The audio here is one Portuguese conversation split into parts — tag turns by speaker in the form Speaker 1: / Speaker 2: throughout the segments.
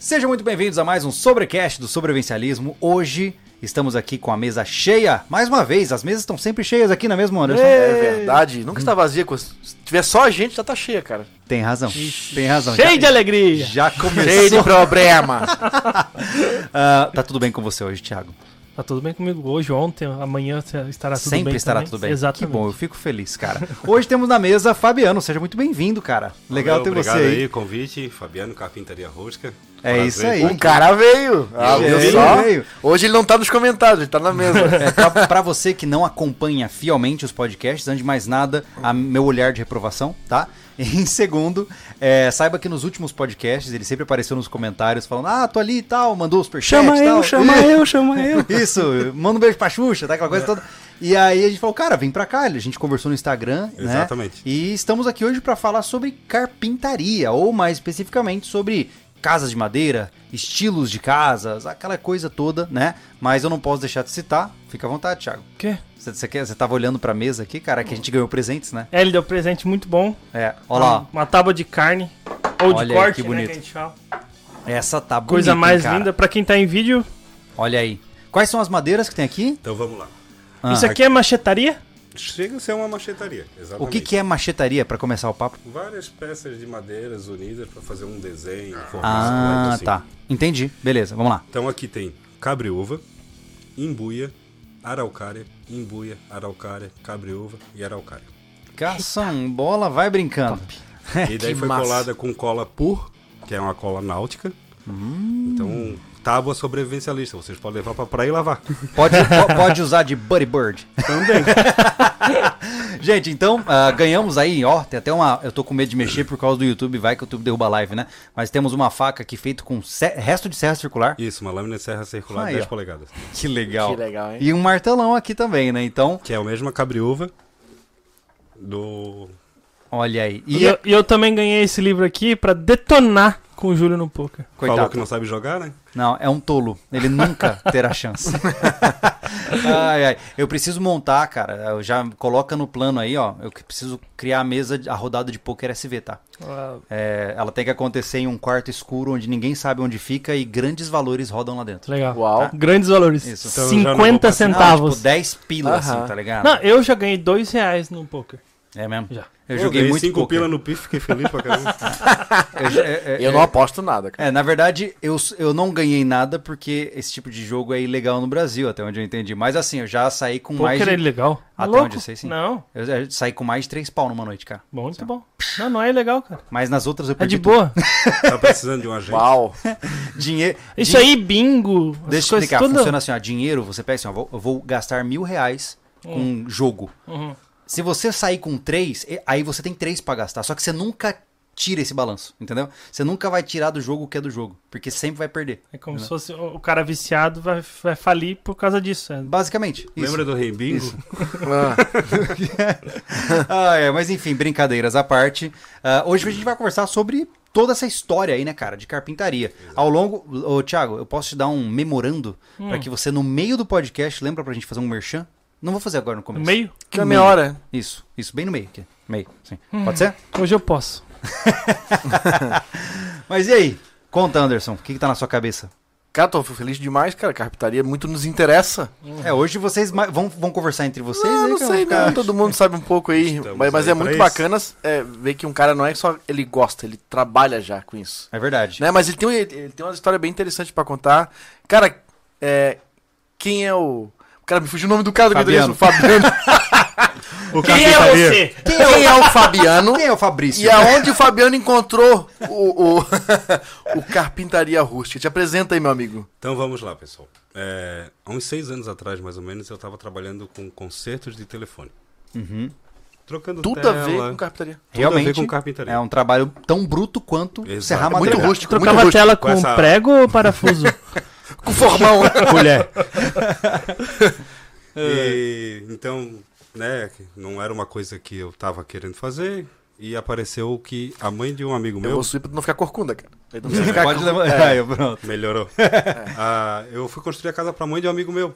Speaker 1: Sejam muito bem-vindos a mais um Sobrecast do Sobrevivencialismo. Hoje estamos aqui com a mesa cheia. Mais uma vez, as mesas estão sempre cheias aqui, não é mesmo, Anderson?
Speaker 2: É verdade. Nunca está vazia. co- Se tiver só a gente, já tá cheia, cara.
Speaker 1: Tem razão. Tem razão.
Speaker 3: Cheio de
Speaker 1: já,
Speaker 3: alegria!
Speaker 1: já
Speaker 2: Cheio de
Speaker 1: começou.
Speaker 2: problema.
Speaker 1: Ah, tá tudo bem com você hoje, Thiago?
Speaker 3: Tá tudo bem comigo hoje, ontem, amanhã estará Tá tudo bem.
Speaker 1: sempre estará
Speaker 3: também.
Speaker 1: tudo bem.
Speaker 3: Exatamente.
Speaker 1: Que bom, eu fico feliz, cara. Hoje temos na mesa Fabiano. Seja muito bem-vindo, cara. Legal
Speaker 4: Valeu,
Speaker 1: ter você
Speaker 4: obrigado
Speaker 1: aí.
Speaker 4: aí, convite, Fabiano Carpintaria Rosca.
Speaker 1: É
Speaker 4: Prazer.
Speaker 1: isso aí.
Speaker 2: O cara veio. Ah,
Speaker 1: Ele
Speaker 2: viu
Speaker 1: veio,
Speaker 2: só?
Speaker 1: veio.
Speaker 2: Hoje ele não tá nos comentários, ele tá na mesa.
Speaker 1: É, pra, pra você que não acompanha fielmente os podcasts, antes de mais nada, a meu olhar de reprovação, tá? E em segundo, é, saiba que nos últimos podcasts ele sempre apareceu nos comentários falando: Ah, tô ali e tal, mandou os superchats
Speaker 3: Chama
Speaker 1: e tal.
Speaker 3: eu, chama eu, chama eu.
Speaker 1: Isso, manda um beijo pra Xuxa, tá? Aquela
Speaker 4: É.
Speaker 1: coisa toda. E aí a gente falou, cara, vem pra cá. A gente conversou no Instagram, né?
Speaker 4: Exatamente.
Speaker 1: E estamos aqui hoje pra falar sobre carpintaria, ou mais especificamente sobre casas de madeira, estilos de casas, aquela coisa toda, né? Mas eu não posso deixar de citar. Fica à vontade, Thiago.
Speaker 3: O quê?
Speaker 1: Você, você, quer- você tava olhando pra mesa aqui, cara, que a gente ganhou presentes, né?
Speaker 3: É, ele deu presente muito bom.
Speaker 1: É, ó lá. ó.
Speaker 3: Uma, uma tábua de carne. Ou
Speaker 1: Olha aí,
Speaker 3: de
Speaker 1: que
Speaker 3: corte, né,
Speaker 1: bonito.
Speaker 3: a gente fala.
Speaker 1: Essa tá bonita,
Speaker 3: Coisa
Speaker 1: hein,
Speaker 3: mais
Speaker 1: cara?
Speaker 3: linda. Pra quem tá em vídeo,
Speaker 1: Olha aí. Quais são as madeiras que tem aqui?
Speaker 4: Então vamos lá.
Speaker 1: Ah.
Speaker 3: isso aqui é machetaria?
Speaker 4: Chega a ser uma machetaria,
Speaker 1: O
Speaker 4: exatamente.
Speaker 1: que, que é machetaria, pra começar o papo?
Speaker 4: Várias peças de madeiras unidas para fazer um desenho, formar
Speaker 1: Ah,
Speaker 4: assim.
Speaker 1: tá. Entendi. Beleza, vamos lá.
Speaker 4: Então aqui tem cabriúva, imbuia, araucária, imbuia, araucária, cabriúva e araucária.
Speaker 1: Caçambola, vai brincando. É,
Speaker 4: E daí
Speaker 2: Que
Speaker 4: foi
Speaker 2: massa.
Speaker 4: colada com cola pur, que é uma cola náutica.
Speaker 1: Hum.
Speaker 4: Então, tábua sobrevivencialista, vocês podem levar pra praia e lavar.
Speaker 1: Pode, po- pode usar de Buddy Bird. Também. Gente, então, ah, ganhamos aí, ó, tem até uma... Eu tô com medo de mexer por causa do YouTube, vai que o YouTube derruba a live, né? Mas temos uma faca aqui feita com se- resto de serra circular.
Speaker 4: Isso, uma lâmina de serra circular
Speaker 1: Aí,
Speaker 4: 10
Speaker 1: ó.
Speaker 4: polegadas.
Speaker 1: Que legal.
Speaker 2: Que legal, hein?
Speaker 1: E um martelão aqui também, né? Então,
Speaker 4: Que é a mesma cabriúva do
Speaker 1: olha aí.
Speaker 3: E,
Speaker 1: E, é
Speaker 3: eu, e eu também ganhei esse livro aqui pra detonar com o Júlio no poker.
Speaker 4: Falou
Speaker 1: coitado,
Speaker 4: que não sabe jogar, né?
Speaker 1: Não, é um tolo. Ele nunca terá chance. ai, ai. Eu preciso montar, cara. Eu já coloca no plano aí, ó. Eu que preciso criar a mesa, de- a rodada de poker SV, tá? É, ela tem que acontecer em um quarto escuro onde ninguém sabe onde fica e grandes valores rodam lá dentro.
Speaker 3: Legal.
Speaker 2: Uau.
Speaker 3: Grandes valores.
Speaker 1: Isso.
Speaker 4: Então eu já não vou
Speaker 3: 50
Speaker 4: passar.
Speaker 1: Não,
Speaker 3: centavos.
Speaker 1: tipo 10 pilas,
Speaker 2: Aham.
Speaker 1: assim, tá ligado?
Speaker 3: Ah, Não, eu já ganhei dois reais no poker.
Speaker 1: É mesmo?
Speaker 3: Já.
Speaker 1: Eu
Speaker 4: Pô,
Speaker 1: joguei
Speaker 4: ganhei
Speaker 1: muito
Speaker 4: cinco
Speaker 1: poker.
Speaker 4: pila no pife, fiquei feliz pra caramba.
Speaker 1: Eu jo- é- é-
Speaker 2: Eu não aposto nada, cara.
Speaker 1: É, na verdade, eu, s- eu não ganhei nada porque esse tipo de jogo é ilegal no Brasil, até onde eu entendi. Mas assim, eu já saí com mais.
Speaker 3: Poker
Speaker 1: de-
Speaker 3: é legal.
Speaker 1: Até
Speaker 3: Louco?
Speaker 1: onde eu sei, sim.
Speaker 3: Não.
Speaker 1: Eu já saí com mais de três pau numa noite, cara.
Speaker 3: Bom, Muito bom. Não, não é legal, cara.
Speaker 1: Mas nas outras eu
Speaker 3: É
Speaker 1: perdi
Speaker 3: de boa.
Speaker 4: Tá precisando de um agente.
Speaker 2: Uau.
Speaker 1: dinheiro.
Speaker 3: Isso aí, bingo. as
Speaker 1: Deixa eu
Speaker 3: coisas
Speaker 1: explicar,
Speaker 3: todas-
Speaker 1: funciona assim, ó. Dinheiro, você pega assim, ó, vou- eu vou gastar mil reais com jogo.
Speaker 3: Uhum.
Speaker 1: Se você sair com três, e- aí você tem três pra gastar. Só que você nunca tira esse balanço, entendeu? Você nunca vai tirar do jogo o que é do jogo, porque sempre vai perder.
Speaker 3: É como se fosse o o cara viciado vai, vai falir por causa disso. é.
Speaker 1: Basicamente. Isso.
Speaker 4: Lembra do Rei Bingo?
Speaker 2: Ah,
Speaker 1: ah, é, mas enfim, brincadeiras à parte. Ah, hoje a gente vai conversar sobre toda essa história aí, né, cara, de carpintaria. Ao longo. Ô, Thiago, eu posso te dar um memorando
Speaker 2: Hum.
Speaker 1: pra que você, no meio do podcast, lembra pra gente fazer um merchan? Não vou fazer agora no
Speaker 3: No
Speaker 1: começo.
Speaker 3: meio?
Speaker 2: que é meia hora. Hum.
Speaker 1: Isso, isso, bem no meio aqui. Meio, sim. Pode ser?
Speaker 3: Hoje eu posso.
Speaker 1: Mas e aí? Conta, Anderson, o que, que tá na sua cabeça?
Speaker 2: Cara, tô feliz demais, cara. Carpintaria muito nos interessa. Ah,
Speaker 1: É, hoje vocês ma- vão, vão conversar entre vocês?
Speaker 2: Hum.
Speaker 1: né,
Speaker 2: Não,
Speaker 1: aí
Speaker 2: não
Speaker 1: que eu vou
Speaker 2: sei,
Speaker 1: ficar-
Speaker 2: não. Todo mundo sabe um pouco aí.
Speaker 4: Estamos
Speaker 2: Mas, mas
Speaker 4: aí
Speaker 2: é
Speaker 4: pra
Speaker 2: muito
Speaker 4: isso.
Speaker 2: bacana é, ver que um cara não é só ele gosta, ele trabalha já com isso.
Speaker 1: É verdade.
Speaker 2: Né? Mas ele tem, um- ele tem uma história bem interessante pra contar. Cara, é, quem é o. Cara, me fugiu o nome do cara do
Speaker 1: Fabiano.
Speaker 2: Fabiano. Fabiano.
Speaker 4: O tá-
Speaker 3: Quem é
Speaker 4: carpintaria.
Speaker 3: você?
Speaker 2: quem é o Fabiano?
Speaker 1: Quem é o Fabrício?
Speaker 2: E aonde o Fabiano encontrou o, o, o Carpintaria Rústica? Te apresenta aí, meu amigo.
Speaker 4: Então vamos lá, pessoal. É, há uns seis anos atrás, mais ou menos, eu estava trabalhando com concertos de telefone.
Speaker 1: Uhum.
Speaker 4: Trocando
Speaker 2: Tudo
Speaker 4: tela.
Speaker 2: a ver com carpintaria.
Speaker 1: Realmente
Speaker 4: com carpintaria.
Speaker 1: é um trabalho tão bruto quanto
Speaker 4: Exato.
Speaker 1: serrar
Speaker 4: É muito
Speaker 1: madeira.
Speaker 2: Muito rústico, muito
Speaker 3: Trocava a
Speaker 2: rústico.
Speaker 3: tela
Speaker 4: Com
Speaker 3: com,
Speaker 4: essa-
Speaker 3: prego ou parafuso?
Speaker 2: Com formão. né?
Speaker 3: Colher.
Speaker 1: É.
Speaker 4: E, É. então, né, que não era uma coisa que eu estava querendo fazer. E apareceu que a mãe de um amigo
Speaker 2: Eu
Speaker 4: meu...
Speaker 2: vou subir pra tu não ficar corcunda, cara. Aí tu não precisa ficar
Speaker 1: Pode
Speaker 2: com-
Speaker 1: levantar.
Speaker 2: É.
Speaker 1: Aí, pronto.
Speaker 4: Melhorou. Ah, eu fui construir a casa pra mãe de um amigo meu.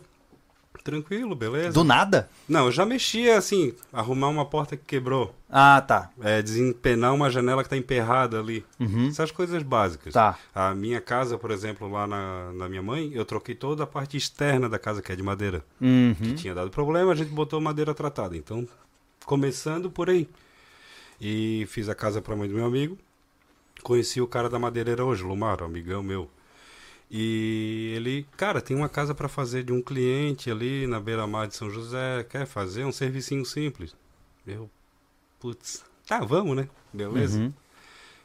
Speaker 4: tranquilo, beleza.
Speaker 1: Do nada?
Speaker 4: Não, eu já mexia assim, arrumar uma porta que quebrou,
Speaker 1: Ah, tá.
Speaker 4: é, desempenar uma janela que tá emperrada ali.
Speaker 1: Uhum.
Speaker 4: Essas coisas básicas.
Speaker 1: Tá.
Speaker 4: A minha casa, por exemplo, lá na, na minha mãe, eu troquei toda a parte externa da casa, que é de madeira.
Speaker 1: Uhum.
Speaker 4: Tinha dado problema, a gente botou madeira tratada. Então, começando por aí. E fiz a casa pra mãe do meu amigo. Conheci o cara da madeireira hoje, o Lumar, um amigão meu. E ele, cara, tem uma casa pra fazer de um cliente ali na beira-mar de São José, quer fazer um servicinho simples. Eu, putz, tá, vamos, né? Beleza.
Speaker 1: Uhum.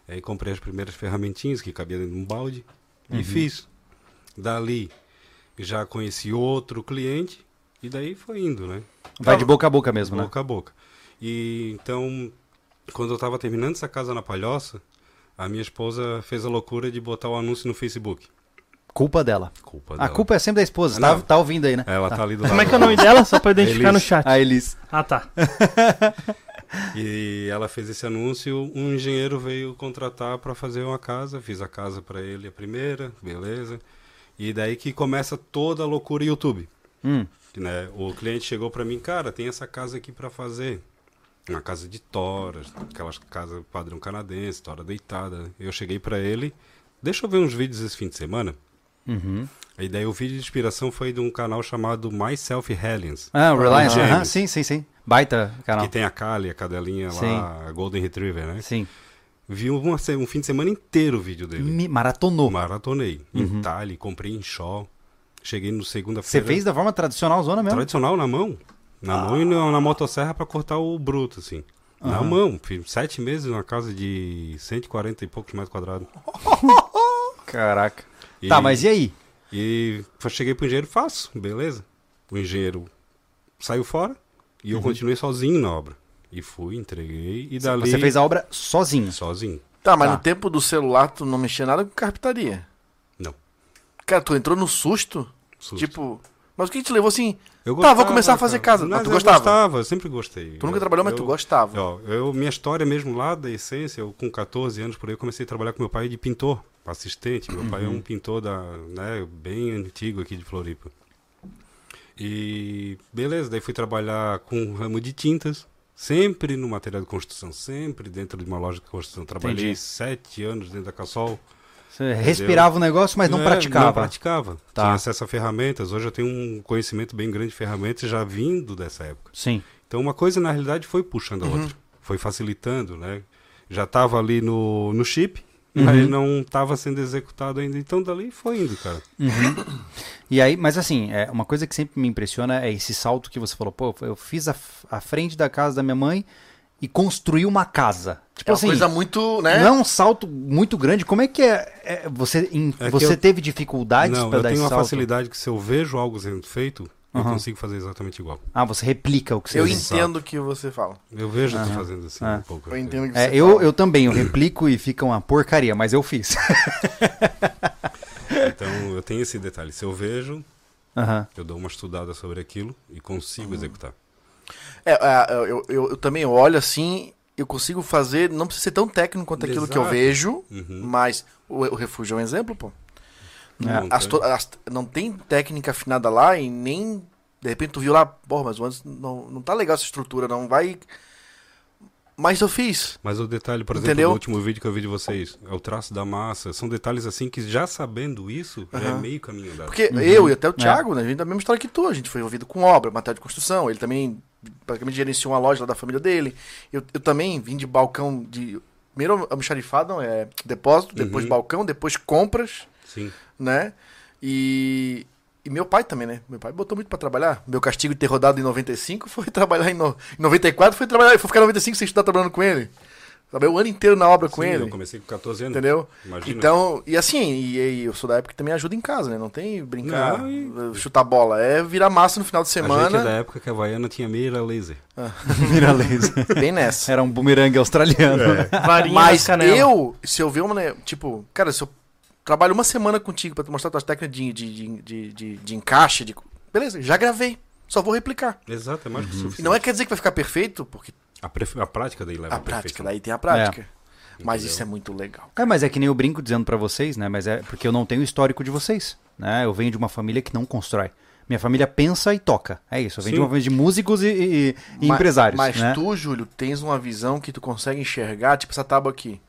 Speaker 4: Aí comprei as primeiras ferramentinhas que cabia dentro de um balde e fiz. Dali já conheci outro cliente e daí foi indo, né?
Speaker 1: Vai de boca a boca mesmo, né?
Speaker 4: boca a boca. E então, quando eu tava terminando essa casa na Palhoça, a minha esposa fez a loucura de botar o anúncio no Facebook.
Speaker 1: Culpa dela.
Speaker 4: Culpa
Speaker 1: A culpa é sempre da esposa.
Speaker 4: Não.
Speaker 1: Tá, tá ouvindo aí, né?
Speaker 4: Ela tá ali do lado.
Speaker 3: Como é que é o nome dela? Só pra eu identificar no
Speaker 4: Elis.
Speaker 3: chat.
Speaker 1: A Elis.
Speaker 3: Ah, tá.
Speaker 4: E ela fez esse anúncio, um engenheiro veio contratar para fazer uma casa, fiz a casa para ele a primeira, beleza. E daí que começa toda a loucura YouTube.
Speaker 1: Hum.
Speaker 4: né? O cliente chegou para mim, cara, tem essa casa aqui para fazer. Uma casa de toras, aquelas casas padrão canadense, tora deitada. Eu cheguei para ele, deixa eu ver uns vídeos esse fim de semana.
Speaker 1: Uhum.
Speaker 4: E daí o vídeo de inspiração foi de um canal chamado Myself Hellions.
Speaker 1: Ah, o Reliance.
Speaker 4: Gêmeos.
Speaker 1: Aham, sim, sim, sim. Baita canal.
Speaker 4: Que tem a Kali, a cadelinha lá, a Golden Retriever, né?
Speaker 1: Sim.
Speaker 4: Vi uma se- um fim de semana inteiro o vídeo dele.
Speaker 1: Me maratonou.
Speaker 4: Maratonei.
Speaker 1: Uhum.
Speaker 4: Em Tali, comprei em Shaw. Cheguei no
Speaker 1: Você
Speaker 4: segunda-feira.
Speaker 1: fez da forma tradicional zona mesmo?
Speaker 4: Tradicional na mão. Na mão e na, na motosserra pra cortar o bruto, assim. Na mão. Fiz sete meses numa casa de 140 e poucos metros quadrados.
Speaker 1: Caraca.
Speaker 4: E-
Speaker 1: Tá, mas e aí?
Speaker 4: E fa- cheguei pro engenheiro, faço, beleza. O engenheiro saiu fora e eu continuei sozinho na obra. E fui, entreguei e dali...
Speaker 1: Uhum. Você fez a obra sozinho.
Speaker 4: Sozinho.
Speaker 2: Tá, mas
Speaker 1: Tá.
Speaker 2: no tempo do celular tu não mexia nada com carpintaria.
Speaker 4: Não.
Speaker 2: Cara, tu entrou no susto?
Speaker 4: Susto.
Speaker 2: Tipo, mas o que te levou assim?
Speaker 4: Eu
Speaker 2: Tá, vou começar a fazer casa. Ah,
Speaker 4: Mas
Speaker 2: tu
Speaker 4: eu
Speaker 2: gostava?
Speaker 4: gostava, eu sempre gostei.
Speaker 2: Tu nunca
Speaker 4: Eu-
Speaker 2: trabalhou, mas
Speaker 4: eu-
Speaker 2: tu gostava.
Speaker 4: Ó, eu, minha história mesmo lá da essência, eu com 14 anos por aí, eu comecei a trabalhar com meu pai de pintor, assistente. Meu pai é
Speaker 2: Uhum.
Speaker 4: um pintor da, né, bem antigo aqui de Floripa. E beleza, daí fui trabalhar com o ramo de tintas, sempre no material de construção, sempre dentro de uma loja de construção. Trabalhei
Speaker 1: Entendi.
Speaker 4: sete anos dentro da Cassol.
Speaker 1: Você respirava o negócio, mas não
Speaker 4: É,
Speaker 1: praticava.
Speaker 4: Não praticava.
Speaker 1: Tá.
Speaker 4: Tinha acesso a ferramentas. Hoje eu tenho um conhecimento bem grande de ferramentas já vindo dessa época.
Speaker 1: Sim.
Speaker 4: Então uma coisa na realidade foi puxando a
Speaker 1: Uhum.
Speaker 4: outra, foi facilitando, né? Já estava ali no, no chip,
Speaker 1: Uhum.
Speaker 4: mas não estava sendo executado ainda. Então dali foi indo, cara.
Speaker 1: E aí, mas assim, é, uma coisa que sempre me impressiona é esse salto que você falou, pô, eu fiz a, f- a frente da casa da minha mãe e construí uma casa. Tipo
Speaker 2: É uma
Speaker 1: assim,
Speaker 2: coisa muito, né?
Speaker 1: não é um salto muito grande. Como é que é? é, você em-
Speaker 4: É que
Speaker 1: você
Speaker 4: eu-
Speaker 1: teve dificuldades
Speaker 4: não,
Speaker 1: pra
Speaker 4: eu
Speaker 1: dar
Speaker 4: tenho
Speaker 1: esse
Speaker 4: uma
Speaker 1: salto?
Speaker 4: facilidade que se eu vejo algo sendo feito, eu
Speaker 1: Aham.
Speaker 4: consigo fazer exatamente igual.
Speaker 1: Ah, você replica o que você
Speaker 2: Eu
Speaker 1: fez.
Speaker 4: Exato.
Speaker 2: entendo o que você fala.
Speaker 4: Eu vejo tu fazendo assim
Speaker 1: Ah.
Speaker 4: um pouco.
Speaker 2: Eu entendo o que você
Speaker 1: É,
Speaker 2: fala.
Speaker 1: eu, eu também, eu replico e fica uma porcaria, mas eu fiz.
Speaker 4: Então eu tenho esse detalhe. Se eu vejo,
Speaker 1: Aham.
Speaker 4: eu dou uma estudada sobre aquilo e consigo
Speaker 1: Uhum.
Speaker 4: executar.
Speaker 2: É, é, eu, eu, eu também olho assim, eu consigo fazer, não precisa ser tão técnico quanto aquilo que eu
Speaker 4: Exato.
Speaker 2: vejo,
Speaker 4: Uhum.
Speaker 2: mas o, o refúgio é um exemplo, pô.
Speaker 1: É.
Speaker 4: Não
Speaker 2: As
Speaker 4: tem-
Speaker 2: to- as- não tem técnica afinada lá e nem. De repente tu viu lá, porra, mas o antes não, não tá legal essa estrutura, não vai. Mas eu fiz.
Speaker 4: Mas o detalhe, por
Speaker 2: Entendeu?
Speaker 4: exemplo, do último vídeo que eu vi de vocês, é o traço da massa. São detalhes assim que já sabendo isso, já é
Speaker 2: Aham.
Speaker 4: meio caminho andado.
Speaker 2: Porque eu e até
Speaker 4: É.
Speaker 2: o Thiago, né, a gente tem a mesma história que tu. A gente foi envolvido com obra, material de construção. Ele também praticamente gerenciou uma loja lá da família dele. Eu, eu também vim de balcão de. Primeiro almoxarifado, não, é depósito, depois
Speaker 4: Uhum.
Speaker 2: balcão, depois compras,
Speaker 4: Sim.
Speaker 2: né? E. E meu pai também, né? Meu pai botou muito pra trabalhar. Meu castigo de ter rodado em 95 foi trabalhar em, no... em 94, foi trabalhar, foi ficar em 95 sem estudar trabalhando com ele. Trabalhei o ano inteiro na obra com
Speaker 4: Sim,
Speaker 2: ele.
Speaker 4: Eu comecei com 14 anos.
Speaker 2: Entendeu?
Speaker 4: Imagina.
Speaker 2: Então, e assim, e, e eu sou da época que também ajuda em casa, né? Não tem brincar,
Speaker 4: Não, e-
Speaker 2: chutar bola. É virar massa no final de
Speaker 4: A gente é da
Speaker 2: semana. Ah.
Speaker 4: época que a Havaiana tinha mira laser.
Speaker 1: Vira laser.
Speaker 2: Bem nessa.
Speaker 1: Era um bumerangue australiano.
Speaker 4: É.
Speaker 1: né?
Speaker 3: Varinha
Speaker 2: Mas
Speaker 3: na canela.
Speaker 2: eu, se eu ver uma, né, tipo, cara, se eu trabalho uma semana contigo pra te mostrar tuas técnicas de, de, de, de, de- de encaixe, de... beleza, já gravei. Só vou replicar.
Speaker 4: Exato, é mais que o
Speaker 2: E
Speaker 4: suficiente.
Speaker 2: não é quer dizer que vai ficar perfeito, porque
Speaker 4: a, pref- a prática daí leva
Speaker 2: a
Speaker 4: à perfeição.
Speaker 2: prática, daí tem a prática. Mas isso é muito legal.
Speaker 1: É, mas é que nem eu brinco dizendo pra vocês, né? Mas é porque eu não tenho o histórico de vocês, né? Eu venho de uma família que não constrói. Minha família pensa e toca. É isso. Eu venho de
Speaker 4: Sim.
Speaker 1: uma família de músicos e, e- e
Speaker 2: Ma-
Speaker 1: empresários.
Speaker 2: Mas
Speaker 1: né?
Speaker 2: tu, Júlio, tens uma visão que tu consegue enxergar, tipo essa tábua aqui.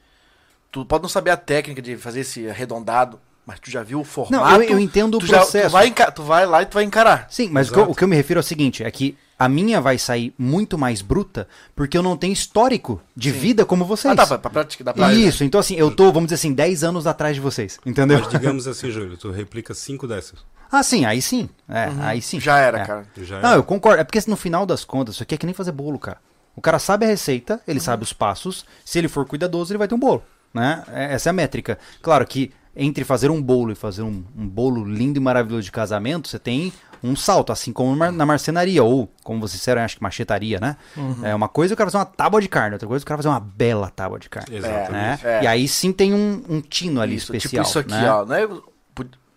Speaker 2: Tu pode não saber a técnica de fazer esse arredondado, mas tu já viu o formato.
Speaker 1: Não, eu, eu entendo o
Speaker 2: tu, já- tu
Speaker 1: processo.
Speaker 2: vai, enca- tu vai lá e tu vai encarar.
Speaker 1: Sim, mas o que, eu,
Speaker 4: Exato.
Speaker 1: o que eu me refiro é o seguinte: é que a minha vai sair muito mais bruta porque eu não tenho histórico de vida como vocês.
Speaker 2: Ah, tá, pra, pra prática da prática.
Speaker 1: Isso, então assim, eu tô, vamos dizer assim, 10 anos atrás de vocês, entendeu?
Speaker 4: Mas digamos assim, Júlio, tu replica cinco dessas.
Speaker 1: Ah, sim, aí sim. É, aí sim.
Speaker 2: Uhum. Já era,
Speaker 1: É.
Speaker 2: cara.
Speaker 4: Já
Speaker 1: Não,
Speaker 4: é.
Speaker 1: eu concordo. É porque no final das contas, isso aqui é que nem fazer bolo, cara. O cara sabe a receita, ele sabe os passos. Se ele for cuidadoso, ele vai ter um bolo. Né? É- Essa é a métrica. Claro que entre fazer um bolo e fazer um, um bolo lindo e maravilhoso de casamento, você tem um salto, assim como mar- na marcenaria, ou como vocês disseram, acho que machetaria, né?
Speaker 2: Uhum.
Speaker 1: É uma coisa o cara fazer uma tábua de carne, outra coisa é o cara fazer uma bela tábua de carne. Né?
Speaker 4: Exatamente.
Speaker 2: É.
Speaker 1: E aí sim tem um, um tino ali
Speaker 2: Isso,
Speaker 1: especial.
Speaker 2: Tipo isso aqui,
Speaker 1: né?
Speaker 2: ó. Né?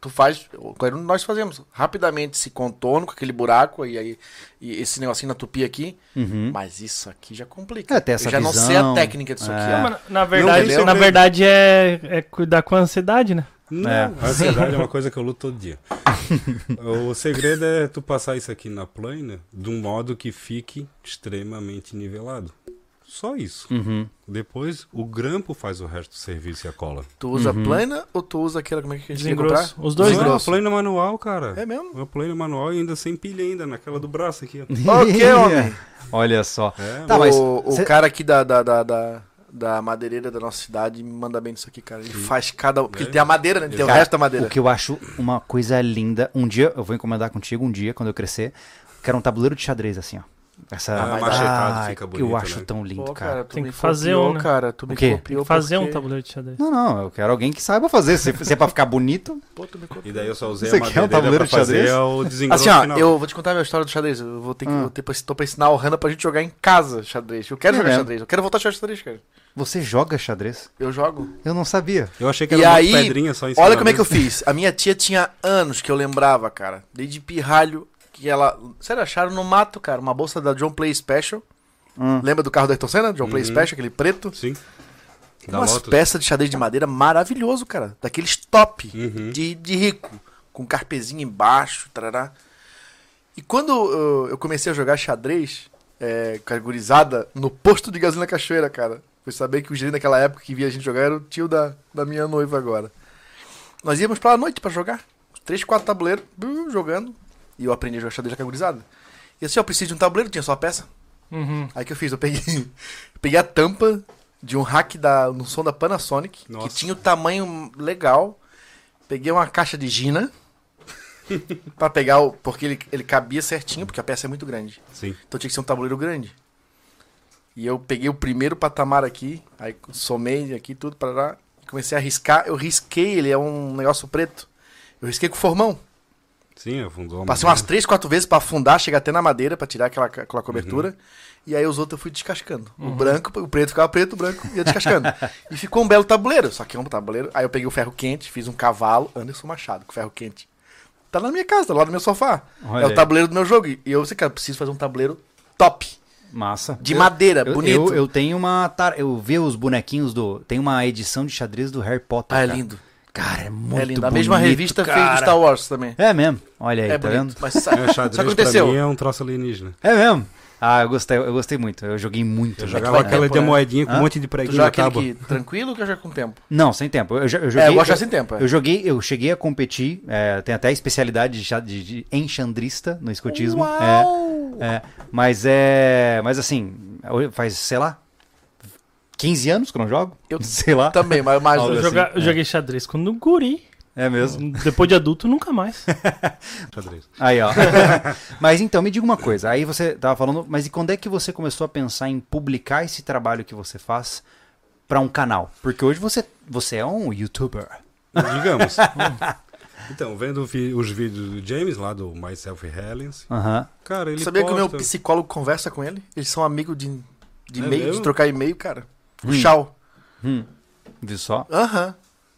Speaker 2: Tu faz, quando nós fazemos rapidamente esse contorno com aquele buraco e aí e esse negocinho na tupi aqui.
Speaker 1: Uhum.
Speaker 2: Mas isso aqui já complica.
Speaker 1: É, ter essa
Speaker 2: Eu já não sei
Speaker 1: visão,
Speaker 2: a técnica disso aqui.
Speaker 1: é.
Speaker 3: Não,
Speaker 2: ó.
Speaker 3: mas na- na verdade,
Speaker 2: entendeu?
Speaker 3: na verdade é, é cuidar com a ansiedade, né?
Speaker 4: Não,
Speaker 1: É.
Speaker 4: a ansiedade é uma coisa que eu luto todo dia. o segredo é tu passar isso aqui na plana de um modo que fique extremamente nivelado. Só isso.
Speaker 1: Uhum.
Speaker 4: Depois o grampo faz o resto do serviço e a cola.
Speaker 2: Tu usa plana ou tu usa aquela, como é que a gente quer comprar?
Speaker 3: Desengrosso. Os dois
Speaker 4: não,
Speaker 2: grossos.
Speaker 4: É plana manual, cara.
Speaker 2: É mesmo?
Speaker 4: Uma plana manual e ainda sem pilha ainda, naquela do braço aqui. ó.
Speaker 2: Ok, homem.
Speaker 1: Olha só.
Speaker 4: É,
Speaker 1: Tá, mas
Speaker 2: o, o
Speaker 1: cê-
Speaker 2: cara aqui da, da, da, da, da madeireira da nossa cidade me manda bem nisso aqui, cara. Ele faz cada. Porque
Speaker 4: É.
Speaker 2: tem a madeira, né? Tem o
Speaker 1: Cara,
Speaker 2: resto da madeira.
Speaker 1: O que eu acho uma coisa linda. Um dia, eu vou encomendar contigo um dia, quando eu crescer. Quero um tabuleiro de xadrez, assim, ó. Essa
Speaker 4: Ah,
Speaker 1: Ai,
Speaker 4: machetado fica
Speaker 1: que Eu
Speaker 4: bonito,
Speaker 1: acho
Speaker 4: né?
Speaker 1: tão lindo,
Speaker 2: Pô,
Speaker 1: cara.
Speaker 2: tu
Speaker 3: Tem
Speaker 2: me
Speaker 3: que fazer
Speaker 2: copiou,
Speaker 3: um, né?
Speaker 2: cara. Tu me
Speaker 1: O quê?
Speaker 2: copiou.
Speaker 3: Fazer um
Speaker 2: porque-
Speaker 3: tabuleiro de xadrez.
Speaker 1: Não, não, eu quero alguém que saiba fazer. Se, se é pra ficar bonito.
Speaker 2: Pô, tu me copiou.
Speaker 4: E daí eu só usei
Speaker 1: Você
Speaker 4: a
Speaker 1: quer um
Speaker 4: madeira
Speaker 1: tabuleiro
Speaker 4: pra
Speaker 1: de
Speaker 4: fazer
Speaker 1: xadrez?
Speaker 4: o desengrosso
Speaker 2: Assim, ó,
Speaker 4: final.
Speaker 2: eu vou te contar a minha história do xadrez. Eu vou ter que. Eu ter, tô pra ensinar o Hanna pra gente jogar em casa xadrez. Eu quero
Speaker 1: É
Speaker 2: jogar
Speaker 1: mesmo?
Speaker 2: xadrez. Eu quero voltar a jogar xadrez, cara.
Speaker 1: Você joga xadrez?
Speaker 2: Eu jogo.
Speaker 1: Eu não sabia.
Speaker 4: Eu achei que
Speaker 2: E
Speaker 4: era uma
Speaker 2: aí,
Speaker 4: pedrinha só em cima
Speaker 2: olha
Speaker 4: da
Speaker 2: como é que eu
Speaker 4: mesa.
Speaker 2: fiz. A minha tia tinha anos que eu lembrava, cara. Desde pirralho, que ela. Sério, acharam no mato, cara, uma bolsa da John Play Special.
Speaker 1: Hum.
Speaker 2: Lembra do carro do Ayrton Senna? John Play
Speaker 4: Uhum.
Speaker 2: Special, aquele preto.
Speaker 4: Sim. Da
Speaker 2: umas
Speaker 4: Lotus.
Speaker 2: peças de xadrez de madeira maravilhoso, cara. Daqueles top
Speaker 4: Uhum.
Speaker 2: de, de rico. Com carpezinho embaixo, tarará. E quando uh, eu, eu comecei a jogar xadrez é, com a gurizada, no posto de gasolina cachoeira, cara. Fui saber que o gerente daquela época que via a gente jogar era o tio da, da minha noiva agora. Nós íamos pra noite pra jogar. Os Três, quatro tabuleiros, bum, jogando. E eu aprendi a jogar xadrez com a gurizada. E assim, ó, preciso de um tabuleiro, tinha só a peça.
Speaker 3: Uhum.
Speaker 2: Aí que eu fiz, eu peguei, peguei a tampa de um hack da, no som da Panasonic,
Speaker 4: Nossa.
Speaker 2: que tinha o tamanho legal. Peguei uma caixa de gina pra pegar o. Porque ele, ele cabia certinho, porque a peça é muito grande.
Speaker 4: Sim.
Speaker 2: Então tinha que ser um tabuleiro grande. E eu peguei o primeiro patamar aqui, aí somei aqui tudo para lá, comecei a riscar. Eu risquei, ele é um negócio preto. Eu risquei com formão.
Speaker 4: Sim, afundou a
Speaker 2: Passei umas
Speaker 4: madeira.
Speaker 2: três, quatro vezes pra afundar, chegar até na madeira pra tirar aquela, aquela cobertura.
Speaker 1: Uhum.
Speaker 2: E aí os outros eu fui descascando. O branco, o preto ficava preto, o branco ia descascando. e ficou um belo tabuleiro. Só que é um tabuleiro. Aí eu peguei o ferro quente, fiz um cavalo, Anderson Machado, com ferro quente. Tá na minha casa, tá lá no meu sofá.
Speaker 1: Olha
Speaker 2: é
Speaker 1: aí.
Speaker 2: o tabuleiro do meu jogo. E eu sei, cara, preciso fazer um tabuleiro top.
Speaker 1: Massa.
Speaker 2: De madeira,
Speaker 1: Eu,
Speaker 2: bonito.
Speaker 1: eu, eu tenho uma. tar- Eu vi os bonequinhos do. Tem uma edição de xadrez do Harry Potter.
Speaker 2: Ah, é
Speaker 1: cara.
Speaker 2: lindo.
Speaker 1: Cara, é muito
Speaker 2: É lindo. A mesma
Speaker 1: bonito,
Speaker 2: revista fez do
Speaker 1: cara.
Speaker 2: Star Wars também.
Speaker 1: É mesmo. Olha aí,
Speaker 2: É,
Speaker 1: tá
Speaker 2: bonito.
Speaker 1: vendo?
Speaker 2: Mas
Speaker 4: É,
Speaker 2: sabe,
Speaker 4: xadrez
Speaker 2: aconteceu?
Speaker 4: pra mim é um troço alienígena.
Speaker 1: É mesmo. Ah, eu gostei, eu gostei muito. Eu joguei muito.
Speaker 4: Eu
Speaker 1: né,
Speaker 4: jogava
Speaker 1: cara?
Speaker 4: aquela
Speaker 2: tempo,
Speaker 4: de
Speaker 2: né?
Speaker 4: moedinha com
Speaker 1: Hã?
Speaker 4: um monte de
Speaker 2: é tu
Speaker 4: preguinho
Speaker 2: joga
Speaker 4: na
Speaker 2: aquele
Speaker 4: tábua.
Speaker 2: que tranquilo ou que eu jogo com tempo?
Speaker 1: Não, sem tempo. Eu, jo- eu joguei.
Speaker 2: É, eu gosto sem tempo. é.
Speaker 1: Eu joguei, eu cheguei a competir, é, tem até a especialidade de, xa- de, de enxandrista no escotismo. É, é, mas é. Mas assim, hoje faz, sei lá, 15 anos que eu não jogo?
Speaker 2: Eu-
Speaker 1: sei lá.
Speaker 2: Também, mas, mas
Speaker 1: Algo
Speaker 3: Eu,
Speaker 1: assim,
Speaker 3: joga-
Speaker 1: é.
Speaker 3: eu joguei xadrez quando guri.
Speaker 1: É mesmo.
Speaker 3: Depois de adulto, nunca mais.
Speaker 4: Xadrez.
Speaker 1: Aí, ó. mas então, me diga uma coisa. Aí você tava falando, mas e quando é que você começou a pensar em publicar esse trabalho que você faz pra um canal? Porque hoje você, você é um youtuber.
Speaker 4: Digamos. então, vendo vi- os vídeos do James lá do Myself Helens,
Speaker 1: Aham.
Speaker 4: cara, ele
Speaker 2: Sabia que o meu
Speaker 4: posta-
Speaker 2: psicólogo conversa com ele? Eles são amigos de, de
Speaker 4: É
Speaker 2: e-mail, de
Speaker 4: mesmo?
Speaker 2: trocar e-mail, cara. O
Speaker 1: Hum.
Speaker 2: Chau.
Speaker 1: Hum. Viu só?
Speaker 2: Aham.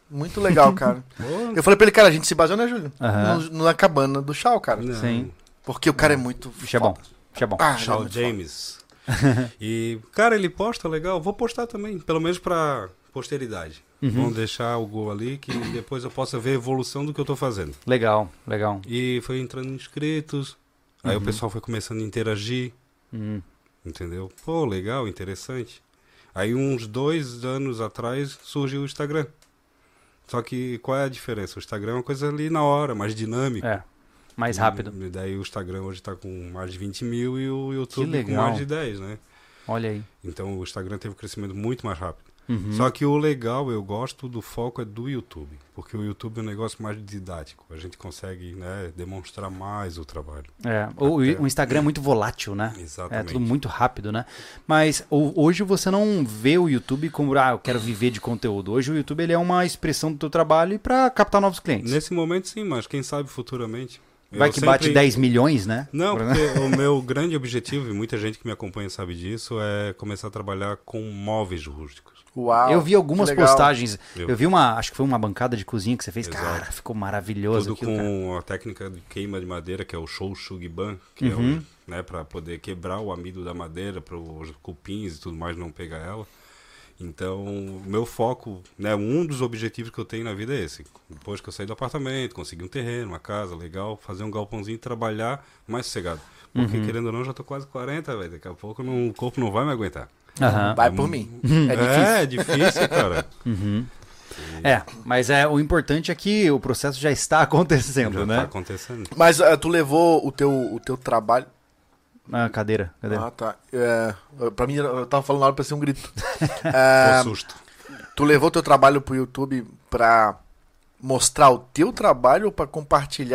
Speaker 2: Muito legal, cara.
Speaker 4: Pô,
Speaker 2: Eu falei pra ele, cara, a gente se baseou, né, Júlio?
Speaker 1: Aham.
Speaker 2: No- na cabana do Chau, cara.
Speaker 4: não.
Speaker 1: Sim.
Speaker 2: Porque o cara é muito.
Speaker 1: Isso é bom. Isso é bom.
Speaker 2: Ah, ele é
Speaker 4: Shaw
Speaker 2: muito
Speaker 4: James. E, cara, ele posta legal. Vou postar também, pelo menos pra posteridade.
Speaker 1: Uhum.
Speaker 4: Vamos deixar o gol ali que depois eu possa ver a evolução do que eu tô fazendo.
Speaker 1: Legal, legal.
Speaker 4: E foi entrando inscritos, aí
Speaker 1: Uhum.
Speaker 4: o pessoal foi começando a interagir,
Speaker 1: Hum.
Speaker 4: entendeu? Pô, legal, interessante. Aí uns dois anos atrás surgiu o Instagram. Só que qual é a diferença? O Instagram é uma coisa ali na hora, mais dinâmica.
Speaker 1: É.
Speaker 4: Uhum.
Speaker 1: Mais rápido.
Speaker 4: E daí o Instagram hoje tá com mais de 20 mil e o YouTube com
Speaker 1: legal.
Speaker 4: mais de 10, né?
Speaker 1: Olha aí.
Speaker 4: Então o Instagram teve um crescimento muito mais rápido.
Speaker 1: Uhum.
Speaker 4: Só que o legal, eu gosto do foco é do YouTube, porque o YouTube é um negócio mais didático. A gente consegue né, demonstrar mais o trabalho.
Speaker 1: É, o,
Speaker 4: Até.
Speaker 1: o Instagram é muito volátil, né? É
Speaker 4: Exatamente.
Speaker 1: tudo muito rápido, né? Mas o- hoje você não vê o YouTube como, ah, eu quero viver de conteúdo. Hoje o YouTube ele é uma expressão do teu trabalho e para captar novos clientes.
Speaker 4: Nesse momento sim, mas quem sabe futuramente.
Speaker 1: Vai
Speaker 4: Eu
Speaker 1: que bate
Speaker 4: sempre-
Speaker 1: 10 milhões, né?
Speaker 4: Não, porque o meu grande objetivo, e muita gente que me acompanha sabe disso, é começar a trabalhar com móveis rústicos.
Speaker 2: Uau.
Speaker 1: eu vi algumas
Speaker 2: que legal.
Speaker 1: postagens.
Speaker 4: Eu.
Speaker 1: Eu vi uma, acho que foi uma bancada de cozinha que você fez.
Speaker 4: Exato.
Speaker 1: Cara, ficou maravilhoso
Speaker 4: Tudo
Speaker 1: aquilo, cara.
Speaker 4: com a técnica de queima de madeira, que é o Shoshugiban, que é
Speaker 1: Uhum.
Speaker 4: o, né, para poder quebrar o amido da madeira para os cupins e tudo mais não pegar ela. Então, o meu foco, né, um dos objetivos que eu tenho na vida é esse. Depois que eu sair do apartamento, conseguir um terreno, uma casa legal, fazer um galpãozinho e trabalhar mais sossegado. Porque, querendo ou não, já tô quase 40, velho. Daqui a pouco não- o corpo não vai me aguentar.
Speaker 1: Aham.
Speaker 2: Vai por mim.
Speaker 1: Uhum.
Speaker 2: É difícil.
Speaker 4: É, é difícil, cara. Uhum.
Speaker 1: É, mas é, o importante é que o processo já está acontecendo,
Speaker 4: Já
Speaker 1: né?
Speaker 4: tá acontecendo.
Speaker 2: Mas ah, tu levou o teu, o teu trabalho.
Speaker 1: Ah, cadeira, cadeira.
Speaker 2: Ah, tá. É, pra mim, eu tava falando na hora pra ser um grito.
Speaker 4: Tô
Speaker 2: Ah,
Speaker 4: susto.
Speaker 2: tu levou teu trabalho pro YouTube pra mostrar o teu trabalho ou pra compartilhar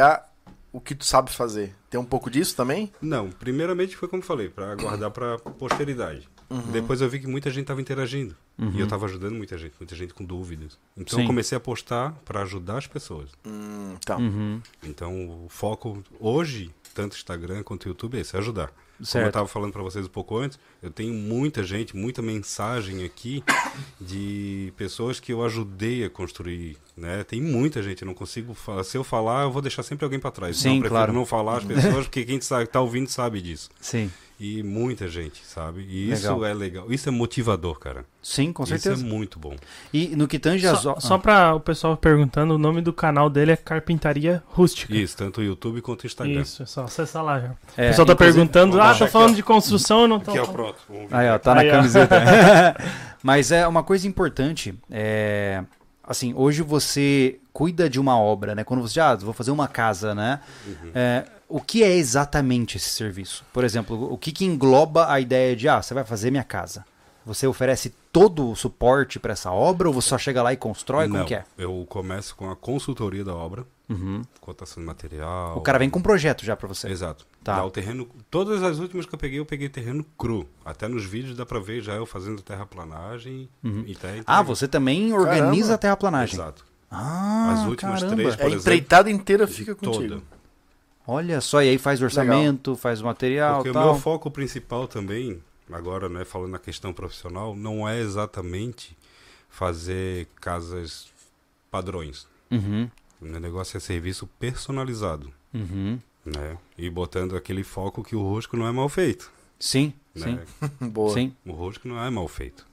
Speaker 2: o que tu sabe fazer? Tem um pouco disso também?
Speaker 4: Não, primeiramente foi como eu falei, para guardar para posteridade. Depois eu vi que muita gente estava interagindo e eu estava ajudando muita gente, muita gente com dúvidas. Então eu
Speaker 1: Sim.
Speaker 4: comecei a postar para ajudar as pessoas.
Speaker 2: Hum, tá.
Speaker 1: Uhum.
Speaker 4: Então o foco hoje, tanto Instagram quanto YouTube, é esse, é ajudar. Como eu
Speaker 1: Certo.
Speaker 4: estava falando para vocês um pouco antes, eu tenho muita gente, muita mensagem aqui de pessoas que eu ajudei a construir, né? Tem muita gente, eu não consigo falar. Se eu falar, eu vou deixar sempre alguém para trás.
Speaker 1: Sim,
Speaker 4: não, eu prefiro
Speaker 1: claro.
Speaker 4: não falar as pessoas, porque quem está ouvindo sabe disso.
Speaker 1: Sim.
Speaker 4: E muita gente, sabe? E isso
Speaker 1: Legal.
Speaker 4: é legal. Isso é motivador, cara.
Speaker 1: Sim, com
Speaker 4: isso é
Speaker 1: certeza.
Speaker 4: muito bom.
Speaker 1: E no que tange as... ah,
Speaker 3: Só, só pra o pessoal perguntando, o nome do canal dele é Carpintaria Rústica.
Speaker 4: Isso, tá tanto o YouTube quanto o Instagram.
Speaker 3: Isso, é só acessar lá já.
Speaker 1: É,
Speaker 3: o pessoal tá
Speaker 1: inclusive-
Speaker 3: perguntando,
Speaker 4: vamos
Speaker 3: ah,
Speaker 4: lá,
Speaker 3: tá
Speaker 4: aqui,
Speaker 3: falando
Speaker 4: ó.
Speaker 3: de construção ou não tá?
Speaker 4: Aqui é o pronto. Vamos ver.
Speaker 1: Aí, ó, tá na
Speaker 3: Aí, ó.
Speaker 1: camiseta. Mas é uma coisa importante, é... Assim, hoje você cuida de uma obra, né? Quando você, ah, vou fazer uma casa, né?
Speaker 4: Uhum.
Speaker 1: É, o que é exatamente esse serviço? Por exemplo, o que, que engloba a ideia de, ah, você vai fazer minha casa? Você oferece todo o suporte para essa obra ou você só chega lá e constrói?
Speaker 4: Não,
Speaker 1: Como que é? Uhum.
Speaker 4: eu começo com a consultoria da obra, cotação de material.
Speaker 1: O cara vem com um projeto já para você.
Speaker 4: Exato.
Speaker 1: Tá.
Speaker 4: Dá o terreno. Todas as últimas que eu peguei, eu peguei terreno cru. Até nos vídeos dá pra ver já eu fazendo terraplanagem. E tá aí,
Speaker 1: Ah, você é também organiza a terraplanagem.
Speaker 4: Exato.
Speaker 1: Ah,
Speaker 4: As últimas
Speaker 1: caramba.
Speaker 4: três,
Speaker 2: É, a
Speaker 4: por exemplo,
Speaker 2: empreitada inteira fica contigo.
Speaker 4: toda.
Speaker 1: Olha só, e aí faz o orçamento, faz o material,
Speaker 4: Porque
Speaker 1: tal.
Speaker 4: o meu foco principal também, agora, né, falando na questão profissional, não é exatamente fazer casas padrões.
Speaker 1: Uhum,
Speaker 4: O meu negócio é serviço personalizado,
Speaker 1: uhum.
Speaker 4: né? E botando aquele foco que o rústico não é mal feito,
Speaker 1: Sim, sim,
Speaker 4: né?
Speaker 2: Boa.
Speaker 1: sim.
Speaker 4: O rústico não é mal feito.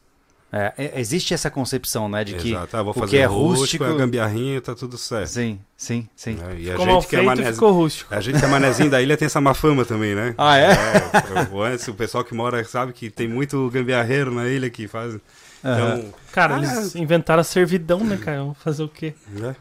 Speaker 1: É, é- existe essa concepção, né, de que
Speaker 4: Exato. Ah, vou
Speaker 1: o
Speaker 4: fazer
Speaker 1: que é
Speaker 4: rústico,
Speaker 1: rústico...
Speaker 4: é gambiarrinha, tá tudo certo.
Speaker 1: Sim, sim, sim.
Speaker 4: né? E a
Speaker 3: Ficou mal
Speaker 4: gente, que é
Speaker 3: feito,
Speaker 4: manézinho,
Speaker 3: ficou rústico.
Speaker 4: a gente que é manézinho da ilha tem essa má fama também, né?
Speaker 1: Ah, é?
Speaker 4: É, o, antes, o pessoal que mora sabe que tem muito gambiarreiro na ilha que faz. Então,
Speaker 3: Cara,
Speaker 4: Ah,
Speaker 3: eles inventaram a servidão, né, cara? Vamos fazer o quê?
Speaker 4: Né?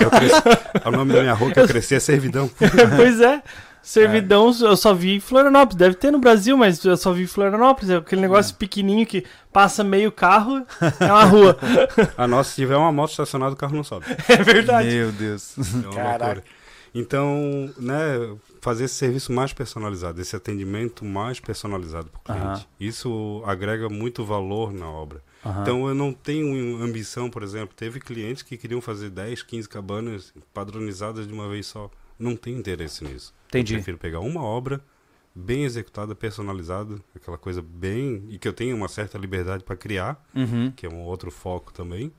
Speaker 4: Eu cresci- é o nome da minha rua que eu cresci é servidão.
Speaker 3: pois é. Servidão,
Speaker 4: É.
Speaker 3: eu só vi em Florianópolis. Deve ter no Brasil, mas eu só vi em Florianópolis. É aquele negócio pequenininho que passa meio carro, é uma rua.
Speaker 4: A nossa, se tiver uma moto estacionada, o carro não sobe.
Speaker 3: É verdade.
Speaker 1: Meu Deus.
Speaker 4: É uma
Speaker 2: Caraca.
Speaker 4: loucura. Então, né, fazer esse serviço mais personalizado, esse atendimento mais personalizado para o cliente.
Speaker 1: Aham.
Speaker 4: Isso agrega muito valor na obra.
Speaker 1: Aham.
Speaker 4: Então, eu não tenho ambição, por exemplo, teve clientes que queriam fazer 10, 15 cabanas padronizadas de uma vez só. Não tenho interesse nisso.
Speaker 1: Entendi.
Speaker 4: Eu prefiro pegar uma obra bem executada, personalizada, aquela coisa bem. e que eu tenho uma certa liberdade para criar,
Speaker 1: Uhum.
Speaker 4: que é um outro foco também,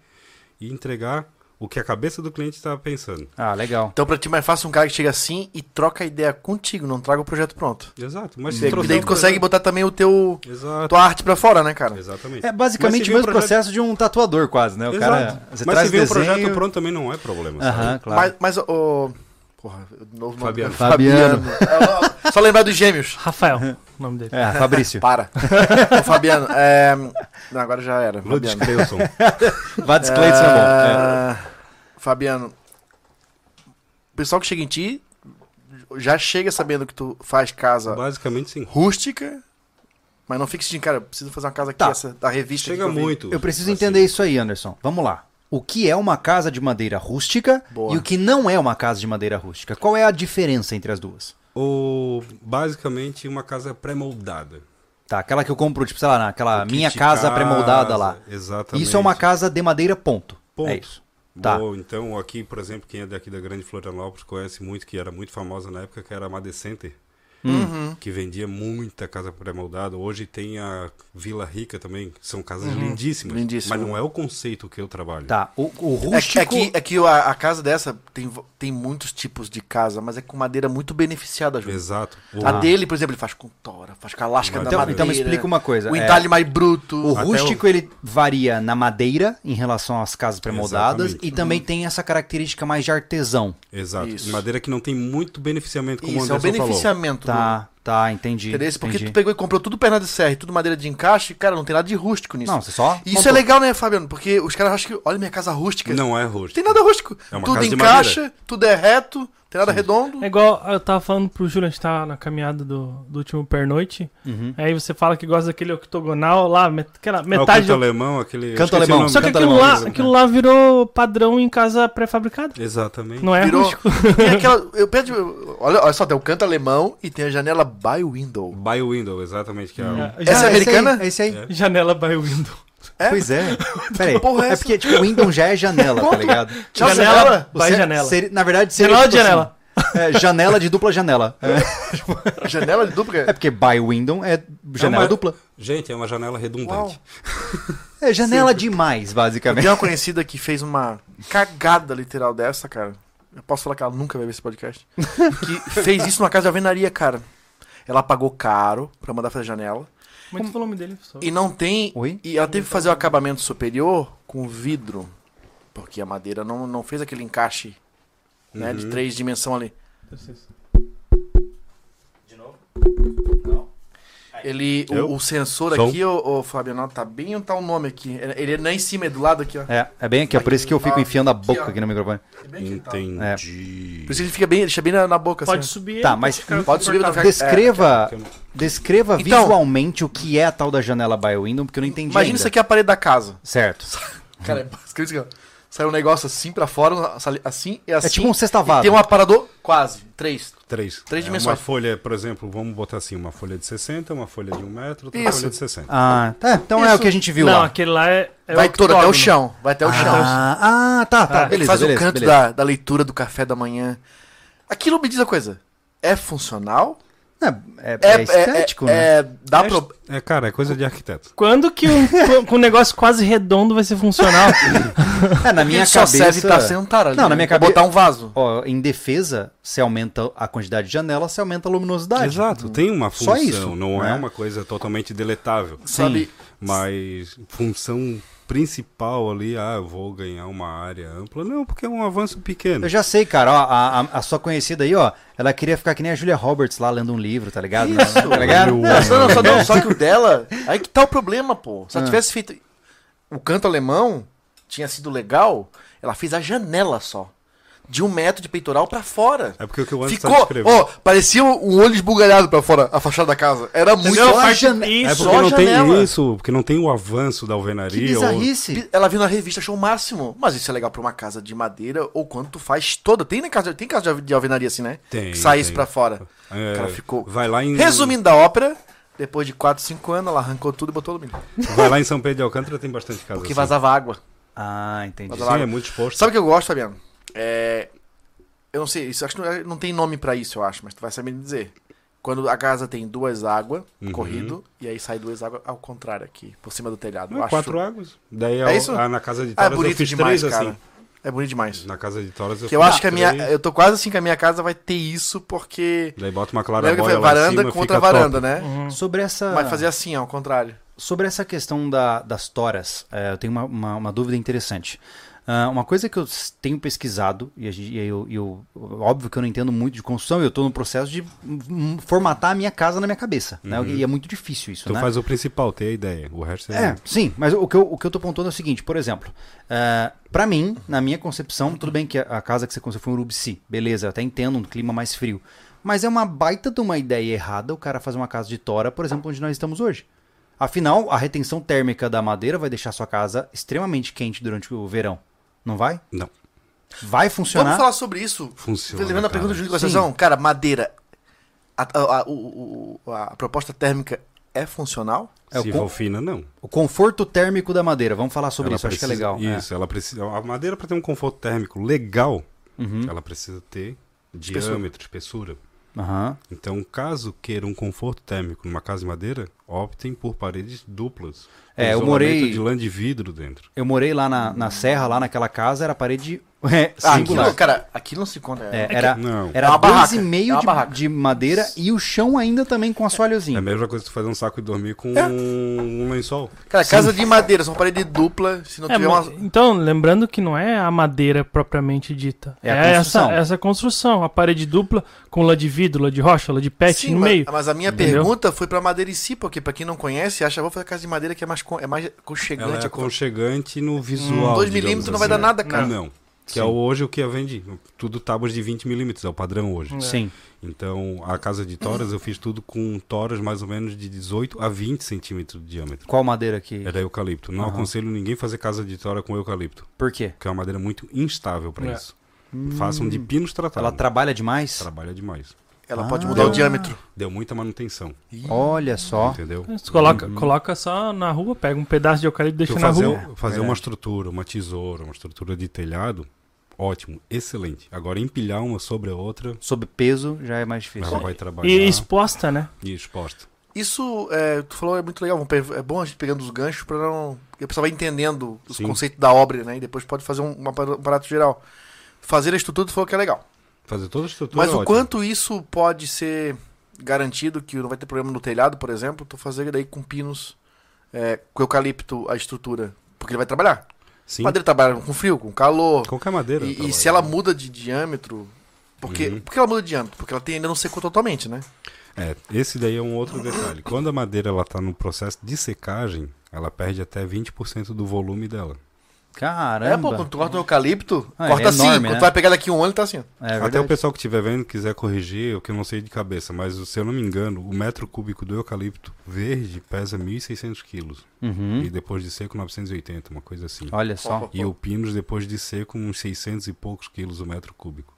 Speaker 4: e entregar o que a cabeça do cliente estava pensando.
Speaker 1: Ah, legal.
Speaker 2: Então, pra ti, mais fácil um cara que chega assim e troca a ideia contigo, não traga o projeto pronto.
Speaker 4: Exato.
Speaker 1: Uhum.
Speaker 4: Mas se
Speaker 2: Daí-
Speaker 4: trouxer
Speaker 2: daí
Speaker 4: um
Speaker 2: tu consegue
Speaker 4: projeto-
Speaker 2: botar também o teu
Speaker 4: Exato.
Speaker 2: tua arte pra fora, né, cara?
Speaker 4: Exatamente.
Speaker 1: É basicamente o mesmo processo de um tatuador, quase, né? O cara. Você
Speaker 4: Mas
Speaker 1: traz
Speaker 4: se vem um
Speaker 1: desenho...
Speaker 4: projeto pronto também não é problema. sabe?
Speaker 1: Aham, claro.
Speaker 2: Mas, mas o. Porra, de novo nome.
Speaker 4: Fabiano.
Speaker 1: Fabiano.
Speaker 2: Fabiano. É, Só lembrar dos gêmeos.
Speaker 3: Rafael, o nome dele.
Speaker 1: É, Fabrício.
Speaker 2: Para. Ô, Fabiano, é... Não, agora já era.
Speaker 4: Ludwig
Speaker 2: Fabiano.
Speaker 4: Cleilson.
Speaker 1: Vades Cleiton é bom.
Speaker 4: Ah,
Speaker 1: É.
Speaker 2: Fabiano, o pessoal que chega em ti já chega sabendo que tu faz casa
Speaker 4: Basicamente sim.
Speaker 2: rústica, mas não fica assim, cara, eu preciso fazer uma casa aqui,
Speaker 1: Tá.
Speaker 2: essa da revista.
Speaker 4: Chega
Speaker 2: aqui que eu vi.
Speaker 4: muito. assim.
Speaker 1: Eu preciso entender isso aí, Anderson. Vamos lá. O que é uma casa de madeira rústica
Speaker 2: Boa.
Speaker 1: e o que não é uma casa de madeira rústica? Qual é a diferença entre as duas?
Speaker 4: Ou basicamente uma casa pré-moldada.
Speaker 1: Tá, aquela que eu compro, tipo, sei lá, naquela
Speaker 4: Kit
Speaker 1: minha casa
Speaker 4: casa,
Speaker 1: pré-moldada lá.
Speaker 4: exatamente.
Speaker 1: Isso é uma casa de madeira, ponto.
Speaker 4: Ponto.
Speaker 1: É isso. Tá.
Speaker 4: Ou então aqui, por exemplo, quem é daqui da Grande Florianópolis conhece muito, que era muito famosa na época, que era a Made Center,
Speaker 2: Uhum.
Speaker 4: que vendia muita casa pré-moldada. Hoje tem a Vila Rica também, que são casas lindíssimas.
Speaker 2: Uhum. Lindíssimo.
Speaker 4: Mas não é o conceito que eu trabalho.
Speaker 1: Tá. O, o
Speaker 2: É que,
Speaker 1: rústico.
Speaker 2: é que, é que a, a casa dessa tem, vo- tem muitos tipos de casa, mas é com madeira muito beneficiada, Júlio.
Speaker 4: Exato. Uhum. O-
Speaker 1: Tá.
Speaker 2: A dele, por exemplo, ele faz com tora, faz com a lasca da
Speaker 1: Então,
Speaker 2: madeira.
Speaker 1: então me explica uma coisa.
Speaker 2: O
Speaker 1: é,
Speaker 2: entalhe mais bruto.
Speaker 1: o
Speaker 4: Até
Speaker 1: rústico ele varia na madeira em relação às casas pré-moldadas
Speaker 4: Exatamente.
Speaker 1: e também tem essa característica mais de artesão.
Speaker 4: Exato.
Speaker 2: Isso.
Speaker 4: Madeira que não tem muito beneficiamento, como
Speaker 2: Isso,
Speaker 4: o
Speaker 2: é o
Speaker 4: Anderson falou.
Speaker 2: beneficiamento. do-
Speaker 1: Tá, tá, entendi.
Speaker 2: Entendeu? Porque
Speaker 1: entendi.
Speaker 2: tu pegou e comprou tudo perna de serra e tudo madeira de encaixe, cara, não tem nada de rústico nisso.
Speaker 1: Não, você só.
Speaker 2: E Isso é legal, né, Fabiano? Porque os caras acham que, olha minha casa rústica.
Speaker 4: Não é
Speaker 2: Não
Speaker 4: rosto.
Speaker 2: tem nada rústico.
Speaker 4: É uma
Speaker 2: tudo
Speaker 4: casa de
Speaker 2: encaixa, tudo é reto, não tem nada redondo.
Speaker 3: É igual eu tava falando pro Júlio, a gente tava na caminhada do, do último pernoite.
Speaker 1: Uhum.
Speaker 3: Aí você fala que gosta daquele octogonal lá, met- aquela
Speaker 4: É o
Speaker 3: metade.
Speaker 4: canto alemão, aquele... eu
Speaker 1: Canto
Speaker 4: esqueci
Speaker 1: alemão.
Speaker 4: o nome.
Speaker 3: Só que
Speaker 1: canto
Speaker 3: aquilo
Speaker 1: alemão,
Speaker 3: lá,
Speaker 1: mesmo,
Speaker 3: aquilo lá virou padrão em casa pré-fabricada.
Speaker 4: Exatamente.
Speaker 3: Não é
Speaker 2: Virou.
Speaker 3: rústico.
Speaker 2: Tem aquela. Eu pedi. Olha, olha só, tem o canto alemão e tem a janela by window.
Speaker 4: By window, exatamente. Que é o-
Speaker 3: É,
Speaker 2: Essa
Speaker 1: Ah,
Speaker 2: é
Speaker 3: ja-
Speaker 2: americana?
Speaker 1: É esse aí.
Speaker 4: É.
Speaker 3: Janela by window.
Speaker 2: É?
Speaker 1: Pois é. Peraí.
Speaker 2: porra é
Speaker 1: É
Speaker 2: essa?
Speaker 1: porque, tipo, o Windows já é janela, tá ligado?
Speaker 2: Tchau,
Speaker 3: janela,
Speaker 2: janela.
Speaker 3: by
Speaker 1: Você-
Speaker 3: janela.
Speaker 1: seria- na verdade, seria.
Speaker 3: Janela
Speaker 1: tipo
Speaker 3: de janela.
Speaker 1: assim, é, janela de dupla janela. É,
Speaker 2: Janela de
Speaker 1: é
Speaker 2: dupla.
Speaker 1: porque by window é janela
Speaker 4: É uma-
Speaker 1: dupla.
Speaker 4: Gente, é uma janela redundante.
Speaker 1: É janela demais, basicamente.
Speaker 2: Tem uma conhecida que fez uma cagada literal dessa, cara. Eu posso falar que ela nunca vai ver esse podcast. Que fez isso numa casa de alvenaria, cara. Ela pagou caro pra mandar fazer janela.
Speaker 3: Como é que falou o nome dele, pessoal?
Speaker 2: E não tem.
Speaker 1: Oi?
Speaker 2: E ela teve que fazer o acabamento superior com vidro. Porque a madeira não, não fez aquele encaixe né, de três dimensões ali. Ele,
Speaker 4: Eu?
Speaker 2: o, o sensor
Speaker 4: Som.
Speaker 2: aqui, ô, ô Fábio, não, tá bem onde tá o nome aqui. Ele é lá em cima, é do lado aqui, ó.
Speaker 1: É, é bem aqui, é por isso que eu fico enfiando a boca
Speaker 2: ó.
Speaker 1: aqui no microfone.
Speaker 2: É bem aqui, tá. Por
Speaker 4: Entendi.
Speaker 1: É.
Speaker 2: isso que ele fica bem, deixa bem na, na boca,
Speaker 3: Pode
Speaker 2: assim.
Speaker 3: subir.
Speaker 1: Tá,
Speaker 3: ele,
Speaker 1: mas-
Speaker 3: ficar
Speaker 2: Pode subir,
Speaker 3: confortável.
Speaker 1: Descreva, descreva
Speaker 2: Então-
Speaker 1: visualmente o que é a tal da janela by window, porque eu não entendi
Speaker 2: Imagina
Speaker 1: ainda.
Speaker 2: isso aqui é a parede da casa.
Speaker 1: Certo.
Speaker 2: Cara, é basicamente isso aqui, ó. Sai um negócio assim pra fora, assim e assim.
Speaker 1: É tipo um
Speaker 2: e
Speaker 1: sextavado.
Speaker 2: Tem um aparador quase, três.
Speaker 4: Três.
Speaker 2: Três
Speaker 4: É,
Speaker 2: dimensões.
Speaker 4: Uma folha, por exemplo, vamos botar assim, uma folha de 60, uma folha de 1 metro, outra
Speaker 2: Isso.
Speaker 4: folha de 60.
Speaker 1: Ah, tá. Então é
Speaker 2: Isso.
Speaker 1: o que a gente viu
Speaker 3: Não,
Speaker 1: lá.
Speaker 3: aquele lá é. é
Speaker 2: vai todo até o
Speaker 3: octógono.
Speaker 2: chão, vai até é o chão.
Speaker 1: Ah, ah, tá, tá.
Speaker 3: Ah,
Speaker 2: Ele
Speaker 1: beleza,
Speaker 2: faz
Speaker 1: beleza,
Speaker 2: o canto
Speaker 1: beleza.
Speaker 2: da, da leitura do café da manhã. Aquilo me diz a coisa. É funcional?
Speaker 1: É, é- é estético,
Speaker 2: é,
Speaker 1: né?
Speaker 2: é- dá pro...
Speaker 4: É, cara, é coisa de arquiteto.
Speaker 3: Quando que um, com- com um negócio quase redondo vai ser funcional?
Speaker 1: É, na minha
Speaker 2: só
Speaker 1: cabeça.
Speaker 2: serve pra sentar ali.
Speaker 1: Não, na
Speaker 2: né?
Speaker 1: minha
Speaker 2: Pra
Speaker 1: cabeça-
Speaker 2: Botar um vaso.
Speaker 1: Ó, em defesa, se aumenta a quantidade de janela, se aumenta a luminosidade.
Speaker 4: Exato, tem uma
Speaker 1: Só
Speaker 4: função,
Speaker 1: isso,
Speaker 4: não
Speaker 1: né?
Speaker 4: é uma coisa totalmente deletável,
Speaker 2: Sabe?
Speaker 4: mas função principal ali, ah, eu vou ganhar uma área ampla, não, porque é um avanço pequeno.
Speaker 1: Eu já sei, cara, ó, a, a- a sua conhecida aí, ó, ela queria ficar que nem a Julia Roberts lá lendo um livro, tá ligado? Tá ligado?
Speaker 4: Eu
Speaker 2: Não,
Speaker 4: amo.
Speaker 2: só, não, só, não, só que o dela... Aí que tá o problema, pô. Se ela tivesse feito... O canto alemão tinha sido legal. Ela fez a janela só. De um metro de peitoral pra fora.
Speaker 4: É porque o que o Anderson
Speaker 2: Ficou,
Speaker 4: tá descrevendo.
Speaker 2: ó, parecia um olho esbugalhado pra fora, a fachada da casa. Era muito
Speaker 1: Só
Speaker 3: Não,
Speaker 1: a
Speaker 3: faz
Speaker 1: jane-
Speaker 4: é
Speaker 3: Isso.
Speaker 4: porque
Speaker 2: só
Speaker 4: não
Speaker 2: janela.
Speaker 4: tem isso, porque não tem o avanço da
Speaker 1: Que
Speaker 4: alvenaria. ou-
Speaker 1: bizarrice.
Speaker 2: Ela viu na revista, achou o máximo. Mas isso é legal pra uma casa de madeira ou quando tu faz toda. Tem, na casa, tem casa de alve- de alvenaria assim, né?
Speaker 4: Tem,
Speaker 2: Que sai isso
Speaker 4: tem.
Speaker 2: pra fora.
Speaker 4: É,
Speaker 2: O cara ficou.
Speaker 4: Vai lá em
Speaker 2: Resumindo a ópera, depois de 4, 5 anos, ela arrancou tudo e botou alumínio.
Speaker 4: vai lá em São Pedro de Alcântara tem bastante casa.
Speaker 2: Porque
Speaker 4: assim.
Speaker 2: vazava água.
Speaker 1: Ah, entendi.
Speaker 2: Mas
Speaker 4: Sim, é muito exposto.
Speaker 2: Sabe o que eu gosto, Fabiano? É. Eu não sei, isso acho que não, não tem nome pra isso, eu acho, mas tu vai saber me dizer. Quando a casa tem duas águas,
Speaker 4: Uhum.
Speaker 2: corrido, e aí sai duas águas ao contrário aqui, por cima do telhado.
Speaker 4: Não, é
Speaker 2: Eu acho
Speaker 4: quatro águas. Daí
Speaker 2: É
Speaker 4: a-
Speaker 2: isso?
Speaker 4: a- na casa
Speaker 2: Ah,
Speaker 4: de
Speaker 2: é
Speaker 4: Taras eu
Speaker 2: bonito
Speaker 4: fiz
Speaker 2: demais,
Speaker 4: três
Speaker 2: cara.
Speaker 4: assim.
Speaker 2: É bonito demais.
Speaker 4: Na casa de Toras
Speaker 2: Que eu acho que a minha. Eu tô quase assim que a minha casa vai ter isso, porque.
Speaker 4: Daí bota uma
Speaker 2: Lembra que eu
Speaker 4: clarabóia
Speaker 2: falei
Speaker 4: lá em
Speaker 2: varanda
Speaker 4: cima,
Speaker 2: contra
Speaker 4: fica
Speaker 2: varanda,
Speaker 4: top. Uhum.
Speaker 2: né?
Speaker 1: Sobre essa.
Speaker 2: Mas fazer assim, ó, ao contrário.
Speaker 1: Sobre essa questão da- das toras, eh, eu tenho uma, uma- uma dúvida interessante. Ah, uma coisa que eu s- tenho pesquisado, e a gente- e eu, eu- óbvio que eu não entendo muito de construção, eu estou no processo de hum, formatar a minha casa na minha cabeça. né? E é muito difícil isso,
Speaker 4: Tu
Speaker 1: né?
Speaker 4: faz o principal, ter a ideia. O resto é.
Speaker 1: É, sim, mas o que eu, o que eu tô pontuando é o seguinte, por exemplo, ah, pra mim, na minha concepção, tudo bem que a, a casa que você construiu foi um Urubici, beleza, eu até entendo um clima mais frio, mas é uma baita de uma ideia errada o cara fazer uma casa de tora, por exemplo, onde nós estamos hoje. Afinal, a retenção térmica da madeira vai deixar sua casa extremamente quente durante o verão, não vai?
Speaker 4: Não.
Speaker 1: Vai
Speaker 2: Vamos
Speaker 1: funcionar?
Speaker 2: falar sobre isso.
Speaker 4: Funciona,
Speaker 2: Lembrando a
Speaker 4: cara.
Speaker 2: pergunta do Júlio
Speaker 1: Sim.
Speaker 2: Conceição, cara, madeira. A, a- a- o- o- a proposta térmica é funcional?
Speaker 1: É, o
Speaker 4: Se
Speaker 1: con-
Speaker 4: for fina, não.
Speaker 1: O conforto térmico da madeira, vamos falar sobre
Speaker 4: Ela
Speaker 1: isso, acho que é
Speaker 4: precisa-
Speaker 1: legal. é.
Speaker 4: Isso, ela precisa. A madeira, para ter um conforto térmico legal,
Speaker 1: Uhum.
Speaker 4: ela precisa ter diâmetro, espessura.
Speaker 1: Aham.
Speaker 4: Então, caso queira um conforto térmico numa casa de madeira, optem por paredes duplas. com
Speaker 1: É, eu
Speaker 4: isolamento
Speaker 1: morei-
Speaker 4: de lã de vidro dentro.
Speaker 1: Eu morei lá na, na serra, lá naquela casa, era parede é,
Speaker 2: Ah, aqui
Speaker 1: singular.
Speaker 2: não, cara, aqui não se conta.
Speaker 1: É, era
Speaker 4: Não.
Speaker 1: era
Speaker 2: É uma
Speaker 1: dois
Speaker 2: barraca,
Speaker 1: e
Speaker 2: é
Speaker 1: meio
Speaker 2: uma
Speaker 1: de-
Speaker 2: barraca.
Speaker 1: de, madeira e o chão ainda também com
Speaker 4: É a
Speaker 1: assoalhozinho.
Speaker 4: mesma coisa que tu fazer um saco e dormir com
Speaker 2: É.
Speaker 4: um lençol.
Speaker 2: Cara, casa de madeira, são parede dupla, se não
Speaker 3: É,
Speaker 2: tiver
Speaker 3: mas-
Speaker 2: uma.
Speaker 3: Então, lembrando que não é a madeira propriamente dita.
Speaker 1: É a construção.
Speaker 3: essa, essa construção, a parede dupla com lã de vidro, lã de rocha, lã de pet
Speaker 2: Sim,
Speaker 3: no
Speaker 2: mas,
Speaker 3: meio.
Speaker 2: mas a minha
Speaker 3: Entendeu?
Speaker 2: pergunta foi pra madeira em si, porque pra quem não conhece, acha, vou fazer casa de madeira que é mais, con- é mais
Speaker 4: Ela
Speaker 2: aconchegante.
Speaker 4: é
Speaker 2: é con-
Speaker 4: aconchegante no visual.
Speaker 2: 2
Speaker 4: digamos
Speaker 2: Hum, milímetros não
Speaker 4: assim.
Speaker 2: vai dar nada, cara.
Speaker 4: Não. Que é hoje o que vende. Tudo tábuas de 20 milímetros, é o padrão hoje.
Speaker 1: Sim.
Speaker 4: Então, a casa de toras, eu fiz tudo com toras mais ou menos de 18 a 20 centímetros de diâmetro.
Speaker 1: Qual madeira que.
Speaker 4: Era eucalipto. Não aconselho ninguém fazer casa de tora com eucalipto,
Speaker 1: Por quê?
Speaker 4: que é uma madeira muito instável para
Speaker 3: É.
Speaker 4: isso. Façam
Speaker 2: Hum.
Speaker 4: de pinos tratados.
Speaker 1: Ela trabalha demais?
Speaker 4: Trabalha demais.
Speaker 2: Ela
Speaker 1: Ah.
Speaker 2: pode mudar o diâmetro.
Speaker 4: Deu muita manutenção,
Speaker 1: Olha só.
Speaker 4: entendeu?
Speaker 3: Você coloca, coloca só na rua, pega um pedaço de eucalipto e
Speaker 4: Tu
Speaker 3: deixa na
Speaker 4: fazer, um-
Speaker 3: rua.
Speaker 4: fazer
Speaker 2: É.
Speaker 4: uma estrutura, uma tesoura, uma estrutura de telhado, ótimo, excelente. Agora, empilhar uma sobre a outra,
Speaker 1: Sob peso já é mais difícil.
Speaker 4: ela vai trabalhar
Speaker 3: E
Speaker 4: e,
Speaker 3: exposta, né?
Speaker 4: exposta.
Speaker 2: Isso, é, tu falou, é muito legal. vamos pe- É bom a gente pegando os ganchos pra não. Porque a pessoa vai entendendo os
Speaker 4: Sim.
Speaker 2: conceitos da obra, né? E depois pode fazer um, um apara- um aparato geral. Fazer a estrutura, tu falou que é legal.
Speaker 4: Fazer toda a estrutura
Speaker 2: Mas o
Speaker 4: é ótimo.
Speaker 2: quanto isso pode ser garantido que não vai ter problema no telhado, por exemplo, tu fazer daí com pinos, é, com eucalipto a estrutura. Porque ele vai trabalhar.
Speaker 4: Sim,
Speaker 2: Madeira trabalha com frio, com calor.
Speaker 4: qualquer madeira.
Speaker 2: E- E,
Speaker 4: trabalha.
Speaker 2: se ela muda de diâmetro. Porque,
Speaker 4: Uhum.
Speaker 2: porque ela muda de diâmetro? Porque ela tem, ainda não secou totalmente, né?
Speaker 4: É, esse daí é um outro detalhe. Quando a madeira ela tá no processo de secagem, ela perde até 20% do volume dela.
Speaker 2: É, pô,
Speaker 1: Caramba.
Speaker 2: quando tu corta um eucalipto,
Speaker 1: Ah,
Speaker 2: corta
Speaker 1: é
Speaker 2: assim.
Speaker 1: enorme,
Speaker 2: quando
Speaker 1: né?
Speaker 2: tu vai pegar daqui um ano, tá assim. ó.
Speaker 1: É,
Speaker 4: Até o
Speaker 1: verdade.
Speaker 4: pessoal que estiver vendo quiser corrigir, o que eu não sei de cabeça, mas se eu não me engano, o metro cúbico do eucalipto verde pesa 1.600 quilos.
Speaker 2: Hum?
Speaker 1: Uhum.
Speaker 4: E depois de seco, 980, uma coisa assim.
Speaker 1: Olha só.
Speaker 4: E o pinus, depois de seco, uns 600 e poucos quilos o metro cúbico.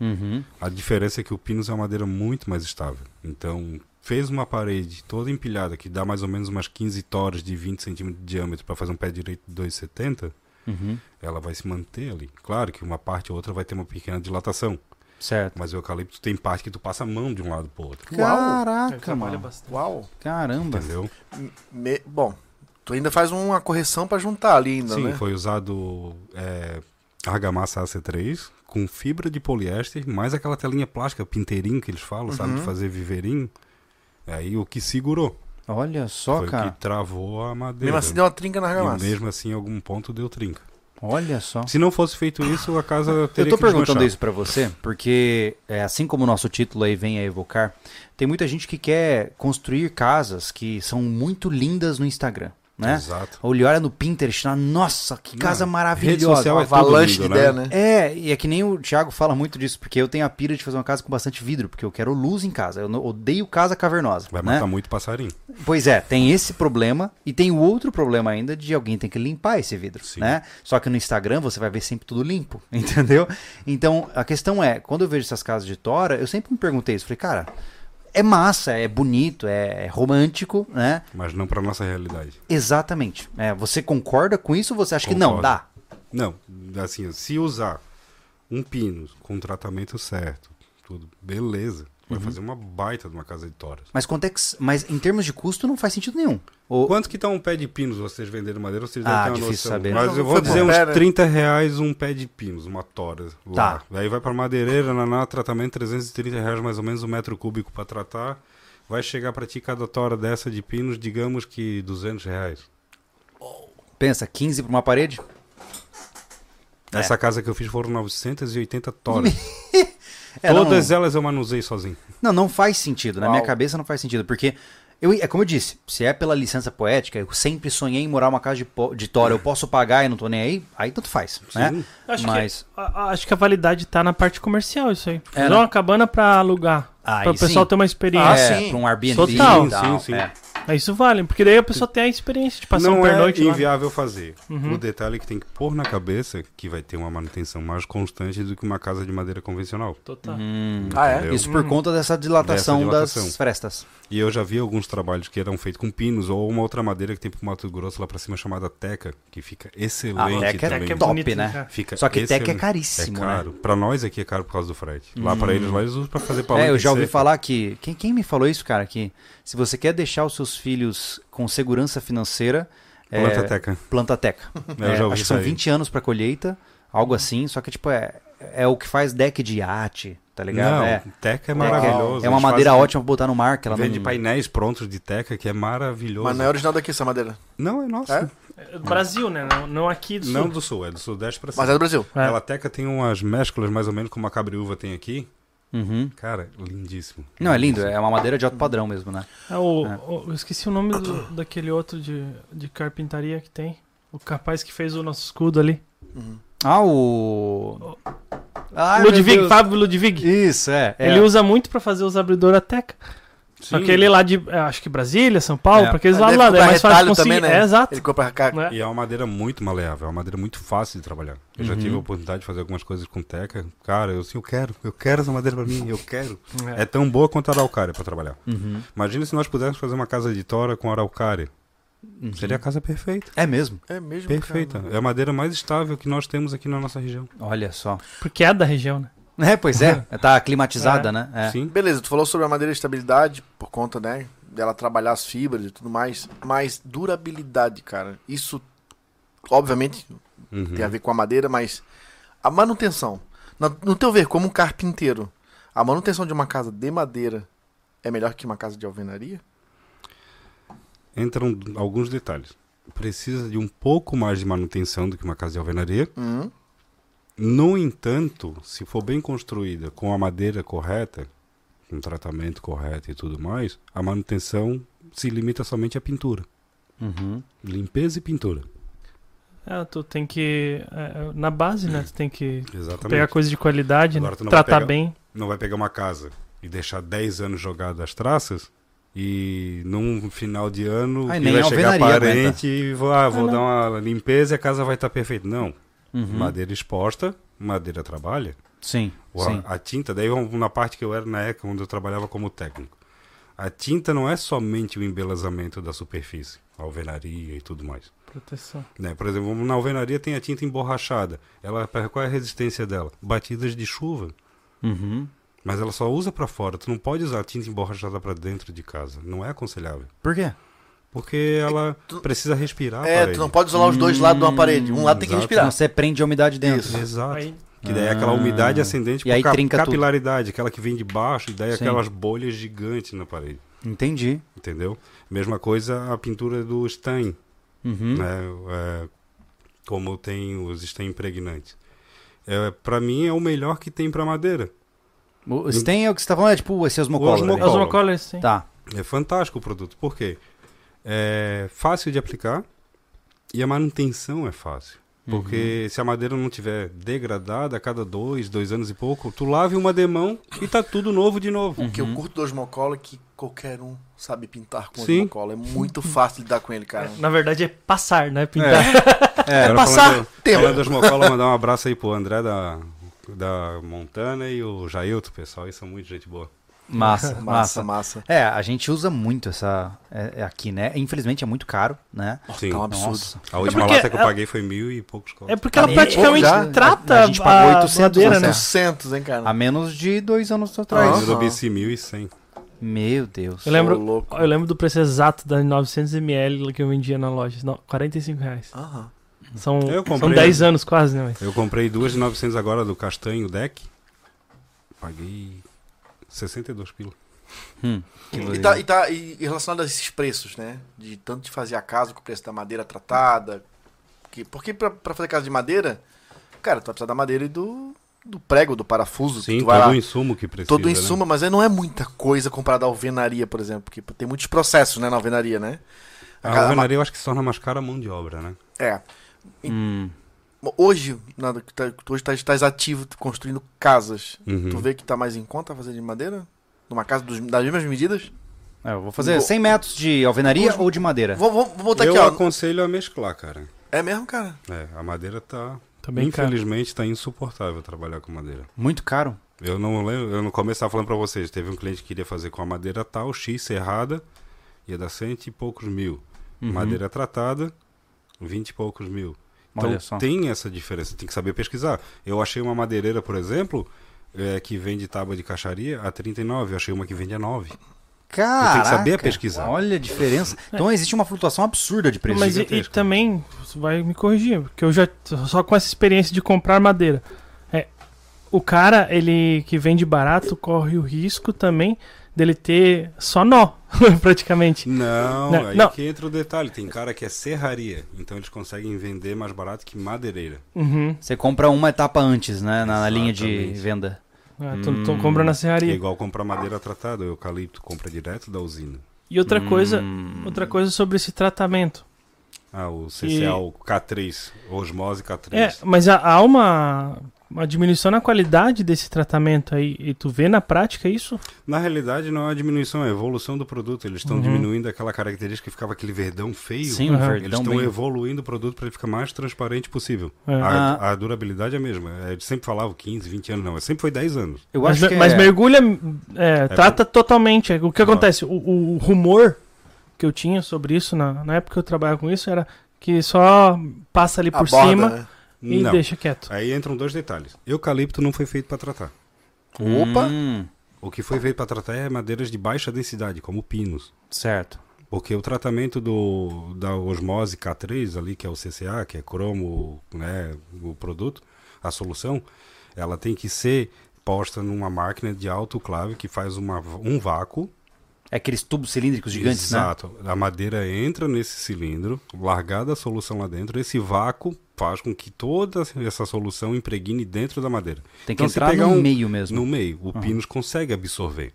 Speaker 1: Uhum.
Speaker 4: A diferença é que o pinus é uma madeira muito mais estável. Então, fez uma parede toda empilhada, que dá mais ou menos umas 15 toras de 20 centímetros de diâmetro para fazer um pé direito de 2,70,
Speaker 1: Uhum.
Speaker 4: ela vai se manter ali. Claro que uma parte ou outra vai ter uma pequena dilatação,
Speaker 1: Certo.
Speaker 4: mas o eucalipto tem parte que tu passa a mão de um lado pro outro.
Speaker 1: Caraca, mano.
Speaker 3: bastante.
Speaker 2: Uau.
Speaker 1: Caramba.
Speaker 4: Entendeu?
Speaker 2: Me- Bom, tu ainda faz uma correção pra juntar ali ainda,
Speaker 4: Sim,
Speaker 2: né?
Speaker 4: foi usado é, argamassa AC3 com fibra de poliéster, mais aquela telinha plástica, pinteirinho que eles falam, sabe?
Speaker 2: Uhum.
Speaker 4: De fazer viveirinho. Aí o que segurou.
Speaker 1: Olha só,
Speaker 4: foi o
Speaker 1: cara.
Speaker 4: que travou a madeira.
Speaker 2: Mesmo assim deu uma trinca na
Speaker 4: E
Speaker 2: argamassa.
Speaker 4: mesmo assim, em algum ponto deu trinca.
Speaker 1: Olha só.
Speaker 4: Se não fosse feito isso, a casa
Speaker 1: Eu
Speaker 4: teria
Speaker 1: tô
Speaker 4: que
Speaker 1: perguntando
Speaker 4: desmanchar.
Speaker 1: isso pra você, porque é, assim como o nosso título aí vem a evocar, tem muita gente que quer construir casas que são muito lindas no Instagram, né?
Speaker 4: Exato.
Speaker 1: Ou ele olha no Pinterest, fala, nossa, que casa
Speaker 4: Não, rede
Speaker 1: maravilhosa.
Speaker 4: social
Speaker 2: Uma
Speaker 4: é tudo
Speaker 2: avalanche
Speaker 4: lindo,
Speaker 2: de
Speaker 4: né?
Speaker 2: ideia, né?
Speaker 1: É, e é que nem o Thiago fala muito disso, porque eu tenho a pira de fazer uma casa com bastante vidro, porque eu quero luz em casa. Eu não- odeio casa cavernosa.
Speaker 4: Vai
Speaker 1: né?
Speaker 4: matar muito passarinho.
Speaker 1: Pois é, tem esse problema e tem o outro problema ainda de alguém tem que limpar esse vidro,
Speaker 4: Sim.
Speaker 1: né? Só que no Instagram você vai ver sempre tudo limpo, entendeu? Então, a questão é, quando eu vejo essas casas de tora, eu sempre me perguntei isso, falei, cara, é massa, é bonito, é, é romântico, né?
Speaker 4: Mas não pra nossa realidade.
Speaker 1: Exatamente. É, você concorda com isso ou você acha que não?
Speaker 4: Concordo.
Speaker 1: Dá.
Speaker 4: Não, assim, se usar um pino com tratamento certo, tudo, beleza. Vai
Speaker 1: Uhum.
Speaker 4: fazer uma baita de uma casa de toras.
Speaker 1: Mas, quanto é que, mas em termos de custo não faz sentido nenhum. Ou-
Speaker 4: Quanto que tá um pé de pinos vocês venderam madeira? Vocês
Speaker 1: Ah,
Speaker 4: devem ter uma
Speaker 1: difícil
Speaker 4: noção.
Speaker 1: saber.
Speaker 4: Mas
Speaker 2: Não,
Speaker 4: eu vou
Speaker 2: foi
Speaker 4: dizer
Speaker 2: bom.
Speaker 4: uns
Speaker 2: Pera.
Speaker 4: 30 reais um pé de pinos, uma tora. Lá.
Speaker 1: Tá.
Speaker 4: Daí vai pra madeireira, naná, tratamento 330 reais mais ou menos um metro cúbico pra tratar. Vai chegar pra ti cada tora dessa de pinos, digamos que 200 reais.
Speaker 1: Pensa, 15 pra uma parede?
Speaker 4: Essa casa que eu fiz foram 980 toras.
Speaker 1: É, não-
Speaker 4: Todas elas eu manusei sozinho.
Speaker 1: Não, não faz sentido. Na
Speaker 2: Uau.
Speaker 1: minha cabeça não faz sentido, porque eu, é como eu disse, se é pela licença poética, eu sempre sonhei em morar uma casa de, po- de tora, eu posso pagar e não tô nem aí, aí tanto faz, né?
Speaker 4: Sim.
Speaker 3: Acho
Speaker 1: Mas
Speaker 3: que é a, a- acho que a validade tá na parte comercial isso aí.
Speaker 1: É,
Speaker 3: Não,
Speaker 1: né?
Speaker 3: uma cabana pra alugar,
Speaker 1: Aí
Speaker 3: pra o
Speaker 1: sim.
Speaker 3: pessoal ter uma
Speaker 2: Ah,
Speaker 3: experiência.
Speaker 1: é,
Speaker 2: sim.
Speaker 1: pra um Airbnb
Speaker 3: Total.
Speaker 1: e tal.
Speaker 4: Sim, sim.
Speaker 1: é.
Speaker 3: Aí Isso vale, porque daí a pessoa tem a experiência de passar
Speaker 4: não
Speaker 3: um
Speaker 4: é
Speaker 3: pernoite lá. Uhum.
Speaker 4: inviável fazer. O detalhe é que tem que pôr na cabeça que vai ter uma manutenção mais constante do que uma casa de madeira convencional.
Speaker 3: Total.
Speaker 2: Ah, é?
Speaker 4: entendeu?
Speaker 1: Isso por conta dessa dilatação,
Speaker 4: Dessa dilatação.
Speaker 1: das frestas.
Speaker 4: E eu já vi alguns trabalhos que eram feitos com pinos ou uma outra madeira que tem pro Mato Grosso lá pra cima chamada teca, que fica
Speaker 1: A
Speaker 4: excelente
Speaker 1: teca é
Speaker 4: também.
Speaker 3: Teca é
Speaker 1: top,
Speaker 3: bonito,
Speaker 1: né?
Speaker 3: cara.
Speaker 4: Fica
Speaker 1: Só que
Speaker 4: excelente.
Speaker 1: teca é caríssimo,
Speaker 4: É caro.
Speaker 1: né? Hum.
Speaker 4: Pra nós aqui é caro por causa do frete. Lá pra eles, lá eles usam pra fazer palanque
Speaker 1: É, eu já
Speaker 4: de
Speaker 1: ouvi
Speaker 4: cerca.
Speaker 1: falar que. Quem, quem me falou isso, cara? Que se você quer deixar os seus filhos com segurança financeira. é,
Speaker 4: Planta teca.
Speaker 1: Planta teca.
Speaker 4: Eu já
Speaker 1: É,
Speaker 4: ouvi
Speaker 1: acho que
Speaker 4: isso
Speaker 1: são
Speaker 4: aí.
Speaker 1: 20 anos pra colheita, algo assim, só que tipo é, é o que faz deck de iate, tá ligado?
Speaker 4: Não,
Speaker 1: é,
Speaker 4: teca é
Speaker 1: Teca é-
Speaker 4: maravilhoso.
Speaker 1: É uma
Speaker 4: Eles
Speaker 1: madeira
Speaker 4: fazem-
Speaker 1: ótima pra botar no mar, que ela
Speaker 4: Vende
Speaker 1: não...
Speaker 4: painéis prontos de teca que é maravilhoso.
Speaker 2: Mas não é original daqui essa madeira.
Speaker 4: Não, é nossa.
Speaker 3: É do Brasil, né? Não, não aqui do
Speaker 4: Não
Speaker 3: sul.
Speaker 4: do sul, é do sudeste pra cima.
Speaker 2: Mas é do Brasil.
Speaker 3: É.
Speaker 4: Ela teca tem umas mesclas mais ou menos como a cabriúva tem aqui.
Speaker 1: Uhum.
Speaker 4: Cara, lindíssimo.
Speaker 1: Não, é lindo, é uma madeira de alto padrão mesmo, né?
Speaker 3: É o, o- eu esqueci o nome do- daquele outro de, de carpintaria que tem. O capaz que fez o nosso escudo ali.
Speaker 1: Ah, o... Ai, meu
Speaker 3: Ludwig,
Speaker 1: Deus.
Speaker 3: Fábio Ludwig.
Speaker 1: Isso, é. é.
Speaker 3: Ele usa muito pra fazer os abridores até. Só
Speaker 4: Sim.
Speaker 3: que ele lá de, é, acho que Brasília, São Paulo,
Speaker 1: É.
Speaker 3: pra aqueles
Speaker 2: Ele
Speaker 3: lados
Speaker 2: deve
Speaker 3: lá, é
Speaker 2: comprar
Speaker 3: mais fácil
Speaker 2: retalho
Speaker 3: conseguir.
Speaker 2: também, né?
Speaker 3: É, exato.
Speaker 2: Ele compra cá.
Speaker 3: Né?
Speaker 4: E é uma madeira muito maleável, é uma madeira muito fácil de trabalhar. Eu já tive a oportunidade de fazer algumas coisas com teca. Cara, eu assim, eu quero, eu quero essa madeira pra mim, eu quero. É, tão boa quanto a araucária pra trabalhar.
Speaker 1: Uhum,
Speaker 4: Imagina se nós pudéssemos fazer uma casa de tora com araucária. Seria a casa perfeita.
Speaker 1: uhum. É mesmo.
Speaker 2: É mesmo,
Speaker 4: Perfeita.
Speaker 1: né?
Speaker 2: cara.
Speaker 4: É a madeira mais estável que nós temos aqui na nossa região.
Speaker 1: Olha só.
Speaker 3: Porque é da região, né?
Speaker 1: É, pois é. Tá climatizada, né? É.
Speaker 4: Sim.
Speaker 2: Beleza, tu falou sobre a madeira de estabilidade, por conta, né, dela trabalhar as fibras e tudo mais, mas durabilidade, cara, isso, obviamente,
Speaker 4: Uhum.
Speaker 2: tem a ver com a madeira, mas a manutenção, na- no teu ver, como um carpinteiro, a manutenção de uma casa de madeira é melhor que uma casa de alvenaria?
Speaker 4: Entram alguns detalhes. Precisa de um pouco mais de manutenção do que uma casa de alvenaria.
Speaker 2: Hum,
Speaker 4: No entanto, se for bem construída com a madeira correta, com o tratamento correto e tudo mais, a manutenção se limita somente à pintura.
Speaker 1: Uhum.
Speaker 4: Limpeza e pintura.
Speaker 3: É, tu tem que. é, na base, né? Tu tem que pegar
Speaker 4: Exatamente.
Speaker 3: coisa de qualidade, né?
Speaker 4: Agora tu não vai
Speaker 3: tratar
Speaker 4: pegar-
Speaker 3: bem.
Speaker 4: Não vai pegar uma casa e deixar 10 anos jogada as traças e num final de ano
Speaker 1: Ah, e
Speaker 4: que
Speaker 1: nem
Speaker 4: vai
Speaker 1: a
Speaker 4: chegar
Speaker 1: alvenaria aguenta.
Speaker 4: parente e vou, ah, vou
Speaker 3: Ah,
Speaker 4: dar uma limpeza e a casa vai estar perfeita. Não.
Speaker 1: Uhum.
Speaker 4: Madeira exposta, madeira trabalha.
Speaker 1: Sim,
Speaker 4: Ou
Speaker 1: sim.
Speaker 4: A, a tinta, daí vamos na parte que eu era na ECA, onde eu trabalhava como técnico. A tinta não é somente o embelezamento da superfície, a alvenaria e tudo mais.
Speaker 3: Proteção.
Speaker 4: Né? Por exemplo, na alvenaria tem a tinta emborrachada. Ela, qual é a resistência dela? Batidas de chuva.
Speaker 1: Uhum.
Speaker 4: Mas ela só usa para fora. Tu não pode usar a tinta emborrachada para dentro de casa. Não é aconselhável.
Speaker 1: Por quê?
Speaker 4: Porque
Speaker 1: É
Speaker 4: ela precisa respirar.
Speaker 2: é,
Speaker 4: parede.
Speaker 2: tu não pode isolar os dois lados de uma parede, um lado tem que
Speaker 4: exato.
Speaker 2: respirar.
Speaker 1: Senão você prende a umidade dentro.
Speaker 4: Exato.
Speaker 3: Aí,
Speaker 4: Que daí é aquela umidade ascendente
Speaker 1: Ah. E aí
Speaker 4: por
Speaker 1: trinca
Speaker 4: ca
Speaker 1: tudo.
Speaker 4: capilaridade, aquela que vem de baixo, e daí
Speaker 1: Sim.
Speaker 4: aquelas bolhas gigantes na parede.
Speaker 1: Entendi.
Speaker 4: Entendeu? Mesma coisa a pintura do stain,
Speaker 1: Uhum.
Speaker 4: né? É, como tem os stain impregnantes. É, para mim é o melhor que tem para madeira.
Speaker 1: O Stain é o que você tá falando, é tipo esse osmocolor.
Speaker 3: é
Speaker 1: ali.
Speaker 4: osmocolor.
Speaker 3: os Macaulays, sim.
Speaker 1: Tá.
Speaker 4: É fantástico o produto. Por quê? É fácil de aplicar e a manutenção é fácil. Porque se a madeira não tiver degradada a cada dois, dois anos e pouco, tu lave uma demão e tá tudo novo de novo.
Speaker 2: O que eu curto do osmocola é que qualquer um sabe pintar com
Speaker 4: Sim.
Speaker 2: osmocola, é muito fácil lidar com ele, cara.
Speaker 3: Na verdade é passar, né? Pintar.
Speaker 4: É, agora
Speaker 2: passar
Speaker 4: falando,
Speaker 2: tempo.
Speaker 4: Falando das Mocola, mandar um abraço aí pro André da, da Montana e o Jailton, pessoal. Isso é muito gente boa.
Speaker 1: Massa,
Speaker 2: Massa,
Speaker 1: massa.
Speaker 2: massa.
Speaker 1: É, a gente usa muito essa é- é aqui, né? Infelizmente é muito caro, né?
Speaker 4: Sim.
Speaker 2: Tá um absurdo.
Speaker 1: Nossa.
Speaker 4: A última
Speaker 3: É porque
Speaker 4: lata que eu
Speaker 3: a-
Speaker 4: paguei foi mil e poucos
Speaker 3: É
Speaker 4: contos.
Speaker 3: porque ela
Speaker 1: Tá
Speaker 3: praticamente
Speaker 2: bom, já.
Speaker 3: trata
Speaker 1: A gente pagou 800
Speaker 3: Ah, madeira,
Speaker 1: na
Speaker 3: né?
Speaker 2: 800, hein, cara?
Speaker 1: Há menos de dois anos
Speaker 4: Mas
Speaker 1: atrás.
Speaker 2: Nossa.
Speaker 4: eu obeci mil e cem.
Speaker 1: Meu Deus.
Speaker 3: Eu lembro,
Speaker 2: Ô, louco.
Speaker 3: eu lembro do preço exato da 900ml que eu vendia na loja. Não, 45 reais.
Speaker 2: Aham.
Speaker 3: São,
Speaker 4: Eu comprei.
Speaker 3: são 10 anos quase, né? Mas...
Speaker 4: Eu comprei duas de 900 agora do Castanho Deck. Paguei 62 pila.
Speaker 1: Hum, que
Speaker 2: E,
Speaker 1: doideira.
Speaker 2: tá,
Speaker 4: é.
Speaker 2: e, tá, e relacionado a esses preços, né? De tanto de fazer a casa com o preço da madeira tratada. Que, porque pra, pra fazer casa de madeira, cara, tu vai precisar da madeira e do, do prego, do parafuso.
Speaker 4: Sim,
Speaker 2: tu vai
Speaker 4: todo o
Speaker 2: lá,
Speaker 4: insumo que precisa.
Speaker 2: todo em
Speaker 4: né?
Speaker 2: suma, mas aí não é muita coisa comparada à alvenaria, por exemplo. Porque tem muitos processos, né, na alvenaria, né?
Speaker 4: A
Speaker 2: casa-
Speaker 4: alvenaria eu acho que se torna mais cara a mão de obra, né?
Speaker 2: É.
Speaker 1: Hum,
Speaker 2: Hoje, nada, que tá- hoje tá, estás ativo tu construindo casas.
Speaker 4: Uhum.
Speaker 2: Tu vê que tá mais em conta fazer de madeira? Numa casa dos- das mesmas medidas?
Speaker 1: é, eu vou fazer 100 metros de alvenaria ou de madeira?
Speaker 2: Vou, vou, vou botar
Speaker 4: É. eu
Speaker 2: aqui, ó.
Speaker 4: aconselho a mesclar, cara.
Speaker 2: É mesmo, cara?
Speaker 4: É, a madeira tá.
Speaker 3: Tá bem caro.
Speaker 4: infelizmente tá insuportável trabalhar com madeira.
Speaker 1: Muito caro.
Speaker 4: Eu não lembro, eu no começo tava falando pra vocês, teve um cliente que queria fazer com a madeira tal, X serrada, ia dar cento e poucos mil. Madeira tratada, vinte e poucos mil. Então
Speaker 1: Olha só.
Speaker 4: tem essa diferença, tem que saber pesquisar. Eu achei uma madeireira, por exemplo, eh, que vende tábua de caixaria a 39, eu achei uma que vende a 9.
Speaker 1: Caraca,
Speaker 4: tem que saber pesquisar.
Speaker 1: Olha a diferença. Então existe uma flutuação absurda de preço.
Speaker 3: Mas e, e
Speaker 4: gigantesco.
Speaker 3: também, você vai me corrigir, porque eu já, só com essa experiência de comprar madeira, é, o cara, ele que vende barato, corre o risco também dele ter só nó, praticamente.
Speaker 4: Não,
Speaker 3: Não,
Speaker 4: aí
Speaker 3: não.
Speaker 4: que entra o detalhe, tem cara que é serraria, então eles conseguem vender mais barato que madeireira.
Speaker 3: Uhum.
Speaker 1: Você compra uma etapa antes, né? Na, na linha de
Speaker 4: Exatamente.
Speaker 1: venda.
Speaker 3: Ah, tô, tô comprando na
Speaker 4: É
Speaker 3: serraria.
Speaker 4: igual comprar madeira tratada, o eucalipto compra direto da usina.
Speaker 3: E outra coisa,
Speaker 1: Hum.
Speaker 3: outra coisa sobre esse tratamento.
Speaker 4: Ah, o CCA, o K3, Osmose K3.
Speaker 3: É, mas há, há uma, uma diminuição na qualidade desse tratamento aí. E tu vê na prática isso?
Speaker 4: Na realidade, não é a diminuição, é a evolução do produto. Eles estão
Speaker 3: Uhum.
Speaker 4: diminuindo aquela característica que ficava aquele verdão feio.
Speaker 1: Sim, um
Speaker 3: Aham.
Speaker 4: Eles
Speaker 1: verdão
Speaker 4: estão
Speaker 1: bem...
Speaker 4: evoluindo o produto para ele ficar mais transparente possível.
Speaker 3: É.
Speaker 4: A, a durabilidade é a mesma. Eles sempre falavam 15, 20 anos, não. É, Sempre foi 10 anos.
Speaker 1: Eu
Speaker 3: mas,
Speaker 1: acho que
Speaker 3: mas
Speaker 1: é-
Speaker 3: mergulha, é, trata totalmente. O que
Speaker 4: Claro.
Speaker 3: acontece? O, o- o rumor que eu tinha sobre isso, na, na época que eu trabalhava com isso, era que só passa ali por
Speaker 2: A borda,
Speaker 3: cima
Speaker 2: né?
Speaker 3: e
Speaker 4: não. É,
Speaker 3: deixa quieto. É
Speaker 4: Aí entram dois detalhes. Eucalipto não foi feito para tratar.
Speaker 2: né? Opa!
Speaker 1: Hum,
Speaker 4: O que foi feito para tratar é madeiras de baixa densidade, como pinos.
Speaker 1: certo.
Speaker 4: Porque o tratamento do, da osmose K3 ali, que é o CCA, que é cromo, né, o produto, a solução, ela tem que ser posta numa máquina de autoclave que faz uma, um vácuo.
Speaker 1: É aqueles tubos cilíndricos gigantes, né?
Speaker 4: Exato. A madeira entra nesse cilindro, largada a solução lá dentro, esse vácuo faz com que toda essa solução impregne dentro da madeira.
Speaker 1: Tem que
Speaker 4: Então, se
Speaker 1: entrar
Speaker 4: pegar
Speaker 1: no
Speaker 4: um-
Speaker 1: meio mesmo. Hum.
Speaker 4: No meio, o pinos consegue absorver.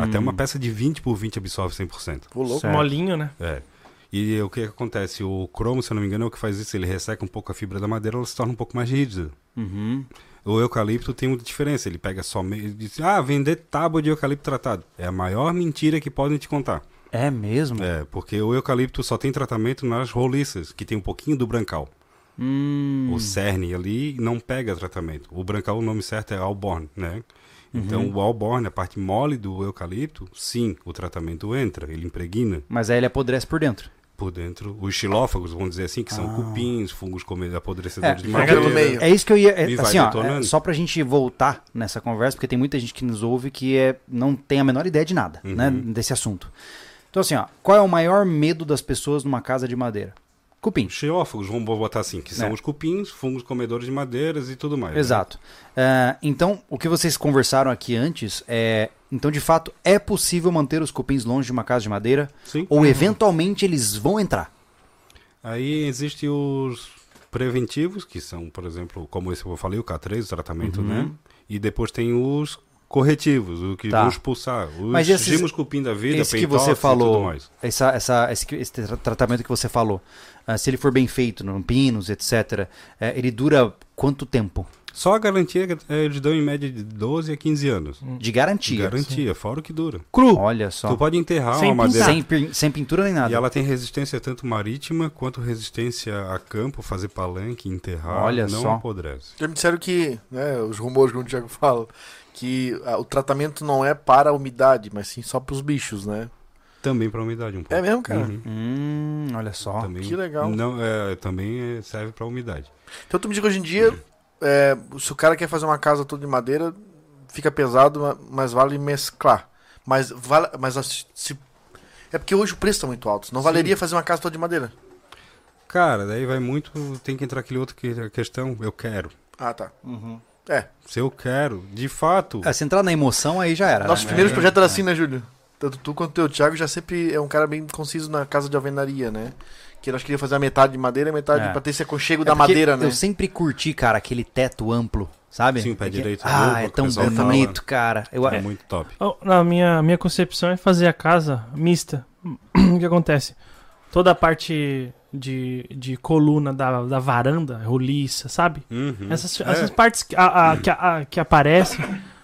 Speaker 4: Até uma peça de 20 por 20 absorve 100%.
Speaker 2: Ô, louco.
Speaker 1: Certo.
Speaker 3: Molinho, né?
Speaker 4: É. E o que que acontece? O cromo, se eu não me engano, é o que faz isso. Ele resseca um pouco a fibra da madeira, ela se torna um pouco mais rígida.
Speaker 1: Uhum.
Speaker 4: O eucalipto tem uma diferença. Ele pega só meio. Diz, ah, vender tábua de eucalipto tratado. É a maior mentira que podem te contar.
Speaker 1: É mesmo?
Speaker 4: É, porque o eucalipto só tem tratamento nas roliças, que tem um pouquinho do brancal.
Speaker 1: Hum,
Speaker 4: O cerne ali não pega tratamento. O brancal, o nome certo é alborn, né? Então, o alborn, a parte mole do eucalipto, sim, o tratamento entra, ele impregna.
Speaker 1: Mas aí ele apodrece por dentro.
Speaker 4: por dentro os xilófagos, vamos dizer assim, que são cupins, fungos come- apodrecedores
Speaker 1: Ah. É,
Speaker 4: de
Speaker 2: pega
Speaker 4: madeira.
Speaker 2: no meio.
Speaker 1: É isso que eu ia. é,
Speaker 4: E vai
Speaker 1: assim, ó,
Speaker 4: detonando.
Speaker 1: é, só pra gente voltar nessa conversa, porque tem muita gente que nos ouve que é, não tem a menor ideia de nada, né?
Speaker 4: Uhum.
Speaker 1: Desse assunto. Então, assim, ó, qual é o maior medo das pessoas numa casa de madeira? Cupim.
Speaker 4: Os xilófagos, vamos botar assim, que são
Speaker 1: É.
Speaker 4: os cupins, fungos comedores de madeiras e tudo mais. né?
Speaker 1: Exato. Ah, então, o que vocês conversaram aqui antes é. Então, de fato, é possível manter os cupins longe de uma casa de madeira?
Speaker 4: Sim.
Speaker 1: Ou eventualmente eles vão entrar?
Speaker 4: Aí existem os preventivos, que são, por exemplo, como esse que eu falei, o K3, o tratamento,
Speaker 1: Uhum.
Speaker 4: né? E depois tem os corretivos, o que
Speaker 1: Tá.
Speaker 4: vão expulsar. Os
Speaker 1: Mas esses-
Speaker 4: gimos cupim da vida,
Speaker 1: esse que
Speaker 4: pentófilo
Speaker 1: você
Speaker 4: e
Speaker 1: falou,
Speaker 4: tudo mais.
Speaker 1: essa, essa, esse, que- esse tra- tratamento que você falou, ah, se ele for bem feito, no pinos, etc., eh, ele dura quanto tempo?
Speaker 4: Só a garantia que eh, eles dão em média de 12 a 15 anos.
Speaker 1: De garantia.
Speaker 4: Garantia, fora o que dura.
Speaker 3: Cru.
Speaker 1: Olha só.
Speaker 4: Tu pode enterrar
Speaker 3: Sem
Speaker 4: uma madeira
Speaker 1: Sem, pin- sem pintura nem nada.
Speaker 4: E ela tem resistência tanto marítima quanto resistência a campo, fazer palanque, enterrar,
Speaker 1: Olha
Speaker 4: não
Speaker 1: só.
Speaker 4: apodrece.
Speaker 2: Já me disseram que, né, os rumores que o Thiago fala, que ah, o tratamento não é para a umidade, mas sim só para os bichos, né?
Speaker 4: Também para umidade um pouco.
Speaker 2: É mesmo, cara?
Speaker 4: Uhum.
Speaker 1: Hum, olha só.
Speaker 4: Também,
Speaker 2: que legal.
Speaker 4: Não, é, também é, serve para umidade.
Speaker 2: Então tu me diz que hoje em dia, é, se o cara quer fazer uma casa toda de madeira, fica pesado, ma- mas vale mesclar. Mas vale, mas as- se- é porque hoje o preço tá muito alto. Não
Speaker 4: Sim.
Speaker 2: valeria fazer uma casa toda de madeira?
Speaker 4: Cara, daí vai muito. Tem que entrar aquele outro que a questão. Eu quero.
Speaker 2: Ah, tá.
Speaker 1: Uhum.
Speaker 2: É.
Speaker 4: Se eu quero, de fato.
Speaker 1: É, se entrar na emoção, aí já era.
Speaker 2: Nossos
Speaker 1: né?
Speaker 2: primeiros projetos eram assim, né, Júlio? Tanto tu quanto o Thiago já sempre é um cara bem conciso na casa de alvenaria, né? Que nós queríamos fazer a metade de madeira e a metade
Speaker 1: É.
Speaker 2: pra ter esse aconchego
Speaker 1: É
Speaker 2: da
Speaker 1: porque
Speaker 2: madeira, né?
Speaker 1: Eu sempre curti, cara, aquele teto amplo, sabe?
Speaker 4: Sim, o pé
Speaker 1: Aquele-
Speaker 4: direito novo,
Speaker 1: Ah, é
Speaker 4: que o
Speaker 1: tão
Speaker 4: pessoal
Speaker 1: bonito, cara. Eu,
Speaker 4: É muito top.
Speaker 3: Oh, Na minha, minha concepção é fazer a casa mista. o que acontece? Toda a parte de, de coluna da, da varanda, roliça, sabe?
Speaker 4: Uhum.
Speaker 3: Essas,
Speaker 4: É,
Speaker 3: essas partes que, a, a- que, a- que aparecem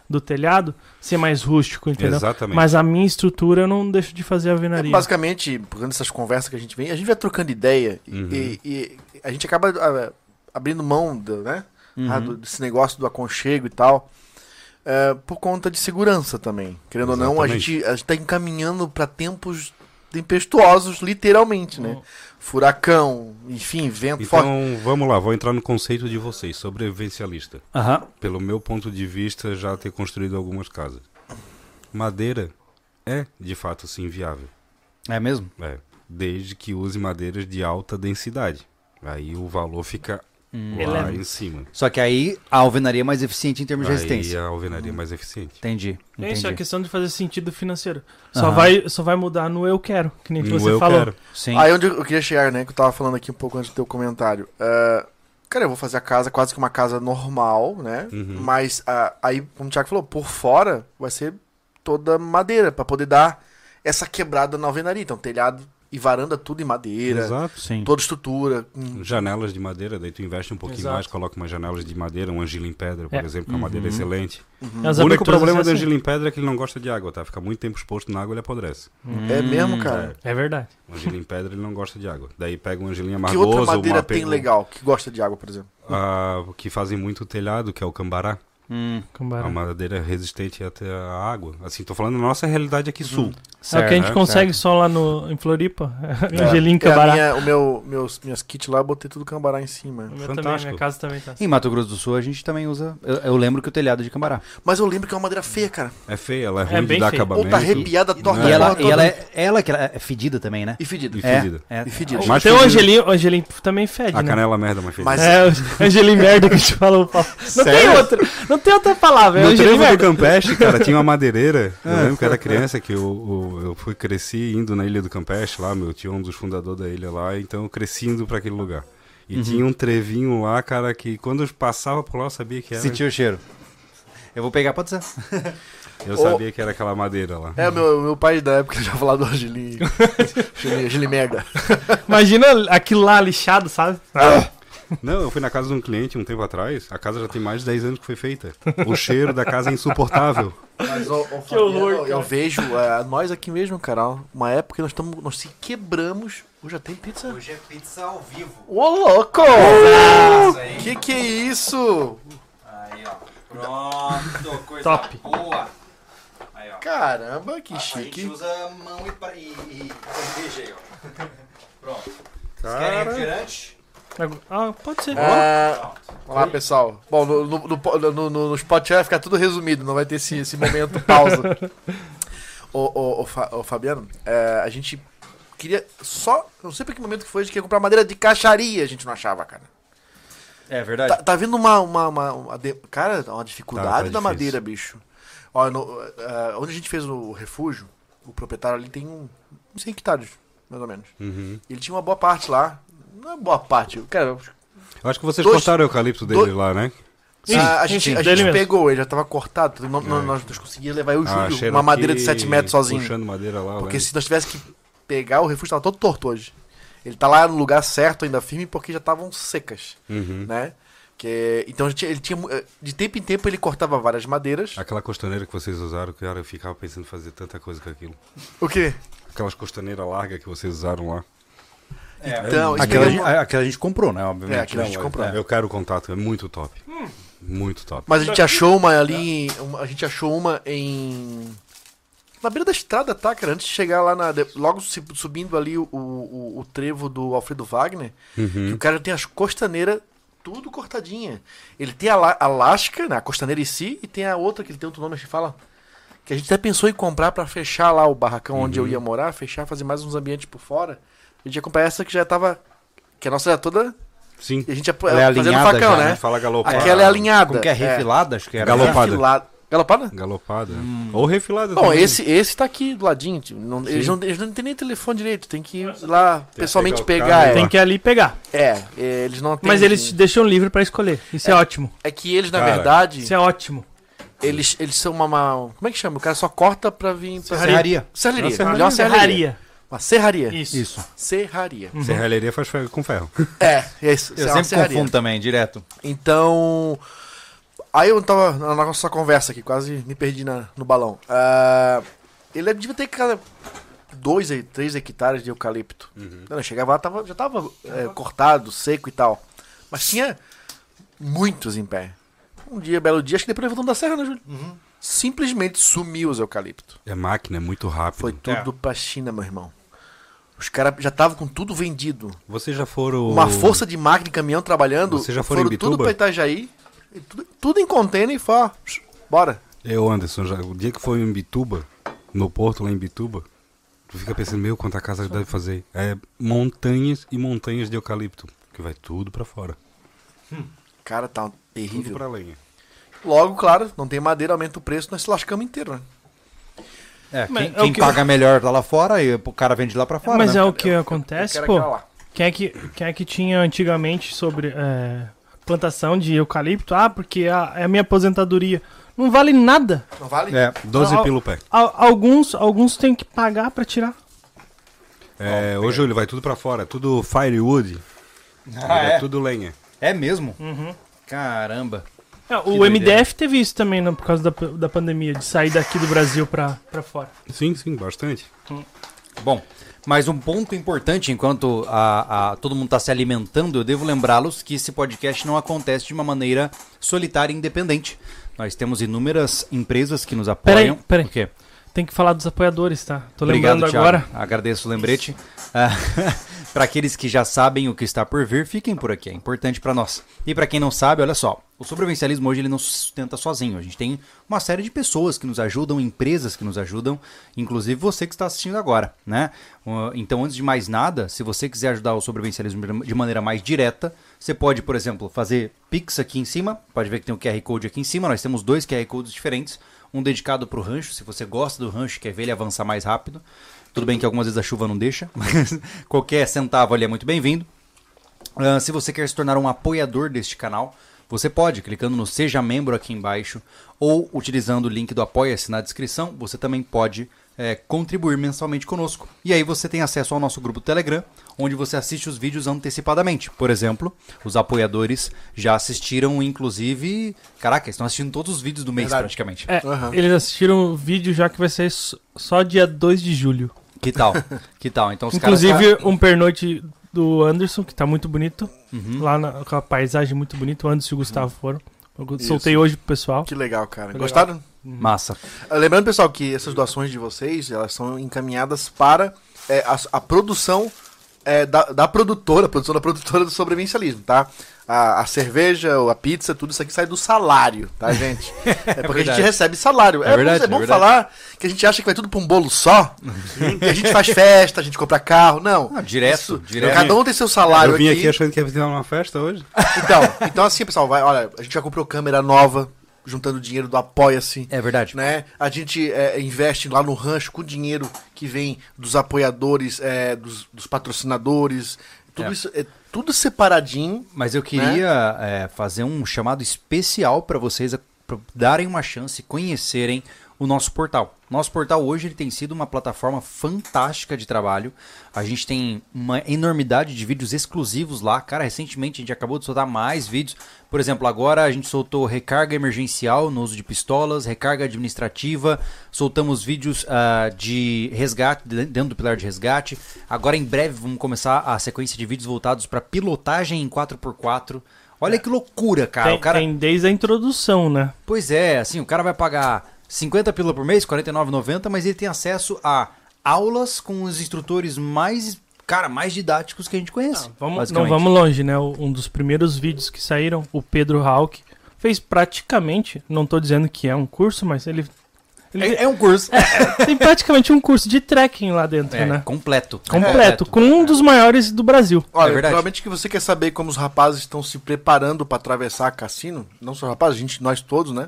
Speaker 3: do telhado ser mais rústico, entendeu?
Speaker 4: Exatamente.
Speaker 3: Mas a minha estrutura eu não deixo de fazer a
Speaker 2: É,
Speaker 3: alvenaria.
Speaker 2: basicamente, por causa dessas conversas que a gente vem, a gente vai trocando ideia e-
Speaker 4: Uhum.
Speaker 2: e, e a gente acaba ah, abrindo mão do, né?
Speaker 1: Uhum.
Speaker 2: Ah, do- desse negócio do aconchego e tal. é, por conta de segurança também. Querendo ou não, a
Speaker 4: Exatamente.
Speaker 2: gente, a gente tá encaminhando para tempos tempestuosos, literalmente,
Speaker 1: Uhum.
Speaker 2: né? Furacão, enfim, vento forte.
Speaker 4: Então, vamos lá, vou entrar no conceito de vocês, sobrevivencialista.
Speaker 1: Aham.
Speaker 4: Pelo meu ponto de vista, já ter construído algumas casas. Madeira é, de fato, sim, viável.
Speaker 1: É mesmo?
Speaker 4: É, desde que use madeiras de alta densidade. Aí o valor fica lá
Speaker 3: Eleva.
Speaker 4: em cima.
Speaker 1: Hum. Só que aí a alvenaria é mais eficiente em termos de
Speaker 4: é Aí
Speaker 1: resistência.
Speaker 4: a alvenaria é mais eficiente.
Speaker 1: Entendi.
Speaker 3: É
Speaker 1: entendi.
Speaker 3: Isso é a questão de fazer sentido financeiro. Só,
Speaker 1: Aham.
Speaker 3: vai, só vai mudar no eu quero, que nem
Speaker 4: No
Speaker 3: você
Speaker 4: eu
Speaker 3: falou.
Speaker 4: quero.
Speaker 1: Sim.
Speaker 2: Aí é onde eu queria chegar, né? Que eu tava falando aqui um pouco antes do teu comentário. É, cara, eu vou fazer a casa quase que uma casa normal, né?
Speaker 4: Uhum.
Speaker 2: Mas ah, aí, como o Thiago falou, por fora vai ser toda madeira pra poder dar essa quebrada na alvenaria. Então, telhado e varanda, tudo em madeira.
Speaker 4: Exato.
Speaker 1: Sim.
Speaker 2: Toda estrutura. hum,
Speaker 4: Janelas de madeira, daí tu investe um pouquinho
Speaker 3: Exato.
Speaker 4: mais, coloca umas janelas de madeira, um anjilo em pedra, por
Speaker 3: É.
Speaker 4: exemplo, que é uma madeira
Speaker 1: Uhum.
Speaker 4: excelente.
Speaker 3: As
Speaker 4: o único
Speaker 3: aberturas
Speaker 4: problema do
Speaker 3: assim.
Speaker 4: anjilo em pedra é que ele não gosta de água, tá? Fica muito tempo exposto na água, ele apodrece.
Speaker 2: É
Speaker 1: Hum,
Speaker 2: mesmo,
Speaker 1: tá.
Speaker 2: cara?
Speaker 3: É verdade.
Speaker 4: O anjilo em pedra, ele não gosta de água. Daí pega um angelinho
Speaker 2: Que
Speaker 4: amargoso,
Speaker 2: outra madeira
Speaker 4: uma
Speaker 2: tem
Speaker 4: pe-
Speaker 2: legal que gosta de água, por exemplo?
Speaker 4: Ah, que fazem muito telhado, que é o cambará.
Speaker 1: Hum,
Speaker 3: Cambará.
Speaker 4: A madeira resistente até a água. Assim, tô falando da nossa realidade aqui sul.
Speaker 3: é o que a gente
Speaker 4: certo.
Speaker 3: consegue só lá no, em Floripa.
Speaker 2: É,
Speaker 3: Angelim,
Speaker 2: porque a
Speaker 3: Cambará.
Speaker 2: minha- o meu, meus, minhas kits lá, eu botei tudo cambará em cima.
Speaker 3: O meu também,
Speaker 4: Fantástico.
Speaker 3: minha casa também tá. assim.
Speaker 1: Em Mato Grosso do Sul a gente também usa. Eu, eu lembro que o telhado de Cambará.
Speaker 2: Mas eu lembro que é uma madeira feia, cara.
Speaker 4: É feia, ela é ruim
Speaker 3: É
Speaker 4: de
Speaker 3: bem
Speaker 4: dar
Speaker 3: feia.
Speaker 2: Ou
Speaker 4: acabamento.
Speaker 2: tá arrepiada, torta
Speaker 4: Ah,
Speaker 1: E
Speaker 2: a
Speaker 1: ela,
Speaker 2: porra
Speaker 1: e
Speaker 2: toda.
Speaker 1: ela é, ela que ela é fedida também, né?
Speaker 2: E fedida.
Speaker 4: E
Speaker 1: É,
Speaker 4: fedida.
Speaker 1: É,
Speaker 2: E fedida.
Speaker 4: Mas
Speaker 3: Tem o
Speaker 4: fedida.
Speaker 3: Angelim, o Angelim também fede,
Speaker 4: A
Speaker 3: né?
Speaker 4: canela merda, mas feia.
Speaker 2: Mas-
Speaker 3: É, o Angelim merda que a gente falou. Paulo. Não tem
Speaker 4: Sério?
Speaker 3: outra. Não tem outra palavra. É
Speaker 4: No
Speaker 3: Angelim
Speaker 4: trevo do
Speaker 3: merda.
Speaker 4: Campeche, cara, tinha uma madeireira. Eu lembro que era criança que eu, o- eu fui cresci indo na ilha do Campeche lá, meu tio é um dos fundadores da ilha lá, então eu cresci indo pra aquele lugar. E
Speaker 3: Uhum.
Speaker 4: tinha um trevinho lá, cara, que quando eu passava por lá eu sabia que era.
Speaker 1: Sentiu o cheiro. Eu vou pegar, pode ser.
Speaker 4: Eu sabia que era aquela madeira lá.
Speaker 2: É, meu, meu pai da época já falava do Angelim. Angelim, Angelim merda.
Speaker 3: Imagina aquilo lá lixado, sabe?
Speaker 4: Ah. Não, eu fui na casa de um cliente um tempo atrás. A casa já tem mais de 10 anos que foi feita. O cheiro da casa é insuportável.
Speaker 2: Mas, ó, ó,
Speaker 3: Que horror,
Speaker 2: eu- eu,
Speaker 3: cara.
Speaker 2: vejo, é, nós aqui mesmo, cara, uma época que nós, tamo, nós se quebramos. Hoje já tem pizza.
Speaker 1: Hoje é pizza ao vivo.
Speaker 2: Ô, louco! Que que é isso?
Speaker 1: Aí, ó. Pronto, coisa
Speaker 3: Top.
Speaker 1: boa. Aí, ó.
Speaker 2: Caramba, que
Speaker 1: A gente
Speaker 2: chique.
Speaker 1: usa mão e, pra- e, e cerveja aí, ó. Pronto. Vocês querem refrigerante?
Speaker 3: Ah, pode ser.
Speaker 2: Ah, olá, pessoal. Bom, no, no, no, no- no- no Spotify vai ficar tudo resumido, não vai ter esse, esse momento pausa. ô, ô, ô, Fa- ô, Fabiano, é, a gente queria só... Não sei pra que momento que foi, a gente queria comprar madeira de caixaria, a gente não achava, cara.
Speaker 1: É verdade.
Speaker 2: Tá, tá vindo uma, uma, uma- uma de- Cara, uma dificuldade
Speaker 4: Tá, tá
Speaker 2: da
Speaker 4: difícil.
Speaker 2: madeira, bicho. Ó, no- eh, onde a gente fez o refúgio, o proprietário ali tem um, uns 100 hectares, mais ou menos.
Speaker 4: Uhum.
Speaker 2: Ele tinha uma boa parte lá. Não é boa parte. Cara,
Speaker 4: Eu acho que vocês
Speaker 2: Dois-
Speaker 4: cortaram o eucalipto dele
Speaker 2: dois-
Speaker 4: lá, né?
Speaker 3: Sim,
Speaker 2: Ah, a, a gente,
Speaker 3: sim,
Speaker 2: a
Speaker 3: dele
Speaker 2: gente
Speaker 3: mesmo.
Speaker 2: pegou, ele já tava cortado. Não, não-
Speaker 4: É.
Speaker 2: nós nós conseguíamos levar eu e o
Speaker 4: Ah,
Speaker 2: Júlio
Speaker 4: cheiro
Speaker 2: uma madeira
Speaker 4: aqui,
Speaker 2: de 7 metros sozinho.
Speaker 4: Puxando madeira lá, eu
Speaker 2: Porque
Speaker 4: lembro.
Speaker 2: se nós tivéssemos que pegar, o refúgio tava todo torto hoje. Ele tá lá no lugar certo, ainda firme, porque já estavam secas,
Speaker 4: Uhum.
Speaker 2: né? Que, então a gente- ele tinha. mu- eh, De tempo em tempo ele cortava várias madeiras.
Speaker 4: Aquela costaneira que vocês usaram, cara, eu ficava pensando em fazer tanta coisa com aquilo.
Speaker 2: O quê?
Speaker 4: Aquelas costaneiras largas que vocês usaram lá.
Speaker 2: Então, isso
Speaker 1: Aquela,
Speaker 2: pegou-
Speaker 1: a
Speaker 4: É.
Speaker 1: gente- aquela a gente comprou, né?
Speaker 2: É,
Speaker 1: Obviamente.
Speaker 2: aquela a gente
Speaker 1: Não,
Speaker 2: comprou.
Speaker 1: é.
Speaker 4: Eu quero o contato, é muito top. Muito top.
Speaker 2: Mas a gente achou uma ali. em- uma- a gente achou uma em. Na beira da estrada, tá, cara? Antes de chegar lá na. de- Logo se- subindo ali o, o, o trevo do Alfredo Wagner,
Speaker 1: Uhum.
Speaker 2: que o cara tem as costaneiras tudo cortadinha. Ele tem a, la- a lasca, né? A costaneira em si, e tem a outra que ele tem outro nome, a gente fala. Que a gente até pensou em comprar pra fechar lá o barracão onde
Speaker 1: Uhum.
Speaker 2: eu ia morar, fechar, fazer mais uns ambientes por fora. A gente ia comprar essa que já tava. Que a nossa era toda.
Speaker 4: Sim.
Speaker 2: E a gente ia
Speaker 1: Ela é
Speaker 2: fazendo
Speaker 1: alinhada
Speaker 2: facão,
Speaker 1: já,
Speaker 2: né?
Speaker 1: né?
Speaker 4: Fala galopada.
Speaker 2: Aquela é alinhada.
Speaker 1: Como que é? Refilada, acho que era.
Speaker 4: Galo- Galopada.
Speaker 2: Refilada. Ah. Galopada?
Speaker 4: Galopada. Ou refilada
Speaker 2: Bom,
Speaker 4: também.
Speaker 2: esse, esse tá aqui do ladinho. tipo, não- eles, não, eles não têm nem telefone direito, tem que ir lá
Speaker 4: que
Speaker 2: pessoalmente
Speaker 4: pegar o né?
Speaker 2: pegar.
Speaker 4: carro
Speaker 2: é.
Speaker 3: Tem que ir ali e pegar.
Speaker 2: É, é, eles não têm.
Speaker 3: Mas eles te deixam livre pra escolher. Isso é, ótimo.
Speaker 2: É que eles, na
Speaker 4: Cara.
Speaker 2: verdade,
Speaker 3: Isso é ótimo.
Speaker 2: eles, eles são uma, uma- Como é que chama? O cara só corta pra vir. Pra...
Speaker 1: Serraria.
Speaker 2: Serraria.
Speaker 4: Uma serraria.
Speaker 2: Melhor serraria.
Speaker 3: Serraria.
Speaker 2: Uma serraria.
Speaker 3: é Isso.
Speaker 1: é Isso.
Speaker 2: Serraria.
Speaker 4: Serralheria faz ferro com ferro.
Speaker 2: É, é isso.
Speaker 1: Eu
Speaker 2: é uma
Speaker 1: sempre
Speaker 2: serraria.
Speaker 1: confundo também, direto.
Speaker 2: Então. Aí eu tava na nossa conversa aqui, quase me perdi na- no balão. Ah, ele devia ter cara, dois, e- três hectares de eucalipto. Não, eu chegava lá, tava, já tava é, cortado, seco e tal. Mas tinha muitos em pé. Um dia, belo dia, acho que depois levantando da serra, né, Júlio? Simplesmente sumiu os eucaliptos.
Speaker 4: É máquina, é muito rápido.
Speaker 2: Foi tudo pra China, meu irmão. Os caras já estavam com tudo vendido.
Speaker 4: Vocês já foram.
Speaker 2: Uma força de máquina e caminhão trabalhando.
Speaker 4: Vocês já foram em
Speaker 2: tudo
Speaker 4: Bituba?
Speaker 2: pra Itajaí. e Tudo, tudo em container e fó. Bora.
Speaker 4: Eu, É, Anderson, já, o dia que foi em Bituba, no porto lá em Bituba, tu fica pensando, meu, quanta casa deve fazer. É montanhas e montanhas de eucalipto, que vai tudo pra fora.
Speaker 2: Cara, tá
Speaker 4: Tudo
Speaker 2: terrível.
Speaker 4: pra lenha.
Speaker 2: Logo, claro, não tem madeira, aumenta o preço, nós se lascamos inteiro, né?
Speaker 1: É,
Speaker 3: Mas
Speaker 1: quem,
Speaker 3: é o
Speaker 1: quem
Speaker 3: que-
Speaker 1: paga melhor tá lá fora e o cara vende lá pra fora.
Speaker 3: Mas
Speaker 1: né?
Speaker 3: é o que acontece,
Speaker 2: Eu quero
Speaker 3: pô.
Speaker 2: aquela lá.
Speaker 3: Quem é, que, quem é que tinha antigamente sobre é, plantação de eucalipto? Ah, porque a- é a minha aposentadoria. Não vale nada.
Speaker 2: Não vale?
Speaker 1: É.
Speaker 4: 12
Speaker 3: Ah, ah.
Speaker 4: pelo pé.
Speaker 3: Al- Alguns, alguns têm que pagar pra tirar.
Speaker 4: É, ô, Júlio, vai tudo pra fora. Tudo firewood.
Speaker 1: Ah,
Speaker 4: é?
Speaker 1: é?
Speaker 4: tudo lenha.
Speaker 1: É mesmo?
Speaker 3: Uhum.
Speaker 1: Caramba.
Speaker 3: É, o
Speaker 1: doideira.
Speaker 3: MDF teve isso também, né, por causa da, da pandemia, de sair daqui do Brasil pra, pra fora.
Speaker 4: Sim, sim, bastante.
Speaker 1: Bom, mas um ponto importante, enquanto a, a- todo mundo está se alimentando, eu devo lembrá-los que esse podcast não acontece de uma maneira solitária e independente. Nós temos inúmeras empresas que nos apoiam.
Speaker 3: Peraí, peraí.
Speaker 1: O quê?
Speaker 3: Tem que falar dos apoiadores, tá? Tô
Speaker 1: Obrigado,
Speaker 3: lembrando
Speaker 1: Thiago.
Speaker 3: agora.
Speaker 1: Agradeço o lembrete. Ah, para aqueles que já sabem o que está por vir, fiquem por aqui. É importante para nós. E para quem não sabe, olha só. O sobrevivencialismo hoje ele não se sustenta sozinho. A gente tem uma série de pessoas que nos ajudam, empresas que nos ajudam, inclusive você que está assistindo agora, né? Uh, Então, antes de mais nada, se você quiser ajudar o sobrevivencialismo de maneira mais direta, você pode, por exemplo, fazer Pix aqui em cima. Pode ver que tem o QR Code aqui em cima. Nós temos dois QR Codes diferentes. Um dedicado para o rancho, se você gosta do rancho e quer ver ele avançar mais rápido. Tudo bem que algumas vezes a chuva não deixa, mas qualquer centavo ali é muito bem-vindo. Ah, se você quer se tornar um apoiador deste canal, você pode, clicando no Seja Membro aqui embaixo, ou utilizando o link do Apoia-se na descrição, você também pode eh, contribuir mensalmente conosco. E aí você tem acesso ao nosso grupo Telegram, onde você assiste os vídeos antecipadamente. Por exemplo, os apoiadores já assistiram, inclusive. Caraca, estão assistindo todos os vídeos do mês
Speaker 2: Verdade.
Speaker 1: praticamente.
Speaker 3: É,
Speaker 2: Aham.
Speaker 3: Eles assistiram o vídeo já que vai ser s- só dia 2 de julho.
Speaker 1: Que tal? Que tal? Então os caras-
Speaker 3: Inclusive, um pernoite do Anderson, que tá muito bonito.
Speaker 1: Uhum.
Speaker 3: Lá na, com a paisagem muito bonita. O Anderson e o Gustavo foram. Eu soltei hoje pro pessoal.
Speaker 2: Que legal, cara.
Speaker 3: Legal.
Speaker 2: Gostaram?
Speaker 1: Massa.
Speaker 2: Ah, Lembrando, pessoal, que essas doações de vocês, elas são encaminhadas para é, a, a produção é, da, da produtora, a produção da produtora do sobrevivencialismo, tá? A, a cerveja, ou a pizza, tudo isso aqui sai do salário, tá, gente? É porque a gente
Speaker 1: verdade.
Speaker 2: recebe salário. É,
Speaker 1: verdade,
Speaker 2: é bom
Speaker 1: é verdade.
Speaker 2: falar que a gente acha que vai tudo pra um bolo só, que a gente faz festa, a gente compra carro, não.
Speaker 1: Ah, direto, direto.
Speaker 2: Cada um tem seu salário
Speaker 4: Eu vim aqui achando que ia ter uma festa hoje.
Speaker 2: Então, então assim, pessoal, vai, olha, a gente já comprou câmera nova, juntando dinheiro do Apoia-se
Speaker 1: É verdade.
Speaker 2: né? A gente é, investe lá no rancho com dinheiro que vem dos apoiadores, é, dos, dos patrocinadores, tudo
Speaker 1: É.
Speaker 2: isso é tudo separadinho.
Speaker 1: Mas eu queria é, fazer um chamado especial para vocês a- pra darem uma chance e conhecerem o nosso portal. Nosso portal hoje ele tem sido uma plataforma fantástica de trabalho. A gente tem uma enormidade de vídeos exclusivos lá. Cara, recentemente a gente acabou de soltar mais vídeos. Por exemplo, agora a gente soltou recarga emergencial no uso de pistolas, recarga administrativa, soltamos vídeos ah, de resgate, de- dentro do pilar de resgate. Agora em breve vamos começar a sequência de vídeos voltados para pilotagem em 4x4. Olha que loucura, cara.
Speaker 3: É. tem,
Speaker 1: o cara
Speaker 3: tem desde a introdução, né?
Speaker 1: Pois é, assim, o cara vai pagar 50 pila por mês, 49,90, mas ele tem acesso a aulas com os instrutores mais, cara, mais didáticos que a gente conhece.
Speaker 3: Ah, Vamos, não
Speaker 1: basicamente.
Speaker 3: vamos longe, né? O- Um dos primeiros vídeos que saíram, o Pedro Hawk, fez praticamente, não tô dizendo que é um curso, mas ele, ele
Speaker 1: É, é um curso
Speaker 3: tem praticamente um curso de trekking lá dentro,
Speaker 1: É,
Speaker 3: né?
Speaker 1: completo.
Speaker 3: Completo, com um dos maiores do Brasil.
Speaker 2: Olha,
Speaker 1: É verdade.
Speaker 2: provavelmente que você quer saber como os rapazes estão se preparando pra atravessar cassino, não só rapazes, a gente, nós todos, né?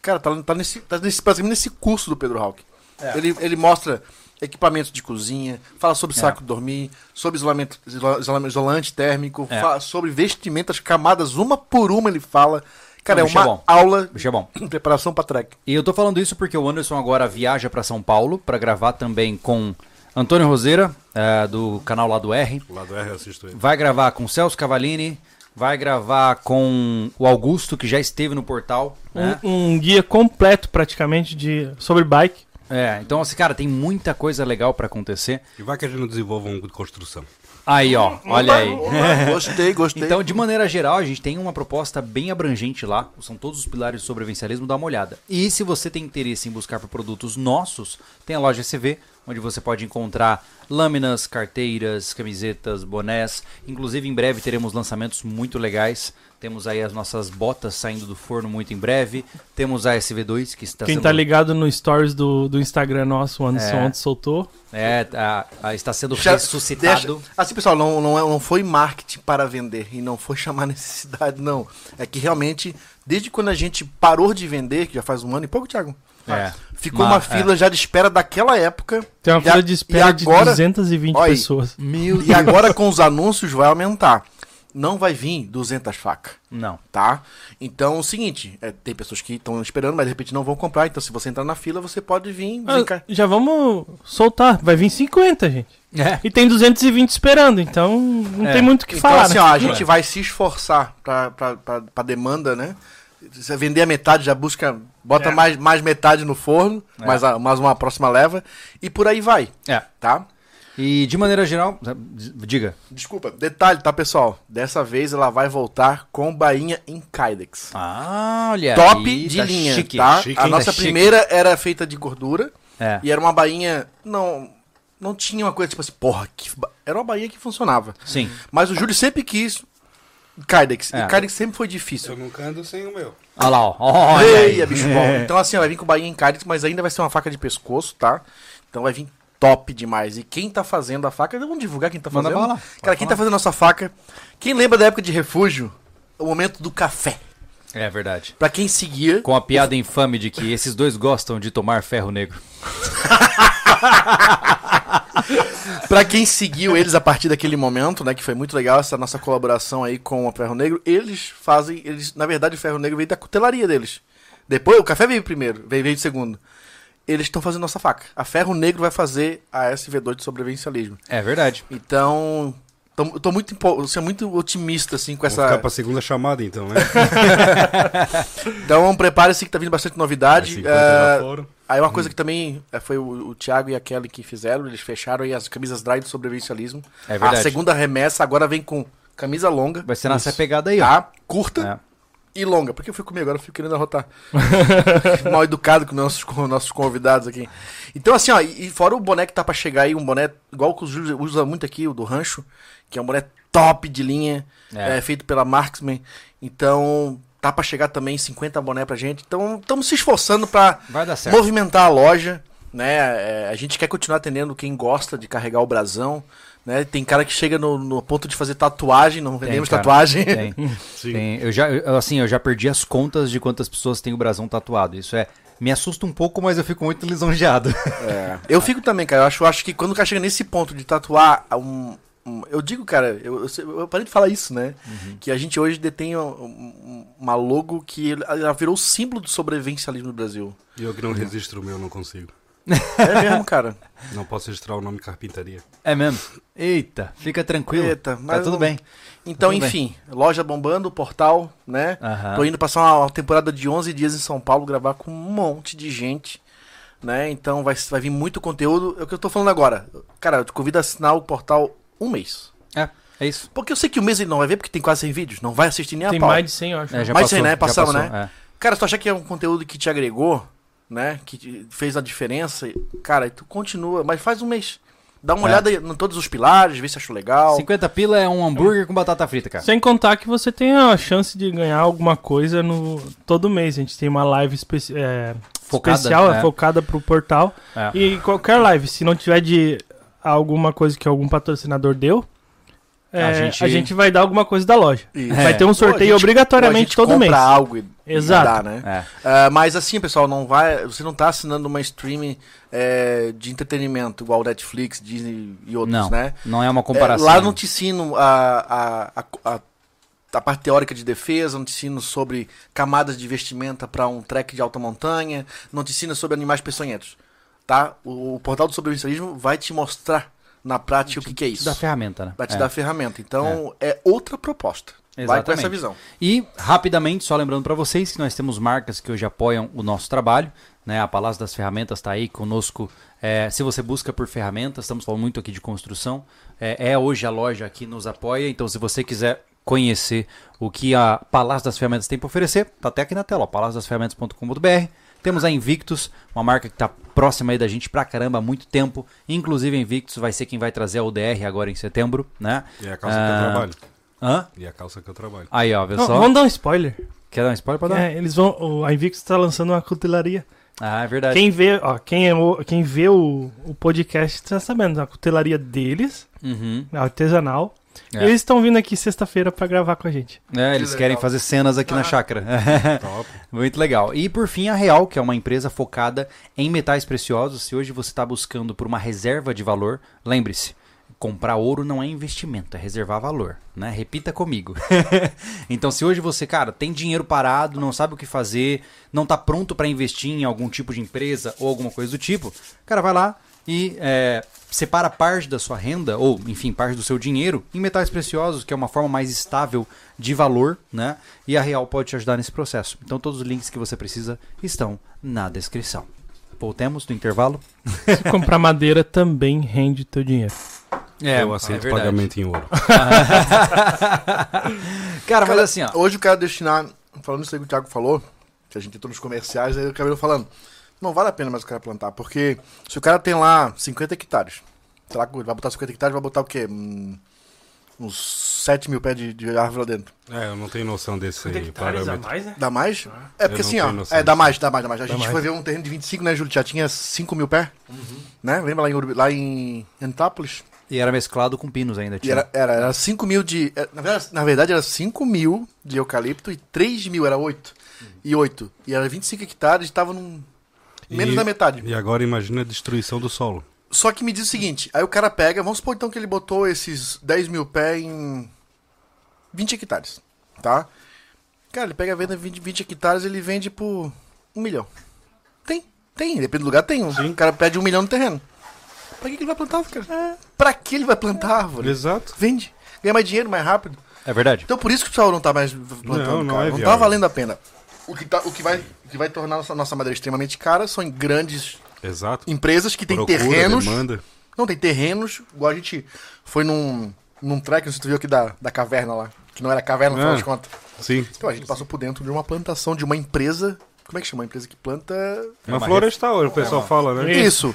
Speaker 2: Cara, tá, tá nesse, tá nesse, basicamente nesse curso do Pedro Hawk.
Speaker 1: É.
Speaker 2: Ele, ele mostra equipamentos de cozinha, fala sobre
Speaker 1: É.
Speaker 2: saco de dormir, sobre isolamento, isola- isola- isolante térmico,
Speaker 1: É.
Speaker 2: fala sobre vestimentas, camadas, uma por uma ele fala. Cara,
Speaker 1: Não,
Speaker 2: é
Speaker 1: bicho é
Speaker 2: uma
Speaker 1: bom.
Speaker 2: aula
Speaker 1: Bicho é bom.
Speaker 2: de preparação pra track.
Speaker 1: E eu tô falando isso porque o Anderson agora viaja pra São Paulo pra gravar também com Antônio Roseira, eh, do canal lá do R.
Speaker 4: Lá do R eu assisto ele.
Speaker 1: Vai gravar com Celso Cavalini, vai gravar com o Augusto, que já esteve no portal. né?
Speaker 3: Um, um guia completo, praticamente, de sobre bike.
Speaker 1: É, então, assim, cara, tem muita coisa legal pra acontecer.
Speaker 4: E vai que a gente não desenvolva um de construção.
Speaker 1: Aí, ó, olha aí.
Speaker 2: Gostei, gostei.
Speaker 1: Então, de maneira geral, a gente tem uma proposta bem abrangente lá. São todos os pilares do sobrevivencialismo, dá uma olhada. E se você tem interesse em buscar por produtos nossos, tem a loja CV, onde você pode encontrar lâminas, carteiras, camisetas, bonés. Inclusive, em breve teremos lançamentos muito legais. Temos aí as nossas botas saindo do forno muito em breve. Temos a SV2, que está
Speaker 3: Quem
Speaker 1: sendo
Speaker 3: tá ligado no stories do, do Instagram nosso, o Anderson
Speaker 1: É.
Speaker 3: ontem soltou.
Speaker 1: É, a- a- está sendo
Speaker 2: Já-
Speaker 1: ressuscitado.
Speaker 2: é deixa- assim, pessoal, não, não, é- não foi marketing para vender e não foi chamar necessidade, não. É que realmente, desde quando a gente parou de vender, que já faz um ano e pouco, Thiago,
Speaker 1: É.
Speaker 2: ficou
Speaker 1: Ma-
Speaker 2: uma fila já de espera daquela época.
Speaker 3: Tem uma
Speaker 2: E
Speaker 3: fila
Speaker 2: a-
Speaker 3: de espera
Speaker 2: e
Speaker 3: de
Speaker 2: agora-
Speaker 3: 220
Speaker 2: Olha aí.
Speaker 3: pessoas.
Speaker 1: Meu
Speaker 2: E agora com os anúncios vai aumentar. Não vai vir 200 facas.
Speaker 1: Não.
Speaker 2: Tá? Então é o seguinte, é, tem pessoas que estão esperando, mas de repente não vão comprar. Então, se você entrar na fila, você pode vir.
Speaker 3: Ah,
Speaker 2: vem cá.
Speaker 3: já vamos soltar. Vai vir 50, gente.
Speaker 1: É.
Speaker 3: E tem 220 esperando, então não
Speaker 1: É.
Speaker 3: tem muito o que
Speaker 2: Então,
Speaker 3: falar.
Speaker 2: assim,
Speaker 3: né?
Speaker 2: ó, a gente vai se esforçar pra, pra, pra, pra demanda, né? Se vender a metade, já busca,
Speaker 1: É.
Speaker 2: bota mais, mais metade no forno, mais, a- mais uma próxima leva, e por aí vai,
Speaker 1: É.
Speaker 2: tá?
Speaker 1: E de maneira geral, diga.
Speaker 2: Desculpa, detalhe, tá, pessoal? Dessa vez ela vai voltar com bainha em Kydex.
Speaker 1: Ah, olha.
Speaker 2: Top
Speaker 1: aí,
Speaker 2: de
Speaker 1: tá
Speaker 2: linha,
Speaker 1: chique,
Speaker 2: tá?
Speaker 1: chique,
Speaker 2: a
Speaker 1: hein?
Speaker 2: nossa
Speaker 1: Tá chique.
Speaker 2: primeira era feita de gordura,
Speaker 1: É.
Speaker 2: e era uma bainha, não, não tinha uma coisa tipo assim, porra, que ba- era uma bainha que funcionava.
Speaker 1: Sim.
Speaker 2: Mas o Júlio sempre quis Kydex,
Speaker 1: É.
Speaker 2: e Kydex sempre foi difícil.
Speaker 4: Eu nunca ando sem o meu.
Speaker 1: Olha lá, ó. Olha aí.
Speaker 2: Eia, bicho bom. Então, assim, ó, vai vir com bainha em cálice, mas ainda vai ser uma faca de pescoço, tá? Então vai vir top demais. E quem tá fazendo a faca, vamos divulgar quem tá
Speaker 1: Manda
Speaker 2: fazendo.
Speaker 1: bala.
Speaker 2: Cara, quem tá fazendo nossa faca? Quem lembra da época de refúgio? O momento do café.
Speaker 1: É verdade.
Speaker 2: Pra quem seguia.
Speaker 1: Com a piada infame de que esses dois gostam de tomar ferro negro.
Speaker 2: Pra quem seguiu eles a partir daquele momento, né, que foi muito legal essa nossa colaboração aí com o Ferro Negro, eles fazem, eles, na verdade, o Ferro Negro veio da cutelaria deles. Depois, o café veio primeiro, veio, veio de segundo. Eles estão fazendo nossa faca. A Ferro Negro vai fazer a SV2 de sobrevivencialismo.
Speaker 1: É verdade.
Speaker 2: Então, tô, eu tô muito, empo- eu sou muito otimista, assim, com
Speaker 4: Vou ficar
Speaker 2: essa...
Speaker 4: pra segunda chamada então, né?
Speaker 2: Então, prepare-se que tá vindo bastante
Speaker 4: As
Speaker 2: novidade.
Speaker 4: 50 já
Speaker 2: É...
Speaker 4: foram.
Speaker 2: Aí uma
Speaker 1: Hum.
Speaker 2: coisa que também é, foi o, o Thiago e a Kelly que fizeram, eles fecharam aí as camisas dry do sobrevivencialismo.
Speaker 1: É verdade.
Speaker 2: A segunda remessa agora vem com camisa longa,
Speaker 1: Vai ser nessa pegada aí, ó.
Speaker 2: tá? Curta
Speaker 1: É.
Speaker 2: e longa. Porque eu fui comigo agora, eu fico querendo arrotar. Mal educado com nossos, com nossos convidados aqui. Então, assim, ó, e e fora o boné que tá pra chegar aí, um boné igual que o Júlio usa muito aqui, o do Rancho, que é um boné top de linha,
Speaker 1: É.
Speaker 2: é, feito pela Marksman. Então, tá pra chegar também 50 boné pra gente. Então, estamos se esforçando pra
Speaker 1: Vai dar certo.
Speaker 2: movimentar a loja, né? É, a gente quer continuar atendendo quem gosta de carregar o brasão, né? Tem cara que chega no, no ponto de fazer tatuagem, não
Speaker 1: Tem,
Speaker 2: vendemos
Speaker 1: cara.
Speaker 2: tatuagem.
Speaker 1: É, Tem.
Speaker 4: Sim.
Speaker 1: Tem. Eu já, eu- assim, eu já perdi as contas de quantas pessoas têm o brasão tatuado. Isso é. Me assusta um pouco, mas eu fico muito lisonjeado.
Speaker 2: É. Eu fico também, cara. Eu acho, eu acho que quando o cara chega nesse ponto de tatuar um. um- eu digo, cara, eu, eu, sei- eu parei de falar isso, né?
Speaker 1: Uhum.
Speaker 2: Que a gente hoje detém um- um- uma logo que ele- ela virou o símbolo do sobrevivencialismo no Brasil.
Speaker 4: E eu que não registro o meu, não consigo.
Speaker 2: É mesmo, cara.
Speaker 4: Não posso registrar o nome carpintaria.
Speaker 1: É mesmo? Eita, fica tranquilo.
Speaker 2: Eita,
Speaker 1: tá
Speaker 2: mas
Speaker 1: tudo
Speaker 2: não-
Speaker 1: bem.
Speaker 2: Então,
Speaker 1: Tudo bem.
Speaker 2: enfim, loja bombando, portal, né?
Speaker 1: Aham.
Speaker 2: Tô indo passar uma, uma temporada de 11 dias em São Paulo, gravar com um monte de gente, né? Então vai, vai vir muito conteúdo. É o que eu tô falando agora. Cara, eu te convido a assinar o portal um mês.
Speaker 1: É. É isso.
Speaker 2: Porque eu sei que o mês ele não vai ver, porque tem quase 100 vídeos. Não vai assistir nem a
Speaker 3: Tem
Speaker 2: pau.
Speaker 3: mais de 100, eu acho.
Speaker 1: É, já
Speaker 2: Mas
Speaker 1: passou,
Speaker 2: sim, né?
Speaker 1: já
Speaker 2: Passamos,
Speaker 1: passou,
Speaker 2: né?
Speaker 1: é.
Speaker 2: Cara, se tu achar que é um conteúdo que te agregou, né? Que te fez a diferença, cara, tu continua, mas faz um mês. Dá uma
Speaker 1: É.
Speaker 2: olhada em todos os pilares, vê se achou legal.
Speaker 1: 50 pila é um hambúrguer com batata frita, cara.
Speaker 3: Sem contar que você tem a chance de ganhar alguma coisa no todo mês. A gente tem uma live especi- é,
Speaker 1: Focada,
Speaker 3: especial,
Speaker 1: né?
Speaker 3: é, focada pro portal.
Speaker 1: É.
Speaker 3: E qualquer live, se não tiver de alguma coisa que algum patrocinador deu, é,
Speaker 1: A
Speaker 3: a,
Speaker 1: gente-
Speaker 3: gente... vai dar alguma coisa da loja.
Speaker 2: E-
Speaker 1: É.
Speaker 3: Vai ter um sorteio
Speaker 2: Ou a gente- ou a
Speaker 3: obrigatoriamente
Speaker 2: gente
Speaker 3: todo
Speaker 2: compra
Speaker 3: mês.
Speaker 2: algo e, e dá,
Speaker 3: Exato.
Speaker 2: né?
Speaker 1: É.
Speaker 2: Ah, mas assim, pessoal, não vai, você não tá assinando uma streaming eh, de entretenimento igual Netflix, Disney e outros,
Speaker 1: Não,
Speaker 2: né?
Speaker 1: não é uma comparação.
Speaker 2: É, lá não te ensino a, a, a, a, a parte teórica de defesa, não te ensino sobre camadas de vestimenta para um trek de alta montanha, não te ensina sobre animais peçonhentos. Tá? O, o portal do sobrevivencialismo vai te mostrar na prática o que, que é
Speaker 1: Te
Speaker 2: isso.
Speaker 1: dá ferramenta, né?
Speaker 2: Vai te
Speaker 1: É.
Speaker 2: dar ferramenta. Então é, outra proposta. Vai com essa
Speaker 1: Exatamente.
Speaker 2: visão.
Speaker 1: E, rapidamente, só lembrando para vocês que nós temos marcas que hoje apoiam o nosso trabalho. Né? A Palácio das Ferramentas está aí conosco. É, se você busca por ferramentas, estamos falando muito aqui de construção. É, é hoje a loja que nos apoia. Então, se você quiser conhecer o que a Palácio das Ferramentas tem para oferecer, tá até aqui na tela, ó, palaciodasferramentas.com.br. Temos a Invictus, uma marca que está próxima aí da gente pra caramba há muito tempo. Inclusive, a Invictus vai ser quem vai trazer a UDR agora em setembro, né?
Speaker 4: E É a calça que eu
Speaker 1: Ah,
Speaker 4: trabalho.
Speaker 1: Hã?
Speaker 4: E é a calça que eu trabalho.
Speaker 1: Aí, ó, viu
Speaker 3: Não,
Speaker 1: só?
Speaker 3: Vamos dar um spoiler.
Speaker 1: Quer dar um spoiler pra dar?
Speaker 3: É, eles vão. o- A Invictus tá lançando uma cutelaria.
Speaker 1: Ah, é verdade.
Speaker 3: Quem vê, ó, quem, é o- quem vê o, o podcast tá sabendo. A cutelaria deles,
Speaker 1: Uhum.
Speaker 3: artesanal.
Speaker 1: É.
Speaker 3: E eles estão vindo aqui sexta-feira pra gravar com a gente.
Speaker 1: É, eles
Speaker 2: legal.
Speaker 1: querem fazer cenas aqui na chácara.
Speaker 4: Top.
Speaker 1: Muito legal. E por fim, a Real, que é uma empresa focada em metais preciosos. Se hoje você está buscando por uma reserva de valor, lembre-se, comprar ouro não é investimento, é reservar valor, né? Repita comigo. então, se hoje você, cara, tem dinheiro parado, não sabe o que fazer, não tá pronto para investir em algum tipo de empresa ou alguma coisa do tipo, cara, vai lá e é, separa parte da sua renda, ou enfim, parte do seu dinheiro, em metais preciosos, que é uma forma mais estável de valor, né? E a Real pode te ajudar nesse processo. Então, todos os links que você precisa estão na descrição. Voltemos do intervalo.
Speaker 3: Se comprar madeira também rende teu dinheiro.
Speaker 2: É,
Speaker 4: eu aceito
Speaker 1: É, verdade.
Speaker 4: pagamento em ouro.
Speaker 1: Cara, mas
Speaker 2: Cara,
Speaker 1: assim, ó.
Speaker 2: Hoje eu quero destinar, falando isso aí que o Thiago falou, que a gente entrou nos comerciais, aí eu acabei falando, não vale a pena mais o cara plantar, porque se o cara tem lá 50 hectares, sei lá, vai botar 50 hectares, vai botar o quê? Hum, uns 7 mil pés de, de árvore lá dentro.
Speaker 4: É, eu não tenho noção desse
Speaker 2: é
Speaker 4: parâmetro.
Speaker 3: mais, né?
Speaker 2: Dá tá, mais? É porque
Speaker 4: Eu não
Speaker 2: assim,
Speaker 4: tenho
Speaker 2: ó,
Speaker 4: noção
Speaker 2: é, dá
Speaker 4: disso.
Speaker 2: mais, dá mais, dá mais. A gente
Speaker 3: mais.
Speaker 2: foi ver um terreno de 25, né, Júlio? Já tinha 5 mil pés, né? Lembra lá em, Urbi- lá em Antápolis?
Speaker 1: E era mesclado com pinos ainda,
Speaker 2: E
Speaker 1: tinha.
Speaker 2: era, era, era 5 mil de. é, Na verdade, na verdade, era 5 mil de eucalipto e 3 mil, era 8. E 8. E era 25 hectares e tava num. Menos
Speaker 4: E-
Speaker 2: da metade.
Speaker 4: E agora imagina a destruição do solo.
Speaker 2: Só que me diz o seguinte: aí o cara pega, vamos supor então que ele botou esses 10 mil pé em 20 hectares, tá? Cara, ele pega a venda em 20, 20 hectares ele vende por 1 milhão. Tem, tem, depende do lugar tem. um. O cara pede 1 milhão no terreno. Pra que, que ele vai plantar, cara? Pra que ele vai plantar árvore?
Speaker 4: Exato.
Speaker 2: Vende. Ganha mais dinheiro, mais rápido.
Speaker 1: É verdade.
Speaker 2: Então por isso que o pessoal não tá mais plantando,
Speaker 4: Não, não
Speaker 2: cara.
Speaker 4: é
Speaker 2: não tá
Speaker 4: viável.
Speaker 2: valendo a pena. O que, tá- o que vai, o que vai tornar a nossa, nossa madeira extremamente cara são em grandes
Speaker 4: Exato.
Speaker 2: empresas que têm
Speaker 4: Procura,
Speaker 2: terrenos.
Speaker 4: demanda.
Speaker 2: Não, tem terrenos, igual a gente foi num, num track, não sei se tu viu aqui da, da caverna lá. Que não era caverna, no
Speaker 4: É.
Speaker 2: final de contas.
Speaker 4: Sim.
Speaker 2: Então a gente passou por dentro de uma plantação de uma empresa. Como é que chama? Uma empresa que planta.
Speaker 4: Uma, florestal, o pessoal fala, né?
Speaker 2: Isso.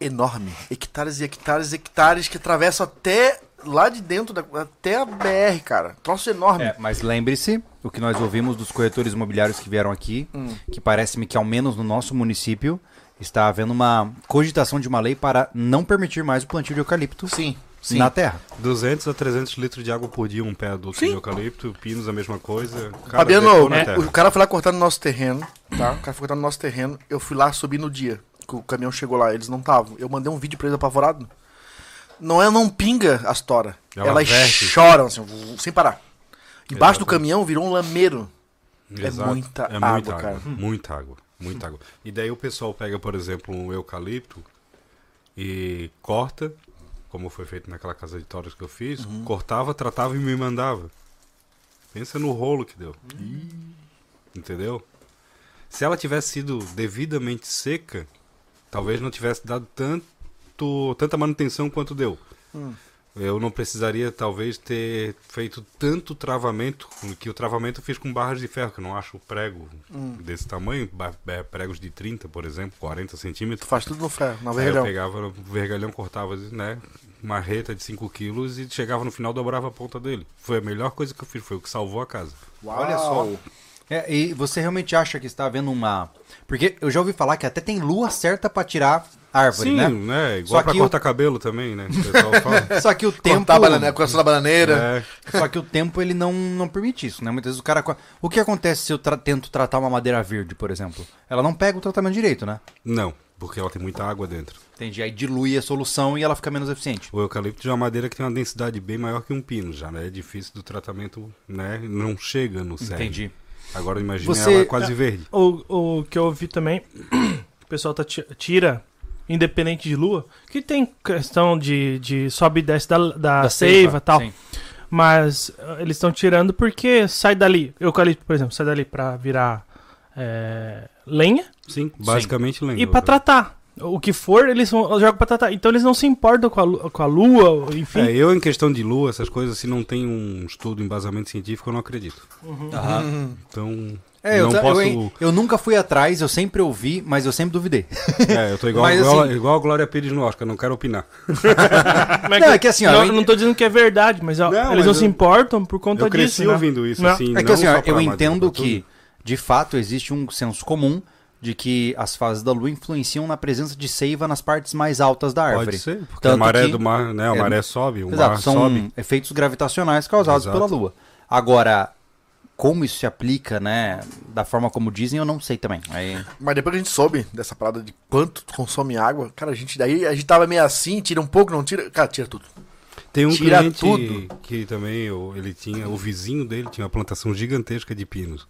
Speaker 2: Enorme. Hectares e hectares e hectares que atravessam até lá de dentro, da, até a BR, cara. Troço enorme.
Speaker 1: É, mas lembre-se, o que nós ouvimos dos corretores imobiliários que vieram aqui, que parece-me que ao menos no nosso município está havendo uma cogitação de uma lei para não permitir mais o plantio de eucalipto
Speaker 2: Sim,
Speaker 1: na terra.
Speaker 4: 200 a 300 litros de água por dia, um pé adulto
Speaker 2: Sim.
Speaker 4: de eucalipto, pinos a mesma coisa. Cara,
Speaker 2: Fabiano, né,
Speaker 4: detona a
Speaker 2: o
Speaker 4: terra.
Speaker 2: cara foi lá cortar no nosso terreno, tá? O cara foi cortar no nosso terreno. Eu fui lá subir no dia que o caminhão chegou lá. Eles não estavam. Eu mandei um vídeo pra eles apavorado. Não é, não pinga as tora.
Speaker 4: Ela
Speaker 2: Elas
Speaker 4: verte.
Speaker 2: choram, assim, vu- sem parar. Embaixo do caminhão virou um lameiro. É muita água, cara.
Speaker 4: Muita água, muita água. E daí o pessoal pega, por exemplo, um eucalipto e corta, como foi feito naquela casa de toras que eu fiz,
Speaker 2: Uhum.
Speaker 4: cortava, tratava e me mandava. Pensa no rolo que deu. Entendeu? Se ela tivesse sido devidamente
Speaker 1: Hum.
Speaker 4: seca, talvez não tivesse dado tanto tanta manutenção quanto deu. Eu não precisaria, talvez, ter feito tanto travamento, que o travamento eu fiz com barras de ferro, que eu não acho prego
Speaker 1: Hum.
Speaker 4: desse tamanho, ba- é, pregos de 30, por exemplo,
Speaker 2: Tu
Speaker 4: 40 centímetros.
Speaker 2: faz tudo no ferro, na
Speaker 4: Aí eu
Speaker 2: vergalhão.
Speaker 4: pegava o vergalhão, cortava, né, marreta de 5 quilos e chegava no final, dobrava a ponta dele. Foi a melhor coisa que eu fiz, foi o que salvou a casa.
Speaker 2: Olha só.
Speaker 1: É, e você realmente acha que está havendo uma. Porque eu já ouvi falar que até tem lua certa para tirar árvore,
Speaker 4: Sim, né?
Speaker 1: né?
Speaker 4: Igual
Speaker 1: Só
Speaker 4: pra
Speaker 1: que
Speaker 4: cortar cabelo também, né? O pessoal fala.
Speaker 1: Só que o tempo.
Speaker 2: Cortar a banana, coração da bananeira.
Speaker 4: É,
Speaker 1: Só que o tempo ele não, não permite isso, né? Muitas vezes o cara. O que acontece se eu tra- tento tratar uma madeira verde, por exemplo? Ela não pega o tratamento direito, né?
Speaker 4: não, porque ela tem muita água dentro.
Speaker 1: Entendi. Aí dilui a solução e ela fica menos eficiente.
Speaker 4: O eucalipto já é uma madeira que tem uma densidade bem maior que um pino, já, né? É difícil do tratamento, né? Não chega no céu.
Speaker 1: Entendi.
Speaker 4: Agora imagina
Speaker 1: Você- tá
Speaker 4: ela quase verde.
Speaker 3: O, o que eu ouvi também, o pessoal tá ti- tira, independente de lua, que tem questão de, de sobe e desce da, da, seiva e tal.
Speaker 1: sim.
Speaker 3: Mas ah, eles estão tirando porque sai dali. Eucalipto, por exemplo, sai dali pra virar é, lenha
Speaker 4: Sim, basicamente lembra.
Speaker 3: e pra tratar. O que for, eles vão- jogam pra tratar. Então eles não se importam com a lua, com a lua enfim.
Speaker 4: É, eu em questão de lua, essas coisas, se não tem um estudo, embasamento científico, eu não acredito.
Speaker 1: Aham.
Speaker 4: Então,
Speaker 1: É, eu,
Speaker 4: não
Speaker 1: ta- eu-
Speaker 4: posso...
Speaker 1: eu nunca fui atrás, eu sempre ouvi, mas eu sempre duvidei.
Speaker 4: É, eu tô igual,
Speaker 1: Mas,
Speaker 4: igual,
Speaker 1: assim-
Speaker 4: igual a Glória Pires no Oscar, não quero opinar.
Speaker 3: Como
Speaker 1: Não, é que assim, ó,
Speaker 3: não,
Speaker 1: eu-
Speaker 3: eu não tô dizendo que é verdade, mas ó,
Speaker 4: Não,
Speaker 3: eles
Speaker 4: mas
Speaker 3: não
Speaker 4: eu-
Speaker 3: se importam por conta
Speaker 4: Eu cresci
Speaker 3: disso. né?
Speaker 4: ouvindo isso,
Speaker 3: Não.
Speaker 4: assim,
Speaker 1: É que
Speaker 4: não
Speaker 1: assim,
Speaker 4: só um
Speaker 1: ó,
Speaker 4: pra
Speaker 1: eu
Speaker 4: Amazônia,
Speaker 1: entendo
Speaker 4: pra
Speaker 1: que, de fato, existe um senso comum de que as fases da lua influenciam na presença de seiva nas partes mais altas da
Speaker 4: tudo.
Speaker 1: árvore.
Speaker 4: Pode ser, porque a
Speaker 1: Tanto
Speaker 4: maré
Speaker 1: que-
Speaker 4: do mar, né? A
Speaker 1: é-
Speaker 4: maré sobe, o
Speaker 1: Exato,
Speaker 4: mar
Speaker 1: são
Speaker 4: sobe.
Speaker 1: efeitos gravitacionais causados
Speaker 4: Exato.
Speaker 1: pela lua. Agora, como isso se aplica, né, da forma como dizem, eu não sei também. Aí,
Speaker 2: Mas depois que a gente soube dessa parada de quanto tu consome água, cara, a gente daí a gente tava meio assim, tira um pouco, não tira. Cara, tira tudo.
Speaker 4: Tem um
Speaker 2: Tira
Speaker 4: cliente
Speaker 2: tudo.
Speaker 4: que também eu- ele tinha, o vizinho dele tinha uma plantação gigantesca de pinos.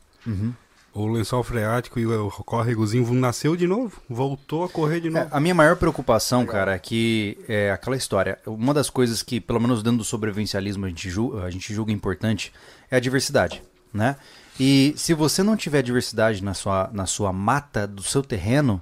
Speaker 4: O lençol freático e o córregozinho nasceu de novo, voltou a correr de
Speaker 1: É,
Speaker 4: novo.
Speaker 1: a minha maior preocupação, cara, é que é aquela história. Uma das coisas que, pelo menos dentro do sobrevivencialismo, a gente, ju- a gente julga importante é a diversidade, né? E se você não tiver diversidade na sua, na sua mata, do seu terreno,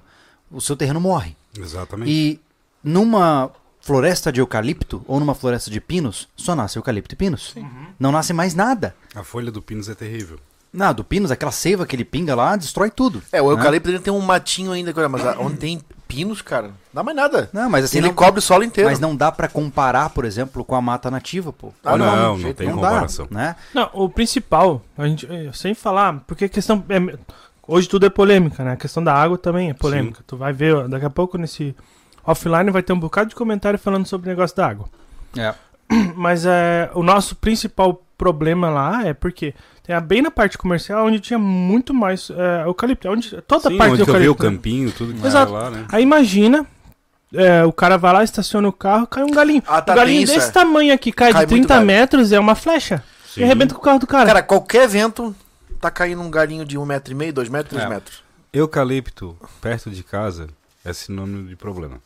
Speaker 1: o seu terreno morre.
Speaker 4: Exatamente.
Speaker 1: E numa floresta de eucalipto ou numa floresta de pinos, só nasce eucalipto e pinos. Não nasce mais nada.
Speaker 4: A folha do pinos é terrível.
Speaker 1: Nada, do pinos, aquela seiva que ele pinga lá, destrói tudo.
Speaker 2: É, o
Speaker 4: Né?
Speaker 2: eucalipto ele tem um matinho ainda, cara, mas a- onde tem pinos, cara, não dá mais nada.
Speaker 1: Não, mas assim,
Speaker 2: ele
Speaker 1: não-
Speaker 2: cobre o solo inteiro.
Speaker 1: Mas não dá pra comparar, por exemplo, com a mata nativa, pô.
Speaker 2: Ah,
Speaker 1: Olha o
Speaker 2: não,
Speaker 1: nome.
Speaker 4: não,
Speaker 2: de
Speaker 4: não
Speaker 2: jeito
Speaker 4: tem
Speaker 1: não
Speaker 4: comparação.
Speaker 1: dá, né?
Speaker 3: Não, o principal, a gente, eh, sem falar, porque a questão. é- hoje tudo é polêmica, né? A questão da água também é polêmica. Tu vai ver, ó, daqui a pouco nesse offline vai ter um bocado de comentário falando sobre o negócio da água.
Speaker 1: É.
Speaker 3: Mas é, o nosso principal problema lá é porque tem a, bem na parte comercial onde tinha muito mais é, eucalipto. Onde, toda
Speaker 4: Sim,
Speaker 3: a parte
Speaker 4: onde
Speaker 3: do
Speaker 4: que eu vi o
Speaker 3: eucalipto. né?
Speaker 4: campinho, tudo que era
Speaker 3: Exato.
Speaker 4: lá, né?
Speaker 3: Aí imagina, é, o cara vai lá, estaciona o carro, cai um galinho.
Speaker 2: Ah, tá,
Speaker 3: um galinho
Speaker 2: tem isso,
Speaker 3: desse
Speaker 2: é.
Speaker 3: tamanho aqui, cai,
Speaker 2: Cai
Speaker 3: de
Speaker 2: muito
Speaker 3: 30
Speaker 2: galho.
Speaker 3: metros, é uma flecha.
Speaker 4: Sim.
Speaker 3: E arrebenta com o carro do cara.
Speaker 2: Cara, qualquer vento tá caindo um galinho de um metro e meio, dois metros, três
Speaker 1: É.
Speaker 2: metros.
Speaker 4: Eucalipto, perto de casa, é sinônimo de problema.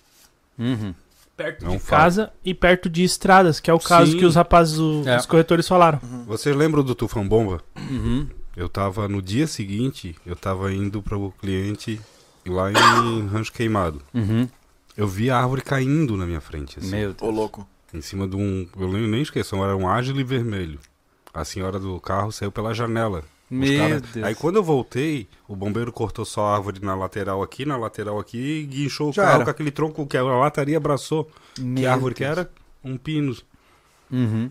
Speaker 1: Uhum.
Speaker 3: perto
Speaker 4: Não
Speaker 3: de
Speaker 4: fala.
Speaker 3: casa e perto de estradas, que é o caso
Speaker 4: Sim.
Speaker 3: que os rapazes, o-
Speaker 1: É.
Speaker 3: os corretores falaram.
Speaker 2: Uhum.
Speaker 4: Vocês lembram do Tufão Bomba?
Speaker 1: Uhum.
Speaker 4: Eu tava no dia seguinte, eu tava indo para o cliente lá em Rancho Queimado.
Speaker 1: Uhum.
Speaker 4: Eu vi a árvore caindo na minha frente. Assim.
Speaker 1: Meu
Speaker 2: Ô,
Speaker 1: Deus.
Speaker 2: louco.
Speaker 4: Em cima de um. Eu nem, nem esqueço, era um ágil e vermelho. A senhora do carro saiu pela janela. Os
Speaker 1: Meu
Speaker 4: cara-
Speaker 1: Deus.
Speaker 4: Aí quando eu voltei, o bombeiro cortou só a árvore na lateral aqui, na lateral aqui e guinchou o
Speaker 1: Já
Speaker 4: carro
Speaker 1: era.
Speaker 4: com aquele tronco que a lataria abraçou. que
Speaker 1: Meu
Speaker 4: árvore que
Speaker 1: Deus.
Speaker 4: era? Um pino.
Speaker 1: Uhum.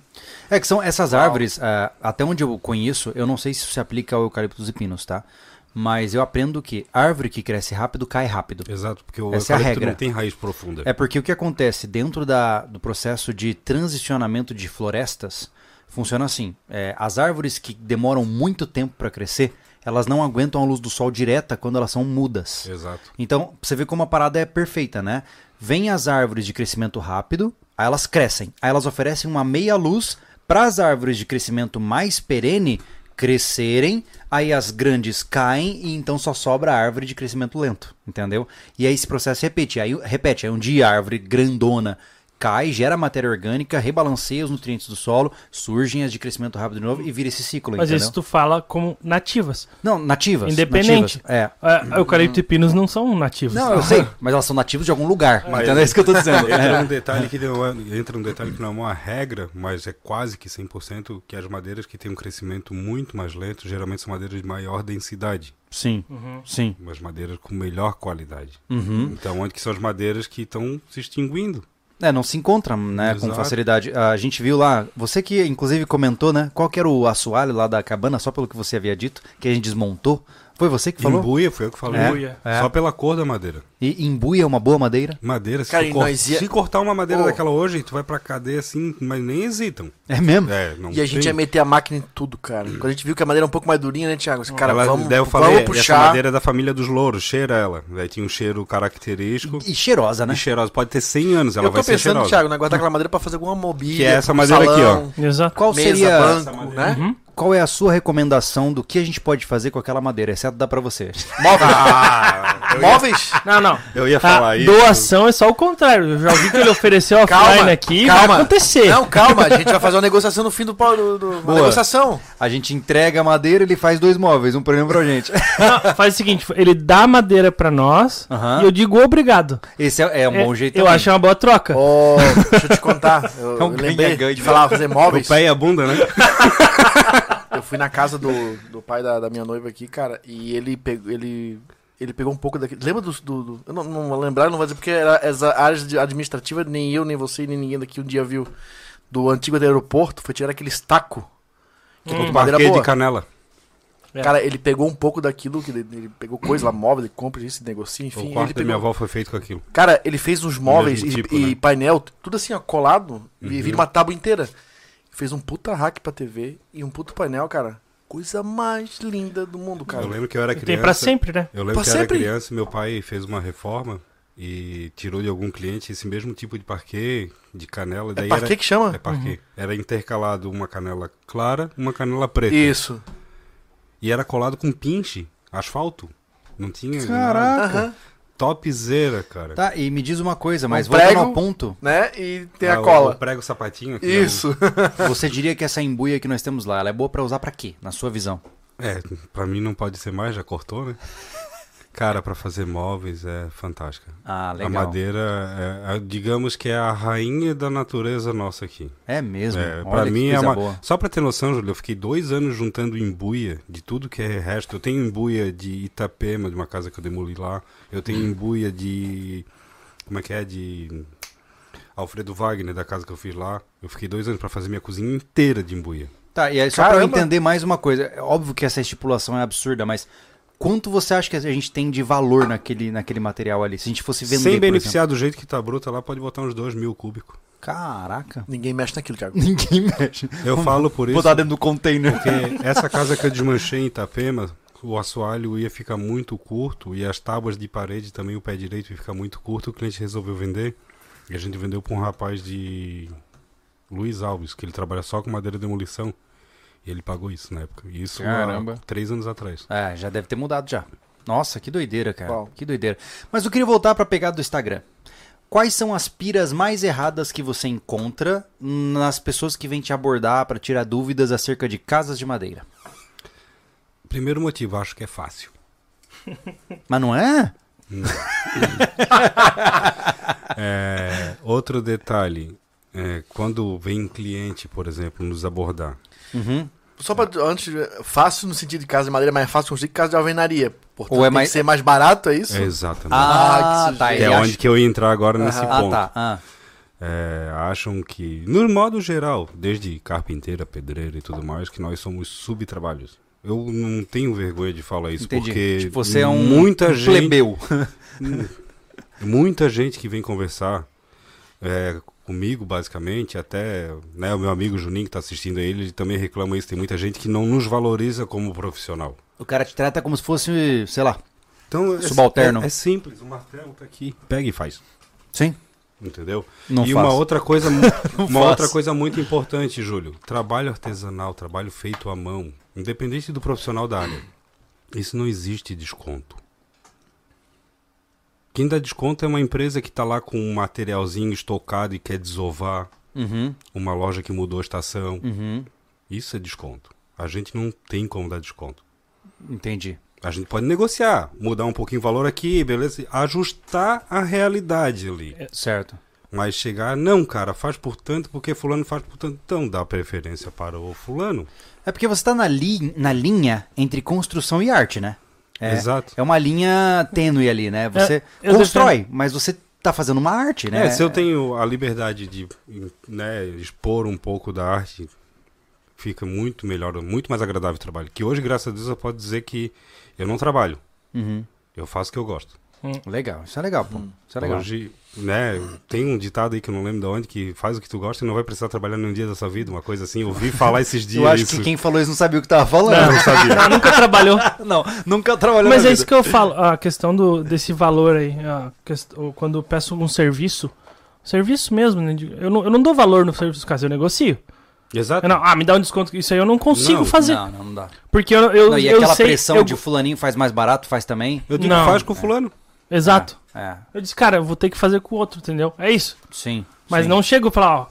Speaker 1: É que são essas árvores, ah, até onde eu conheço, eu não sei se isso se aplica ao eucalipto e pinos, tá? Mas eu aprendo que árvore que cresce rápido, cai rápido.
Speaker 4: Exato, porque o
Speaker 1: Essa é a
Speaker 4: eucalipto
Speaker 1: regra.
Speaker 4: não tem raiz profunda.
Speaker 1: É porque o que acontece dentro da- do processo de transicionamento de florestas funciona assim: é, as árvores que demoram muito tempo para crescer, elas não aguentam a luz do sol direta quando elas são mudas.
Speaker 4: Exato.
Speaker 1: Então, pra você vê como a parada é perfeita, né? Vem as árvores de crescimento rápido, aí elas crescem, aí elas oferecem uma meia luz para as árvores de crescimento mais perene crescerem, aí as grandes caem e então só sobra a árvore de crescimento lento, entendeu? E aí esse processo repete, aí repete, aí um dia a árvore grandona cai, gera matéria orgânica, rebalanceia os nutrientes do solo, surgem as de crescimento rápido de novo e vira esse ciclo,
Speaker 3: Mas
Speaker 1: entendeu?
Speaker 3: isso tu fala como nativas.
Speaker 1: Não, nativas.
Speaker 3: Independente.
Speaker 1: nativas, é.
Speaker 3: Ah, Eucalipto e pinos não são nativos.
Speaker 1: Não, eu sei, mas elas são nativas de algum lugar.
Speaker 4: Mas-
Speaker 1: Entendeu? É isso que eu tô dizendo.
Speaker 4: Entra um detalhe que não é, entra um detalhe que não é uma regra, mas é quase que 100% que as madeiras que têm um crescimento muito mais lento, geralmente são madeiras de maior densidade,
Speaker 1: Sim, sim.
Speaker 4: mas madeiras com melhor qualidade.
Speaker 1: Uhum.
Speaker 4: Então, onde que são as madeiras que estão se extinguindo?
Speaker 1: É, não se encontram, né, com
Speaker 4: Exato.
Speaker 1: facilidade. A gente viu lá, você que inclusive comentou, né, qual que era o assoalho lá da cabana, só pelo que você havia dito, que a gente desmontou. Foi você que falou?
Speaker 4: Imbuia, foi eu que falei.
Speaker 3: Imbuia.
Speaker 1: É.
Speaker 4: Só pela cor da madeira.
Speaker 1: E imbuia é uma boa madeira?
Speaker 4: Madeira, se,
Speaker 2: Cara,
Speaker 4: tu
Speaker 2: e
Speaker 4: cor-
Speaker 2: nós ia-
Speaker 4: se cortar uma madeira
Speaker 2: Ô.
Speaker 4: daquela hoje, tu vai pra cadeia assim, mas nem hesitam.
Speaker 1: É mesmo?
Speaker 4: É, não
Speaker 2: E a gente
Speaker 4: tem.
Speaker 2: ia meter a máquina em tudo, cara. Quando a gente viu que a madeira é um pouco mais durinha, né, Thiago? Cara,
Speaker 4: Ela-
Speaker 2: vamos,
Speaker 4: daí eu
Speaker 2: vamos
Speaker 4: falei, essa
Speaker 2: puxar.
Speaker 4: madeira é da família dos louros, cheira ela. Daí tinha um cheiro característico
Speaker 1: E cheirosa, né?
Speaker 4: e cheirosa. Pode ter 100 anos, ela
Speaker 2: Eu
Speaker 4: vai
Speaker 2: tô
Speaker 4: ser
Speaker 2: pensando,
Speaker 4: cheirosa.
Speaker 2: Thiago, na guardar aquela madeira pra fazer alguma mobília.
Speaker 4: Que é essa
Speaker 2: um
Speaker 4: madeira aqui, ó.
Speaker 2: salão,
Speaker 3: Exato.
Speaker 1: Qual
Speaker 2: Mesa,
Speaker 1: seria
Speaker 2: banco, né?
Speaker 1: Qual é a sua recomendação do que a gente pode fazer com aquela madeira? Exceto dá pra você.
Speaker 4: Ah, eu ia-
Speaker 2: Móveis?
Speaker 3: Não, não.
Speaker 4: eu
Speaker 2: tá
Speaker 4: ia
Speaker 3: A
Speaker 4: falar isso.
Speaker 3: doação é só o contrário. Eu já vi que ele ofereceu offline
Speaker 2: Calma,
Speaker 3: aqui.
Speaker 2: calma.
Speaker 3: Vai acontecer.
Speaker 2: Não, calma, a gente vai fazer uma negociação no fim do... pau- do, do uma
Speaker 1: Boa.
Speaker 2: negociação.
Speaker 1: A gente entrega a madeira, ele faz dois móveis, um prêmio pra gente.
Speaker 3: Não, faz o seguinte: ele dá a madeira pra nós
Speaker 1: Aham.
Speaker 3: e eu digo obrigado.
Speaker 1: Esse é, é um bom jeito
Speaker 3: Eu
Speaker 1: também.
Speaker 3: acho uma boa troca.
Speaker 2: Ô, deixa eu te contar. Eu,
Speaker 1: É um
Speaker 2: eu lembrei
Speaker 1: ganha-ganha.
Speaker 2: de falar fazer móveis.
Speaker 4: O pé e a bunda, né?
Speaker 2: Eu fui na casa do, do pai da, da minha noiva aqui, cara, e ele pegou, ele, ele pegou um pouco daquele. Lembra do. do, do- eu não, não vou lembrar, não vou dizer, porque era essa área de- administrativa, nem eu, nem você, nem ninguém daqui um dia viu. Do antigo aeroporto, foi tirar aquele estaco. Que é de
Speaker 4: O
Speaker 2: madeira
Speaker 4: parquet
Speaker 2: boa.
Speaker 4: Hum. de canela.
Speaker 3: É.
Speaker 2: Cara, ele pegou um pouco daquilo, que ele, ele pegou coisa lá, móvel, ele compra isso, negocia, enfim.
Speaker 4: o
Speaker 2: ele
Speaker 4: quarto da
Speaker 2: pegou-
Speaker 4: minha avó foi feito com aquilo.
Speaker 2: Cara, ele fez uns móveis e,
Speaker 4: mesmo tipo,
Speaker 2: e
Speaker 4: né? Uhum.
Speaker 2: painel, tudo assim, ó, colado, e vira uma tábua inteira. Fez um puta rack pra TV e um puto painel, cara. Coisa mais linda do mundo, cara.
Speaker 4: Eu lembro que eu era criança.
Speaker 3: Tem pra sempre, né?
Speaker 4: Eu lembro
Speaker 2: Pra
Speaker 4: que eu era
Speaker 2: sempre.
Speaker 4: criança, meu pai fez uma reforma e tirou de algum cliente esse mesmo tipo de parquet de canela. Daí
Speaker 2: É parquet
Speaker 4: era...
Speaker 2: que chama? Uhum.
Speaker 4: É parquet. Era intercalado uma canela clara, uma canela preta.
Speaker 2: Isso.
Speaker 4: E era colado com pinche, asfalto. Não tinha. nada.
Speaker 1: Caraca.
Speaker 2: Aham.
Speaker 4: Topzera, cara.
Speaker 1: Tá, e me diz uma coisa, mas
Speaker 2: Um
Speaker 1: voltando
Speaker 2: prego.
Speaker 1: ao ponto,
Speaker 2: Né? E tem
Speaker 4: Ah,
Speaker 2: a
Speaker 4: o-
Speaker 2: cola.
Speaker 4: O prego sapatinho aqui. né?
Speaker 2: Isso.
Speaker 1: você diria que essa embuia que nós temos lá, ela é boa pra usar pra quê, na sua visão?
Speaker 4: É, pra mim não pode ser mais, já cortou, né? Cara, pra fazer móveis é fantástica.
Speaker 1: Ah,
Speaker 4: A
Speaker 1: legal.
Speaker 4: madeira, é- é, digamos que é a rainha da natureza nossa aqui.
Speaker 1: É mesmo.
Speaker 4: É,
Speaker 1: Olha
Speaker 4: pra
Speaker 1: que
Speaker 4: mim é
Speaker 1: coisa
Speaker 4: uma...
Speaker 1: boa.
Speaker 4: Só pra ter noção, Júlio, eu fiquei dois anos juntando embuia de tudo que é resto. Eu tenho embuia de Itapema, de uma casa que eu demoli lá. Eu tenho
Speaker 1: Hum.
Speaker 4: embuia de. Como é que é? De. Alfredo Wagner, da casa que eu fiz lá. Eu fiquei dois anos pra fazer minha cozinha inteira de embuia.
Speaker 1: Tá, e aí só pra eu
Speaker 2: Caramba.
Speaker 1: entender mais uma coisa, é óbvio que essa estipulação é absurda, mas quanto você acha que a gente tem de valor naquele, naquele material ali? Se a gente fosse vender,
Speaker 4: Sem
Speaker 1: por
Speaker 4: beneficiar do jeito que tá bruta lá, pode botar uns dois mil cúbicos.
Speaker 1: exemplo. Caraca.
Speaker 2: Ninguém mexe naquilo, Thiago.
Speaker 1: Ninguém mexe.
Speaker 4: Eu falo por isso.
Speaker 1: Botar dentro do container.
Speaker 4: Porque essa casa que eu desmanchei em Itapema, o assoalho ia ficar muito curto e as tábuas de parede também, o pé direito ia ficar muito curto. O cliente resolveu vender e a gente vendeu para um rapaz de Luiz Alves, que ele trabalha só com madeira de demolição. E ele pagou isso na época. E Isso
Speaker 1: Caramba.
Speaker 4: há três anos atrás.
Speaker 1: É, já deve ter mudado já. Nossa, que doideira, cara.
Speaker 2: Qual?
Speaker 1: Que doideira. Mas eu queria voltar pra pegada do Instagram. Quais são as piras mais erradas que você encontra nas pessoas que vêm te abordar pra tirar dúvidas acerca de casas de madeira?
Speaker 4: Primeiro motivo, acho que é fácil.
Speaker 1: Mas não é?
Speaker 4: É, outro detalhe, é, quando vem cliente, por exemplo, nos abordar,
Speaker 1: Uhum.
Speaker 2: Só pra. Antes, fácil no sentido de casa de madeira, mas é fácil conseguir que casa de alvenaria. Portanto,
Speaker 1: Ou é
Speaker 2: tem
Speaker 1: mais-
Speaker 2: que ser mais barato, é isso?
Speaker 4: é exatamente.
Speaker 1: Ah,
Speaker 2: Ah, que
Speaker 1: tá.
Speaker 4: é
Speaker 1: ele acha-
Speaker 4: onde que eu ia entrar agora nesse
Speaker 2: Aham.
Speaker 4: ponto.
Speaker 1: Ah, tá. Ah.
Speaker 4: É, acham que, no modo geral, desde carpinteira, pedreiro e tudo mais, que nós somos subtrabalhos. Eu não tenho vergonha de falar isso,
Speaker 1: Entendi.
Speaker 4: porque
Speaker 1: Tipo, você é um
Speaker 4: muita
Speaker 1: um
Speaker 4: gente,
Speaker 1: plebeu.
Speaker 4: muita gente que vem conversar é, comigo, basicamente, até né, o meu amigo Juninho que está assistindo a ele, ele também reclama isso. Tem muita gente que não nos valoriza como profissional.
Speaker 1: O cara te trata como se fosse, sei lá.
Speaker 4: Então, é-
Speaker 1: Subalterno.
Speaker 4: É, é simples, o martelo tá aqui, pega e faz.
Speaker 1: Sim.
Speaker 4: Entendeu?
Speaker 1: Não
Speaker 4: e
Speaker 1: faço.
Speaker 4: uma outra coisa, mu- uma
Speaker 1: faço.
Speaker 4: outra coisa muito importante, Júlio, trabalho artesanal, trabalho feito à mão, independente do profissional da área. Isso não existe desconto. Quem dá desconto é uma empresa que está lá com um materialzinho estocado e quer desovar.
Speaker 1: Uhum,
Speaker 4: Uma loja que mudou a estação.
Speaker 1: uhum.
Speaker 4: Isso é desconto. A gente não tem como dar desconto.
Speaker 1: Entendi.
Speaker 4: A gente pode negociar, mudar um pouquinho o valor aqui, beleza? Ajustar a realidade ali.
Speaker 1: É. Certo.
Speaker 4: Mas chegar, não, cara, faz por tanto porque fulano faz por tanto. Então dá preferência para o fulano.
Speaker 1: É porque você tá na, li na linha entre construção e arte, né? É,
Speaker 4: Exato.
Speaker 1: é uma linha tênue ali, né? Você
Speaker 3: É, eu
Speaker 1: constrói, mas você tá fazendo uma arte, né?
Speaker 4: É, se eu tenho a liberdade de né, expor um pouco da arte, fica muito melhor, muito mais agradável o trabalho. Que hoje, graças a Deus, eu posso dizer que eu não trabalho.
Speaker 1: Uhum.
Speaker 4: Eu faço o que eu gosto.
Speaker 1: Legal, isso é legal, pô.
Speaker 3: Uhum.
Speaker 1: Isso é legal.
Speaker 4: Hoje, né, tem um ditado aí que eu não lembro de onde, que faz o que tu gosta e não vai precisar trabalhar nenhum dia da sua vida, uma coisa assim. Eu ouvi falar esses dias
Speaker 1: Eu acho
Speaker 4: isso.
Speaker 1: que quem falou isso não sabia o que tava falando.
Speaker 4: Não sabia.
Speaker 3: Não, nunca trabalhou.
Speaker 1: Não, nunca trabalhou
Speaker 3: Mas
Speaker 1: na
Speaker 3: é
Speaker 1: vida.
Speaker 3: isso que eu falo, a questão do, desse valor aí. a quest- o- quando eu peço um serviço, serviço mesmo, né, de- eu, não, eu não dou valor no serviço caso eu negocio.
Speaker 4: Exato.
Speaker 3: Eu não, ah, me dá um desconto, isso aí eu não consigo
Speaker 4: Não,
Speaker 3: fazer.
Speaker 1: Não, não, não dá.
Speaker 3: Porque eu, eu,
Speaker 1: Não, e
Speaker 3: eu
Speaker 1: aquela
Speaker 3: sei.
Speaker 1: pressão
Speaker 3: eu-
Speaker 1: de fulaninho faz mais barato, faz também.
Speaker 4: Eu digo,
Speaker 3: Não. é.
Speaker 4: faz com fulano.
Speaker 3: Exato.
Speaker 1: É,
Speaker 3: Eu disse, cara, eu vou ter que fazer com o outro, entendeu? É isso.
Speaker 1: sim.
Speaker 3: Mas
Speaker 1: sim.
Speaker 3: não chego pra lá, ó,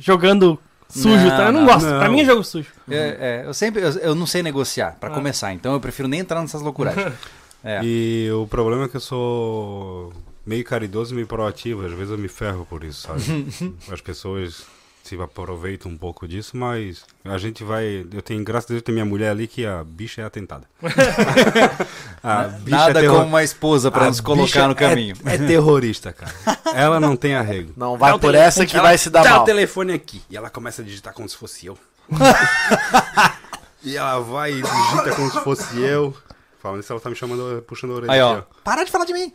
Speaker 3: jogando sujo,
Speaker 1: Não,
Speaker 3: tá? Eu não,
Speaker 1: não,
Speaker 3: gosto.
Speaker 4: não.
Speaker 3: Pra mim é jogo sujo.
Speaker 1: É, é, eu sempre, eu, eu não sei negociar,
Speaker 3: Ah.
Speaker 1: pra começar, então eu prefiro nem entrar nessas loucuras. É.
Speaker 4: E o problema é que eu sou meio caridoso e meio proativo. Às vezes eu me ferro por isso, sabe? As pessoas se aproveitam um pouco disso, mas a gente vai. Eu tenho, graças a Deus, tem minha mulher ali que a bicha é atentada. a bicha
Speaker 1: Nada
Speaker 4: terro-
Speaker 1: como uma esposa pra
Speaker 4: a
Speaker 1: nos colocar
Speaker 4: bicha
Speaker 1: no caminho.
Speaker 4: É, é terrorista, cara. Ela não tem arrego.
Speaker 2: Não vai
Speaker 4: Dá o
Speaker 2: por
Speaker 4: telefone-
Speaker 2: essa que
Speaker 4: ela
Speaker 2: vai se dar
Speaker 4: dá
Speaker 2: mal.
Speaker 4: o telefone aqui. E ela começa a digitar como se fosse eu. e ela vai e digita como se fosse eu. Falando isso, ela tá me chamando, puxando a orelha.
Speaker 1: Aí, ó.
Speaker 4: aqui,
Speaker 1: Para de falar de mim.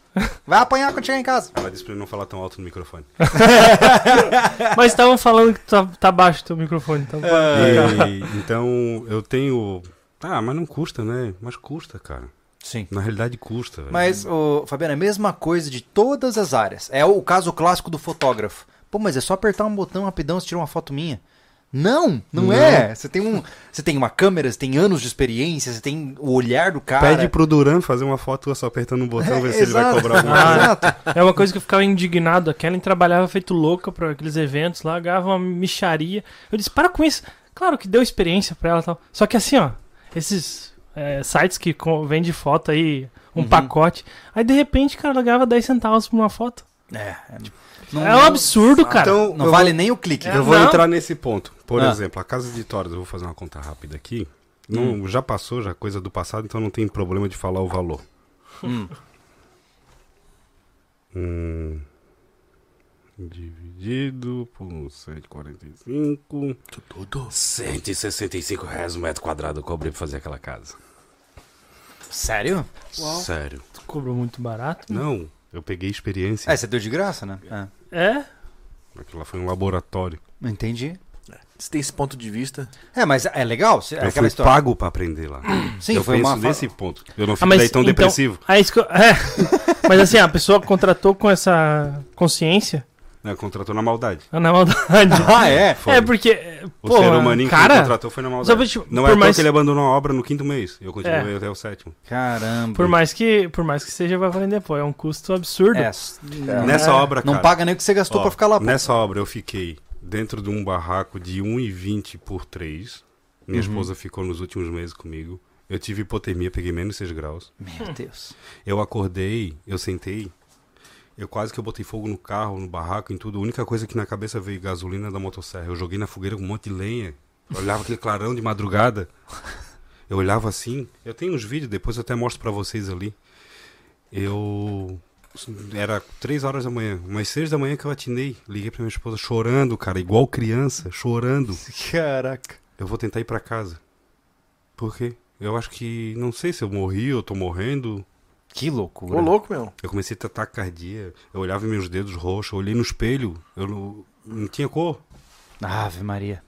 Speaker 1: Vai apanhar quando chegar em casa.
Speaker 4: Ela disse pra eu não falar tão alto no microfone.
Speaker 1: É.
Speaker 3: Mas estavam falando que tá, tá baixo teu microfone.
Speaker 1: É.
Speaker 3: Tá...
Speaker 4: E, então, eu tenho... Ah, mas não custa, né? Mas custa, cara.
Speaker 1: Sim.
Speaker 4: Na realidade, custa. velho.
Speaker 1: Mas, ô, Fabiano, é a mesma coisa de todas as áreas. É o caso clássico do fotógrafo. Pô, mas é só apertar um botão rapidão e tirar uma foto minha. Não, não, é. Você tem, um, você tem uma câmera, você tem anos de experiência, você tem o olhar do cara.
Speaker 4: Pede pro Duran fazer uma foto só apertando um botão, ver se ele vai
Speaker 1: Exato.
Speaker 4: cobrar alguma coisa.
Speaker 1: Ah, Exato.
Speaker 3: É uma coisa que eu ficava indignado. A Kellen trabalhava feito louca pra aqueles eventos lá, ganhava uma micharia. Eu disse, para com isso. Claro que deu experiência pra ela e tal. Só que assim, ó, esses é, sites que co- vende foto aí, um
Speaker 1: Uhum.
Speaker 3: pacote. Aí de repente, cara, ela ganhava 10 centavos por uma foto.
Speaker 1: É, não,
Speaker 3: é um absurdo, cara.
Speaker 4: Então,
Speaker 1: não
Speaker 4: eu
Speaker 1: vale nem o clique.
Speaker 3: É,
Speaker 4: Eu vou
Speaker 3: não.
Speaker 4: entrar nesse ponto. Por
Speaker 1: Ah.
Speaker 4: exemplo, a Casa de Toras, eu vou fazer uma conta rápida aqui. Não, Já passou, já é coisa do passado, então não tem problema de falar o valor.
Speaker 1: Hum.
Speaker 4: Hum. Dividido por 145. Tudo. 165 reais o metro quadrado eu cobrei pra fazer aquela casa.
Speaker 1: Sério?
Speaker 4: Sério.
Speaker 3: Tu cobrou muito barato.
Speaker 1: Hum.
Speaker 4: Não, eu peguei experiência.
Speaker 1: É, você deu de graça, né? É.
Speaker 3: É?
Speaker 4: Aquilo lá foi um laboratório.
Speaker 1: Entendi.
Speaker 2: Se tem esse ponto de vista.
Speaker 1: É, mas é legal. se- É
Speaker 4: eu fui
Speaker 1: aquela história.
Speaker 4: pago pra aprender lá.
Speaker 1: Sim,
Speaker 4: eu
Speaker 1: foi
Speaker 4: penso
Speaker 1: uma fa-
Speaker 4: nesse ponto. Eu não
Speaker 3: Ah,
Speaker 4: fico
Speaker 3: mas,
Speaker 4: daí tão
Speaker 3: então,
Speaker 4: depressivo.
Speaker 3: é isso que eu- é. Mas assim, a pessoa contratou com essa consciência.
Speaker 4: né? Contratou na maldade.
Speaker 3: Ah, na maldade.
Speaker 1: Ah, é?
Speaker 4: Foi.
Speaker 3: É porque. é,
Speaker 4: O
Speaker 3: pô,
Speaker 4: ser humaninho que me
Speaker 3: cara,
Speaker 4: contratou foi na
Speaker 3: só
Speaker 4: maldade.
Speaker 3: pra te-
Speaker 4: Não
Speaker 3: por
Speaker 4: é mais...
Speaker 3: mais- É.
Speaker 4: que ele abandonou a obra no quinto mês. Eu continuei até o sétimo.
Speaker 1: Caramba.
Speaker 4: né?
Speaker 3: Por mais que, por mais que seja, vai valer pô, é um custo absurdo.
Speaker 1: É,
Speaker 2: É.
Speaker 4: Nessa obra,
Speaker 1: não
Speaker 4: cara,
Speaker 1: paga nem o que você gastou
Speaker 4: ó, né?
Speaker 1: pra ficar lá. pô.
Speaker 4: Nessa obra eu fiquei dentro de um barraco de 1,20 por 3. Minha
Speaker 3: Uhum.
Speaker 4: esposa ficou nos últimos meses comigo. Eu tive hipotermia, peguei menos 6 graus.
Speaker 1: Meu Deus.
Speaker 4: Eu acordei, eu sentei. Eu quase que eu botei fogo no carro, no barraco, em tudo. A única coisa que na cabeça veio gasolina da motosserra. Eu joguei na fogueira com um monte de lenha. Eu olhava aquele clarão de madrugada. Eu olhava assim. Eu tenho uns vídeos, depois eu até mostro pra vocês ali. Eu. Era três horas da manhã, umas seis da manhã que eu atinei. Liguei pra minha esposa chorando, cara, igual criança, chorando.
Speaker 1: Caraca.
Speaker 4: Eu vou tentar ir pra casa. Por quê? Eu acho que. Não sei se eu morri ou tô morrendo.
Speaker 1: Que loucura.
Speaker 2: Ô, louco, meu.
Speaker 4: Eu comecei a ter taquicardia, eu olhava meus dedos roxos, eu olhei no espelho, eu não, não tinha cor.
Speaker 1: Ave Maria.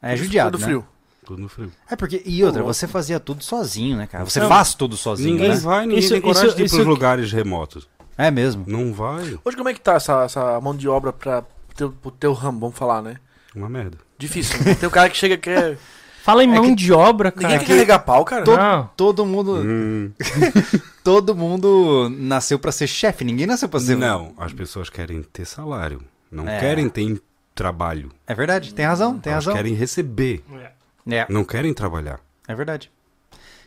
Speaker 1: É
Speaker 2: Isso
Speaker 1: judiado,
Speaker 2: Tudo
Speaker 1: né?
Speaker 2: frio.
Speaker 4: Tudo no frio.
Speaker 1: É porque, e outra,
Speaker 2: Ô, louco.
Speaker 1: você fazia tudo sozinho, né, cara? Você
Speaker 3: Não.
Speaker 1: faz tudo sozinho,
Speaker 4: Ninguém
Speaker 1: né?
Speaker 4: vai, ninguém
Speaker 3: Isso-
Speaker 4: tem coragem
Speaker 3: isso-
Speaker 4: de ir
Speaker 3: isso
Speaker 4: pros
Speaker 3: que-
Speaker 4: lugares remotos.
Speaker 1: É mesmo.
Speaker 4: Não vai.
Speaker 2: Hoje, como é que tá essa, essa mão de obra pra teu, pro teu ramo, vamos falar, né?
Speaker 4: Uma merda.
Speaker 2: Difícil. né? Tem um cara que chega e quer
Speaker 3: Fala em
Speaker 1: É
Speaker 3: mão
Speaker 1: que-
Speaker 3: de obra,
Speaker 2: Ninguém
Speaker 3: cara.
Speaker 2: quer carregar pau, cara.
Speaker 1: Todo,
Speaker 3: Não.
Speaker 1: todo mundo. todo mundo nasceu pra ser chefe, ninguém nasceu pra ser.
Speaker 4: Não, as pessoas querem ter salário. Não
Speaker 1: É.
Speaker 4: querem ter em- trabalho.
Speaker 1: É verdade, tem razão, tem
Speaker 4: Elas
Speaker 1: razão.
Speaker 4: querem receber.
Speaker 3: É.
Speaker 1: É,
Speaker 4: Não querem trabalhar.
Speaker 1: é verdade.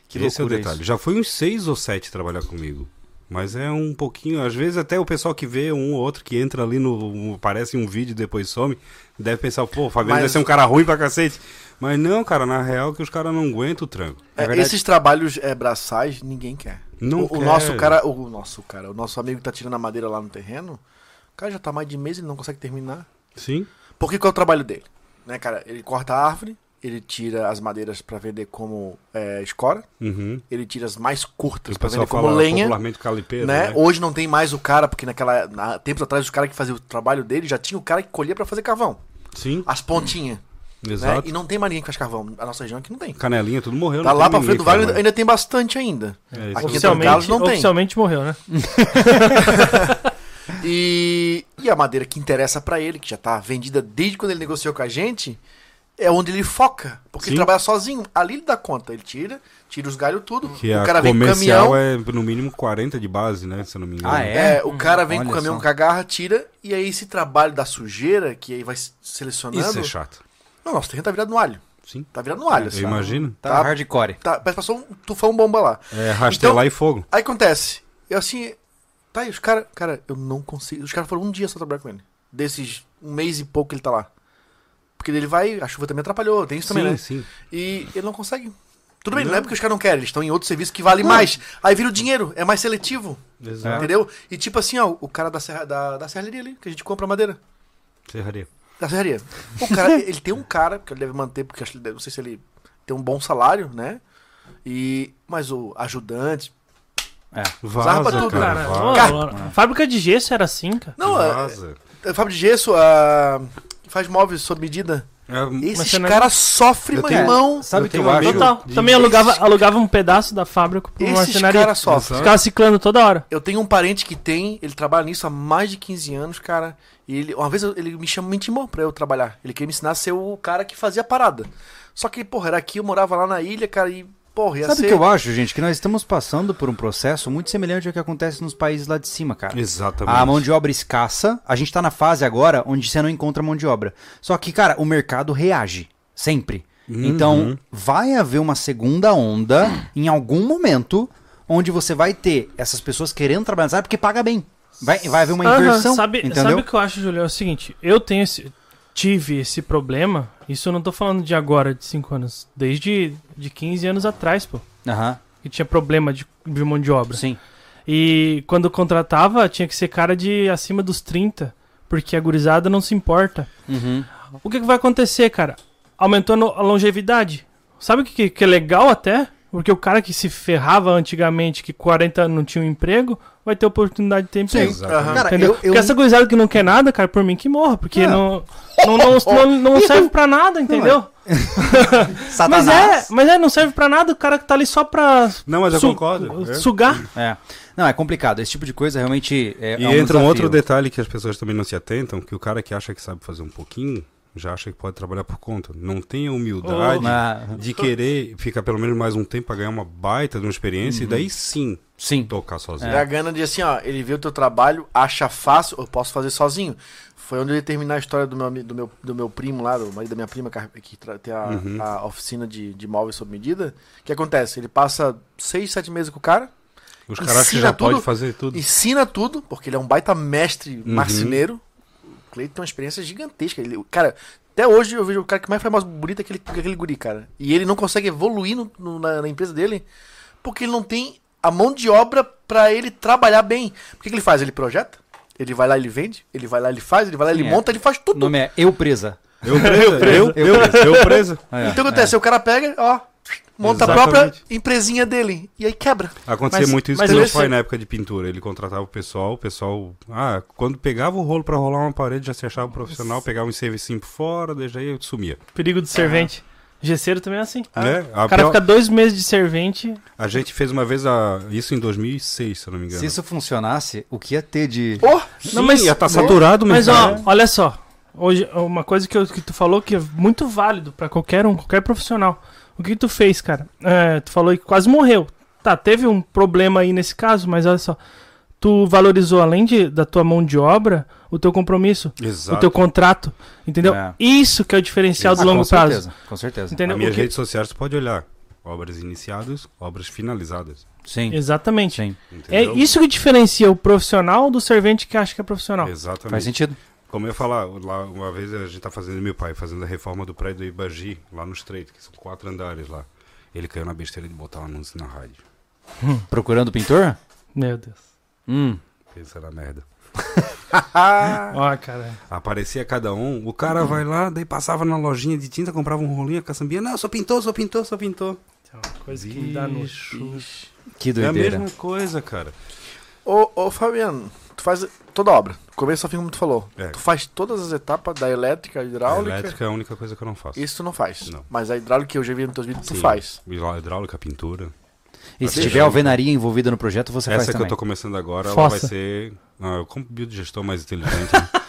Speaker 1: Que
Speaker 4: Esse é o
Speaker 1: loucura
Speaker 4: detalhe.
Speaker 1: isso.
Speaker 4: Já foi uns seis ou sete trabalhar comigo. Mas é um pouquinho. Às vezes até o pessoal que vê um ou outro que entra ali no. aparece um vídeo e depois some, deve pensar, pô, o Fabiano
Speaker 2: Mas-
Speaker 4: deve ser um cara ruim pra cacete. Mas não, cara, na real é que os caras não aguentam o tranco.
Speaker 1: É
Speaker 2: É,
Speaker 1: verdade.
Speaker 2: esses trabalhos é, braçais, ninguém quer.
Speaker 4: Não
Speaker 2: o, o
Speaker 4: quer.
Speaker 2: nosso cara, o nosso cara, o nosso amigo que tá tirando a madeira lá no terreno, o cara já tá mais de mês e ele não consegue terminar.
Speaker 4: Sim.
Speaker 2: Porque qual é o trabalho dele? Né, cara, ele corta a árvore, ele tira as madeiras pra vender como é, escora,
Speaker 4: Uhum.
Speaker 2: ele tira as mais curtas
Speaker 4: O
Speaker 2: pra
Speaker 4: pessoal
Speaker 2: vender como
Speaker 4: fala
Speaker 2: lenha.
Speaker 4: popularmente calipeiro,
Speaker 2: né?
Speaker 4: né?
Speaker 2: Hoje não tem mais o cara, porque naquela há tempos atrás o cara que fazia o trabalho dele já tinha o cara que colhia pra fazer carvão,
Speaker 4: Sim,
Speaker 2: as pontinhas, né?
Speaker 4: exato.
Speaker 2: E não tem mais ninguém que faz carvão, a nossa região aqui não tem.
Speaker 4: Canelinha, tudo morreu. né?
Speaker 2: Tá
Speaker 4: não
Speaker 2: lá
Speaker 4: tem
Speaker 2: pra
Speaker 4: ninguém
Speaker 2: frente do
Speaker 4: que
Speaker 2: vale
Speaker 4: trabalha.
Speaker 2: ainda tem bastante ainda.
Speaker 4: É, isso
Speaker 2: Aqui
Speaker 4: que eu
Speaker 2: em São
Speaker 4: tô-
Speaker 2: Carlos
Speaker 3: Oficialmente,
Speaker 2: não tem.
Speaker 3: oficialmente morreu, né?
Speaker 2: E, e a madeira que interessa pra ele, que já tá vendida desde quando ele negociou com a gente, é onde ele foca. Porque ele
Speaker 4: Sim.
Speaker 2: trabalha sozinho. Ali ele dá conta. Ele tira, tira os galhos tudo.
Speaker 4: Que
Speaker 2: o
Speaker 4: a
Speaker 2: cara vem com o
Speaker 4: comercial
Speaker 2: caminhão. É...
Speaker 4: é Hum, no mínimo 40 de base, né? Se eu não me engano.
Speaker 1: Ah, é?
Speaker 2: o cara vem com o
Speaker 1: Olha
Speaker 2: caminhão
Speaker 1: só.
Speaker 2: com a garra, tira, e aí esse trabalho da sujeira, que aí vai se- selecionando.
Speaker 4: Isso é chato.
Speaker 2: Não, nosso terreno tá virado no alho.
Speaker 4: Sim.
Speaker 2: Tá virado no alho,
Speaker 4: Eu
Speaker 2: sabe?
Speaker 4: imagino.
Speaker 1: Tá,
Speaker 2: Tá.
Speaker 1: hardcore.
Speaker 2: Tá, parece que passou um tufão bomba lá.
Speaker 4: É rastelar e fogo.
Speaker 2: Aí acontece. Eu assim. Tá aí, os caras. Cara, eu não consigo. Os caras foram um dia só trabalhar com ele. Desses um mês e pouco que ele tá lá. Porque ele vai. A chuva também atrapalhou, tem isso
Speaker 4: Sim,
Speaker 2: também, né?
Speaker 4: sim.
Speaker 2: E ele não consegue. Tudo bem, não, é porque os caras não querem, eles estão em outro serviço que vale mais. Aí vira o dinheiro, é mais seletivo.
Speaker 4: Exato.
Speaker 2: Entendeu? E tipo assim, ó, o cara da, serra, da, da serralheria ali, que a gente compra madeira.
Speaker 4: Serraria.
Speaker 2: Da serraria. O cara, ele tem um cara, que ele deve manter, porque acho que ele deve- não sei se ele tem um bom salário, né? E. Mas o ajudante,
Speaker 1: É.
Speaker 4: Vaza,
Speaker 2: tudo,
Speaker 4: cara.
Speaker 3: Cara,
Speaker 4: vaza.
Speaker 3: ó,
Speaker 2: Cara.
Speaker 3: ó, Fábrica de gesso era assim, cara.
Speaker 2: Não, é,
Speaker 4: Vaza.
Speaker 2: é, Fábio de Gesso ah, faz móveis sob medida.
Speaker 4: É,
Speaker 2: Esses
Speaker 3: você não-
Speaker 2: caras sofrem,
Speaker 4: Eu
Speaker 2: meu
Speaker 4: tenho-
Speaker 2: irmão.
Speaker 4: Sabe
Speaker 1: Eu
Speaker 4: o que
Speaker 1: tenho
Speaker 4: eu
Speaker 1: um
Speaker 4: acho?
Speaker 1: amigo-
Speaker 3: Total.
Speaker 4: De-
Speaker 3: Também alugava, alugava um pedaço da fábrica pra uma
Speaker 2: Esses
Speaker 3: marcenaria.
Speaker 2: caras sofrem.
Speaker 4: Exato.
Speaker 3: Ficava ciclando toda hora.
Speaker 2: Eu tenho um parente que tem, ele trabalha nisso há mais de 15 anos, cara. E ele, uma vez eu- ele me chamou, me intimou pra eu trabalhar. Ele queria me ensinar a ser o cara que fazia a parada. Só que, porra, era aqui, eu morava lá na ilha, cara, e, porra, ia
Speaker 1: Sabe o
Speaker 2: ser...
Speaker 1: que eu acho, gente? Que nós estamos passando por um processo muito semelhante ao que acontece nos países lá de cima, cara.
Speaker 4: Exatamente.
Speaker 1: A mão de obra escassa, a gente tá na fase agora onde você não encontra mão de obra. Só que, cara, o mercado reage. Sempre.
Speaker 4: Uhum.
Speaker 1: Então, vai haver uma segunda onda em algum momento onde você vai ter essas pessoas querendo trabalhar nessa área porque paga bem. Vai, vai haver uma
Speaker 3: Aham,
Speaker 1: inversão.
Speaker 3: Sabe,
Speaker 1: entendeu?
Speaker 3: sabe o que eu acho, Julio? É o seguinte, eu tenho esse- tive esse problema, isso eu não tô falando de agora, de 5 anos, desde de 15 anos atrás, pô,
Speaker 1: Aham,
Speaker 3: que tinha problema de, de mão de obra.
Speaker 1: sim.
Speaker 3: E quando contratava, tinha que ser cara de acima dos 30, porque a gurizada não se importa.
Speaker 1: Uhum.
Speaker 3: O que, que vai acontecer, cara? Aumentou no- a longevidade. Sabe o que, que- que é legal até? Porque o cara que se ferrava antigamente, que 40 anos não tinha um emprego, vai ter oportunidade de ter emprego.
Speaker 2: Aham.
Speaker 1: Cara,
Speaker 3: Ah, Entendeu?
Speaker 1: eu, eu-
Speaker 3: Porque essa gurizada que não quer nada, cara, por mim que morra, porque
Speaker 1: É.
Speaker 3: não, não, não, não, não serve pra nada, entendeu?
Speaker 1: tá
Speaker 3: Mas é,
Speaker 1: Satanás.
Speaker 3: mas é, não serve pra nada, o cara que tá ali só pra
Speaker 4: Não, mas eu
Speaker 3: su-
Speaker 4: concordo. É.
Speaker 3: sugar.
Speaker 1: É. Não, é complicado. Esse tipo de coisa realmente é,
Speaker 4: E
Speaker 1: é um
Speaker 4: entra um
Speaker 1: desafio.
Speaker 4: outro detalhe que as pessoas também não se atentam, que o cara que acha que sabe fazer um pouquinho, já acha que pode trabalhar por conta. Não tem a humildade
Speaker 1: Ah,
Speaker 4: de querer ficar pelo menos mais um tempo pra ganhar uma baita de uma experiência e daí sim
Speaker 1: Sim.
Speaker 4: tocar sozinho.
Speaker 2: É a gana de assim, ó, ele vê o teu trabalho, acha fácil, eu posso fazer sozinho. Foi onde eu ia terminar a história do meu, ami- do meu, do meu primo lá, do marido da minha prima, que, que tra- tem a,
Speaker 4: Uhum.
Speaker 2: a oficina de, de móveis sob medida. O que acontece? Ele passa seis, sete meses com o cara,
Speaker 4: Os caras acham que
Speaker 2: Ensina
Speaker 4: já podem
Speaker 2: tudo.
Speaker 4: fazer tudo. Uhum.
Speaker 2: ensina tudo, porque ele é um baita mestre marceneiro. O Cleiton tem uma experiência gigantesca. Ele, cara, até hoje eu vejo o cara que mais faz mais bonito é aquele, aquele guri, cara. E ele não consegue evoluir no- no- na, na empresa dele porque ele não tem a mão de obra pra ele trabalhar bem. O que, que ele faz? Ele projeta, ele vai lá, ele vende, ele vai lá, ele faz, ele vai lá, ele
Speaker 1: Sim, é.
Speaker 2: monta, ele faz
Speaker 1: O
Speaker 2: tudo.
Speaker 1: nome é Eu Presa.
Speaker 4: Eu presa, eu, eu, eu presa.
Speaker 1: É,
Speaker 2: então o que
Speaker 1: é.
Speaker 2: acontece? O cara pega, ó, monta a
Speaker 4: Exatamente.
Speaker 2: própria empresinha dele. E aí quebra.
Speaker 4: Acontecia
Speaker 3: Mas-
Speaker 4: muito isso
Speaker 3: mas
Speaker 4: com meu
Speaker 3: esse-
Speaker 4: pai na época de pintura. Ele contratava o pessoal, o pessoal. Ah, quando pegava o rolo pra rolar uma parede, já se achava profissional, pegava um servicinho por fora, desde aí sumia.
Speaker 3: Perigo do servente. Gesseiro também é assim.
Speaker 4: Né? A,
Speaker 3: O cara
Speaker 4: pior-
Speaker 3: fica dois meses de servente.
Speaker 4: a gente fez uma vez a... isso em 2006, se eu não me engano.
Speaker 1: Se isso funcionasse, o que ia ter de.
Speaker 2: Pô,
Speaker 4: Sim, ia tá saturado,
Speaker 3: Mas
Speaker 1: É.
Speaker 4: mesmo,
Speaker 3: ó,
Speaker 4: né?
Speaker 3: olha só. Hoje, uma coisa que, eu- que tu falou que é muito válido pra qualquer um, qualquer profissional. O que tu fez, cara? É, tu falou que quase morreu. Tá, teve um problema aí nesse caso, mas olha só. Tu valorizou, além de, da tua mão de obra, o teu compromisso, o
Speaker 4: Exato.
Speaker 3: teu contrato, entendeu?
Speaker 1: É.
Speaker 3: Isso que é o diferencial do
Speaker 1: Ah,
Speaker 3: longo
Speaker 1: com
Speaker 3: prazo.
Speaker 1: certeza, com certeza.
Speaker 3: Entendeu?
Speaker 4: Nas minhas
Speaker 3: O que-
Speaker 4: redes sociais tu pode olhar. Obras iniciadas, obras finalizadas.
Speaker 1: Sim,
Speaker 3: Exatamente.
Speaker 1: sim.
Speaker 3: É
Speaker 4: Entendeu?
Speaker 3: isso que diferencia o profissional do servente que acha que é profissional.
Speaker 4: Exatamente.
Speaker 1: Faz sentido.
Speaker 4: Como eu ia falar, lá uma vez a gente tá fazendo meu pai, fazendo a reforma do prédio do Ibagi, lá no Estreito, que são quatro andares lá. Ele caiu na besteira de botar um anúncio na rádio.
Speaker 1: Procurando pintor?
Speaker 3: Meu Deus.
Speaker 1: Hum.
Speaker 4: Pensa na merda.
Speaker 3: Ó, cara.
Speaker 4: Aparecia cada um, o cara vai lá, daí passava na lojinha de tinta, comprava um rolinho, a caçambinha, não, só pintou, só pintou, só pintou.
Speaker 3: É uma coisa que me dá
Speaker 4: Bicho.
Speaker 3: nojo.
Speaker 1: Que
Speaker 4: É a
Speaker 1: doideira.
Speaker 4: mesma coisa, cara.
Speaker 2: Ô, ô, Fabiano, tu faz toda a obra, do começo ao fim, como tu falou.
Speaker 4: É.
Speaker 2: Tu faz todas as etapas da elétrica,
Speaker 4: A
Speaker 2: hidráulica.
Speaker 4: elétrica é a única coisa que eu não faço.
Speaker 2: Isso tu não faz.
Speaker 4: Não.
Speaker 2: Mas a hidráulica eu já vi nos teus vídeos, tu
Speaker 4: Sim.
Speaker 2: faz.
Speaker 4: Hidráulica, pintura.
Speaker 1: e se
Speaker 4: Deixa
Speaker 1: tiver
Speaker 4: eu-
Speaker 1: alvenaria envolvida no projeto, você faz
Speaker 4: Essa que
Speaker 1: também.
Speaker 4: eu tô começando agora, ela
Speaker 3: Fossa.
Speaker 4: vai ser. Não, eu como biodigestor mais inteligente. né?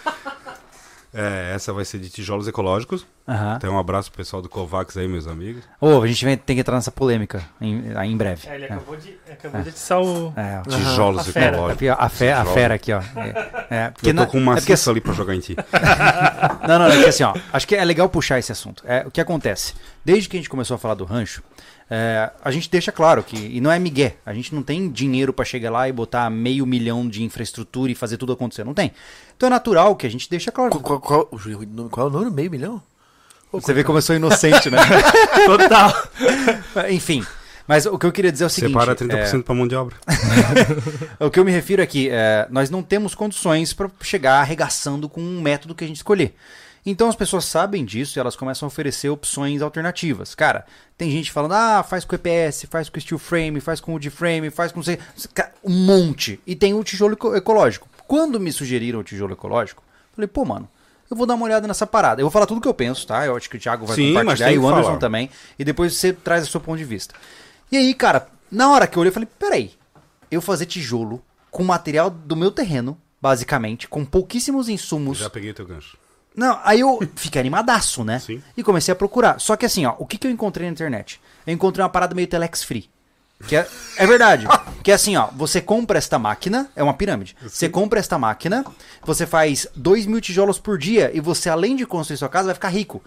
Speaker 4: É, essa vai ser de tijolos ecológicos.
Speaker 1: Aham.
Speaker 4: Então, um abraço pro pessoal do Covax aí, meus amigos.
Speaker 1: Ô, a gente vai- tem que entrar nessa polêmica em, aí em breve.
Speaker 3: É, ele
Speaker 1: É.
Speaker 3: acabou de, acabou de atiçar o.
Speaker 1: É, ó.
Speaker 4: Tijolos
Speaker 3: A fera.
Speaker 1: A,
Speaker 4: ecológicos.
Speaker 1: fe- a fe- a
Speaker 4: Joga.
Speaker 1: fera aqui, ó. É, é, porque
Speaker 4: Eu
Speaker 1: na-
Speaker 4: tô com uma
Speaker 1: é porque
Speaker 4: cesta ali pra jogar em ti.
Speaker 1: Não, não, não, é que assim, ó, acho que é legal puxar esse assunto. É, o que acontece? Desde que a gente começou a falar do rancho, é, a gente deixa claro que, e não é migué, a gente não tem dinheiro pra chegar lá e botar meio milhão de infraestrutura e fazer tudo acontecer, não tem. Então é natural que a gente deixa claro.
Speaker 2: Qual, qual, qual- o nome- qual é o número? Meio milhão?
Speaker 1: Você vê como eu sou inocente, né?
Speaker 3: Total.
Speaker 1: Ah, Enfim, mas o que eu queria dizer é o seguinte...
Speaker 4: Separa
Speaker 1: é,
Speaker 4: 30% pra mão de obra.
Speaker 1: O que eu me refiro é que é, nós não temos condições para chegar arregaçando com um método que a gente escolher. Então as pessoas sabem disso e elas começam a oferecer opções alternativas. Cara, tem gente falando, ah, faz com EPS, faz com steel frame, faz com wood frame, faz com não sei, Ca- um monte. E tem o tijolo eco- ecológico. Quando me sugeriram o tijolo ecológico, falei, pô, mano, eu vou dar uma olhada nessa parada. Eu vou falar tudo que eu penso, tá? Eu acho que o Thiago vai
Speaker 4: Sim, mas
Speaker 1: compartilhar
Speaker 4: tem
Speaker 1: e o
Speaker 4: que
Speaker 1: Anderson
Speaker 4: falar.
Speaker 1: também. E depois você traz o seu ponto de vista. E aí, cara, na hora que eu olhei, eu falei, peraí, eu fazer tijolo com material do meu terreno, basicamente, com pouquíssimos insumos.
Speaker 4: Já peguei teu gancho.
Speaker 1: Não, aí eu fiquei animadaço, né?
Speaker 4: Sim.
Speaker 1: E comecei a procurar. Só que assim, ó, o que, que eu encontrei na internet? Eu encontrei uma parada meio telex free. Que é, é verdade. Que é assim, ó, você compra esta máquina, é uma pirâmide. Você compra esta máquina, você faz 2 mil tijolos por dia e você, além de construir sua casa, vai ficar rico.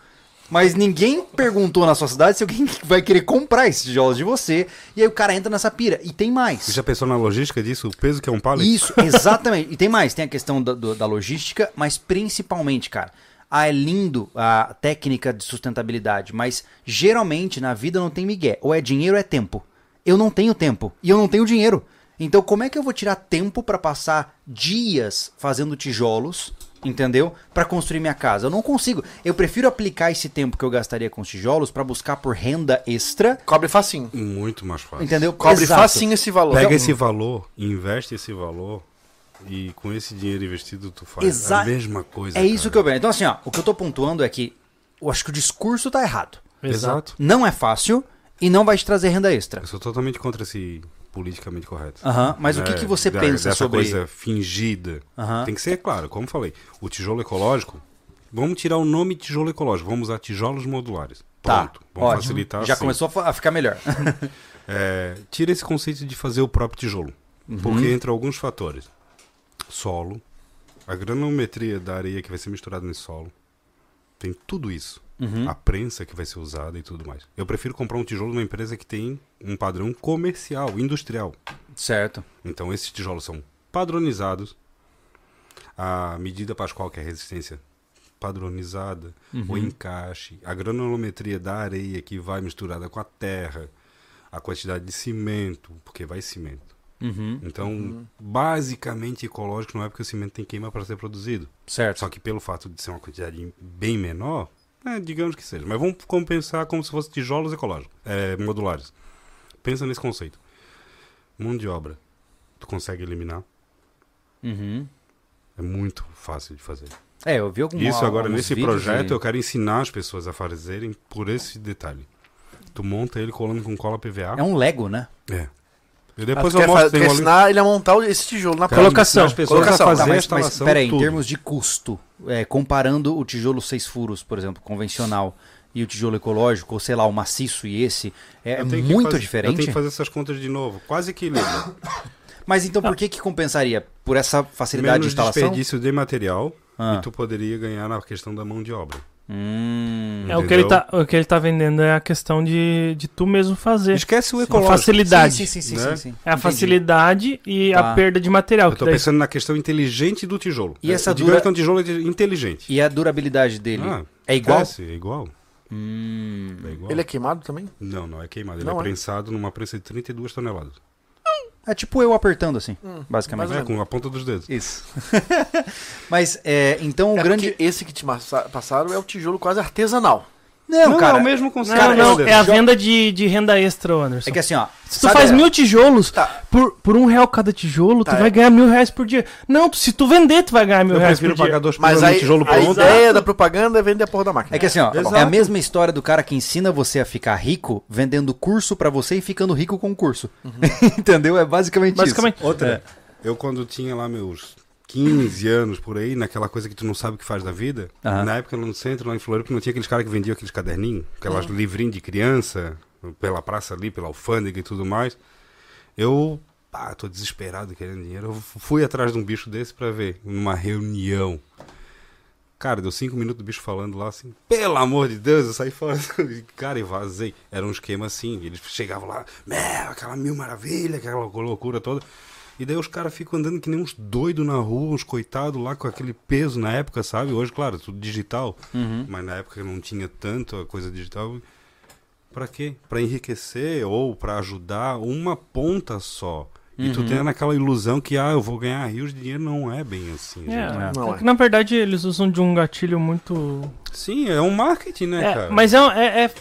Speaker 1: Mas ninguém perguntou na sua cidade se alguém vai querer comprar esses tijolos de você. E aí o cara entra nessa pira. E tem mais.
Speaker 4: Já pensou na logística disso? O peso que é um pallet?
Speaker 1: Isso, exatamente. E tem mais, tem a questão da, do- da logística, mas principalmente, cara, ah, é lindo a técnica de sustentabilidade, mas geralmente na vida não tem migué. Ou é dinheiro ou é tempo. Eu não tenho tempo e eu não tenho dinheiro. Então como é que eu vou tirar tempo pra passar dias fazendo tijolos, entendeu? Pra construir minha casa? Eu não consigo. Eu prefiro aplicar esse tempo que eu gastaria com os tijolos pra buscar por renda extra,
Speaker 2: Cobre facinho.
Speaker 4: Muito mais fácil.
Speaker 1: entendeu?
Speaker 2: Cobre
Speaker 1: Exato.
Speaker 2: facinho esse valor.
Speaker 4: Pega
Speaker 2: Então,
Speaker 4: esse valor, investe esse valor e com esse dinheiro investido tu faz
Speaker 1: Exa-
Speaker 4: é a mesma coisa.
Speaker 1: É isso
Speaker 4: cara.
Speaker 1: que eu vejo. Então, assim, ó, o que eu tô pontuando é que eu acho que o discurso tá errado.
Speaker 4: Exato.
Speaker 1: Não é fácil e não vai te trazer renda extra.
Speaker 4: Eu sou totalmente contra esse politicamente correto. É,
Speaker 1: Aham, mas o que que você pensa
Speaker 4: dessa
Speaker 1: sobre-
Speaker 4: coisa fingida?
Speaker 1: Aham.
Speaker 4: Tem que ser claro, como falei, o tijolo ecológico. Vamos tirar o nome tijolo ecológico, vamos usar tijolos modulares. Pronto,
Speaker 1: tá,
Speaker 4: vamos
Speaker 1: ótimo.
Speaker 4: facilitar.
Speaker 1: Já
Speaker 4: assim.
Speaker 1: começou a fa- a ficar melhor.
Speaker 4: É, tira esse conceito de fazer o próprio tijolo, porque entra alguns fatores: solo, a granometria da areia que vai ser misturada nesse solo, tem tudo isso. A prensa que vai ser usada e tudo mais. Eu prefiro comprar um tijolo numa empresa que tem um padrão comercial, industrial.
Speaker 1: certo.
Speaker 4: Então esses tijolos são padronizados. A medida pascal, que é a resistência padronizada, o encaixe, a granulometria da areia que vai misturada com a terra, a quantidade de cimento, porque vai cimento.
Speaker 1: Uhum,
Speaker 4: Então, basicamente ecológico não é porque o cimento tem queima para ser produzido.
Speaker 1: certo.
Speaker 4: Só que pelo fato de ser uma quantidade bem menor, né, digamos que seja. Mas vamos compensar como se fosse tijolos ecológicos, é, modulares. Pensa nesse conceito. Mão de obra, tu consegue eliminar.
Speaker 1: Uhum.
Speaker 4: É muito fácil de fazer.
Speaker 1: É, eu vi algum
Speaker 4: Isso agora,
Speaker 1: alguns
Speaker 4: nesse
Speaker 1: vídeos
Speaker 4: projeto,
Speaker 1: de-
Speaker 4: eu quero ensinar as pessoas a fazerem por esse detalhe. Tu monta ele colando com cola PVA.
Speaker 1: É um Lego, né?
Speaker 4: É. E
Speaker 2: Ah,
Speaker 4: depois
Speaker 2: tu
Speaker 4: eu
Speaker 2: quer, fa-
Speaker 4: mostro,
Speaker 2: tu
Speaker 4: tem
Speaker 2: quer
Speaker 4: uma lista.
Speaker 2: ensinar ele a montar esse tijolo na
Speaker 4: Cara,
Speaker 2: coloca
Speaker 3: Colocação.
Speaker 4: As pessoas
Speaker 1: Tá,
Speaker 4: a
Speaker 2: Colocação.
Speaker 1: mas,
Speaker 4: fazer a
Speaker 1: mas,
Speaker 4: instalação.
Speaker 1: peraí, em
Speaker 4: tudo.
Speaker 1: termos de custo, é, comparando o tijolo seis furos, por exemplo, convencional, e o tijolo ecológico, ou sei lá, o maciço e esse, é
Speaker 4: Eu tenho que
Speaker 1: muito
Speaker 4: fazer- Eu
Speaker 1: diferente.
Speaker 4: tenho que fazer essas contas de novo. Quase que lembra.
Speaker 1: Mas então por que que compensaria? Por essa facilidade
Speaker 4: Ah. Menos
Speaker 1: de instalação?
Speaker 4: desperdício de material
Speaker 1: Ah.
Speaker 4: e tu poderia ganhar na questão da mão de obra.
Speaker 1: Hum.
Speaker 3: É, o, que
Speaker 4: Entendeu?
Speaker 3: ele tá, o que ele tá vendendo é a questão de, de tu mesmo fazer.
Speaker 4: Esquece o
Speaker 3: A
Speaker 4: ecológico.
Speaker 3: facilidade.
Speaker 1: é Sim, sim, sim, sim,
Speaker 4: né?
Speaker 1: sim, sim.
Speaker 3: É a
Speaker 1: Entendi.
Speaker 3: facilidade e
Speaker 1: Tá.
Speaker 3: a perda de material.
Speaker 4: Eu
Speaker 3: que
Speaker 4: tô
Speaker 3: daí-
Speaker 4: pensando na questão inteligente do tijolo.
Speaker 1: E essa
Speaker 4: Digamos
Speaker 1: dura-
Speaker 4: que é um tijolo inteligente.
Speaker 1: E a durabilidade dele
Speaker 4: Ah,
Speaker 1: é igual?
Speaker 4: esquece, É igual.
Speaker 1: Hum.
Speaker 4: É igual.
Speaker 2: Ele é queimado também?
Speaker 4: Não, não é queimado. Ele
Speaker 2: Não
Speaker 4: é
Speaker 2: é?
Speaker 4: prensado numa prensa de 32 toneladas.
Speaker 1: É tipo eu apertando assim,
Speaker 3: Hum.
Speaker 1: basicamente.
Speaker 2: mais ou
Speaker 4: É, com a ponta dos dedos.
Speaker 1: Isso. Mas é, então o
Speaker 2: É
Speaker 1: grande.
Speaker 2: porque Esse que te massa- passaram é o tijolo quase artesanal.
Speaker 1: Não, cara.
Speaker 4: é o mesmo
Speaker 3: Não,
Speaker 4: conceito.
Speaker 3: não,
Speaker 4: Anderson.
Speaker 3: é a
Speaker 1: joga-
Speaker 3: venda de, de renda extra, Anderson.
Speaker 1: É que assim, ó.
Speaker 3: Se tu
Speaker 1: sabe-
Speaker 3: faz mil tijolos,
Speaker 2: Tá.
Speaker 3: por, por um real cada tijolo,
Speaker 2: Tá,
Speaker 3: tu vai
Speaker 2: é.
Speaker 3: ganhar mil reais por dia. Não, tu- se tu vender, tu vai ganhar mil
Speaker 4: Eu
Speaker 3: reais por
Speaker 4: prefiro
Speaker 3: dia.
Speaker 4: pagar dois
Speaker 2: Mas
Speaker 4: pilas
Speaker 2: aí
Speaker 4: no tijolo
Speaker 2: a
Speaker 4: pronto.
Speaker 2: ideia da propaganda é vender a porra da máquina.
Speaker 1: É que assim, ó,
Speaker 4: Exato.
Speaker 1: é a mesma história do cara que ensina você a ficar rico, vendendo curso pra você e ficando rico com o curso. Entendeu? É basicamente,
Speaker 3: Uhum.
Speaker 1: É.
Speaker 3: Basicamente.
Speaker 4: Outra. Eu, quando tinha lá meus 15 anos por aí, naquela coisa que tu não sabe o que faz da vida,
Speaker 1: Aham.
Speaker 4: na época lá no centro, lá em Floripa, não tinha aqueles caras que vendiam aqueles caderninhos, aquelas livrinhos de criança, pela praça ali, pela alfândega e tudo mais. Eu, pá, tô desesperado querendo dinheiro. Eu fui atrás de um bicho desse pra ver, numa reunião. Cara, deu cinco minutos do bicho falando lá assim, pelo amor de Deus, eu saí fora. Cara, e vazei. Era um esquema assim, eles chegavam lá, meu, aquela mil maravilha, aquela loucura toda. E daí os caras ficam andando que nem uns doidos na rua, uns coitados lá com aquele peso na época, sabe? Hoje, claro, tudo digital. Mas na época não tinha tanto a coisa digital. Pra quê? Pra enriquecer ou pra ajudar uma ponta só. E tu tem naquela ilusão que, ah, eu vou ganhar rios de dinheiro. Não é bem assim.
Speaker 3: É,
Speaker 4: gente.
Speaker 2: Não é.
Speaker 3: que, na verdade eles usam de um gatilho muito.
Speaker 4: Sim, é um marketing, né,
Speaker 3: É,
Speaker 4: cara?
Speaker 3: mas é, um- é, é,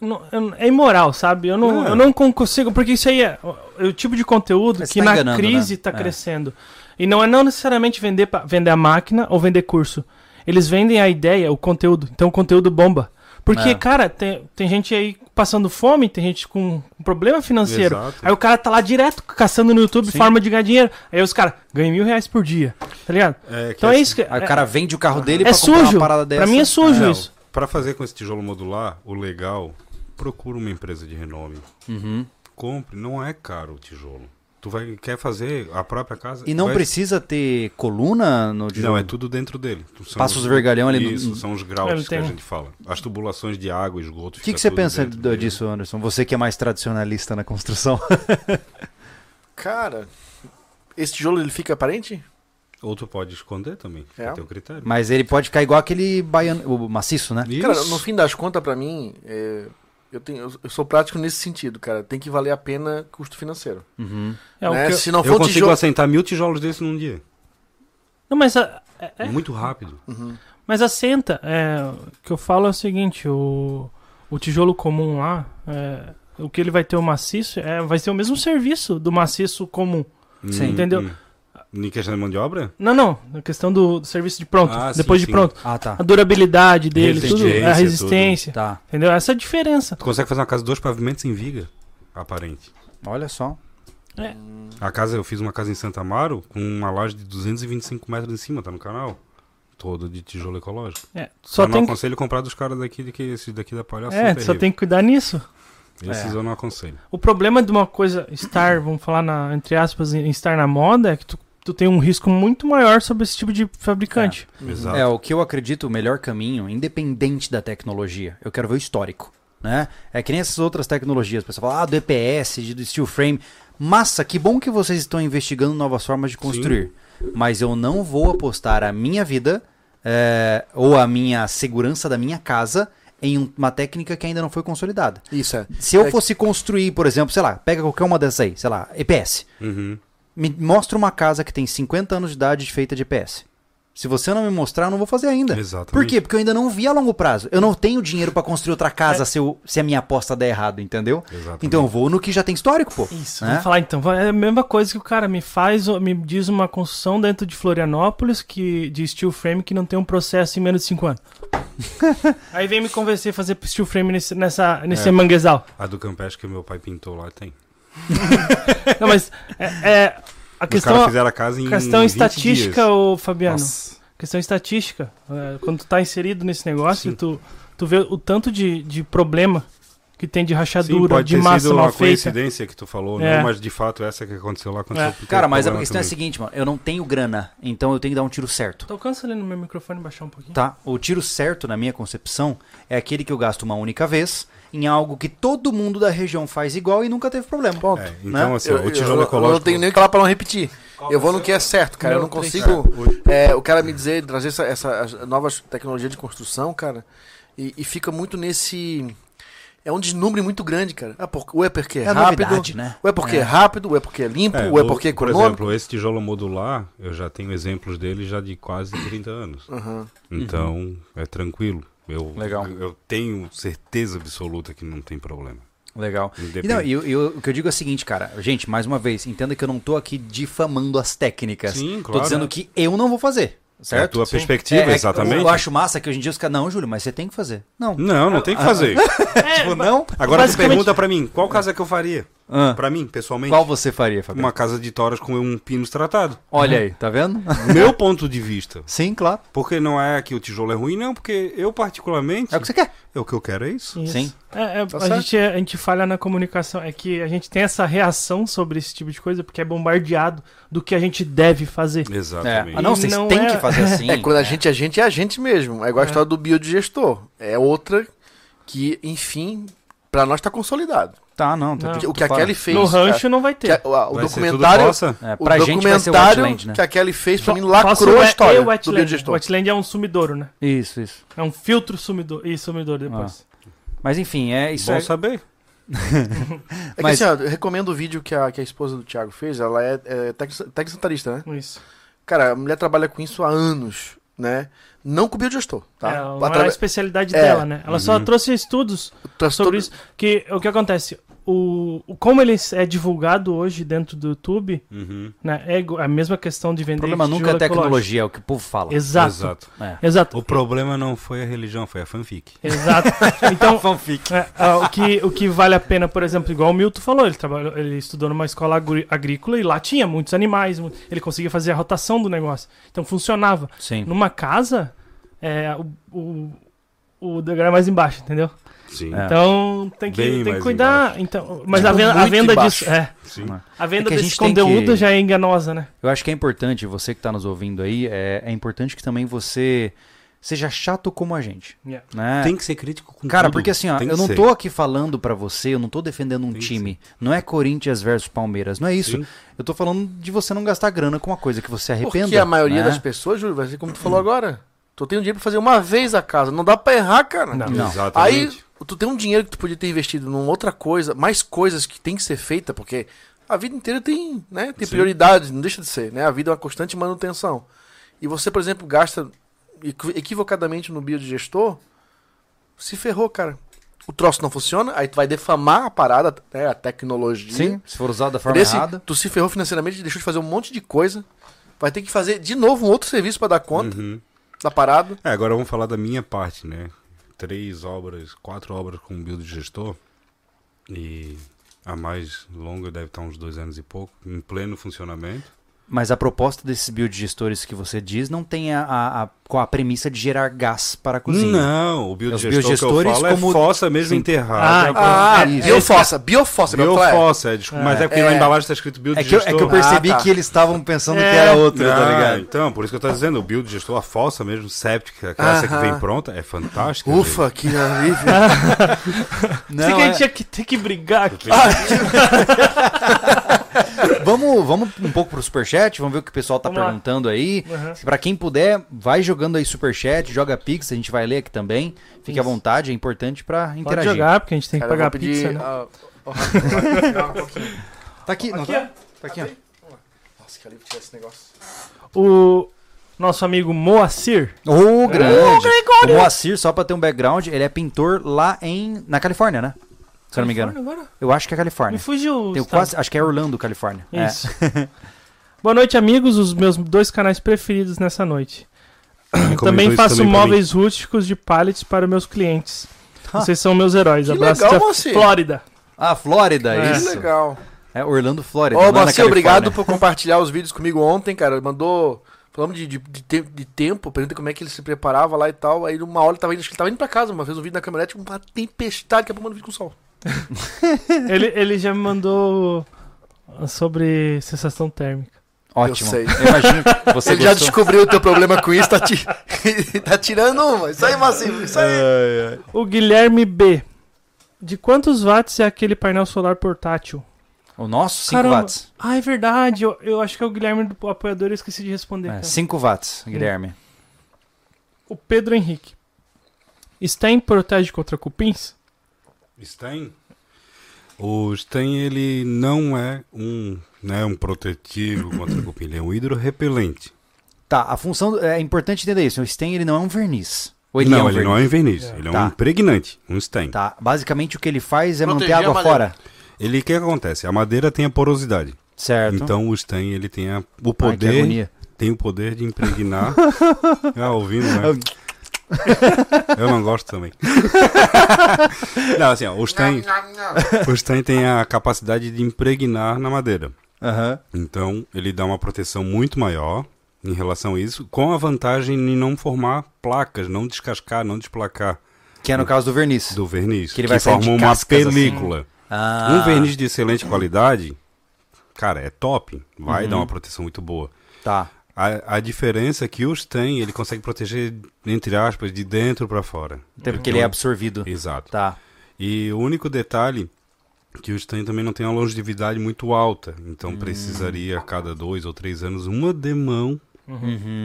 Speaker 3: não- eu não- é imoral, sabe? Eu não,
Speaker 4: É.
Speaker 3: eu não con- consigo, porque isso aí é, é o tipo de conteúdo
Speaker 1: Mas
Speaker 3: que
Speaker 1: tá
Speaker 3: na
Speaker 1: enganando,
Speaker 3: crise
Speaker 1: né?
Speaker 3: está
Speaker 1: É.
Speaker 3: crescendo. E não é não necessariamente vender, pra, vender a máquina ou vender curso. Eles vendem a ideia, o conteúdo. Então o conteúdo bomba. Porque,
Speaker 1: É.
Speaker 3: cara, tem, tem gente aí passando fome, tem gente com um problema financeiro.
Speaker 4: Exato.
Speaker 3: Aí o cara tá lá direto caçando no YouTube
Speaker 1: Sim.
Speaker 3: forma de ganhar dinheiro. Aí os caras ganham mil reais por dia. Tá ligado?
Speaker 4: É, que
Speaker 3: Então é isso que.
Speaker 1: Aí o
Speaker 3: é-
Speaker 1: cara vende o carro dele
Speaker 3: é
Speaker 1: pra comprar
Speaker 3: sujo.
Speaker 1: uma parada dessa.
Speaker 3: Pra mim é sujo
Speaker 4: Não,
Speaker 3: isso.
Speaker 4: Pra fazer com esse tijolo modular, o legal, procura uma empresa de renome.
Speaker 1: Uhum.
Speaker 4: Compre, não é caro o tijolo. Tu vai, quer fazer a própria casa.
Speaker 1: E não
Speaker 4: vai-
Speaker 1: precisa ter coluna no
Speaker 4: Não,
Speaker 1: tijolo?
Speaker 4: é tudo dentro dele. Tu- são
Speaker 1: Passa os vergalhão ali no-
Speaker 4: Isso, são os graus
Speaker 3: Ele
Speaker 4: que
Speaker 3: tem
Speaker 4: a
Speaker 3: um-
Speaker 4: gente fala. As tubulações de água, esgoto.
Speaker 1: O que, que você pensa do- disso, Anderson? Você que é mais tradicionalista na construção.
Speaker 2: Cara, esse tijolo ele fica aparente?
Speaker 4: Ou tu pode esconder também. É,
Speaker 2: É.
Speaker 4: teu critério.
Speaker 1: Mas ele pode ficar igual aquele baiano, o maciço, né?
Speaker 4: Isso.
Speaker 2: Cara, no fim das contas, pra mim, é, eu, tenho, eu- eu sou prático nesse sentido, cara. Tem que valer a pena custo financeiro.
Speaker 1: Uhum.
Speaker 3: É, o
Speaker 2: né?
Speaker 3: que eu-
Speaker 2: Se não
Speaker 4: Eu
Speaker 2: for
Speaker 4: consigo
Speaker 2: tijolo.
Speaker 4: assentar mil tijolos desses num dia.
Speaker 3: Não, mas a- é- é-
Speaker 4: Muito rápido.
Speaker 3: Mas assenta. É, o que eu falo é o seguinte: o, o tijolo comum lá, é, o que ele vai ter o maciço, é, vai ser o mesmo serviço do maciço comum.
Speaker 1: Sim.
Speaker 3: Entendeu?
Speaker 4: Hum, Em questão de mão de obra?
Speaker 3: Não, não. Na questão do, do serviço de pronto,
Speaker 4: Ah, sim,
Speaker 3: depois de
Speaker 4: sim.
Speaker 3: pronto.
Speaker 1: Ah, tá.
Speaker 3: A durabilidade dele, tudo,
Speaker 4: Resistência,
Speaker 3: a resistência.
Speaker 1: Tá.
Speaker 3: Entendeu? Essa é a diferença.
Speaker 4: Tu consegue fazer uma casa de dois pavimentos em viga, aparente.
Speaker 1: Olha só.
Speaker 4: A casa, eu fiz uma casa em Santa Amaro com uma laje de 225 metros em cima, tá no canal. Todo de tijolo ecológico.
Speaker 3: É, só
Speaker 4: eu não
Speaker 3: tem que,
Speaker 4: aconselho comprar dos caras daqui, de que esse daqui da palhaça.
Speaker 3: é, só tem É. que cuidar nisso.
Speaker 4: Esses eu não aconselho.
Speaker 3: O problema de uma coisa estar, vamos falar na, entre aspas, em- estar na moda é que tu, tu tem um risco muito maior sobre esse tipo de fabricante.
Speaker 4: Exato.
Speaker 1: É, o que eu acredito o melhor caminho, independente da tecnologia, eu quero ver o histórico, né? É que nem essas outras tecnologias, o pessoal fala, ah, do EPS, de- do steel frame. Massa, que bom que vocês estão investigando novas formas de construir. Mas eu não vou apostar a minha vida é, ou a minha segurança da minha casa em um- uma técnica que ainda não foi consolidada.
Speaker 2: Isso é.
Speaker 1: Se eu
Speaker 2: É-
Speaker 1: fosse construir, por exemplo, sei lá, pega qualquer uma dessas aí, sei lá, EPS.
Speaker 3: É.
Speaker 4: Uhum.
Speaker 1: Me mostra uma casa que tem 50 anos de idade feita de EPS. Se você não me mostrar, eu não vou fazer
Speaker 3: É.
Speaker 1: ainda.
Speaker 4: Exatamente.
Speaker 1: Por quê? Porque eu ainda não vi a longo prazo. Eu não tenho dinheiro pra construir outra casa se, eu- se a minha aposta der errado, entendeu?
Speaker 4: Exatamente.
Speaker 1: Então eu vou no que já tem histórico, pô.
Speaker 3: Isso,
Speaker 1: né?
Speaker 3: vamos falar então. É a mesma coisa que o cara me faz, me diz uma construção dentro de Florianópolis que, de steel frame que não tem um processo em menos de 5 anos. Aí vem me convencer a fazer steel frame nesse, nessa, nesse
Speaker 4: É.
Speaker 3: manguezal.
Speaker 4: A do Campeche que meu pai pintou lá tem.
Speaker 3: Não, mas é, é, a
Speaker 4: Os
Speaker 3: questão,
Speaker 4: caras fizeram a casa em
Speaker 3: questão é
Speaker 4: 20
Speaker 3: estatística,
Speaker 4: dias.
Speaker 3: ô Fabiano.
Speaker 4: Nossa.
Speaker 3: Questão estatística. é, quando tu tá inserido nesse negócio,
Speaker 4: Sim.
Speaker 3: tu, tu vê o tanto de, de problema que tem de
Speaker 4: Sim,
Speaker 3: rachadura,
Speaker 4: pode
Speaker 3: Tá de
Speaker 4: ter
Speaker 3: massa
Speaker 4: sido
Speaker 3: mal
Speaker 4: uma
Speaker 3: feita.
Speaker 4: coincidência que tu falou,
Speaker 3: É.
Speaker 4: não, mas de fato essa que aconteceu lá aconteceu.
Speaker 3: É.
Speaker 4: porque
Speaker 1: Cara, mas a
Speaker 4: problema
Speaker 1: questão é a
Speaker 4: também.
Speaker 1: seguinte, mano. Eu não tenho grana, então eu tenho que dar um tiro certo.
Speaker 3: Tu alcança ali no meu microfone baixar um pouquinho?
Speaker 1: Tá? O tiro certo, na minha concepção, é aquele que eu gasto uma única vez em algo que todo mundo da região faz igual e nunca teve problema.
Speaker 2: Ponto.
Speaker 4: É, então,
Speaker 1: né?
Speaker 4: assim, ó, o tijolo
Speaker 2: eu, eu
Speaker 4: ecológico.
Speaker 2: não tenho nem o que falar pra não repetir. eu vou no que é certo, cara. Eu não
Speaker 3: Meu Deus.
Speaker 2: consigo.
Speaker 4: hoje-
Speaker 2: é, o cara me dizer, trazer essa, essa- as novas tecnologias de construção, cara. E, e fica muito nesse. É um deslumbre muito grande, cara. Ah, por, ou é porque é,
Speaker 1: É a
Speaker 2: rápido.
Speaker 1: novidade, né?
Speaker 2: Ou é porque é. rápido, ou é porque é limpo,
Speaker 4: É,
Speaker 2: ou é
Speaker 4: o-
Speaker 2: porque é
Speaker 4: por
Speaker 2: econômico.
Speaker 4: exemplo, esse tijolo modular, eu já tenho exemplos dele já de quase 30 anos.
Speaker 2: Aham.
Speaker 4: Então, é tranquilo. Eu,
Speaker 1: Uhum. Legal.
Speaker 4: eu tenho certeza absoluta que não tem problema. É
Speaker 1: Legal. E,
Speaker 4: Independe-
Speaker 1: não, e eu- eu- o que eu digo é o seguinte, cara. Gente, mais uma vez, entenda que eu não tô aqui difamando as técnicas.
Speaker 4: Sim,
Speaker 1: Tô
Speaker 4: claro.
Speaker 1: dizendo que eu não vou fazer,
Speaker 4: É a
Speaker 1: certo?
Speaker 4: tua
Speaker 3: Sim.
Speaker 4: perspectiva,
Speaker 1: É, é que
Speaker 4: exatamente.
Speaker 1: Eu acho massa que hoje em dia os caras. Não, Júlio, mas você tem que fazer. Não.
Speaker 4: Não, não tem que fazer.
Speaker 1: Tipo, não?
Speaker 4: Agora tu
Speaker 3: Basicamente-
Speaker 4: pergunta pra mim, qual casa que eu faria?
Speaker 1: Ah,
Speaker 4: Pra mim, pessoalmente,
Speaker 1: qual você faria, Fabiano?
Speaker 4: uma casa de toras com um pinos tratado.
Speaker 1: Olha aí, tá vendo?
Speaker 4: Meu ponto de vista.
Speaker 1: Sim, claro.
Speaker 4: Porque não é que o tijolo é ruim, não, porque eu particularmente,
Speaker 1: É o que você quer.
Speaker 4: é o que eu quero é isso.
Speaker 3: Isso.
Speaker 1: Sim.
Speaker 3: É, é,
Speaker 2: Tá
Speaker 3: a,
Speaker 2: certo.
Speaker 3: gente, é- a gente falha na comunicação. É que a gente tem essa reação sobre esse tipo de coisa porque é bombardeado do que a gente deve fazer.
Speaker 1: É.
Speaker 4: Exatamente.
Speaker 1: Ah, não,
Speaker 3: E
Speaker 1: vocês
Speaker 3: não
Speaker 1: têm
Speaker 3: é-
Speaker 1: que fazer assim.
Speaker 2: É, quando a gente é a gente, é a gente mesmo. É igual a história do biodigestor. É outra que, enfim, pra nós tá consolidado.
Speaker 1: Tá, não. Tá
Speaker 3: Não.
Speaker 1: tudo
Speaker 2: o que a
Speaker 1: fora.
Speaker 2: Kelly fez.
Speaker 3: no
Speaker 2: cara,
Speaker 3: rancho não vai
Speaker 2: que
Speaker 3: ter.
Speaker 2: a- o- o
Speaker 4: Vai ser tudo
Speaker 2: documentário.
Speaker 4: roça?
Speaker 1: É,
Speaker 2: O
Speaker 1: pra gente vai ser o
Speaker 2: documentário
Speaker 1: Outland, né?
Speaker 2: que a Kelly fez pra
Speaker 3: Fo-
Speaker 2: mim
Speaker 3: fóssil
Speaker 2: lacrou
Speaker 3: é-
Speaker 2: a
Speaker 3: é
Speaker 2: história
Speaker 3: o
Speaker 2: do
Speaker 3: Wetland. O
Speaker 2: biodigestor.
Speaker 3: Wetland é um sumidouro, né?
Speaker 1: Isso, isso.
Speaker 3: É um filtro sumidouro. E
Speaker 1: Ah.
Speaker 3: sumidouro depois.
Speaker 1: Mas enfim, é isso.
Speaker 4: Bom
Speaker 1: é-
Speaker 4: saber.
Speaker 2: É que,
Speaker 1: Mas-
Speaker 2: assim, ó, eu recomendo o vídeo que a, que a esposa do Thiago fez. Ela é, é tec- tecnicentarista, né?
Speaker 3: Isso.
Speaker 2: Cara, a mulher trabalha com isso há anos, né? Não com o biodigestor, tá?
Speaker 3: É, não era a
Speaker 2: Atra-
Speaker 3: especialidade
Speaker 2: É.
Speaker 3: dela, né? Ela só
Speaker 4: Uhum.
Speaker 3: trouxe estudos
Speaker 2: tra-
Speaker 3: sobre isso. Que o que acontece? O, o- como ele é divulgado hoje dentro do YouTube,
Speaker 4: Uhum.
Speaker 3: né? É igu- a mesma questão de
Speaker 1: O
Speaker 3: vender.
Speaker 1: problema
Speaker 3: tijolo
Speaker 1: nunca é a
Speaker 3: ecológico.
Speaker 1: tecnologia, é o que o povo fala. É,
Speaker 3: Exato. Exato.
Speaker 4: Exato. O
Speaker 3: Exato.
Speaker 4: problema não foi a religião, foi a fanfic.
Speaker 3: Então,
Speaker 1: Fanfic.
Speaker 3: É, ah, o, que, o que vale a pena, por exemplo, igual o Milton falou, ele, trabalhou, ele estudou numa escola agri- agrícola e lá tinha muitos animais, mu- ele conseguia fazer a rotação do negócio. Então funcionava.
Speaker 1: Sim.
Speaker 3: Numa casa, é, o, o, o degrau é mais embaixo, entendeu?
Speaker 4: Sim.
Speaker 1: É.
Speaker 3: Então tem que,
Speaker 4: Bem
Speaker 3: tem que
Speaker 4: mais
Speaker 3: cuidar. Então, mas a
Speaker 2: Tipo,
Speaker 3: venda, a
Speaker 2: muito
Speaker 3: venda
Speaker 2: embaixo.
Speaker 3: disso. É,
Speaker 4: Sim.
Speaker 3: a venda
Speaker 1: É que a
Speaker 3: desse
Speaker 1: gente tem
Speaker 3: conteúdo
Speaker 1: que-
Speaker 3: já é enganosa, né?
Speaker 1: Eu acho que é importante, você que está nos ouvindo aí, é, é importante que também você seja chato como a gente.
Speaker 3: Yeah.
Speaker 1: Né?
Speaker 4: É. Tem que ser crítico com
Speaker 1: Cara,
Speaker 4: tudo.
Speaker 1: porque assim, ó,
Speaker 4: Tem que
Speaker 1: eu não
Speaker 4: ser.
Speaker 1: tô aqui falando pra você, eu não tô defendendo um
Speaker 4: Tem que
Speaker 1: time. Não é Corinthians versus Palmeiras, não é isso.
Speaker 4: Sim.
Speaker 1: Eu tô falando de você não gastar grana com uma coisa que você arrependa.
Speaker 2: Porque a maioria
Speaker 1: né?
Speaker 2: das pessoas, Júlio, vai ser como tu falou agora. Tu tem um dinheiro pra fazer uma vez a casa. Não dá pra errar, cara.
Speaker 3: Não.
Speaker 1: Não.
Speaker 2: Aí,
Speaker 4: Exatamente.
Speaker 2: tu tem um dinheiro que tu podia ter investido numa outra coisa, mais coisas que tem que ser feita, porque a vida inteira tem, né? Tem
Speaker 4: Sim.
Speaker 2: prioridades, não deixa de ser, né? A vida é uma constante manutenção. E você, por exemplo, gasta equi- equivocadamente no biodigestor, se ferrou, cara. O troço não funciona, aí tu vai defamar a parada, né? A tecnologia.
Speaker 1: Sim, se for usado da forma
Speaker 2: Desse,
Speaker 1: errada.
Speaker 2: tu se ferrou financeiramente, deixou de fazer um monte de coisa. Vai ter que fazer de novo um outro serviço pra dar conta
Speaker 4: Uhum.
Speaker 2: da parada.
Speaker 4: É, agora vamos falar da minha parte, né? Três obras, quatro obras com biodigestor. E a mais longa deve estar uns dois anos e pouco, em pleno funcionamento.
Speaker 1: Mas a proposta desses biodigestores que você diz não tem a, a, a- com a premissa de gerar gás para a cozinha.
Speaker 4: Não, o biodigestor
Speaker 1: Os
Speaker 4: que eu
Speaker 1: biogestores
Speaker 4: falo
Speaker 1: como-
Speaker 4: é fossa mesmo
Speaker 1: Sim.
Speaker 4: enterrada.
Speaker 3: então,
Speaker 2: Ah,
Speaker 1: é isso.
Speaker 2: biofossa, biofossa, meu colega.
Speaker 4: Biofossa, é, desculpa, mas é porque na embalagem está escrito
Speaker 1: É que, eu,
Speaker 4: biodigestor.
Speaker 1: é que eu percebi
Speaker 2: Ah, tá.
Speaker 1: que eles estavam pensando
Speaker 3: É.
Speaker 1: que era outro, tá
Speaker 4: Ah,
Speaker 1: ligado?
Speaker 4: Então, por isso que eu tô dizendo, o biodigestor, a fossa mesmo, séptica, aquela essa que
Speaker 2: Aham.
Speaker 4: vem pronta, é fantástica.
Speaker 2: Ufa, que alívio.
Speaker 1: Não,
Speaker 3: Não, que
Speaker 1: é-
Speaker 3: a gente tinha que ter que brigar aqui.
Speaker 4: gente.
Speaker 1: Vamos, vamos um pouco pro superchat, vamos ver o que o pessoal tá
Speaker 3: Vamos lá.
Speaker 1: perguntando aí.
Speaker 3: Uhum.
Speaker 1: Pra quem puder, vai jogando aí superchat, joga Pix, a gente vai ler aqui também. Fique à
Speaker 3: Isso.
Speaker 1: vontade, é importante pra
Speaker 3: Pode
Speaker 1: interagir.
Speaker 3: jogar, porque a gente tem que
Speaker 2: Cara, eu
Speaker 3: pagar
Speaker 2: vou
Speaker 3: a pizza,
Speaker 2: pedir.
Speaker 3: né?
Speaker 2: ah,
Speaker 1: Tá aqui, não
Speaker 3: Aqui,
Speaker 1: tá? Tá aqui, ó.
Speaker 2: Nossa, que alívio tirar esse negócio.
Speaker 3: O nosso amigo Moacir.
Speaker 1: Ô, grande! o Moacir, só pra ter um background, ele é pintor lá em. na Califórnia, né? Se eu não me engano.
Speaker 3: Agora?
Speaker 1: Eu acho que é Califórnia.
Speaker 3: Me fugiu. o
Speaker 1: Tenho
Speaker 3: estado.
Speaker 1: quase, acho que é Orlando, Califórnia. É.
Speaker 3: Isso. Boa noite, amigos, os meus dois canais preferidos nessa noite. também faço móveis rústicos de pallets para meus clientes.
Speaker 1: Ah.
Speaker 3: Vocês são meus heróis.
Speaker 2: Que
Speaker 3: Abraço
Speaker 2: legal,
Speaker 3: da
Speaker 2: Moacir.
Speaker 3: Flórida.
Speaker 1: Ah, Flórida,
Speaker 3: É.
Speaker 2: Que
Speaker 1: isso.
Speaker 2: legal.
Speaker 1: É Orlando, Flórida.
Speaker 2: Ó,
Speaker 1: não é na
Speaker 2: Marcinho, obrigado
Speaker 1: Califórnia.
Speaker 2: por compartilhar os vídeos comigo ontem, cara. Ele mandou. Falamos de, de, de te- de tempo, pergunta como é que ele se preparava lá e tal. Aí numa hora ele tava indo, acho que ele tava indo pra casa, mas fez um vídeo na caminhonete, uma tempestade, que é pra mandar um vídeo com sol.
Speaker 3: Ele, ele já me mandou sobre sensação térmica.
Speaker 1: Ótimo.
Speaker 2: Eu sei.
Speaker 1: Imagino. Você
Speaker 2: ele já
Speaker 1: gostou?
Speaker 2: descobriu o teu problema com isso, tá, ti- tá tirando uma. Isso aí, Marcinho, isso aí.
Speaker 1: Ai, ai.
Speaker 3: O Guilherme B. De quantos watts é aquele painel solar portátil?
Speaker 1: O nosso, 5
Speaker 3: Caramba.
Speaker 1: watts.
Speaker 3: Ah, é verdade. Eu, eu acho que é o Guilherme do apoiador, eu esqueci de responder. cara.
Speaker 1: 5 É, watts, Guilherme.
Speaker 3: O Pedro Henrique. Stein protege contra cupins?
Speaker 4: Stein? O Stein, ele não é um, né, um protetivo contra o cupim, ele é um hidrorrepelente.
Speaker 1: Tá, a função. É importante entender isso. O stain ele não é um verniz. Ou ele
Speaker 4: não,
Speaker 1: é um
Speaker 4: ele
Speaker 1: verniz.
Speaker 4: não é um verniz, ele é
Speaker 1: Tá.
Speaker 4: um impregnante, um Stein.
Speaker 1: Tá, basicamente o que ele faz é
Speaker 2: Proteger
Speaker 1: manter a água
Speaker 2: a madeira.
Speaker 1: fora.
Speaker 4: Ele, o que acontece? A madeira tem a porosidade,
Speaker 1: Certo.
Speaker 4: então o Stein, ele tem a- o
Speaker 1: Ai, que é
Speaker 4: poder,
Speaker 1: agonia.
Speaker 4: tem o poder de impregnar... ah, ouvindo, né? Eu não gosto também. não, assim, ó, o Stein, o Stein tem a capacidade de impregnar na madeira.
Speaker 1: Aham.
Speaker 4: Então, ele dá uma proteção muito maior em relação a isso, com a vantagem de não formar placas, não descascar, não desplacar
Speaker 1: Que é no caso do verniz.
Speaker 4: do verniz,
Speaker 1: Que ele vai sair de
Speaker 4: forma uma
Speaker 1: cascas, assim.
Speaker 4: película.
Speaker 1: Ah.
Speaker 4: Um verniz de excelente qualidade, cara, é top,
Speaker 1: Uhum.
Speaker 4: vai dar uma proteção muito boa.
Speaker 1: Tá.
Speaker 4: A, a diferença é que os tem, ele consegue proteger, entre aspas, de dentro para fora.
Speaker 1: Até porque ele é absorvido.
Speaker 4: Exato.
Speaker 1: Tá.
Speaker 4: E o único detalhe que o Stein também não tem uma longevidade muito alta, então precisaria a cada dois ou três anos uma demão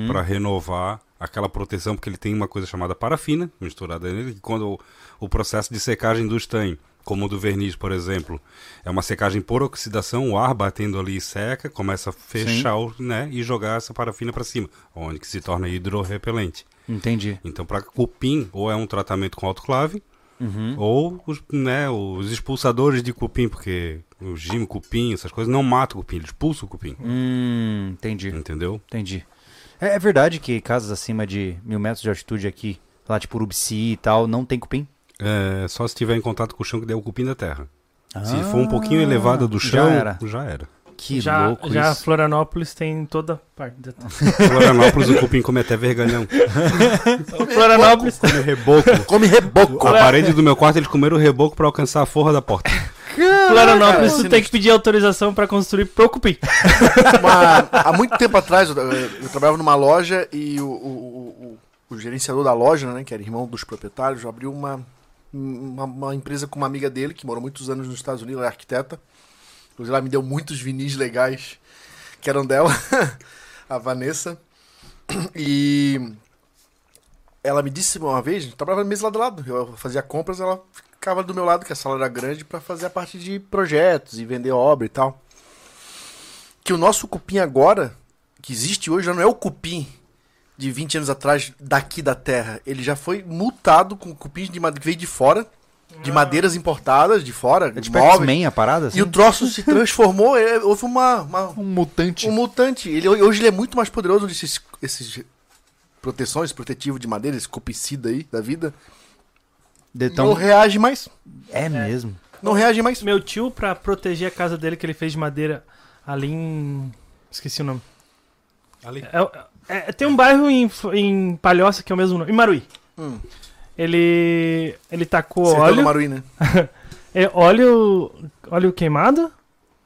Speaker 4: para renovar aquela proteção, porque ele tem uma coisa chamada parafina misturada nele, que quando o, o processo de secagem do Stein, como o do verniz, por exemplo, é uma secagem por oxidação, o ar batendo ali seca, começa a fechar o, né, e jogar essa parafina para cima, onde que se torna hidrorrepelente.
Speaker 1: Entendi.
Speaker 4: Então, para cupim, ou é um tratamento com autoclave,
Speaker 1: Uhum.
Speaker 4: ou os, né, os expulsadores de cupim, porque o gimo cupim, essas coisas, não matam o cupim, eles expulsam o cupim.
Speaker 1: Hum, entendi.
Speaker 4: Entendeu?
Speaker 1: Entendi. É, é verdade que casas acima de mil metros de altitude aqui, lá tipo Urubici e tal, não tem cupim?
Speaker 4: É, só se tiver em contato com o chão que der o cupim da terra. se
Speaker 1: Ah,
Speaker 4: for um pouquinho elevada do
Speaker 1: já
Speaker 4: chão,
Speaker 1: era.
Speaker 4: já era.
Speaker 1: Que
Speaker 3: já
Speaker 1: louco
Speaker 3: já
Speaker 1: isso.
Speaker 3: Florianópolis tem em toda parte. da-
Speaker 4: Florianópolis, o cupim come até vergalhão.
Speaker 3: Florianópolis
Speaker 4: Come reboco.
Speaker 2: Come reboco.
Speaker 4: A parede do meu quarto, eles comeram o reboco para alcançar a forra da porta.
Speaker 3: Florianópolis,
Speaker 2: Cara,
Speaker 3: tu tem que pedir autorização pra construir pro cupim.
Speaker 2: Uma- há muito tempo atrás, eu, eu trabalhava numa loja e o, o- o- o- o gerenciador da loja, né, que era irmão dos proprietários, abriu uma, uma, uma empresa com uma amiga dele, que morou muitos anos nos Estados Unidos, ela é arquiteta. Inclusive, ela me deu muitos vinis legais que eram dela, a Vanessa. E ela me disse uma vez, a gente trabalhava na mesa lá do lado, eu fazia compras, ela ficava do meu lado, que a sala era grande, pra fazer a parte de projetos e vender obra e tal que o nosso cupim agora, que existe hoje, já não é o cupim de 20 anos atrás daqui da terra. Ele já foi multado com cupins de madeira que veio de fora, de madeiras importadas de fora,
Speaker 1: É
Speaker 2: de
Speaker 1: tipo
Speaker 2: móveis.
Speaker 1: X-Men a parada? assim?
Speaker 2: E o troço se transformou, é, houve uma, uma-
Speaker 1: Um mutante.
Speaker 2: um mutante. Ele, hoje ele é muito mais poderoso desses esses proteções, protetivo de madeira, esse cupicida aí da vida.
Speaker 1: Então,
Speaker 2: Não reage mais.
Speaker 1: é mesmo.
Speaker 2: Não reage mais.
Speaker 3: Meu tio, pra proteger a casa dele que ele fez de madeira ali em. Esqueci o nome.
Speaker 4: Ali.
Speaker 3: É- é- é- tem um bairro em, F- em Palhoça que é o mesmo nome. Em Maruí.
Speaker 2: Hum.
Speaker 3: Ele. Ele tacou
Speaker 2: Sertão do
Speaker 3: óleo.
Speaker 2: Maruí, né?
Speaker 3: É óleo, óleo queimado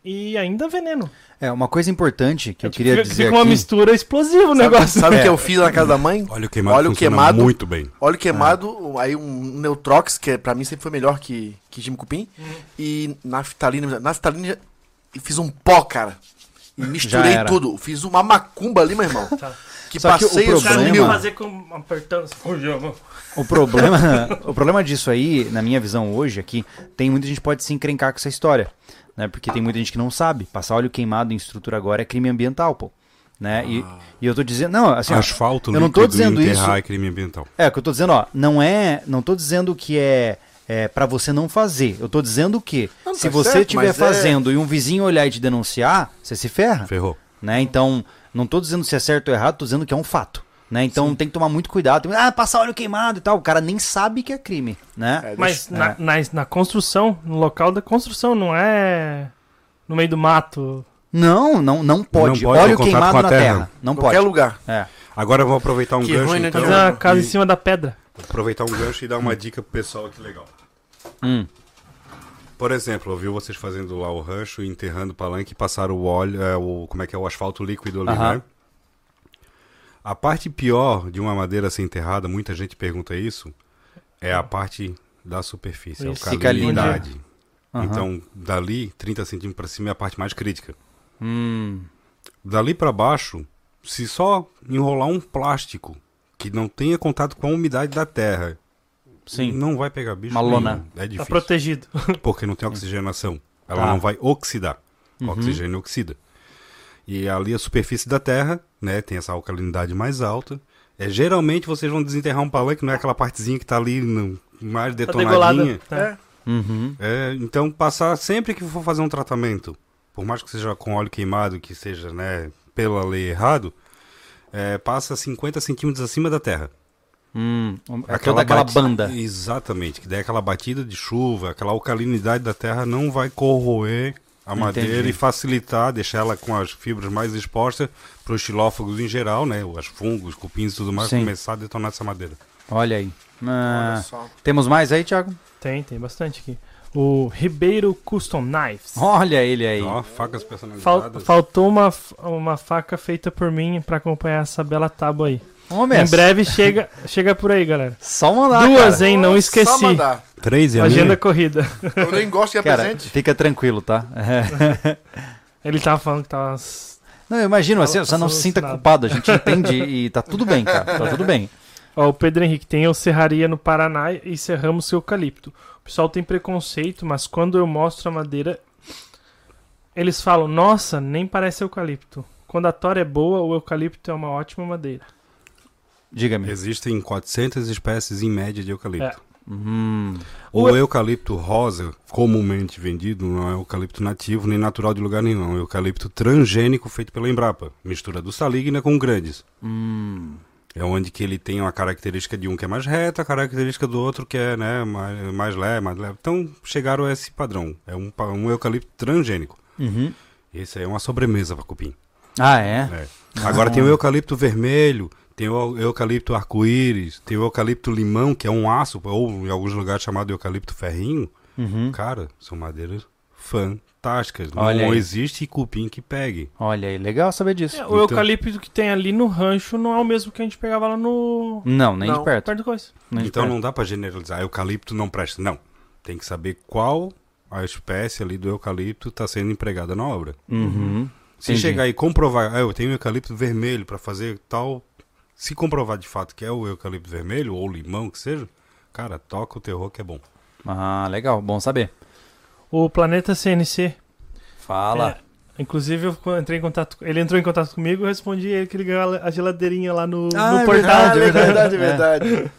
Speaker 3: e ainda veneno.
Speaker 1: É, uma coisa importante que eu
Speaker 3: Tipo,
Speaker 1: queria
Speaker 3: fica,
Speaker 1: dizer
Speaker 3: fica uma
Speaker 1: aqui...
Speaker 3: mistura explosiva o
Speaker 2: Sabe,
Speaker 3: um negócio.
Speaker 2: sabe o que
Speaker 1: É.
Speaker 2: eu fiz na casa da mãe?
Speaker 4: Olha o queimado,
Speaker 2: Óleo
Speaker 4: funciona
Speaker 2: queimado.
Speaker 4: muito bem.
Speaker 2: Óleo queimado, aí um Neutrox, que pra mim sempre foi melhor que, que Jim Cupim. E naftalina. Naftalina já- e fiz um pó, cara. E misturei
Speaker 1: era.
Speaker 2: tudo. Fiz uma macumba ali, meu irmão.
Speaker 3: Tá.
Speaker 2: Que
Speaker 1: Só que o
Speaker 2: passei
Speaker 3: Os caras iam
Speaker 1: problema-
Speaker 2: sumiu.
Speaker 3: fazer com apertando. assim.
Speaker 1: O problema, o problema disso aí, na minha visão hoje aqui, tem muita gente que pode se encrencar com essa história, né? Porque tem muita gente que não sabe. Passar óleo queimado em estrutura agora é crime ambiental, pô. Né? E,
Speaker 2: Ah.
Speaker 1: e eu tô dizendo, não, assim, ó,
Speaker 4: Asfalto
Speaker 1: eu não tô
Speaker 4: líquido e
Speaker 1: dizendo isso.
Speaker 4: enterrar é crime ambiental.
Speaker 1: É, o que eu tô dizendo, ó, não é, não tô dizendo que é é para você não fazer. Eu tô dizendo que
Speaker 2: Não, tá
Speaker 1: se você
Speaker 2: certo,
Speaker 1: estiver
Speaker 2: mas é-
Speaker 1: fazendo e um vizinho olhar e te denunciar, você se ferra
Speaker 4: Ferrou.
Speaker 1: né? Então, não tô dizendo se é certo ou errado, tô dizendo que é um fato, né? Então tem que tomar muito cuidado. Tem- Ah, passar óleo queimado e tal, o cara nem sabe que é crime, né?
Speaker 2: É,
Speaker 3: Mas na, na, na construção, no local da construção, não é. no meio do mato.
Speaker 1: Não, não, não pode.
Speaker 4: Não pode,
Speaker 1: Óleo
Speaker 4: tem contato com
Speaker 1: queimado
Speaker 4: a
Speaker 1: na terra.
Speaker 4: terra.
Speaker 1: Não
Speaker 2: Qualquer
Speaker 1: pode.
Speaker 2: lugar.
Speaker 1: É.
Speaker 4: Agora eu vou aproveitar um
Speaker 2: Que
Speaker 4: gancho.
Speaker 2: ruim, né,
Speaker 4: então,
Speaker 3: Fazer uma casa
Speaker 4: e-
Speaker 3: em cima da pedra. tá
Speaker 4: aproveitar um gancho e dar uma dica pro pessoal aqui legal.
Speaker 1: Hum.
Speaker 4: Por exemplo, eu vi vocês fazendo lá o rancho, enterrando o palanque, passaram o óleo, é, o, como é que é, o asfalto líquido ali,
Speaker 1: Aham.
Speaker 4: né? A parte pior de uma madeira ser enterrada, muita gente pergunta isso, é a parte da superfície,
Speaker 3: Isso.
Speaker 4: a
Speaker 1: Fica ali, né?
Speaker 4: alcalinidade.
Speaker 1: Aham.
Speaker 4: Então, dali, 30 centímetros pra cima é a parte mais crítica.
Speaker 1: Hum.
Speaker 4: Dali pra baixo, se só enrolar um plástico que não tenha contato com a umidade da terra,
Speaker 1: Sim.
Speaker 4: não vai pegar bicho.
Speaker 1: Uma lona.
Speaker 4: nenhum. É
Speaker 3: Tá
Speaker 4: difícil.
Speaker 3: protegido.
Speaker 4: Porque não tem oxigenação. Ela
Speaker 1: Tá. Uhum.
Speaker 4: não vai oxidar. Oxigênio oxida. E ali a superfície da terra, né, tem essa alcalinidade mais alta. É, geralmente vocês vão desenterrar um palanque, não é aquela partezinha que tá ali no- mais
Speaker 3: Tá degolado.
Speaker 4: detonadinha.
Speaker 3: Tá.
Speaker 2: É.
Speaker 1: Uhum.
Speaker 4: É, então passar sempre que for fazer um tratamento, por mais que seja com óleo queimado, que seja, né, pela lei errado, é, passa 50 centímetros acima da terra.
Speaker 1: Hum. É toda aquela
Speaker 4: bati-
Speaker 1: banda.
Speaker 4: Exatamente, que daí aquela batida de chuva, aquela alcalinidade da terra não vai corroer a madeira
Speaker 1: Entendi.
Speaker 4: e facilitar, deixar ela com as fibras mais expostas para os xilófagos em geral, né? Os fungos, cupins e tudo mais,
Speaker 1: Sim.
Speaker 4: começar a detonar essa madeira.
Speaker 1: Olha aí. Ah,
Speaker 2: Olha só.
Speaker 1: Temos mais aí, Thiago?
Speaker 3: Tem, tem bastante aqui. O Ribeiro Custom Knives.
Speaker 1: Olha ele aí.
Speaker 4: Ó, facas
Speaker 3: Fal-
Speaker 4: personalizadas.
Speaker 3: faltou uma, f- uma faca feita por mim pra acompanhar essa bela tábua aí.
Speaker 1: Homem,
Speaker 3: Em breve chega, chega por aí, galera.
Speaker 1: Só mandar,
Speaker 3: Duas,
Speaker 1: cara.
Speaker 3: hein? Não esqueci.
Speaker 2: Só mandar.
Speaker 4: Três e a
Speaker 3: Agenda
Speaker 4: minha?
Speaker 3: corrida.
Speaker 2: Eu nem gosto de ir
Speaker 1: Cara,
Speaker 2: presente.
Speaker 1: fica tranquilo, tá?
Speaker 3: Ele tava falando que tava.
Speaker 1: Não, eu imagino, assim,
Speaker 3: Fala-
Speaker 1: você não
Speaker 3: fala
Speaker 1: se sinta
Speaker 3: nada.
Speaker 1: culpado, a gente entende e tá tudo bem, cara. Tá tudo bem.
Speaker 3: Ó, o Pedro Henrique tem eu serraria no Paraná e serramos o eucalipto. O pessoal tem preconceito, mas quando eu mostro a madeira, eles falam: Nossa, nem parece eucalipto. Quando a tora é boa, o eucalipto é uma ótima madeira.
Speaker 1: Diga-me.
Speaker 4: Existem 400 espécies em média de eucalipto.
Speaker 1: Hum,
Speaker 4: O
Speaker 3: O-
Speaker 4: eucalipto rosa, comumente vendido, não é eucalipto nativo nem natural de lugar nenhum. É um eucalipto transgênico feito pela Embrapa. Mistura do Saligna com grandes.
Speaker 1: Hum.
Speaker 4: É onde que ele tem uma característica de um que é mais reta, a característica do outro que é né, mais, mais leve, mais leve. Então chegaram a esse padrão. É um, pa- um eucalipto transgênico.
Speaker 1: uhum.
Speaker 4: Esse aí é uma sobremesa para cupim.
Speaker 1: Ah, é?
Speaker 4: É. Agora tem o eucalipto vermelho, tem o eucalipto arco-íris, tem o eucalipto limão, que é um aço, ou em alguns lugares chamado eucalipto ferrinho.
Speaker 1: Uhum.
Speaker 4: Cara, são madeiras fantásticas.
Speaker 1: Olha
Speaker 4: não
Speaker 1: aí.
Speaker 4: existe cupim que pegue.
Speaker 1: Olha aí, legal saber disso.
Speaker 3: É, o
Speaker 4: Então-
Speaker 3: eucalipto que tem ali no rancho não é o mesmo que a gente pegava lá no.
Speaker 1: Não, nem de
Speaker 2: Não.
Speaker 1: perto.
Speaker 3: perto do coisa.
Speaker 1: nem de
Speaker 4: Então
Speaker 1: perto.
Speaker 4: não dá pra generalizar. Eucalipto não presta. Não. Tem que saber qual a espécie ali do eucalipto está sendo empregada na obra.
Speaker 1: Uhum.
Speaker 4: Se
Speaker 1: Entendi.
Speaker 4: chegar e comprovar, ah, eu tenho eucalipto vermelho para fazer tal. Se comprovar de fato que é o eucalipto vermelho ou limão, que seja, cara, toca o terror que é bom.
Speaker 1: Ah, legal, bom saber.
Speaker 3: O Planeta CNC.
Speaker 1: Fala.
Speaker 3: É, inclusive, eu entrei em contato. Ele entrou em contato comigo, eu respondi ele que ele ganhou a geladeirinha lá no,
Speaker 1: Ah,
Speaker 3: no
Speaker 1: é
Speaker 3: portal.
Speaker 2: Ah,
Speaker 1: verdade,
Speaker 2: verdade, verdade.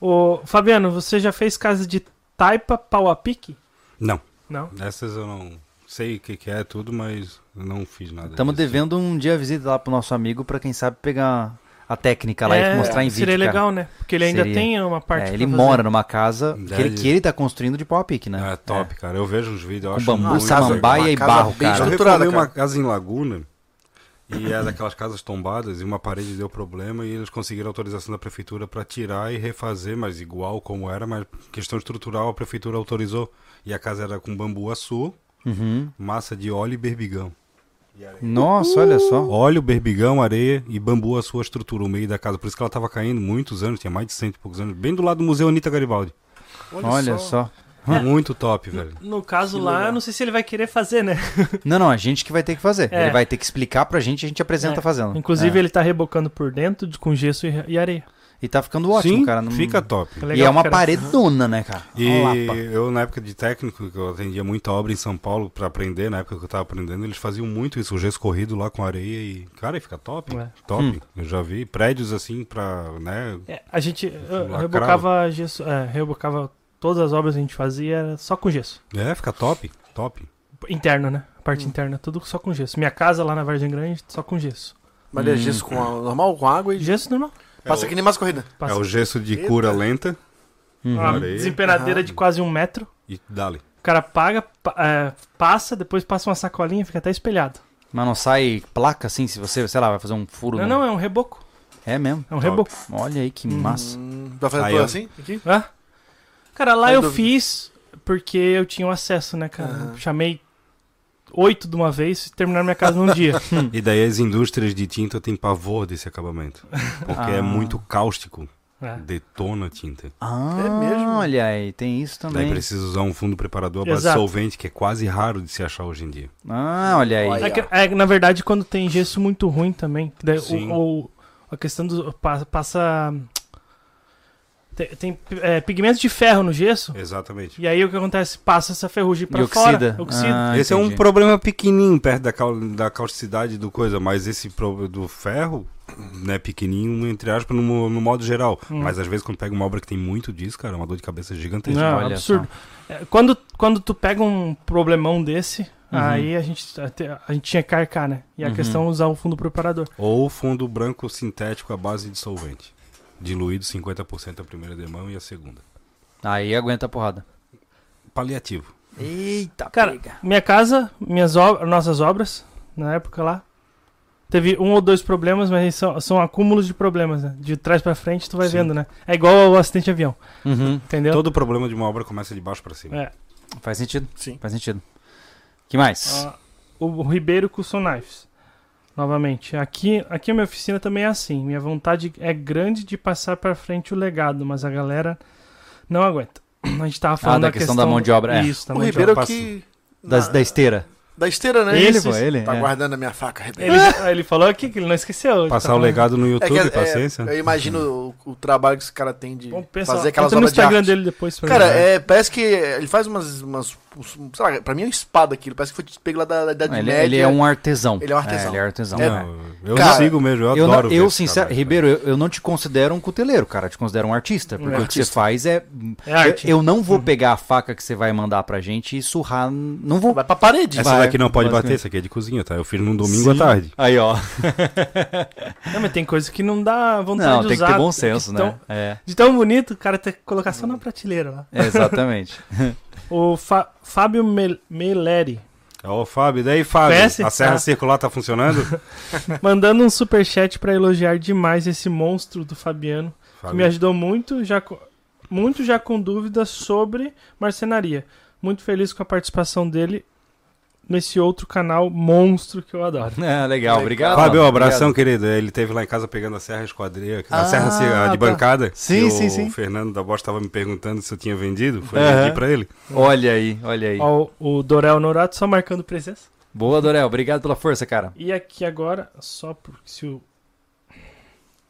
Speaker 3: Ô, Fabiano, você já fez casa de taipa pau a pique?
Speaker 4: Não,
Speaker 3: Não.
Speaker 4: essas eu não sei o que, que é tudo, mas eu não fiz nada.
Speaker 3: É.
Speaker 1: Estamos
Speaker 4: disso.
Speaker 1: devendo um dia a visita lá pro nosso amigo pra quem sabe pegar a técnica lá e mostrar em vídeo.
Speaker 3: É, Seria
Speaker 1: cara.
Speaker 3: legal, né? Porque ele ainda
Speaker 1: Seria.
Speaker 3: tem uma parte.
Speaker 1: É, ele
Speaker 3: pra fazer.
Speaker 1: mora numa casa que ele,
Speaker 4: Verdade.
Speaker 1: que ele tá construindo de pau a pique, né?
Speaker 4: É top, cara. Eu vejo os vídeos, eu
Speaker 1: Com
Speaker 4: acho
Speaker 1: bambu,
Speaker 4: muito legal.
Speaker 1: samambaia e
Speaker 2: Uma casa
Speaker 1: barro,
Speaker 2: bem
Speaker 1: cara.
Speaker 4: Eu
Speaker 2: estruturada,
Speaker 4: reformei uma
Speaker 2: cara.
Speaker 4: casa em Laguna e é daquelas casas tombadas e uma parede deu problema e eles conseguiram autorização da prefeitura para tirar e refazer, mas igual como era, mas questão estrutural a prefeitura autorizou e a casa era com bambu açu,
Speaker 1: Uhum.
Speaker 4: massa de óleo e berbigão.
Speaker 1: Nossa, olha só.
Speaker 4: Óleo, berbigão, areia e bambu açu a estrutura, o meio da casa. Por isso que ela estava caindo muitos anos, tinha mais de cento e poucos anos, bem do lado do Museu Anitta Garibaldi.
Speaker 1: Olha só.
Speaker 4: Muito top, velho.
Speaker 3: No caso lá, eu não sei se ele vai querer fazer, né?
Speaker 1: Não, não, a gente que vai ter que fazer.
Speaker 3: É.
Speaker 1: Ele vai ter que explicar pra gente e a gente apresenta
Speaker 3: É.
Speaker 1: fazendo.
Speaker 3: Inclusive,
Speaker 1: É.
Speaker 3: ele tá rebocando por dentro de- com gesso e, e areia.
Speaker 1: E tá ficando ótimo,
Speaker 4: Sim,
Speaker 1: cara. Não-
Speaker 4: fica top.
Speaker 3: É
Speaker 1: e é
Speaker 3: legal,
Speaker 1: uma
Speaker 3: cara.
Speaker 1: paredona, né, cara?
Speaker 4: E
Speaker 1: Ó lá, pá.
Speaker 4: eu, na época de técnico, que eu atendia muita obra em São Paulo pra aprender, na época que eu tava aprendendo, eles faziam muito isso, o gesso corrido lá com areia e. Cara, e fica top.
Speaker 3: É.
Speaker 4: Top. Eu já vi prédios assim pra. né?
Speaker 3: É, a gente eu,
Speaker 4: Lacrava.
Speaker 3: rebocava gesso. É, rebocava todas as obras que a gente fazia era só com gesso.
Speaker 4: É, fica top, top. É
Speaker 3: Interno, né? A
Speaker 1: Hum.
Speaker 3: parte interna, tudo só com gesso. Minha casa lá na Vargem Grande, só com gesso.
Speaker 2: Mas é gesso com a, normal, com água e
Speaker 3: Gesso normal.
Speaker 2: passa aqui nem mais corrida.
Speaker 4: É
Speaker 3: Passa
Speaker 4: o gesso de cura lenta
Speaker 3: uma
Speaker 4: areia. Ah.
Speaker 3: desempenadeira de quase um metro.
Speaker 4: e dali.
Speaker 3: O cara paga, pa- é, passa, depois passa uma sacolinha, fica até espelhado.
Speaker 1: Mas não sai placa assim, se você, sei lá, vai fazer um furo.
Speaker 3: Não,
Speaker 1: no-
Speaker 3: não, é um reboco.
Speaker 1: É mesmo.
Speaker 3: É um
Speaker 4: Top.
Speaker 3: reboco.
Speaker 1: Olha aí que
Speaker 3: Hum.
Speaker 1: massa.
Speaker 2: Hum, vai fazer
Speaker 4: Aí,
Speaker 2: tudo
Speaker 4: ó.
Speaker 2: assim? Aqui?
Speaker 3: Hã? Cara, lá
Speaker 2: Aí
Speaker 3: eu
Speaker 2: do-
Speaker 3: fiz porque eu tinha o acesso, né, cara?
Speaker 2: Aham.
Speaker 3: Chamei oito de uma vez e terminaram minha casa num dia.
Speaker 4: E daí as indústrias de tinta têm pavor desse acabamento. Porque é
Speaker 1: Ah.
Speaker 4: muito cáustico,
Speaker 3: É.
Speaker 4: detona a tinta.
Speaker 1: Ah,
Speaker 2: É mesmo?
Speaker 1: Olha aí, tem isso também.
Speaker 4: Daí precisa usar um fundo preparador à base de
Speaker 3: Exato.
Speaker 4: solvente, que é quase raro de se achar hoje em dia.
Speaker 1: Ah, olha aí.
Speaker 2: Olha.
Speaker 3: É que- é que, na verdade, quando tem gesso muito ruim também. que daí o-
Speaker 4: Sim.
Speaker 3: o- a questão do. pa- Passa. Tem, tem, é, pigmento de ferro no gesso.
Speaker 4: Exatamente.
Speaker 3: E aí o que acontece? Passa essa ferrugem pra
Speaker 1: E
Speaker 3: fora.
Speaker 1: oxida.
Speaker 3: Oxida.
Speaker 1: Ah,
Speaker 4: esse é um
Speaker 1: entendi.
Speaker 4: problema pequenininho perto da, cau- da causticidade do coisa, mas esse pro- do ferro, né, pequenininho, entre aspas, no, no modo geral.
Speaker 3: Hum.
Speaker 4: Mas às vezes quando pega uma obra que tem muito disso, cara, é uma dor de cabeça gigantesca.
Speaker 3: Não,
Speaker 1: Olha
Speaker 3: absurdo. É, Quando, quando tu pega um problemão desse,
Speaker 4: Uhum.
Speaker 3: aí a gente, até- a gente tinha que arcar, né? E a
Speaker 1: Uhum.
Speaker 3: questão é usar o fundo preparador.
Speaker 4: Ou fundo branco sintético à base de solvente. Diluído 50% a primeira demão e a segunda.
Speaker 1: Aí aguenta a porrada.
Speaker 4: Paliativo.
Speaker 1: Eita,
Speaker 3: Cara, minha casa, minhas ob- nossas obras, na época lá, teve um ou dois problemas, mas eles são, são acúmulos de problemas, né? De trás pra frente tu vai
Speaker 4: Sim.
Speaker 3: vendo, né? É igual ao acidente de avião,
Speaker 1: Uhum,
Speaker 3: entendeu?
Speaker 4: Todo problema de uma obra começa de baixo pra cima.
Speaker 3: É.
Speaker 1: Faz sentido,
Speaker 2: Sim.
Speaker 1: faz sentido. que mais?
Speaker 3: Ah, o, o Ribeiro Custom Knives. Novamente, aqui, aqui a minha oficina também é assim. Minha vontade é grande de passar pra frente o legado, mas a galera não aguenta. A gente tava falando
Speaker 1: Ah, da
Speaker 3: da
Speaker 1: questão da mão de obra, é.
Speaker 3: Isso, da
Speaker 2: O
Speaker 3: mão de
Speaker 2: Ribeiro
Speaker 3: obra.
Speaker 2: é o
Speaker 4: passa.
Speaker 2: que.
Speaker 1: Das-
Speaker 2: na-
Speaker 1: da esteira.
Speaker 2: da esteira, né?
Speaker 3: Ele,
Speaker 2: Isso,
Speaker 3: pô,
Speaker 2: isso.
Speaker 1: ele,
Speaker 2: Tá
Speaker 1: é.
Speaker 2: guardando a minha faca, Ribeiro.
Speaker 3: Ele, ele falou aqui que ele não esqueceu. tá
Speaker 4: Passar o legado no YouTube,
Speaker 2: é,
Speaker 4: paciência.
Speaker 2: eu imagino o, o trabalho que esse cara tem de fazer aquelas
Speaker 3: entra no
Speaker 2: obras de
Speaker 3: Instagram
Speaker 2: arte.
Speaker 3: dele Uhum. depois. pra
Speaker 2: Cara,
Speaker 3: ver. né?
Speaker 2: é, parece que ele faz umas, umas. uns- Sei lá, pra mim é uma espada aquilo. Parece que foi pego lá da, da Idade
Speaker 1: Não, ele,
Speaker 2: Média.
Speaker 1: ele é um artesão.
Speaker 2: Ele é um artesão.
Speaker 1: ele é artesão.
Speaker 2: É,
Speaker 4: Não, eu
Speaker 2: Cara,
Speaker 4: sigo mesmo, eu,
Speaker 1: Eu, não-
Speaker 4: adoro. ver
Speaker 1: eu
Speaker 4: esse
Speaker 1: sincero,
Speaker 4: trabalho,
Speaker 1: Ribeiro, eu, eu não te considero um cuteleiro, cara. Eu te considero um artista. Porque o que você
Speaker 2: artista.
Speaker 1: faz é.
Speaker 3: É arte.
Speaker 1: Eu, eu não vou pegar a faca que você vai mandar pra gente e surrar. Não vou.
Speaker 2: Vai pra parede.
Speaker 4: Essa
Speaker 1: Vai,
Speaker 4: daqui não pode
Speaker 1: basicamente.
Speaker 4: bater, essa aqui é de cozinha, tá? Eu fiz num domingo à tarde.
Speaker 1: Aí, ó.
Speaker 3: Não, mas tem coisa que não dá vontade
Speaker 1: Não,
Speaker 3: de
Speaker 1: tem que
Speaker 3: usar.
Speaker 1: ter bom senso,
Speaker 3: de tão,
Speaker 1: né? É,
Speaker 3: De tão bonito, o cara tem que colocar só na prateleira lá.
Speaker 1: exatamente.
Speaker 3: O Fa- Fábio Mel- Meleri
Speaker 4: Ô, Fábio, daí, Fábio,
Speaker 3: Conhece?
Speaker 4: a serra
Speaker 3: Ah.
Speaker 4: circular tá funcionando?
Speaker 3: mandando um superchat pra elogiar demais esse monstro do Fabiano. que
Speaker 4: Fábio,
Speaker 3: me ajudou muito, já co- muito já com dúvidas sobre marcenaria. Muito feliz com a participação dele nesse outro canal monstro que eu adoro.
Speaker 1: É, legal, obrigado.
Speaker 4: Fábio, um abração,
Speaker 1: Obrigado.
Speaker 4: querido. Ele teve lá em casa pegando a serra esquadria, a
Speaker 1: Ah,
Speaker 4: serra assim, a de
Speaker 1: tá.
Speaker 4: bancada.
Speaker 1: Sim,
Speaker 4: que
Speaker 1: sim,
Speaker 4: o
Speaker 1: sim.
Speaker 4: Fernando da Bosta tava me perguntando se eu tinha vendido. Foi
Speaker 1: Aham.
Speaker 4: pedir pra ele.
Speaker 1: Olha aí, olha aí.
Speaker 3: Ó, o o Dorel Norato só marcando presença.
Speaker 1: Boa, Dorel. Obrigado pela força, cara.
Speaker 3: E aqui agora, só porque se o.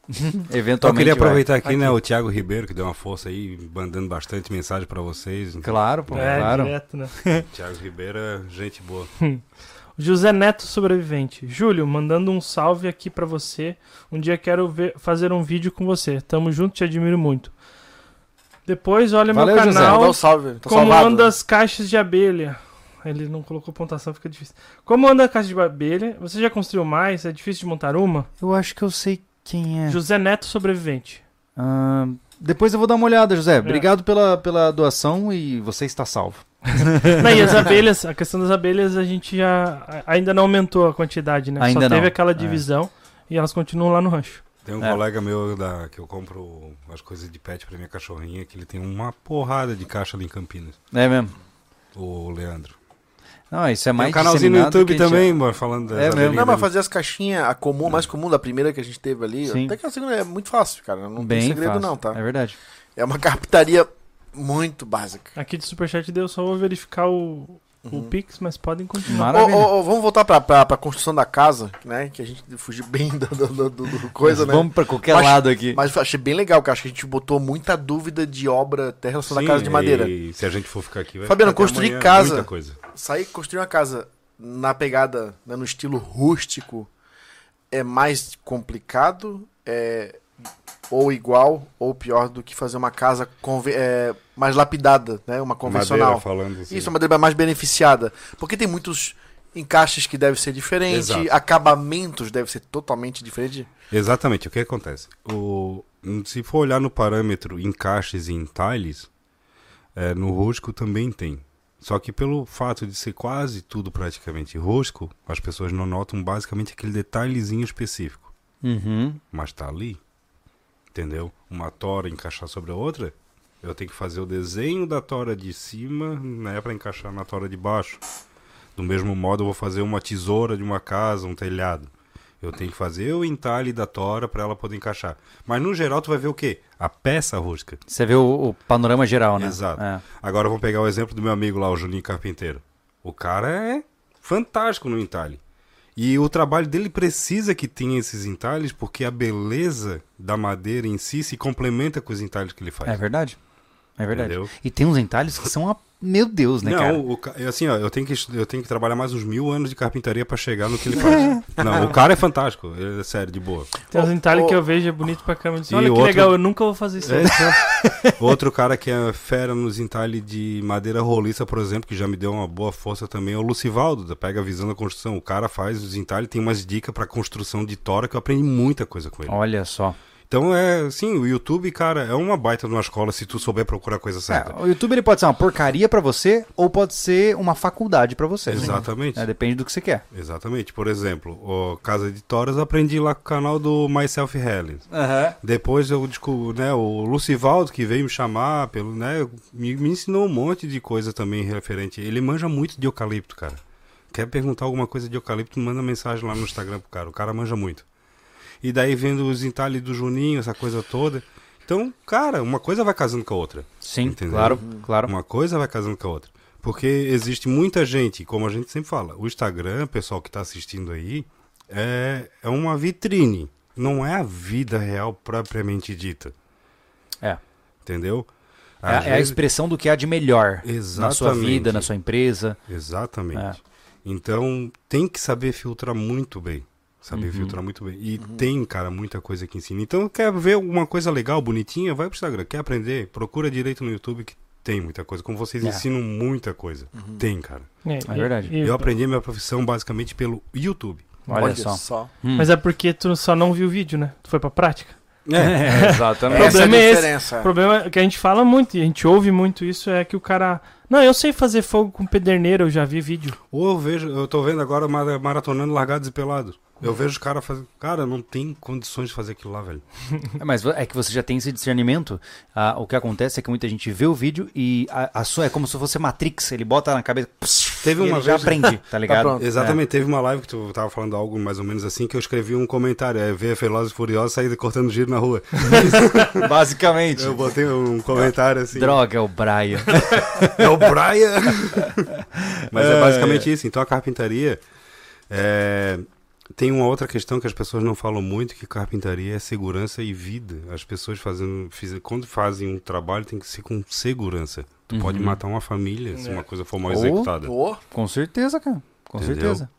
Speaker 1: Eventualmente.
Speaker 4: Então, eu queria
Speaker 1: vai.
Speaker 4: aproveitar aqui, né, o Thiago Ribeiro, que deu uma força aí, mandando bastante mensagem pra vocês.
Speaker 1: Claro, pô,
Speaker 3: É,
Speaker 1: claro.
Speaker 3: direto, né?
Speaker 4: Thiago Ribeiro é gente boa.
Speaker 3: José Neto sobrevivente. Júlio, mandando um salve aqui pra você. Um dia quero ver- fazer um vídeo com você. Tamo junto, te admiro muito. Depois, olha
Speaker 1: Valeu,
Speaker 3: meu
Speaker 1: José. Tá
Speaker 3: canal.
Speaker 2: Dá um salve, velho. Tô
Speaker 3: Como
Speaker 2: salvado.
Speaker 3: anda as caixas de abelha? Ele não colocou pontuação, fica difícil. Como anda a caixa de abelha? Você já construiu mais? É difícil de montar uma?
Speaker 1: Eu acho que eu sei quem é.
Speaker 3: José Neto sobrevivente.
Speaker 1: Ah, depois eu vou dar uma olhada,
Speaker 4: É.
Speaker 1: José. Obrigado pela, pela doação e você está salvo.
Speaker 3: Não, e as abelhas, a questão das abelhas, a gente já a- ainda não aumentou a quantidade, né?
Speaker 1: Ainda
Speaker 3: Só teve
Speaker 1: não.
Speaker 3: aquela
Speaker 1: É.
Speaker 3: divisão e elas continuam lá no rancho.
Speaker 4: Tem um
Speaker 1: É.
Speaker 4: colega meu da, que eu compro as coisas de pet pra minha cachorrinha, que ele tem uma porrada de caixa ali em Campinas.
Speaker 1: É mesmo.
Speaker 4: O Leandro.
Speaker 1: Não, isso é
Speaker 4: Tem um
Speaker 1: mais
Speaker 4: canalzinho no
Speaker 1: disseminado do
Speaker 4: YouTube
Speaker 1: que a gente-
Speaker 4: também, mano, falando das
Speaker 1: É mesmo.
Speaker 4: abelhinhas
Speaker 2: Não, mas
Speaker 4: dele.
Speaker 2: fazer as caixinhas, a comum, a mais comum da primeira que a gente teve ali,
Speaker 1: Sim.
Speaker 2: até que a segunda é muito fácil, cara. Não
Speaker 1: Bem
Speaker 2: tem segredo
Speaker 1: fácil.
Speaker 2: não, tá?
Speaker 1: É verdade.
Speaker 2: É uma carpintaria muito básica.
Speaker 3: Aqui de Superchat deu, só vou verificar o, o Pix, mas podem continuar.
Speaker 2: Ô,
Speaker 1: Maravilha.
Speaker 2: ô, ô, vamos voltar pra, pra, pra construção da casa, né? Que a gente fugiu bem do, do- do- do coisa, né?
Speaker 1: Vamos pra qualquer
Speaker 2: Mas-
Speaker 1: lado aqui.
Speaker 2: Mas achei bem legal, cara. Acho que a gente botou muita dúvida de obra até relacionada à
Speaker 4: Sim,
Speaker 2: casa de madeira.
Speaker 4: E se a gente for ficar aqui, vai
Speaker 2: Fabiano,
Speaker 4: ficar até
Speaker 2: construir
Speaker 4: amanhã,
Speaker 2: casa.
Speaker 4: Muita coisa.
Speaker 2: Sair construir uma casa na pegada, né, no estilo rústico, é mais complicado, é ou igual ou pior do que fazer uma casa conve- é, mais lapidada, né? Uma
Speaker 4: Madeira
Speaker 2: convencional.
Speaker 4: falando assim.
Speaker 2: Isso, a madeira é mais beneficiada. Porque tem muitos encaixes que devem ser diferentes,
Speaker 4: Exato.
Speaker 2: acabamentos devem ser totalmente diferentes.
Speaker 4: Exatamente, o que acontece? O, se for olhar no parâmetro encaixes e entalhes, é, no rústico também tem. Só que pelo fato de ser quase tudo praticamente rosco, as pessoas não notam basicamente aquele detalhezinho específico.
Speaker 1: Uhum.
Speaker 4: Mas tá ali. Entendeu? Uma tora encaixar sobre a outra, eu tenho que fazer o desenho da tora de cima, né, para encaixar na tora de baixo. Do mesmo modo, eu vou fazer uma tesoura de uma casa, um telhado. Eu tenho que fazer o entalhe da tora para ela poder encaixar. Mas no geral, tu vai ver o quê? A peça rosca.
Speaker 1: Você vê o, o panorama geral, né?
Speaker 4: Exato.
Speaker 1: É.
Speaker 4: Agora vamos pegar o exemplo do meu amigo lá, o Juninho Carpinteiro. O cara é fantástico no entalhe. E o trabalho dele precisa que tenha esses entalhes, porque a beleza da madeira em si se complementa com os entalhes que ele faz.
Speaker 1: É verdade. É verdade.
Speaker 4: Entendeu?
Speaker 1: E tem uns entalhes que são a. Meu Deus, né, cara?
Speaker 4: Não, o ca- é assim, ó, eu tenho, que, estu- eu tenho que trabalhar mais uns mil anos de carpintaria pra chegar no que ele faz. Não, o cara é fantástico, ele é sério, de boa.
Speaker 3: Tem uns detalhes
Speaker 2: ô.
Speaker 3: que eu vejo, é bonito pra câmera. Eu disse,
Speaker 4: E
Speaker 3: Olha que
Speaker 4: outro-
Speaker 3: legal, eu nunca vou fazer isso.
Speaker 4: É, Outro cara que é fera nos entalhes de madeira roliça, por exemplo, que já me deu uma boa força também, é o Lucivaldo, da Pega Visão da Construção. O cara faz os entalhes, tem umas dicas pra construção de tora que eu aprendi muita coisa com ele.
Speaker 1: Olha só.
Speaker 4: Então é, assim, o YouTube, cara, é uma baita de uma escola se tu souber procurar a coisa certa.
Speaker 1: É, o YouTube ele pode ser uma porcaria pra você ou pode ser uma faculdade pra você. né?
Speaker 4: Exatamente.
Speaker 1: É, depende do que você quer.
Speaker 4: Exatamente. Por exemplo, o Casa de Toras eu aprendi lá com o canal do Myself Helen. Depois eu descobri, né, o Lucivaldo que veio me chamar, pelo, né, me, me ensinou um monte de coisa também referente. Ele manja muito de eucalipto, cara. Quer perguntar alguma coisa de eucalipto, manda mensagem lá no Instagram pro cara. O cara manja muito. E daí vendo os entalhes do Juninho, essa coisa toda. Então, cara, uma coisa vai casando com a outra.
Speaker 1: Sim,
Speaker 4: Entendeu?
Speaker 1: claro, claro.
Speaker 4: Uma coisa vai casando com a outra. Porque existe muita gente, como a gente sempre fala, o Instagram, pessoal que está assistindo aí, é, é uma vitrine. Não é a vida real propriamente dita.
Speaker 1: É.
Speaker 4: Entendeu?
Speaker 1: É, é
Speaker 4: Às
Speaker 1: a
Speaker 4: vezes-
Speaker 1: expressão do que há de melhor na sua
Speaker 4: Exatamente.
Speaker 1: vida, na sua empresa.
Speaker 4: Exatamente.
Speaker 1: É.
Speaker 4: Então, tem que saber filtrar muito bem.
Speaker 1: Uhum.
Speaker 4: Saber filtrar muito bem. E tem, cara, muita coisa que ensina. Então, quer ver alguma coisa legal, bonitinha? Vai pro Instagram. Quer aprender? Procura direito no YouTube que tem muita coisa. Como vocês
Speaker 1: É. Uhum.
Speaker 4: ensinam muita coisa. Tem, cara.
Speaker 1: É verdade.
Speaker 3: e-
Speaker 4: Eu aprendi minha profissão basicamente pelo YouTube.
Speaker 1: Olha, só. Hum.
Speaker 3: Mas é porque tu só não viu o vídeo, né? Tu foi pra prática.
Speaker 1: É, exatamente.
Speaker 2: Essa é a
Speaker 3: problema é esse.
Speaker 2: diferença.
Speaker 3: O problema é que a gente fala muito e a gente ouve muito isso é que o cara. Não, eu sei fazer fogo com pederneira, eu já vi vídeo.
Speaker 4: Ou eu vejo, eu tô vendo agora mara- maratonando largados e pelados. Eu vejo os caras fazendo. Cara, não tem condições de fazer aquilo lá, velho.
Speaker 1: É, Mas é que você já tem esse discernimento. Ah, o que acontece é que muita gente vê o vídeo e a, a sua é como se fosse Matrix. Ele bota na cabeça.
Speaker 4: Teve
Speaker 1: e
Speaker 4: uma
Speaker 1: ele já
Speaker 4: vez-
Speaker 1: aprende, tá ligado?
Speaker 2: pronto.
Speaker 4: Exatamente, teve uma live que tu tava falando algo mais ou menos assim, que eu escrevi um comentário, é ver Velozes e Furiosos sair cortando giro na rua.
Speaker 1: É, basicamente.
Speaker 4: Eu botei um comentário assim,
Speaker 1: Droga, é o Brian.
Speaker 4: é o Brian! Mas é, basicamente isso, então a carpintaria é, tem uma outra questão que as pessoas não falam muito, que carpintaria é segurança e vida. As pessoas fazendo, fiz- quando fazem um trabalho tem que ser com segurança. Tu pode matar uma família se uma coisa for mal
Speaker 1: Uhum. Ou-
Speaker 4: executada.
Speaker 2: Pô, é,
Speaker 1: Com certeza, cara. Com
Speaker 4: Entendeu?
Speaker 1: certeza.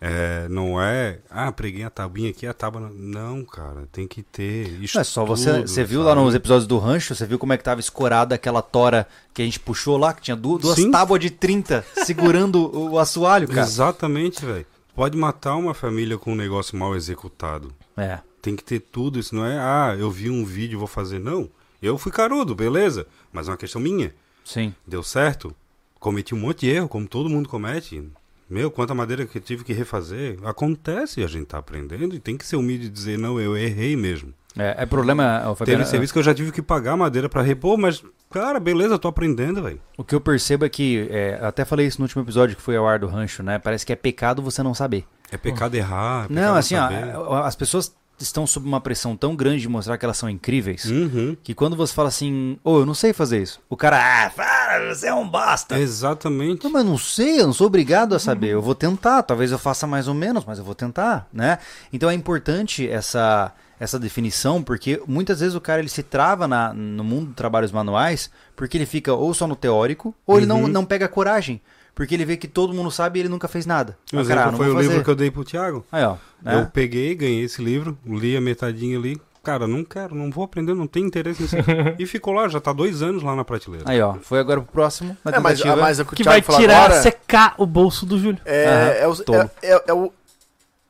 Speaker 4: É, não é, ah, preguei a tabinha aqui, a tábua. não- Não, cara, tem que ter. Isso
Speaker 1: Não, é só você. Você viu lá nos episódios do rancho, você viu como é que tava escorada aquela tora que a gente puxou lá, que tinha du- duas
Speaker 4: Sim.
Speaker 1: tábuas de 30 segurando o, o assoalho, cara.
Speaker 4: Exatamente, velho. Pode matar uma família com um negócio mal executado.
Speaker 1: É.
Speaker 4: Tem que ter tudo. Isso não é, ah, eu vi um vídeo, vou fazer. Não. Eu fui carudo, beleza. Mas é uma questão minha.
Speaker 1: Sim.
Speaker 4: Deu certo? Cometi um monte de erro, como todo mundo comete. Meu, quanta madeira que eu tive que refazer. Acontece, a gente tá aprendendo e tem que ser humilde e dizer, não, eu errei mesmo.
Speaker 1: É, é problema, ô,
Speaker 4: Teve
Speaker 1: Fabiano,
Speaker 4: serviço que eu já tive que pagar madeira pra repor, mas, cara, beleza, eu tô aprendendo, velho.
Speaker 1: O que eu percebo é que, é, eu até falei isso no último episódio que foi ao ar do rancho, né? Parece que é pecado você não saber.
Speaker 4: É pecado errar. É pecado
Speaker 1: Não, assim, ó,
Speaker 4: saber.
Speaker 1: as pessoas estão sob uma pressão tão grande de mostrar que elas são incríveis,
Speaker 4: Uhum.
Speaker 1: que quando você fala assim, ô, eu não sei fazer isso, o cara, ah, para, você é um bosta.
Speaker 4: Exatamente.
Speaker 1: Não, mas eu não sei, eu não sou obrigado a saber.
Speaker 4: Uhum.
Speaker 1: Eu vou tentar, talvez eu faça mais ou menos, mas eu vou tentar, né? Então é importante essa essa definição, porque muitas vezes o cara ele se trava na, no mundo de trabalhos manuais, porque ele fica ou só no teórico, ou ele
Speaker 4: Uhum.
Speaker 1: não, não pega coragem, porque ele vê que todo mundo sabe e ele nunca fez nada.
Speaker 4: Um
Speaker 1: Ah, cara,
Speaker 4: exemplo
Speaker 1: não
Speaker 4: foi
Speaker 1: vou
Speaker 4: o
Speaker 1: fazer.
Speaker 4: livro que eu dei pro Thiago.
Speaker 1: Aí, ó.
Speaker 4: Eu
Speaker 1: Né?
Speaker 4: peguei, ganhei esse livro, li a metadinha ali. Cara, não quero, não vou aprender, não tenho interesse nisso. e ficou lá, já tá dois anos lá na prateleira.
Speaker 1: Aí, ó. Foi agora pro próximo. Na
Speaker 2: é, mas,
Speaker 1: tentativa.
Speaker 2: mas é o que,
Speaker 3: Que
Speaker 2: o Thiago
Speaker 3: vai
Speaker 2: falou
Speaker 3: tirar,
Speaker 2: agora.
Speaker 3: secar o bolso do Júlio.
Speaker 2: É,
Speaker 1: Aham,
Speaker 2: é, o-
Speaker 1: tolo.
Speaker 2: é- é- é o-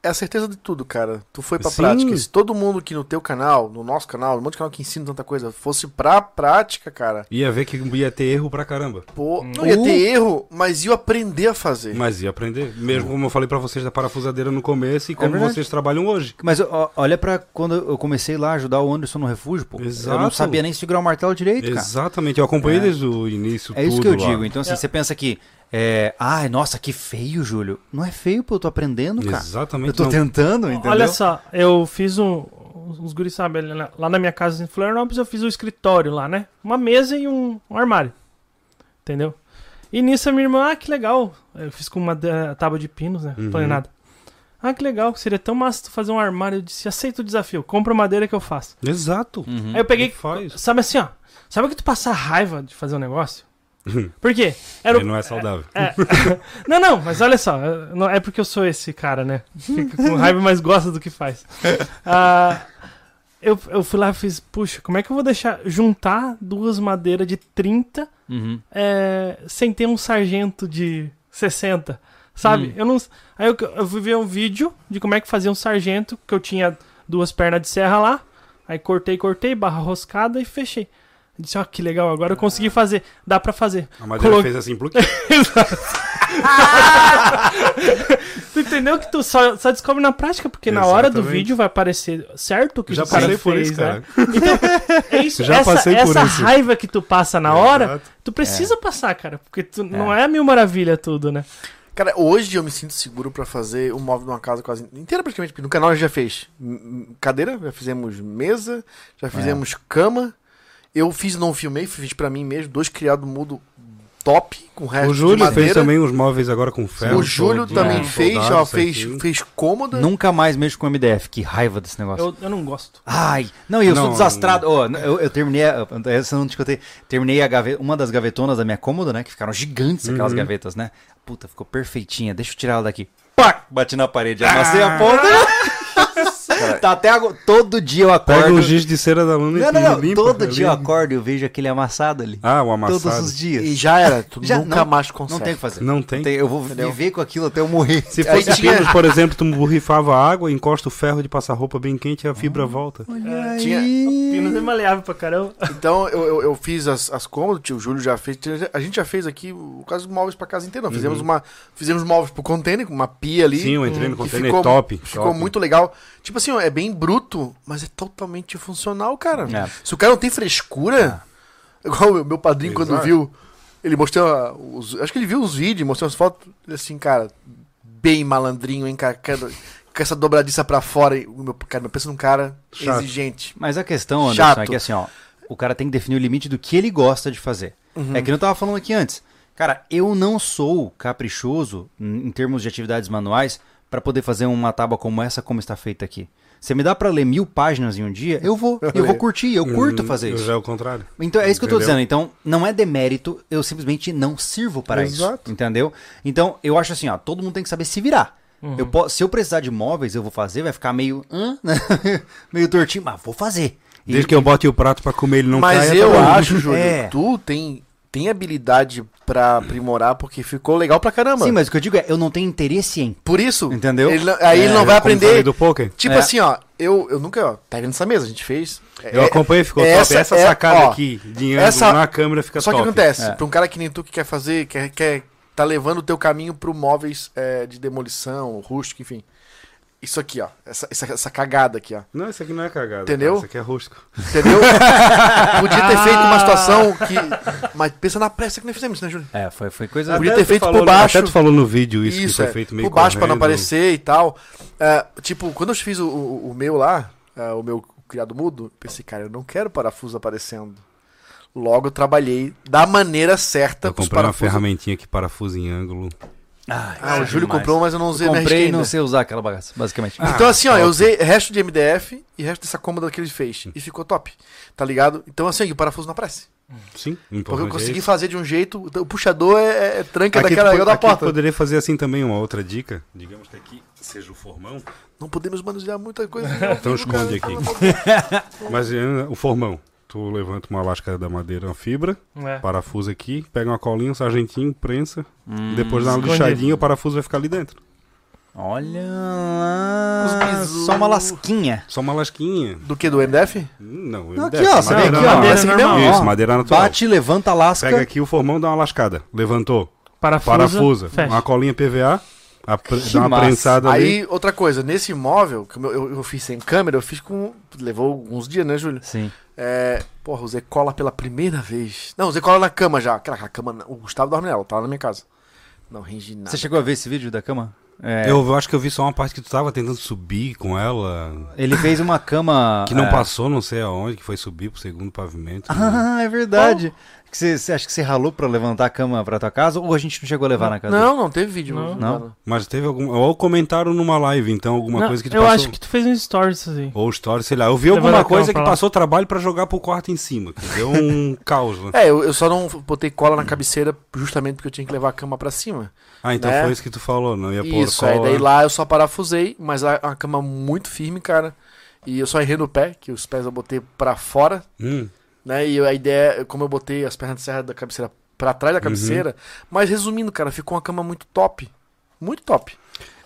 Speaker 2: é a certeza de tudo, cara. Tu foi pra
Speaker 4: Sim.
Speaker 2: prática. Se todo mundo que no teu canal, no nosso canal, no monte de canal que ensina tanta coisa, fosse pra prática, cara,
Speaker 4: Ia ver que ia ter erro pra caramba.
Speaker 2: pô, não ia
Speaker 4: Uh.
Speaker 2: ter erro, mas ia aprender a fazer.
Speaker 4: Mas ia aprender. Mesmo como eu falei pra vocês da parafusadeira no começo e como
Speaker 1: É verdade.
Speaker 4: vocês trabalham hoje.
Speaker 1: Mas ó, olha pra quando eu comecei lá a ajudar o Anderson no refúgio, pô. Eu não
Speaker 4: Exato.
Speaker 1: sabia nem segurar o martelo direito, cara.
Speaker 4: Exatamente. Eu acompanhei
Speaker 1: É.
Speaker 4: desde o início
Speaker 1: É isso
Speaker 4: tudo
Speaker 1: que eu
Speaker 4: lá.
Speaker 1: digo. Então, assim,
Speaker 3: É.
Speaker 1: você pensa que. É, Ai, nossa, que feio, Júlio. Não é feio, pô, eu tô aprendendo, então, cara.
Speaker 4: Exatamente.
Speaker 1: Eu tô
Speaker 4: não.
Speaker 1: tentando, entendeu?
Speaker 3: Olha só, eu fiz um. Os guris sabem, lá- lá na minha casa em Florianópolis eu fiz um escritório lá, né? Uma mesa e um, um armário. Entendeu? E nisso a minha irmã, ah, que legal. Eu fiz com uma da- tábua de pinos, né?
Speaker 4: Uhum.
Speaker 3: Planejada. Ah, que legal, seria tão massa tu fazer um armário. Eu disse, aceita o desafio, compra a madeira que eu faço.
Speaker 4: Exato.
Speaker 1: Uhum.
Speaker 3: Aí eu peguei,
Speaker 4: E faz.
Speaker 3: sabe assim, ó. Sabe que tu passa raiva de fazer um negócio? Por quê? Era o-
Speaker 4: Ele não é saudável.
Speaker 3: é. Não, não, mas olha só, eu- não- é porque eu sou esse cara, né? Fica com raiva, mas gosta do que faz. Ah, eu, eu fui lá e fiz, puxa, como é que eu vou deixar juntar duas madeiras de 30
Speaker 1: Uhum.
Speaker 3: é, sem ter um sargento de 60, sabe?
Speaker 1: Hum.
Speaker 3: Eu não, aí eu, eu fui ver um vídeo de como é que fazia um sargento, que eu tinha duas pernas de serra lá, aí cortei, cortei, barra roscada e fechei. Eu Disse, ó, que legal, agora eu consegui fazer, dá pra fazer.
Speaker 4: A madeira
Speaker 3: Colo-
Speaker 4: fez assim, pluque.
Speaker 3: Tu entendeu que tu só, só descobre na prática, porque na hora do
Speaker 4: Exatamente.
Speaker 3: vídeo vai aparecer certo o que
Speaker 4: Já
Speaker 3: o cara
Speaker 4: passei
Speaker 3: fez,
Speaker 4: por isso, cara.
Speaker 3: né? É isso,
Speaker 4: Já
Speaker 3: essa,
Speaker 4: passei por
Speaker 3: essa
Speaker 4: isso.
Speaker 3: raiva que tu passa na hora,
Speaker 4: Exato.
Speaker 3: tu precisa passar, cara, porque tu não é mil maravilha tudo, né?
Speaker 2: Cara, hoje eu me sinto seguro pra fazer um móvel de uma casa quase inteira, praticamente. porque No canal a gente já fez hum, hum, cadeira, já fizemos mesa,
Speaker 4: É.
Speaker 2: já fizemos cama. Eu fiz, não filmei, fiz pra mim mesmo, dois criados mudo top, com resto
Speaker 4: O
Speaker 2: de
Speaker 4: Júlio
Speaker 2: É, madeira.
Speaker 4: fez também os móveis agora com ferro.
Speaker 2: O Júlio
Speaker 4: todo,
Speaker 2: também
Speaker 4: né,
Speaker 2: fez, ó,
Speaker 4: soldado,
Speaker 2: fez,
Speaker 4: certinho.
Speaker 2: fez cômoda.
Speaker 1: Nunca mais mexo com MDF. Que raiva desse negócio.
Speaker 3: Eu, eu não gosto.
Speaker 1: Ai, não, e eu sou
Speaker 4: Não.
Speaker 1: desastrado. Ó, eu, eu terminei, a- essa eu não te contei. Terminei a gave- uma das gavetonas da minha cômoda, né? Que ficaram gigantes aquelas gavetas, né? Puta, ficou perfeitinha. Deixa eu tirar ela daqui. Pá! Bati na parede, amassei a ponta. tá até agora. Todo dia eu
Speaker 4: Pega
Speaker 1: acordo.
Speaker 4: um giz de cera da luna e
Speaker 1: não, não, não.
Speaker 4: limpa,
Speaker 1: todo
Speaker 4: cara,
Speaker 1: dia eu
Speaker 4: limpa.
Speaker 1: acordo e eu vejo aquele amassado ali.
Speaker 4: Ah, o amassado.
Speaker 1: Todos os dias.
Speaker 2: E né? já era, tu
Speaker 1: Já
Speaker 2: nunca
Speaker 1: não-
Speaker 2: mais
Speaker 1: Não
Speaker 2: consegue.
Speaker 1: tem o que fazer.
Speaker 4: Não tem.
Speaker 1: Eu vou viver com aquilo até eu morrer.
Speaker 4: Se
Speaker 2: Aí
Speaker 4: fosse
Speaker 2: tinha-
Speaker 4: pinos, por exemplo, tu borrifava água, encosta o ferro de passar roupa bem quente e a fibra volta.
Speaker 2: Tinha-
Speaker 3: Pinos é maleável pra caramba.
Speaker 2: Então eu, eu, eu fiz as, as cômodas, tio Júlio já fez. A gente já fez aqui o caso de móveis pra casa inteira. Nós Fizemos uma. Fizemos móveis pro container, com uma pia ali.
Speaker 4: Uhum. Sim, eu entrei no
Speaker 2: que
Speaker 4: container top.
Speaker 2: Ficou
Speaker 4: top.
Speaker 2: muito legal. Tipo assim, ó, é bem bruto, mas é totalmente funcional, cara.
Speaker 1: É.
Speaker 2: Se o cara não tem frescura, igual o meu- meu padrinho quando
Speaker 4: É. Exato.
Speaker 2: viu, ele mostrou ah, os, acho que ele viu os vídeos, mostrou as fotos, ele assim, cara, bem malandrinho, hein, cara, cara, com essa dobradiça pra fora, e o meu cara, eu penso num cara
Speaker 4: Chato.
Speaker 2: exigente.
Speaker 1: Mas a questão, Anderson,
Speaker 2: Chato.
Speaker 1: é que assim, ó, o cara tem que definir o limite do que ele gosta de fazer.
Speaker 2: Uhum.
Speaker 1: É que eu tava falando aqui antes. Cara, eu não sou caprichoso em em termos de atividades manuais pra poder fazer uma tábua como essa, como está feita aqui. Você me dá pra ler mil páginas em um dia, eu vou. Eu vou curtir, eu curto
Speaker 4: Hum,
Speaker 1: fazer isso.
Speaker 4: Já é o contrário.
Speaker 1: Então é isso que eu tô
Speaker 4: Entendeu?
Speaker 1: dizendo. Então, não é demérito, eu simplesmente não sirvo para
Speaker 2: Exato.
Speaker 1: isso. Entendeu? Então, eu acho assim, ó, todo mundo tem que saber se virar. Eu po- se eu precisar de móveis, eu vou fazer, vai ficar meio. hã? meio tortinho, mas vou fazer. E-
Speaker 4: Desde que eu bote o prato pra comer, ele não
Speaker 2: Mas
Speaker 4: caia,
Speaker 2: eu
Speaker 4: tá bom.
Speaker 2: acho, Júlio,
Speaker 1: É.
Speaker 2: tu tem, tem habilidade pra aprimorar, porque ficou legal pra caramba.
Speaker 1: Sim, mas o que eu digo é, eu não tenho interesse em.
Speaker 2: Por isso,
Speaker 1: Entendeu?
Speaker 2: ele não- aí ele
Speaker 4: É,
Speaker 2: não vai
Speaker 4: como falei
Speaker 2: aprender.
Speaker 4: do poker.
Speaker 2: Tipo
Speaker 1: É.
Speaker 2: assim, ó, eu, eu nunca, ó, tá vendo essa mesa, a gente fez.
Speaker 4: Eu
Speaker 2: É-
Speaker 4: acompanhei, ficou
Speaker 2: essa
Speaker 4: top. Essa
Speaker 2: é-
Speaker 4: sacada
Speaker 2: ó,
Speaker 4: aqui, de essa...
Speaker 2: essa-
Speaker 4: na câmera, fica
Speaker 2: Só
Speaker 4: top.
Speaker 2: que acontece,
Speaker 1: É.
Speaker 2: pra um cara que nem tu que quer fazer, quer, quer tá levando o teu caminho pro móveis é, de demolição, rústico, enfim. Isso aqui, ó. Essa, essa, essa cagada aqui, ó.
Speaker 4: Não, isso aqui não é cagada.
Speaker 2: Entendeu?
Speaker 4: cara, Isso aqui é rústico.
Speaker 2: Entendeu? Podia ter feito uma situação que. Mas pensa na pressa que nós fizemos, né, Júlio?
Speaker 1: É, foi, foi coisa.
Speaker 2: Podia
Speaker 4: Até
Speaker 2: ter
Speaker 4: tu
Speaker 2: feito
Speaker 4: falou, né?
Speaker 2: por baixo.
Speaker 4: Até tu falou no vídeo isso, que
Speaker 2: é,
Speaker 4: foi feito meio
Speaker 2: por baixo pra não
Speaker 4: correndo.
Speaker 2: aparecer e tal. É, tipo, quando eu fiz o, o- o meu lá, é, o meu criado mudo, pensei, cara, eu não quero parafuso aparecendo. Logo eu trabalhei da maneira certa
Speaker 4: Eu comprei uma ferramentinha que parafusa em ângulo.
Speaker 1: Ai,
Speaker 2: Ah, o
Speaker 1: isso é
Speaker 2: Júlio
Speaker 1: demais.
Speaker 2: comprou, mas eu não usei
Speaker 1: Eu
Speaker 2: me
Speaker 1: comprei Ah,
Speaker 2: arrisquei
Speaker 1: e não
Speaker 2: ainda.
Speaker 1: sei usar aquela bagaça, basicamente.
Speaker 2: então, assim, ó, eu usei resto de MDF e resto dessa cômoda que ele fez. E ficou top. Tá ligado? Então, assim, o parafuso não aparece.
Speaker 4: Sim,
Speaker 2: Porque eu
Speaker 4: importante é
Speaker 2: consegui
Speaker 4: isso.
Speaker 2: fazer de um jeito. O puxador é, é tranca
Speaker 4: Aqui
Speaker 2: daquela
Speaker 4: tu, po-
Speaker 2: da
Speaker 4: aqui tu
Speaker 2: porta.
Speaker 4: poderia fazer assim também uma outra dica. Digamos que aqui seja o formão.
Speaker 2: Não podemos manusear muita coisa.
Speaker 4: Então esconde aqui. Mas eh, o formão. Tu levanta uma lasca da madeira, uma fibra,
Speaker 3: É.
Speaker 4: parafusa aqui,
Speaker 3: Hum,
Speaker 4: pega uma colinha, um sargentinho, prensa. depois dá uma
Speaker 3: Esconde.
Speaker 4: lixadinha, o parafuso vai ficar ali dentro.
Speaker 1: Ah, Olha lá.
Speaker 2: Os bisu.
Speaker 1: Só uma lasquinha.
Speaker 4: Só uma lasquinha. Hum,
Speaker 2: Do que? Do MDF?
Speaker 4: Não,
Speaker 1: Não, aqui,
Speaker 4: deve,
Speaker 1: ó, você vem aqui, ó.
Speaker 4: madeira natural.
Speaker 3: madeira
Speaker 1: essa aqui
Speaker 3: normal.
Speaker 1: mesmo, ó.
Speaker 4: Isso, madeira natural.
Speaker 1: Bate, levanta, lasca.
Speaker 4: Pega aqui o formão, dá uma lascada. Levantou.
Speaker 3: Parafusa.
Speaker 4: Parafusa.
Speaker 3: Fecha.
Speaker 4: Uma colinha PVA. a pre-
Speaker 1: Que
Speaker 4: Dá uma
Speaker 1: massa.
Speaker 4: prensada ali.
Speaker 2: Aí, outra coisa, nesse imóvel, que eu, eu, eu fiz sem câmera, eu fiz com. Levou alguns dias, né, Júlio?
Speaker 1: Sim.
Speaker 2: É. Porra, usei cola pela primeira vez. Não, usei cola na cama já. Aquela aquela cama. O Gustavo dorme nela, tá lá na minha casa. Não rende nada.
Speaker 1: Você chegou a ver esse vídeo da cama? É,
Speaker 4: Eu acho que eu vi só uma parte que tu tava tentando subir com ela.
Speaker 1: Ele fez uma cama.
Speaker 4: Que não
Speaker 1: é,
Speaker 4: passou, não sei aonde, que foi subir pro segundo pavimento. né?
Speaker 1: Ah, é verdade. Que você, você acha que você ralou pra levantar a cama pra tua casa ou a gente não chegou a levar na casa?
Speaker 2: Não, não teve vídeo.
Speaker 3: Não.
Speaker 1: Não.
Speaker 4: Mas teve algum. Ou comentaram numa live, então, alguma
Speaker 3: Não,
Speaker 4: coisa que tu
Speaker 3: eu
Speaker 4: passou.
Speaker 3: acho que tu fez um stories assim.
Speaker 4: Ou story, sei lá. Eu vi
Speaker 3: Levando a
Speaker 4: alguma
Speaker 3: cama
Speaker 4: coisa
Speaker 3: pra
Speaker 4: que
Speaker 3: lá.
Speaker 4: passou trabalho pra jogar pro quarto em cima. Que deu um caos, né?
Speaker 2: É, eu, eu só não botei cola na cabeceira justamente porque eu tinha que levar a cama pra cima.
Speaker 4: Ah, então
Speaker 2: né?
Speaker 4: foi isso que tu falou, não ia pôr né?
Speaker 2: Isso, aí
Speaker 4: cola.
Speaker 2: daí lá eu só parafusei, mas a, a cama muito firme, cara. E eu só errei no pé, que os pés eu botei pra fora,
Speaker 4: Hum,
Speaker 2: né? E a ideia, como eu botei as pernas de serra da cabeceira pra trás da
Speaker 4: Uhum.
Speaker 2: cabeceira. Mas resumindo, cara, ficou uma cama muito top. Muito top.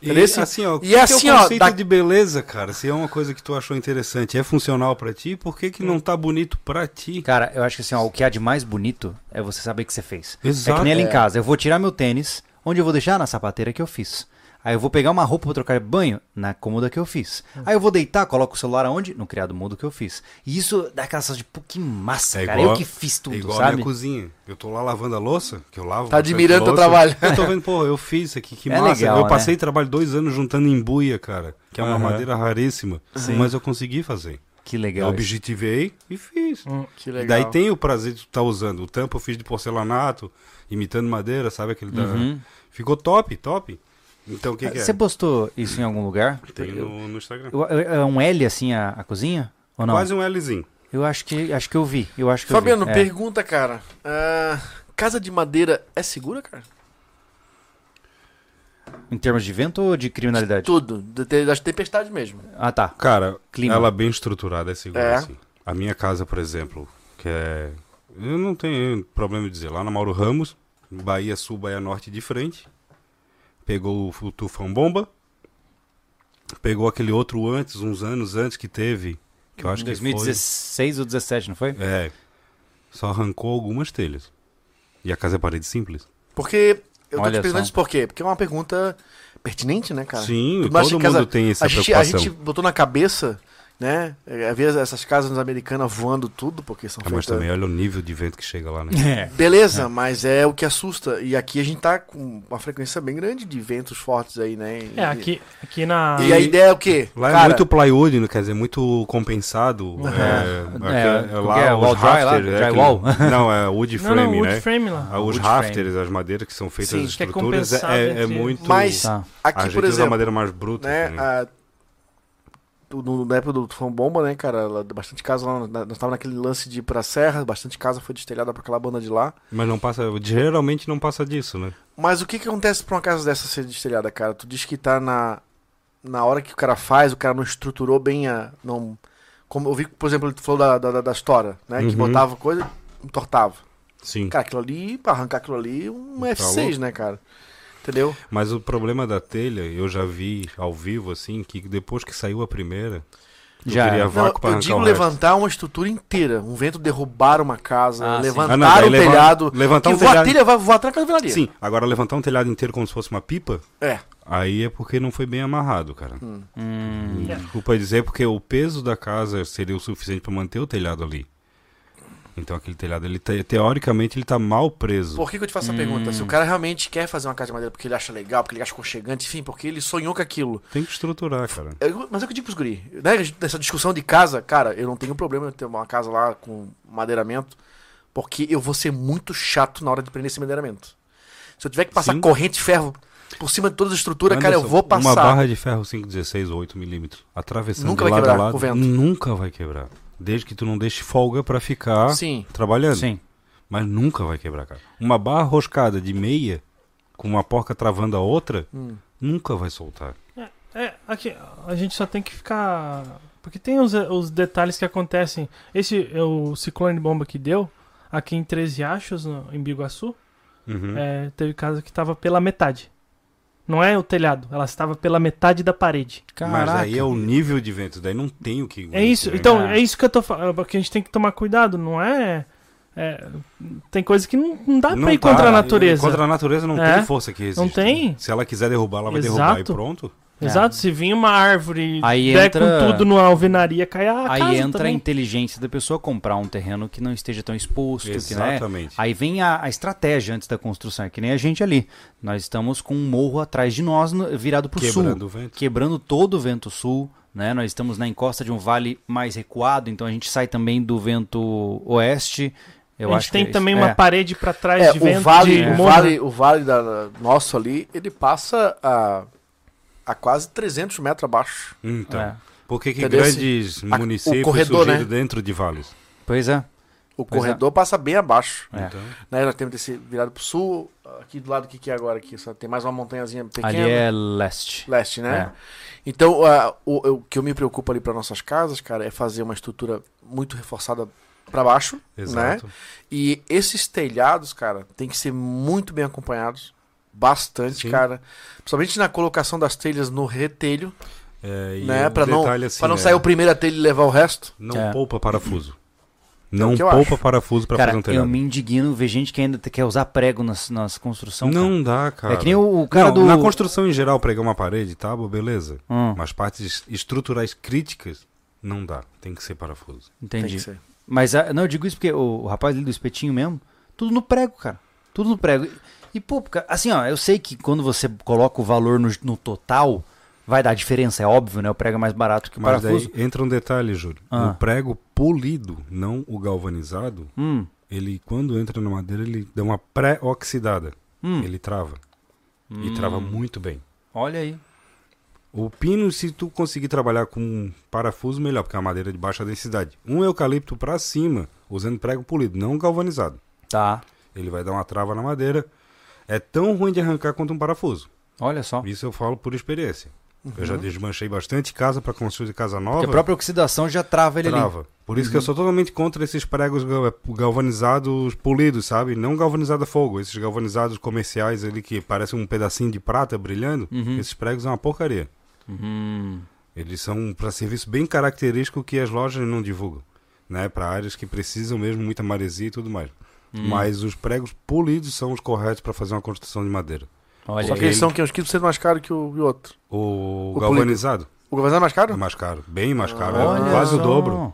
Speaker 4: E
Speaker 2: Entendeu?
Speaker 4: assim, ó, o
Speaker 2: E
Speaker 4: que que é
Speaker 2: assim,
Speaker 4: o
Speaker 2: ó,
Speaker 4: conceito
Speaker 2: da-
Speaker 4: de beleza, cara? Se é uma coisa que tu achou interessante, é funcional pra ti, por que
Speaker 2: Hum.
Speaker 4: que não tá bonito pra ti?
Speaker 1: Cara, eu acho que assim, ó, o que há de mais bonito é você saber que você fez. É
Speaker 4: Exato.
Speaker 1: que nem ali em
Speaker 2: É.
Speaker 1: casa. Eu vou tirar meu tênis, onde eu vou deixar? Na sapateira que eu fiz. Aí eu vou pegar uma roupa pra trocar de banho, na cômoda que eu fiz.
Speaker 4: Hum.
Speaker 1: Aí eu vou deitar, coloco o celular aonde? No criado mudo que eu fiz. E isso dá aquela sensação de, pô, que massa,
Speaker 4: É
Speaker 1: cara.
Speaker 4: igual-
Speaker 1: eu que fiz tudo,
Speaker 4: é igual a
Speaker 1: sabe?
Speaker 4: minha cozinha. Eu tô lá lavando a louça, que eu lavo.
Speaker 2: Tá
Speaker 4: bastante
Speaker 2: admirando teu
Speaker 4: louça.
Speaker 2: trabalho.
Speaker 4: Eu tô vendo, pô, eu fiz isso aqui, que
Speaker 1: É
Speaker 4: massa.
Speaker 1: legal,
Speaker 4: eu
Speaker 1: né?
Speaker 4: passei trabalho dois anos juntando embuia, cara, que é uma
Speaker 1: Aham.
Speaker 4: madeira raríssima, mas eu consegui fazer.
Speaker 1: Que
Speaker 4: Eu
Speaker 1: legal. Hum, isso.
Speaker 4: objetivei e fiz.
Speaker 2: Que
Speaker 4: E
Speaker 2: legal.
Speaker 4: daí tem o prazer de tu tá usando. O tampo eu fiz de porcelanato, imitando madeira, sabe aquele da...
Speaker 1: Uhum. Ah,
Speaker 4: Ficou top, top. Então o que, que é?
Speaker 1: Você postou isso em algum lugar?
Speaker 4: Tem um- no, no Instagram.
Speaker 1: Eu- eu- É um L assim a, a cozinha? Ou não?
Speaker 4: Quase um Lzinho.
Speaker 1: Eu acho que acho que eu vi. Eu acho que
Speaker 2: Fabiano,
Speaker 1: eu vi. É.
Speaker 2: pergunta, cara. ah, casa de madeira é segura, cara?
Speaker 1: Em termos de vento ou de
Speaker 4: É.
Speaker 1: criminalidade?
Speaker 2: Tudo. De, de, das tempestades mesmo.
Speaker 1: Ah, tá.
Speaker 4: Cara,
Speaker 1: Clima.
Speaker 4: ela bem estruturada é segura,
Speaker 2: É.
Speaker 4: assim. A minha casa, por exemplo, que é... Eu não tenho problema de dizer. Lá na Mauro Ramos, Bahia Sul, Bahia Norte de frente. Pegou o tufão bomba. Pegou aquele outro antes, uns anos antes que teve. Que eu acho que foi...
Speaker 1: 2016 ou 17, não foi?
Speaker 4: É. Só arrancou algumas telhas. E a casa é parede simples.
Speaker 2: Porque. Eu tô
Speaker 1: Olha
Speaker 2: te perguntando
Speaker 1: só.
Speaker 2: isso por quê? Porque é uma pergunta pertinente, né, cara?
Speaker 4: Sim,
Speaker 2: Tu acha
Speaker 4: todo
Speaker 2: que casa-
Speaker 4: mundo tem essa
Speaker 2: a gente, a
Speaker 4: preocupação.
Speaker 2: gente botou na cabeça, né? é, Havia essas casas americanas voando tudo, porque são
Speaker 4: Ah, mas
Speaker 2: feitas.
Speaker 4: também olha o nível de vento que chega lá, né?
Speaker 1: É.
Speaker 2: Beleza, mas é o que assusta. E aqui a gente tá com uma frequência bem grande de ventos fortes aí, né? E,
Speaker 3: É, aqui, aqui na.
Speaker 2: E a ideia é o quê?
Speaker 4: Lá é
Speaker 2: Cara,
Speaker 4: muito plywood, né? quer dizer, muito compensado. É,
Speaker 1: É,
Speaker 4: é, é,
Speaker 1: como
Speaker 4: lá
Speaker 1: que é?
Speaker 4: os
Speaker 1: Wall dry lá?
Speaker 4: rafters, é aquele-
Speaker 1: Drywall?
Speaker 4: não, é wood
Speaker 3: não,
Speaker 4: frame,
Speaker 3: não, wood
Speaker 4: né?
Speaker 3: frame lá.
Speaker 4: Ah, Os
Speaker 1: Wood
Speaker 4: rafters, as madeiras que são feitas,
Speaker 2: Sim,
Speaker 4: as
Speaker 3: que é
Speaker 4: estruturas,
Speaker 3: compensado
Speaker 4: é, é
Speaker 3: entre-
Speaker 4: muito...
Speaker 2: Mas-
Speaker 1: Tá.
Speaker 4: a
Speaker 2: Aqui,
Speaker 4: gente
Speaker 2: por
Speaker 4: usa a
Speaker 2: exemplo,
Speaker 4: madeira mais bruta.
Speaker 2: né?
Speaker 4: assim,
Speaker 2: a- do- no- na época do Tufão Bomba, né, cara? lá- Bastante casa lá. na- Nós tava naquele lance de ir pra serra, bastante casa foi destelhada pra aquela banda de lá.
Speaker 4: Mas não passa, geralmente não passa disso, né?
Speaker 2: Mas o que, que acontece pra uma casa dessa ser destelhada, cara? Tu diz que tá na. Na hora que o cara faz, o cara não estruturou bem a. Não, como eu vi, por exemplo, tu falou da, da, da- da história, né? Que
Speaker 4: Uhum.
Speaker 2: botava coisa, entortava.
Speaker 4: Sim.
Speaker 2: Cara, aquilo ali, pra arrancar aquilo ali, um
Speaker 4: Tá
Speaker 2: F6,
Speaker 4: louco.
Speaker 2: né, cara? Entendeu?
Speaker 4: Mas o problema da telha, eu já vi ao vivo, assim, que depois que saiu a primeira, eu
Speaker 1: Já
Speaker 4: queria
Speaker 1: era.
Speaker 2: Não,
Speaker 4: vácuo pra
Speaker 2: eu
Speaker 4: arrancar
Speaker 2: digo
Speaker 4: o resto.
Speaker 2: levantar uma estrutura inteira. Um vento derrubar uma casa,
Speaker 1: Ah, sim.
Speaker 2: levantar
Speaker 4: Ah, não, daí
Speaker 2: o
Speaker 4: leva-
Speaker 2: telhado.
Speaker 4: levantar
Speaker 2: que
Speaker 4: um
Speaker 2: voa
Speaker 4: telhado.
Speaker 2: a telha, vai voar atrás da velaria.
Speaker 4: Sim, agora levantar um telhado inteiro como se fosse uma pipa,
Speaker 2: É.
Speaker 4: aí é porque não foi bem amarrado, cara.
Speaker 1: Hum,
Speaker 4: Hum, Desculpa dizer, porque o peso da casa seria o suficiente para manter o telhado ali. Então aquele telhado, ele te- teoricamente, ele tá mal preso.
Speaker 2: Por que, que eu te faço a pergunta?
Speaker 4: Hum.
Speaker 2: Se o cara realmente quer fazer uma casa de madeira porque ele acha legal, porque ele acha conchegante, enfim, porque ele sonhou com aquilo.
Speaker 4: Tem que estruturar, cara.
Speaker 2: Eu- mas é o que eu digo pros guri. Né? Nessa discussão de casa, cara, eu não tenho problema em ter uma casa lá com madeiramento, porque eu vou ser muito chato na hora de prender esse madeiramento. Se eu tiver que passar
Speaker 4: Sim.
Speaker 2: corrente de ferro por cima de todas as estruturas, cara, eu
Speaker 4: Anderson,
Speaker 2: vou
Speaker 4: Uma
Speaker 2: passar.
Speaker 4: barra de ferro 5,16 ou 8 milímetros, atravessando
Speaker 2: Nunca
Speaker 4: de
Speaker 2: vai
Speaker 4: lado
Speaker 2: quebrar
Speaker 4: a lado,
Speaker 2: com o vento.
Speaker 4: nunca vai quebrar. Desde que tu não deixe folga para ficar
Speaker 2: Sim.
Speaker 4: trabalhando.
Speaker 1: sim.
Speaker 4: Mas nunca vai quebrar, cara. Uma barra roscada de meia, com uma porca travando a outra,
Speaker 2: Hum.
Speaker 4: nunca vai soltar.
Speaker 3: É, aqui, a gente só tem que ficar. Porque tem os, os detalhes que acontecem. Esse é o ciclone de bomba que deu, aqui em Três Riachos, no- em Biguaçu,
Speaker 4: Uhum.
Speaker 3: é, teve casa que tava pela metade. Não é o telhado, ela estava pela metade da parede.
Speaker 4: Mas aí é o nível de vento, daí não tem o que.
Speaker 3: É isso, então, é isso que eu tô falando, que a gente tem que tomar cuidado, não é... é, tem coisa que não, não dá pra ir contra a natureza.
Speaker 4: Contra a natureza não
Speaker 3: É.
Speaker 4: tem força que existe.
Speaker 3: Não tem.
Speaker 4: Se ela quiser derrubar, ela vai derrubar e
Speaker 3: Exato.
Speaker 4: pronto.
Speaker 3: Exato, se vir uma árvore
Speaker 1: Aí
Speaker 3: der
Speaker 1: entra-
Speaker 3: com tudo numa alvenaria, cai a
Speaker 1: Aí
Speaker 3: casa
Speaker 1: entra a
Speaker 3: também.
Speaker 1: inteligência da pessoa comprar um terreno que não esteja tão exposto.
Speaker 2: é
Speaker 1: Que, né?
Speaker 4: Exatamente.
Speaker 1: Aí vem a, a estratégia antes da construção, é que nem a gente ali. Nós estamos com um morro atrás de nós, no- virado para o sul.
Speaker 4: Quebrando o vento.
Speaker 1: quebrando todo o vento sul. Né? Nós estamos na encosta de um vale mais recuado, então a gente sai também do vento oeste. Eu
Speaker 3: a
Speaker 1: acho
Speaker 3: gente tem
Speaker 1: que é
Speaker 3: também
Speaker 1: isso.
Speaker 3: uma
Speaker 1: É.
Speaker 3: parede pra trás
Speaker 2: É,
Speaker 3: de
Speaker 2: o
Speaker 3: vento de
Speaker 2: vale, o
Speaker 3: morro.
Speaker 2: vale, o vale da, da- nosso ali, ele passa a, a quase 300 metros abaixo.
Speaker 4: Então,
Speaker 1: É.
Speaker 4: por que, que
Speaker 2: Entendeu?
Speaker 4: grandes
Speaker 2: A- o
Speaker 4: municípios
Speaker 2: corredor,
Speaker 4: surgiram
Speaker 2: né?
Speaker 4: dentro de vales?
Speaker 1: Pois é.
Speaker 2: O
Speaker 1: Pois é.
Speaker 2: corredor passa bem abaixo.
Speaker 1: É.
Speaker 4: Então,
Speaker 2: Né, nós temos esse virado pro sul, aqui do lado, o que, que é agora aqui? Só tem mais uma montanhazinha pequena.
Speaker 1: Ali é leste.
Speaker 2: Leste,
Speaker 4: É.
Speaker 2: né? Então, ah, o, o que eu me preocupo ali para nossas casas, cara, é fazer uma estrutura muito reforçada para baixo, né?
Speaker 4: exato.
Speaker 2: E esses telhados, cara, tem que ser muito bem acompanhados. Bastante,
Speaker 4: Sim.
Speaker 2: cara. Principalmente na colocação das telhas no retelho,
Speaker 4: É, e
Speaker 2: né?
Speaker 4: o
Speaker 2: Pra não,
Speaker 4: detalhe, assim,
Speaker 2: pra não
Speaker 4: é,
Speaker 2: sair o primeiro a telha e levar o resto.
Speaker 4: Não
Speaker 1: É.
Speaker 4: poupa parafuso. Não
Speaker 2: É o que eu
Speaker 4: poupa
Speaker 2: acho.
Speaker 4: parafuso pra
Speaker 1: Cara,
Speaker 4: fazer um
Speaker 1: eu
Speaker 4: telhado.
Speaker 1: me indigno ver gente que ainda quer usar prego nas, nas
Speaker 2: um
Speaker 1: construções.
Speaker 4: Não dá,
Speaker 1: cara.
Speaker 4: cara.
Speaker 1: É que nem o, o cara
Speaker 4: Não,
Speaker 1: do.
Speaker 4: Na construção em geral, pregar uma parede, tá, bom, beleza.
Speaker 1: Hum,
Speaker 4: Mas partes es- estruturais críticas, não dá. Tem que ser parafuso.
Speaker 2: Tem que
Speaker 1: entendi.
Speaker 2: ser.
Speaker 1: Mas ah, não, eu digo isso porque o, o rapaz ali do espetinho mesmo, tudo no prego, cara. Tudo no prego. E, e, pô, cara, assim, ó, eu sei que quando você coloca o valor no, no total, vai dar diferença, é óbvio, né? O prego é mais barato que o
Speaker 4: Mas
Speaker 1: parafuso.
Speaker 4: daí entra um detalhe, Júlio.
Speaker 1: Ah.
Speaker 4: O prego polido, não o galvanizado,
Speaker 1: Hum,
Speaker 4: ele quando entra na madeira, ele dá uma pré-oxidada.
Speaker 1: hum.
Speaker 4: Ele trava. E trava muito bem.
Speaker 1: Olha aí.
Speaker 4: O pino, se tu conseguir trabalhar com um parafuso, melhor, porque é uma madeira de baixa densidade. Um eucalipto pra cima, usando prego polido, não galvanizado.
Speaker 1: Tá.
Speaker 4: Ele vai dar uma trava na madeira. É tão ruim de arrancar quanto um parafuso.
Speaker 1: Olha só.
Speaker 4: Isso eu falo por experiência. Eu já desmanchei bastante casa para construir casa nova.
Speaker 1: Porque a Uhum. é própria oxidação já trava ele ali. Uhum.
Speaker 4: trava. Por isso que eu sou totalmente contra esses pregos gal- galvanizados polidos, sabe? Não galvanizado a fogo. Esses galvanizados comerciais ali que parecem um pedacinho de prata brilhando.
Speaker 1: Uhum.
Speaker 4: Esses pregos é uma porcaria.
Speaker 1: Hum.
Speaker 4: Eles são para serviço bem característico que as lojas não divulgam, né? Para áreas que precisam mesmo muita maresia e tudo mais.
Speaker 1: Uhum.
Speaker 4: Mas os pregos polidos são os corretos para fazer uma construção de madeira.
Speaker 1: Olha
Speaker 2: Só
Speaker 1: aí.
Speaker 2: que eles são que é uns 15% mais caros que o, que o outro.
Speaker 4: O,
Speaker 2: O
Speaker 4: galvanizado
Speaker 2: O governador é mais
Speaker 4: é
Speaker 2: caro?
Speaker 4: mais caro, bem mais caro,
Speaker 1: Olha
Speaker 4: é quase
Speaker 1: só.
Speaker 4: o dobro.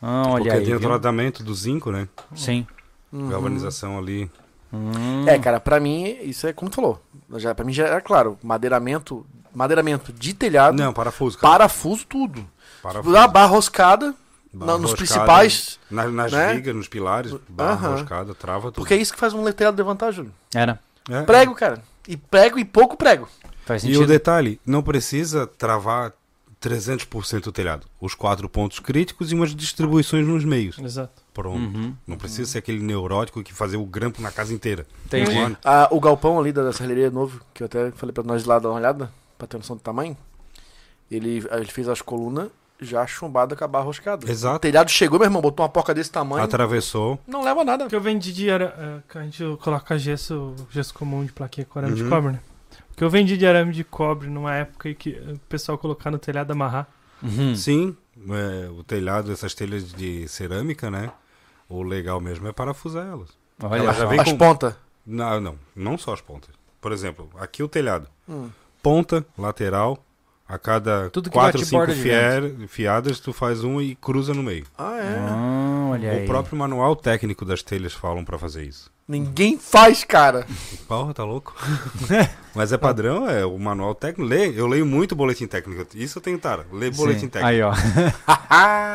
Speaker 1: Ah,
Speaker 4: Porque
Speaker 1: olha aí.
Speaker 4: tem o
Speaker 1: viu? Uhum.
Speaker 4: tratamento do zinco, né?
Speaker 1: Sim.
Speaker 4: Galvanização ali.
Speaker 1: Hum.
Speaker 2: É, cara, pra mim, isso é como tu falou. Já, pra mim já era claro. Madeiramento, madeiramento de telhado,
Speaker 4: Não, parafuso, cara.
Speaker 2: parafuso, tudo.
Speaker 4: Parafuso.
Speaker 2: Dá barra roscada
Speaker 4: Barra
Speaker 2: na- nos
Speaker 4: roscada,
Speaker 2: principais.
Speaker 4: Nas, nas
Speaker 2: né?
Speaker 4: vigas, nos pilares,
Speaker 1: Uhum.
Speaker 4: barra
Speaker 2: Aham.
Speaker 4: roscada, trava tudo.
Speaker 2: Porque é isso que faz um telhado levantar, Júlio.
Speaker 1: Era.
Speaker 4: É.
Speaker 2: Prego, cara. E prego e pouco prego.
Speaker 1: Faz
Speaker 4: E o
Speaker 1: sentido.
Speaker 4: detalhe, não precisa travar 300% o telhado. Os quatro pontos críticos e umas distribuições nos meios.
Speaker 3: Exato.
Speaker 4: Pronto.
Speaker 1: Uhum.
Speaker 4: Não precisa ser aquele neurótico que fazer o grampo na casa inteira.
Speaker 1: Entendi.
Speaker 4: Mano,
Speaker 2: Ah, o galpão ali da, da serralheria novo, que eu até falei pra nós de lá dar uma olhada, pra ter noção do tamanho. Ele, ele fez as colunas já chumbada com a barra roscada. O
Speaker 4: Exato.
Speaker 2: telhado chegou, meu irmão, botou uma porca desse tamanho.
Speaker 4: Ah, tá. Atravessou.
Speaker 2: Não leva nada.
Speaker 3: O que eu vendi de arame. a gente coloca gesso, gesso comum de plaquinha com arame
Speaker 2: Uhum.
Speaker 3: de cobre, né? O que eu vendi de arame de cobre numa época em que o pessoal colocar no telhado amarrar.
Speaker 1: Uhum.
Speaker 4: Sim, é, o telhado, essas telhas de cerâmica, né? O legal mesmo é parafusar elas.
Speaker 1: Olha
Speaker 4: Ela já
Speaker 1: só.
Speaker 4: vem
Speaker 2: As
Speaker 4: com-
Speaker 2: pontas.
Speaker 4: Não, não, não só as pontas. Por exemplo, aqui o telhado.
Speaker 2: Hum.
Speaker 4: Ponta, lateral, a cada
Speaker 1: Tudo que
Speaker 4: quatro,
Speaker 1: bate
Speaker 4: cinco
Speaker 1: borda de
Speaker 4: fier, fiadas, tu faz um e cruza no meio.
Speaker 2: Ah, é.
Speaker 1: Ah, olha aí.
Speaker 4: O próprio manual técnico das telhas falam pra fazer isso.
Speaker 2: Ninguém faz, cara.
Speaker 4: Porra, tá louco? Mas é padrão, é o manual técnico. Lê, eu leio muito boletim técnico. Isso eu tenho tara. Lê
Speaker 1: Sim.
Speaker 4: boletim técnico.
Speaker 1: Aí, ó.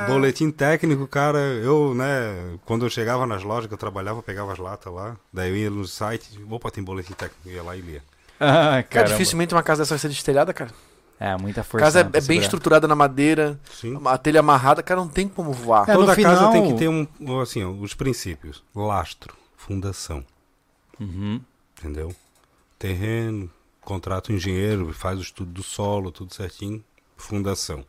Speaker 4: Boletim técnico, cara, eu, né, quando eu chegava nas lojas que eu trabalhava, eu pegava as latas lá, daí eu ia no site, opa, tem boletim técnico, eu ia lá e lia.
Speaker 1: Ah,
Speaker 2: Cara,
Speaker 1: caramba.
Speaker 2: dificilmente uma casa dessa vai ser destelhada, cara.
Speaker 1: É, muita
Speaker 2: A
Speaker 1: força.
Speaker 2: casa é,
Speaker 1: né,
Speaker 2: é
Speaker 1: pra
Speaker 2: bem
Speaker 1: segurar.
Speaker 2: estruturada na madeira,
Speaker 4: Sim.
Speaker 2: a telha amarrada, cara, não tem como voar.
Speaker 1: É, no
Speaker 4: Toda casa
Speaker 1: final-
Speaker 4: tem que ter um, um, assim, ó, os princípios. Lastro, fundação,
Speaker 1: Uhum.
Speaker 4: entendeu? Terreno, contrata o engenheiro, faz o estudo do solo, tudo certinho, fundação.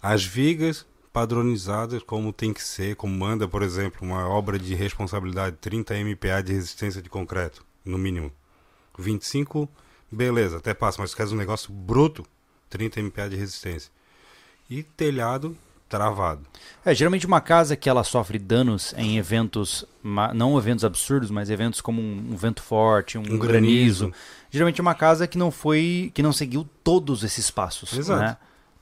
Speaker 4: As vigas padronizadas como tem que ser, como manda, por exemplo, uma obra de responsabilidade 30 MPa de resistência de concreto, no mínimo. 25 Beleza, até passa, mas quer um negócio bruto, 30 MPa de resistência. E telhado travado.
Speaker 1: É, geralmente uma casa que ela sofre danos em eventos, ma- não eventos absurdos, mas eventos como um, um vento forte, um,
Speaker 4: Um
Speaker 1: granizo.
Speaker 4: granizo.
Speaker 1: Geralmente é uma casa que não foi, que não seguiu todos esses passos,
Speaker 4: Exato. Tá
Speaker 1: né?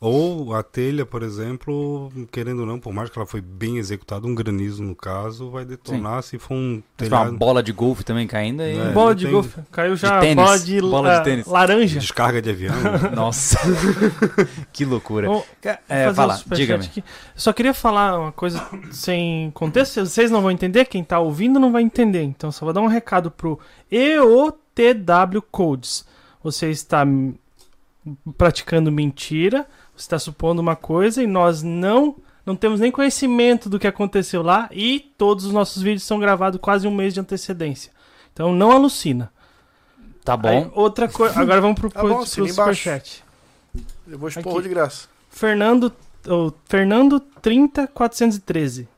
Speaker 4: Ou a telha, por exemplo, querendo ou não, por mais que ela foi bem executada, um granizo no caso, vai detonar se for um
Speaker 1: Se tiver Tipo, uma
Speaker 4: telhado.
Speaker 1: bola de golfe também caindo aí...
Speaker 4: É,
Speaker 3: bola
Speaker 4: não
Speaker 3: de
Speaker 4: tem-
Speaker 3: golfe. Caiu já
Speaker 1: tênis,
Speaker 3: bola de,
Speaker 1: bola de
Speaker 3: ah,
Speaker 1: tênis.
Speaker 3: laranja.
Speaker 4: Descarga de avião.
Speaker 1: Nossa, que loucura.
Speaker 3: Vamos
Speaker 1: É,
Speaker 3: fazer
Speaker 1: fala,
Speaker 3: um superchat
Speaker 1: diga-me.
Speaker 3: aqui. Eu Só queria falar uma coisa sem contexto. Vocês não vão entender, quem tá ouvindo não vai entender. Então só vou dar um recado pro EOTW Codes. Você está m- praticando mentira, você está supondo uma coisa e nós não não temos nem conhecimento do que aconteceu lá e todos os nossos vídeos são gravados quase um mês de antecedência. Então não alucina.
Speaker 1: Tá
Speaker 3: Aí,
Speaker 1: bom.
Speaker 3: outra coisa, agora vamos pro,
Speaker 2: Tá bom,
Speaker 3: pro
Speaker 2: assina embaixo.
Speaker 3: superchat.
Speaker 2: Eu vou
Speaker 3: Aqui.
Speaker 2: expor de graça.
Speaker 3: Fernando, ou Fernando 30413.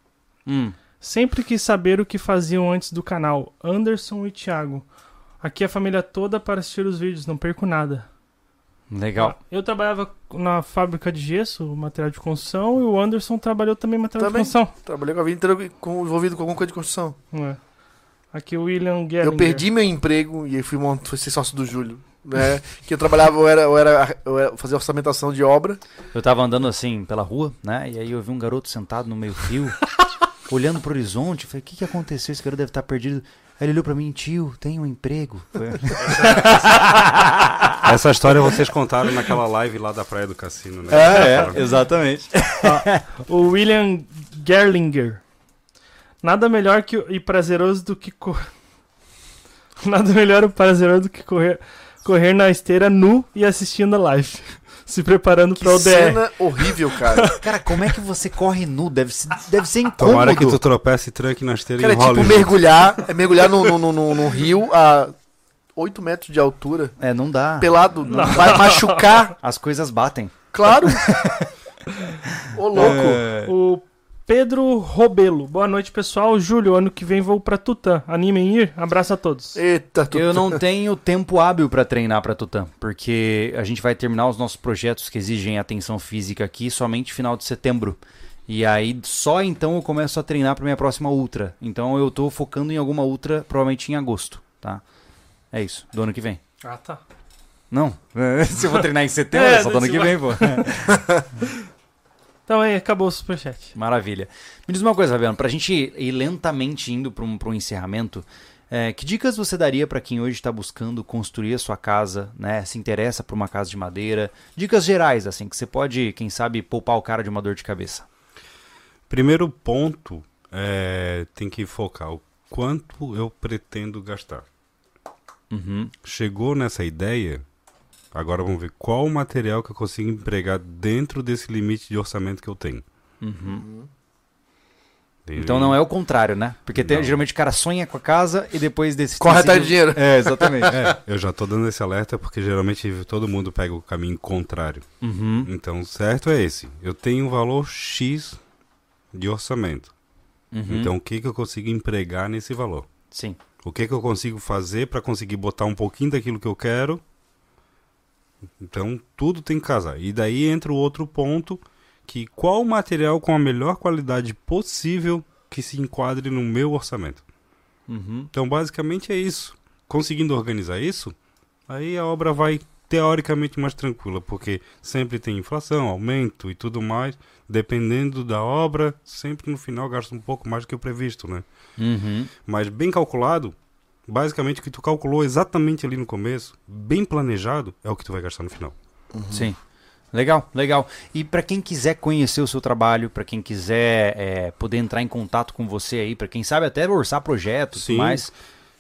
Speaker 1: Hum.
Speaker 3: Sempre quis saber o que faziam antes do canal. Anderson e Thiago. Aqui a família toda para assistir os vídeos, não perco nada. Ah,
Speaker 1: Legal.
Speaker 3: Eu trabalhava na fábrica de gesso, material de construção, e o Anderson trabalhou também material
Speaker 2: Também.
Speaker 3: de construção.
Speaker 2: Trabalhei com a vida inteira com- envolvido com alguma coisa de construção.
Speaker 3: Não é. Aqui o William Guerra.
Speaker 2: Eu perdi meu emprego e aí fui, mont... fui ser sócio do Júlio. Né? que eu trabalhava, eu era, eu era, eu era fazer orçamentação de obra.
Speaker 1: Eu tava andando assim pela rua, né? E aí eu vi um garoto sentado no meio-fio, olhando pro horizonte. Eu Falei, o que, que aconteceu? Esse garoto deve estar perdido. Aí ele olhou pra mim, tio, tem um emprego. Foi-
Speaker 4: Essa história vocês contaram naquela live lá da Praia do Cassino, né?
Speaker 3: É,
Speaker 1: É, exatamente.
Speaker 3: O William Gerlinger. Nada melhor que e prazeroso do que co- Nada melhor e prazeroso do que correr, correr na esteira nu e assistindo a live. Se preparando
Speaker 2: Que
Speaker 3: pra ODR.
Speaker 2: cena horrível, cara.
Speaker 1: Cara, como é que você corre nu? Deve ser, deve ser incômodo.
Speaker 4: Tomara que tu tropece e tranque na esteira
Speaker 2: cara, é
Speaker 4: em
Speaker 2: tipo
Speaker 4: Hollywood.
Speaker 2: mergulhar, é mergulhar num no, no, no, no rio a 8 metros de altura,
Speaker 1: É, não dá.
Speaker 2: pelado, vai machucar.
Speaker 1: As coisas batem.
Speaker 2: Claro. Ô, louco.
Speaker 1: É.
Speaker 3: O Pedro Robelo. Boa noite, pessoal. Júlio, ano que vem vou pra Tutã. Animem ir. Abraço a todos.
Speaker 2: Eita, tu...
Speaker 1: Eu não tenho tempo hábil pra treinar pra Tutã, porque a gente vai terminar os nossos projetos que exigem atenção física aqui somente final de setembro. E aí só então eu começo a treinar pra minha próxima ultra. Então eu tô focando em alguma ultra provavelmente em agosto, tá? É isso, do ano que vem.
Speaker 3: Ah, tá.
Speaker 1: Não, se eu vou treinar em setembro,
Speaker 3: É,
Speaker 1: é só do ano
Speaker 3: desse
Speaker 1: que vem, pô.
Speaker 3: Então aí, acabou o superchat.
Speaker 1: Maravilha. Me diz uma coisa, Fabiano, pra gente ir lentamente indo para um, pra um encerramento, é, que dicas você daria para quem hoje está buscando construir a sua casa, né? Se interessa por uma casa de madeira? Dicas gerais, assim, que você pode, quem sabe, poupar o cara de uma dor de cabeça.
Speaker 4: Primeiro ponto é, tem que focar o quanto eu pretendo gastar.
Speaker 1: Uhum.
Speaker 4: Chegou nessa ideia, agora vamos ver qual o material que eu consigo empregar dentro desse limite de orçamento que eu tenho.
Speaker 1: Uhum. Então não é o contrário, né? Porque tem-
Speaker 4: Não.
Speaker 1: geralmente o cara sonha com a casa e depois desse
Speaker 2: Corre atrás de dinheiro.
Speaker 1: É, exatamente.
Speaker 4: Eu já tô dando esse alerta porque geralmente todo mundo pega o caminho contrário.
Speaker 1: Uhum.
Speaker 4: Então o certo é esse. Eu tenho um valor X de orçamento.
Speaker 1: Uhum.
Speaker 4: Então o que, que eu consigo empregar nesse valor?
Speaker 1: Sim.
Speaker 4: O que, que eu consigo fazer para conseguir botar um pouquinho daquilo que eu quero? Então, tudo tem que casar. E daí entra o outro ponto, que qual o material com a melhor qualidade possível que se enquadre no meu orçamento.
Speaker 1: Uhum.
Speaker 4: Então, basicamente é isso. Conseguindo organizar isso, aí a obra vai teoricamente mais tranquila, porque sempre tem inflação, aumento e tudo mais. Dependendo da obra, sempre no final gasta um pouco mais do que o previsto, né?
Speaker 1: Uhum.
Speaker 4: mas bem calculado, basicamente o que tu calculou exatamente ali no começo, bem planejado, é o que tu vai gastar no final.
Speaker 1: Sim. Legal, legal. E para quem quiser conhecer o seu trabalho, para quem quiser é, poder entrar em contato com você aí, para quem sabe até orçar projetos e
Speaker 4: Sim.
Speaker 1: tudo mais.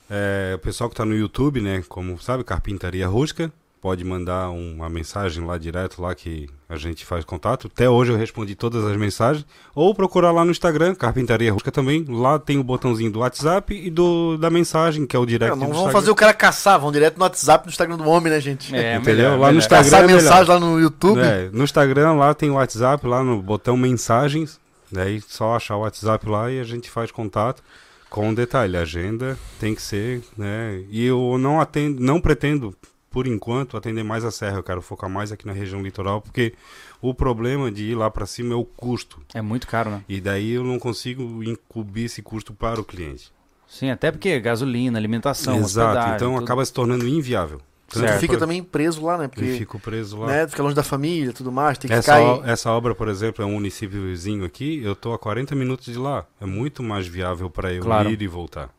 Speaker 4: É, o pessoal que tá no YouTube, né, como sabe, Carpintaria Rústica, pode mandar uma mensagem lá direto lá que a gente faz contato. Até hoje eu respondi todas as mensagens. Ou procurar lá no Instagram, Carpintaria Rústica também. Lá tem o botãozinho do WhatsApp e do da mensagem, que é o direct
Speaker 2: Não, não
Speaker 4: do
Speaker 2: vamos
Speaker 4: Instagram.
Speaker 2: fazer o cara caçar, vão direto no WhatsApp, no Instagram do homem, né, gente?
Speaker 1: É,
Speaker 4: Entendeu?
Speaker 1: melhor,
Speaker 4: Lá no
Speaker 1: melhor.
Speaker 4: Instagram.
Speaker 2: Caçar
Speaker 4: é melhor.
Speaker 2: mensagem lá no YouTube.
Speaker 4: É, no Instagram lá tem o WhatsApp, lá no botão mensagens. Daí só achar o WhatsApp lá e a gente faz contato com detalhe. A agenda tem que ser, né? E eu não atendo, não pretendo por enquanto, atender mais a serra. Eu quero focar mais aqui na região litoral, porque o problema de ir lá para cima é o custo.
Speaker 1: É muito caro, né?
Speaker 4: E daí eu não consigo encobrir esse custo para o cliente.
Speaker 1: Sim, até porque gasolina, alimentação,
Speaker 4: Exato.
Speaker 1: hospedagem,
Speaker 4: Então
Speaker 1: tudo.
Speaker 4: acaba se tornando inviável. Tanto
Speaker 1: Certo.
Speaker 2: Tu fica
Speaker 4: pra-
Speaker 2: também preso lá, né?
Speaker 4: Eu
Speaker 2: Porque
Speaker 4: fico preso lá. É
Speaker 2: né, tu fica longe da família tudo mais, tem que
Speaker 4: Essa,
Speaker 2: ficar
Speaker 4: o-
Speaker 2: aí.
Speaker 4: essa obra, por exemplo, é um município vizinho aqui. Eu tô a 40 minutos de lá. É muito mais viável para eu
Speaker 1: Claro.
Speaker 4: ir e voltar.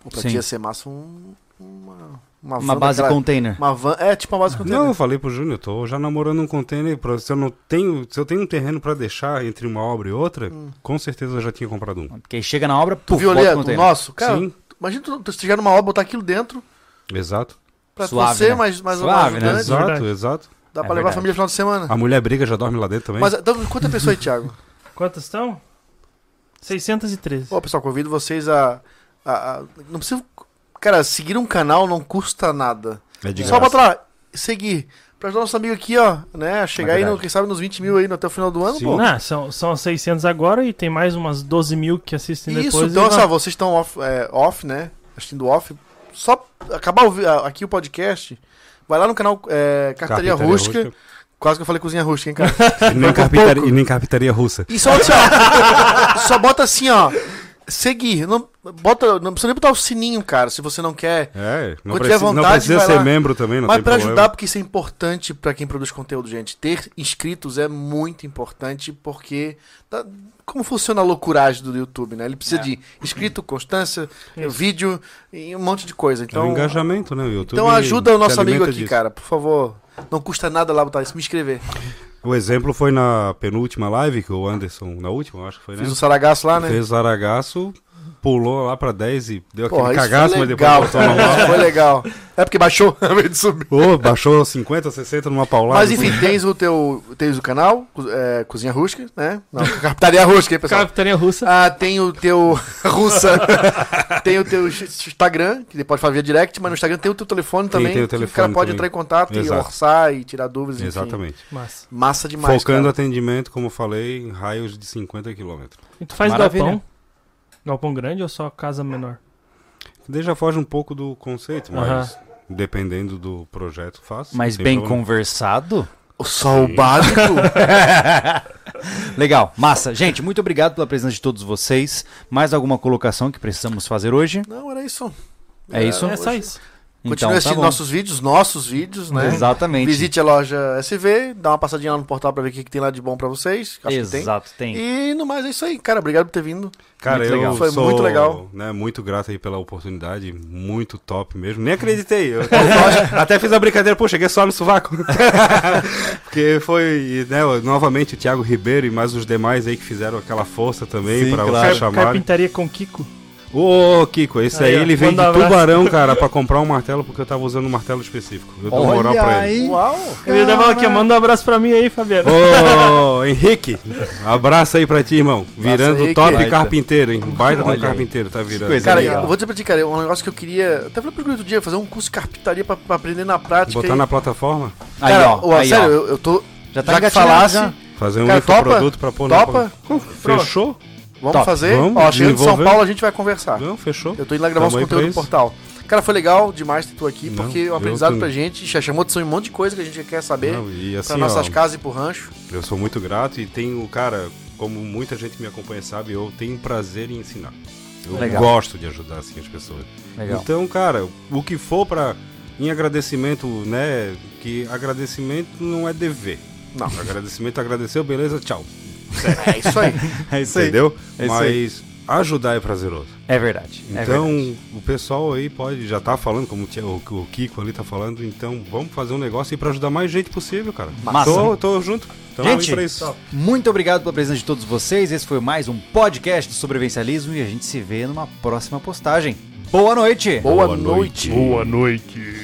Speaker 2: Pô, Pra
Speaker 1: Sim.
Speaker 2: ti ia ser massa um- uma, uma,
Speaker 1: uma
Speaker 2: van
Speaker 1: base
Speaker 2: daquela-
Speaker 1: container.
Speaker 2: Uma van, é tipo uma base container.
Speaker 4: Não, eu falei pro Júnior, eu tô já namorando um container. pra- Se eu não tenho, se eu tenho um terreno para deixar entre uma obra e outra,
Speaker 2: Hum.
Speaker 4: com certeza eu já tinha comprado um.
Speaker 1: Porque aí chega na obra,
Speaker 2: Tu
Speaker 1: puf,
Speaker 2: viu ali
Speaker 1: bota o
Speaker 2: é, o
Speaker 1: container.
Speaker 2: nosso? Cara,
Speaker 4: Sim.
Speaker 2: imagina tu, tu chegar numa obra, botar aquilo dentro
Speaker 4: Ajudante.
Speaker 2: pra
Speaker 1: Suave,
Speaker 2: você,
Speaker 1: né?
Speaker 2: mais, mais
Speaker 1: Suave, né?
Speaker 2: é uma
Speaker 4: Exato.
Speaker 2: ajudante.
Speaker 4: Exato,
Speaker 3: verdade.
Speaker 4: exato.
Speaker 2: Dá
Speaker 1: É
Speaker 2: pra levar
Speaker 1: verdade.
Speaker 2: a família no final de semana.
Speaker 4: A mulher briga, já dorme lá dentro também.
Speaker 2: Mas então, quanta pessoa aí, Thiago?
Speaker 3: Quantas estão? 613.
Speaker 2: Ó, pessoal, convido vocês a, a- a- Não precisa. Cara, seguir um canal não custa nada.
Speaker 4: É de
Speaker 2: Só
Speaker 4: graça.
Speaker 2: bota lá, seguir. Pra ajudar nosso amigo aqui, ó, né? A chegar
Speaker 1: É
Speaker 2: aí, no,
Speaker 1: verdade.
Speaker 2: quem sabe, nos 20 mil aí no- até o final do ano,
Speaker 4: Sim.
Speaker 2: pô.
Speaker 3: Ah, são, são 600 agora e tem mais umas 12 mil que assistem
Speaker 2: Isso,
Speaker 3: depois.
Speaker 2: então,
Speaker 3: e
Speaker 2: assim, ó, vocês estão off, é, off, né? Assistindo off. Só acabar o vi- a- aqui o podcast, vai lá no canal é, Carpintaria
Speaker 4: Carpintaria
Speaker 2: Rústica. Quase que eu falei cozinha rústica, hein, cara?
Speaker 4: E nem,
Speaker 2: Pouco,
Speaker 4: carpintaria,
Speaker 2: é, pouco.
Speaker 4: e nem carpintaria russa.
Speaker 2: E só, assim, ó, só bota assim, ó. Seguir. Não, bota, não precisa nem botar o sininho, cara, se você não quer.
Speaker 4: É, não,
Speaker 2: Quando tiver
Speaker 4: precisa, não
Speaker 2: vontade,
Speaker 4: precisa
Speaker 2: vai
Speaker 4: ser
Speaker 2: lá.
Speaker 4: membro também, não
Speaker 2: Mas
Speaker 4: tem
Speaker 2: pra
Speaker 4: problema.
Speaker 2: ajudar, porque isso é importante pra quem produz conteúdo, gente. Ter inscritos é muito importante, porque. tá- como funciona a loucuragem do YouTube, né? Ele precisa
Speaker 1: É.
Speaker 2: de inscrito, constância,
Speaker 3: Isso.
Speaker 2: vídeo e um monte de coisa.
Speaker 4: é
Speaker 2: Então,
Speaker 4: um engajamento, né? O YouTube
Speaker 2: então ajuda o
Speaker 4: se
Speaker 2: nosso amigo
Speaker 4: alimenta
Speaker 2: aqui,
Speaker 4: disso.
Speaker 2: cara, por favor. Não custa nada lá botar isso, me inscrever.
Speaker 4: O exemplo foi na penúltima live que o Anderson, na última, eu acho que foi, né?
Speaker 2: Fiz um saragaço lá, né?
Speaker 4: Fez zaragaço, pulou lá pra 10 e deu
Speaker 2: Porra,
Speaker 4: aquele
Speaker 2: isso
Speaker 4: cagaço,
Speaker 2: foi
Speaker 4: mas depois
Speaker 2: legal,
Speaker 4: voltou
Speaker 2: cara,
Speaker 4: normal.
Speaker 2: isso foi legal. É porque baixou, ao invés de subir.
Speaker 4: Ô, baixou 50, 60 numa paulada.
Speaker 2: Mas enfim, tens o teu tens o canal, co- é, Cozinha Rusca, né? Não, Capitaria Rusca, hein, pessoal?
Speaker 3: Capitania Russa.
Speaker 2: Ah, tem o teu. Russa. tem o teu Instagram, que pode fazer via direct, mas no Instagram tem o teu telefone também.
Speaker 4: tem o
Speaker 2: que o
Speaker 4: telefone
Speaker 2: cara pode
Speaker 4: também.
Speaker 2: entrar em contato e
Speaker 4: Exato.
Speaker 2: orçar e tirar dúvidas. Enfim.
Speaker 4: Exatamente.
Speaker 3: Massa.
Speaker 2: Massa demais.
Speaker 4: Focando
Speaker 2: cara.
Speaker 4: atendimento, como eu falei, em raios de 50 quilômetros.
Speaker 3: E tu faz
Speaker 1: Maravilha.
Speaker 3: galpão? Galpão grande ou só casa menor?
Speaker 4: Daí já foge um pouco do conceito, mas dependendo do projeto, faço.
Speaker 1: Mas
Speaker 4: sem
Speaker 1: bem
Speaker 4: problema.
Speaker 1: conversado.
Speaker 2: Só o básico.
Speaker 1: Legal, massa. Gente, muito obrigado pela presença de todos vocês. Mais alguma colocação que precisamos fazer hoje?
Speaker 2: Não, era isso.
Speaker 1: É isso?
Speaker 3: É só isso.
Speaker 1: Então,
Speaker 2: Continue
Speaker 1: tá
Speaker 2: assistindo
Speaker 1: bom.
Speaker 2: nossos vídeos, nossos vídeos, né?
Speaker 1: Exatamente.
Speaker 2: Visite a loja SV, dá uma passadinha lá no portal pra ver o que, que tem lá de bom pra vocês. que Acho
Speaker 1: Exato,
Speaker 2: que
Speaker 1: tem.
Speaker 2: tem. E no mais é isso aí, cara. Obrigado por ter vindo.
Speaker 4: Cara,
Speaker 1: Muito
Speaker 4: eu
Speaker 1: legal.
Speaker 2: Foi
Speaker 4: sou,
Speaker 2: muito legal.
Speaker 4: Né, muito grato aí pela oportunidade, muito top mesmo. Nem acreditei. Eu até- até fiz a brincadeira, pô, cheguei só no sovaco. Porque foi, né, novamente o Thiago Ribeiro e mais os demais aí que fizeram aquela força também
Speaker 1: Sim,
Speaker 4: para
Speaker 1: claro.
Speaker 4: vocês chamarem.
Speaker 3: Carpintaria com Kiko.
Speaker 4: Ô, Kiko, esse aí,
Speaker 3: Aí, ó,
Speaker 4: ele veio de
Speaker 3: manda um abraço.
Speaker 4: Tubarão, cara, pra comprar um martelo, porque eu tava usando um martelo específico. Eu dou moral pra ele.
Speaker 2: Uau!
Speaker 3: Eu ia dar uma aqui, manda um abraço pra mim aí, Fabiano.
Speaker 4: Ô, Henrique, abraço aí pra ti, irmão. Virando
Speaker 2: Henrique.
Speaker 4: top
Speaker 1: Baita.
Speaker 4: carpinteiro, hein? Baita
Speaker 1: Olha
Speaker 4: do
Speaker 1: aí.
Speaker 4: carpinteiro, tá virando.
Speaker 1: coisa
Speaker 2: Cara,
Speaker 1: legal.
Speaker 2: eu vou dizer pra ti, cara, é um negócio que eu queria. Até falei pro outro dia, fazer um curso de carpintaria pra, pra aprender na prática.
Speaker 4: Botar
Speaker 2: e-
Speaker 4: na plataforma,
Speaker 1: Aí,
Speaker 2: Cara,
Speaker 1: ó.
Speaker 2: ué,
Speaker 1: aí,
Speaker 2: sério,
Speaker 1: ó.
Speaker 2: Eu, eu tô.
Speaker 1: Já tá
Speaker 2: já que
Speaker 1: engatilhado
Speaker 2: falasse,
Speaker 1: já.
Speaker 4: fazer um
Speaker 2: Cara, topa?
Speaker 4: infoproduto pra pôr
Speaker 2: Topa?
Speaker 4: na... Fechou?
Speaker 2: Vamos
Speaker 1: Top.
Speaker 2: fazer?
Speaker 4: Vamos,
Speaker 2: Ó, chegando em São
Speaker 4: desenvolver.
Speaker 2: Paulo a gente vai conversar.
Speaker 4: Não, fechou.
Speaker 2: Tá. Eu tô indo lá gravar os
Speaker 4: Tamo aí pra
Speaker 2: conteúdos do
Speaker 4: isso.
Speaker 2: portal. Cara, foi legal demais ter tu aqui,
Speaker 4: Não,
Speaker 2: porque é um
Speaker 4: eu
Speaker 2: aprendizado
Speaker 4: tô-
Speaker 2: pra gente. Já chamou atenção em um monte de coisa que a gente quer saber.
Speaker 4: Não, e assim,
Speaker 2: pra nossas
Speaker 4: ó,
Speaker 2: casas e pro rancho.
Speaker 4: eu sou muito grato e tenho, cara, como muita gente que me acompanha sabe, eu tenho prazer em ensinar. Eu
Speaker 1: Legal.
Speaker 4: gosto de ajudar, assim, as pessoas.
Speaker 1: Legal.
Speaker 4: Então, cara, o que for pra. Em agradecimento, né? Que agradecimento não é dever.
Speaker 2: Não.
Speaker 4: Agradecimento, agradeceu, beleza, tchau.
Speaker 2: É isso aí.
Speaker 1: É
Speaker 4: Entendeu?
Speaker 1: É isso aí.
Speaker 4: Mas ajudar é prazeroso.
Speaker 1: É verdade. é
Speaker 4: Então,
Speaker 1: verdade.
Speaker 4: o pessoal aí pode, já tá falando, como o Thi- o, o Kiko ali tá falando, então vamos fazer um negócio aí pra ajudar mais gente possível, cara.
Speaker 1: Massa.
Speaker 4: Tô, tô junto. Tamo aí
Speaker 1: Gente,
Speaker 4: pra então é isso.
Speaker 1: muito obrigado pela presença de todos vocês. Esse foi mais um podcast do sobrevivencialismo e a gente se vê numa próxima postagem. Boa noite!
Speaker 2: Boa, noite.
Speaker 3: Boa noite.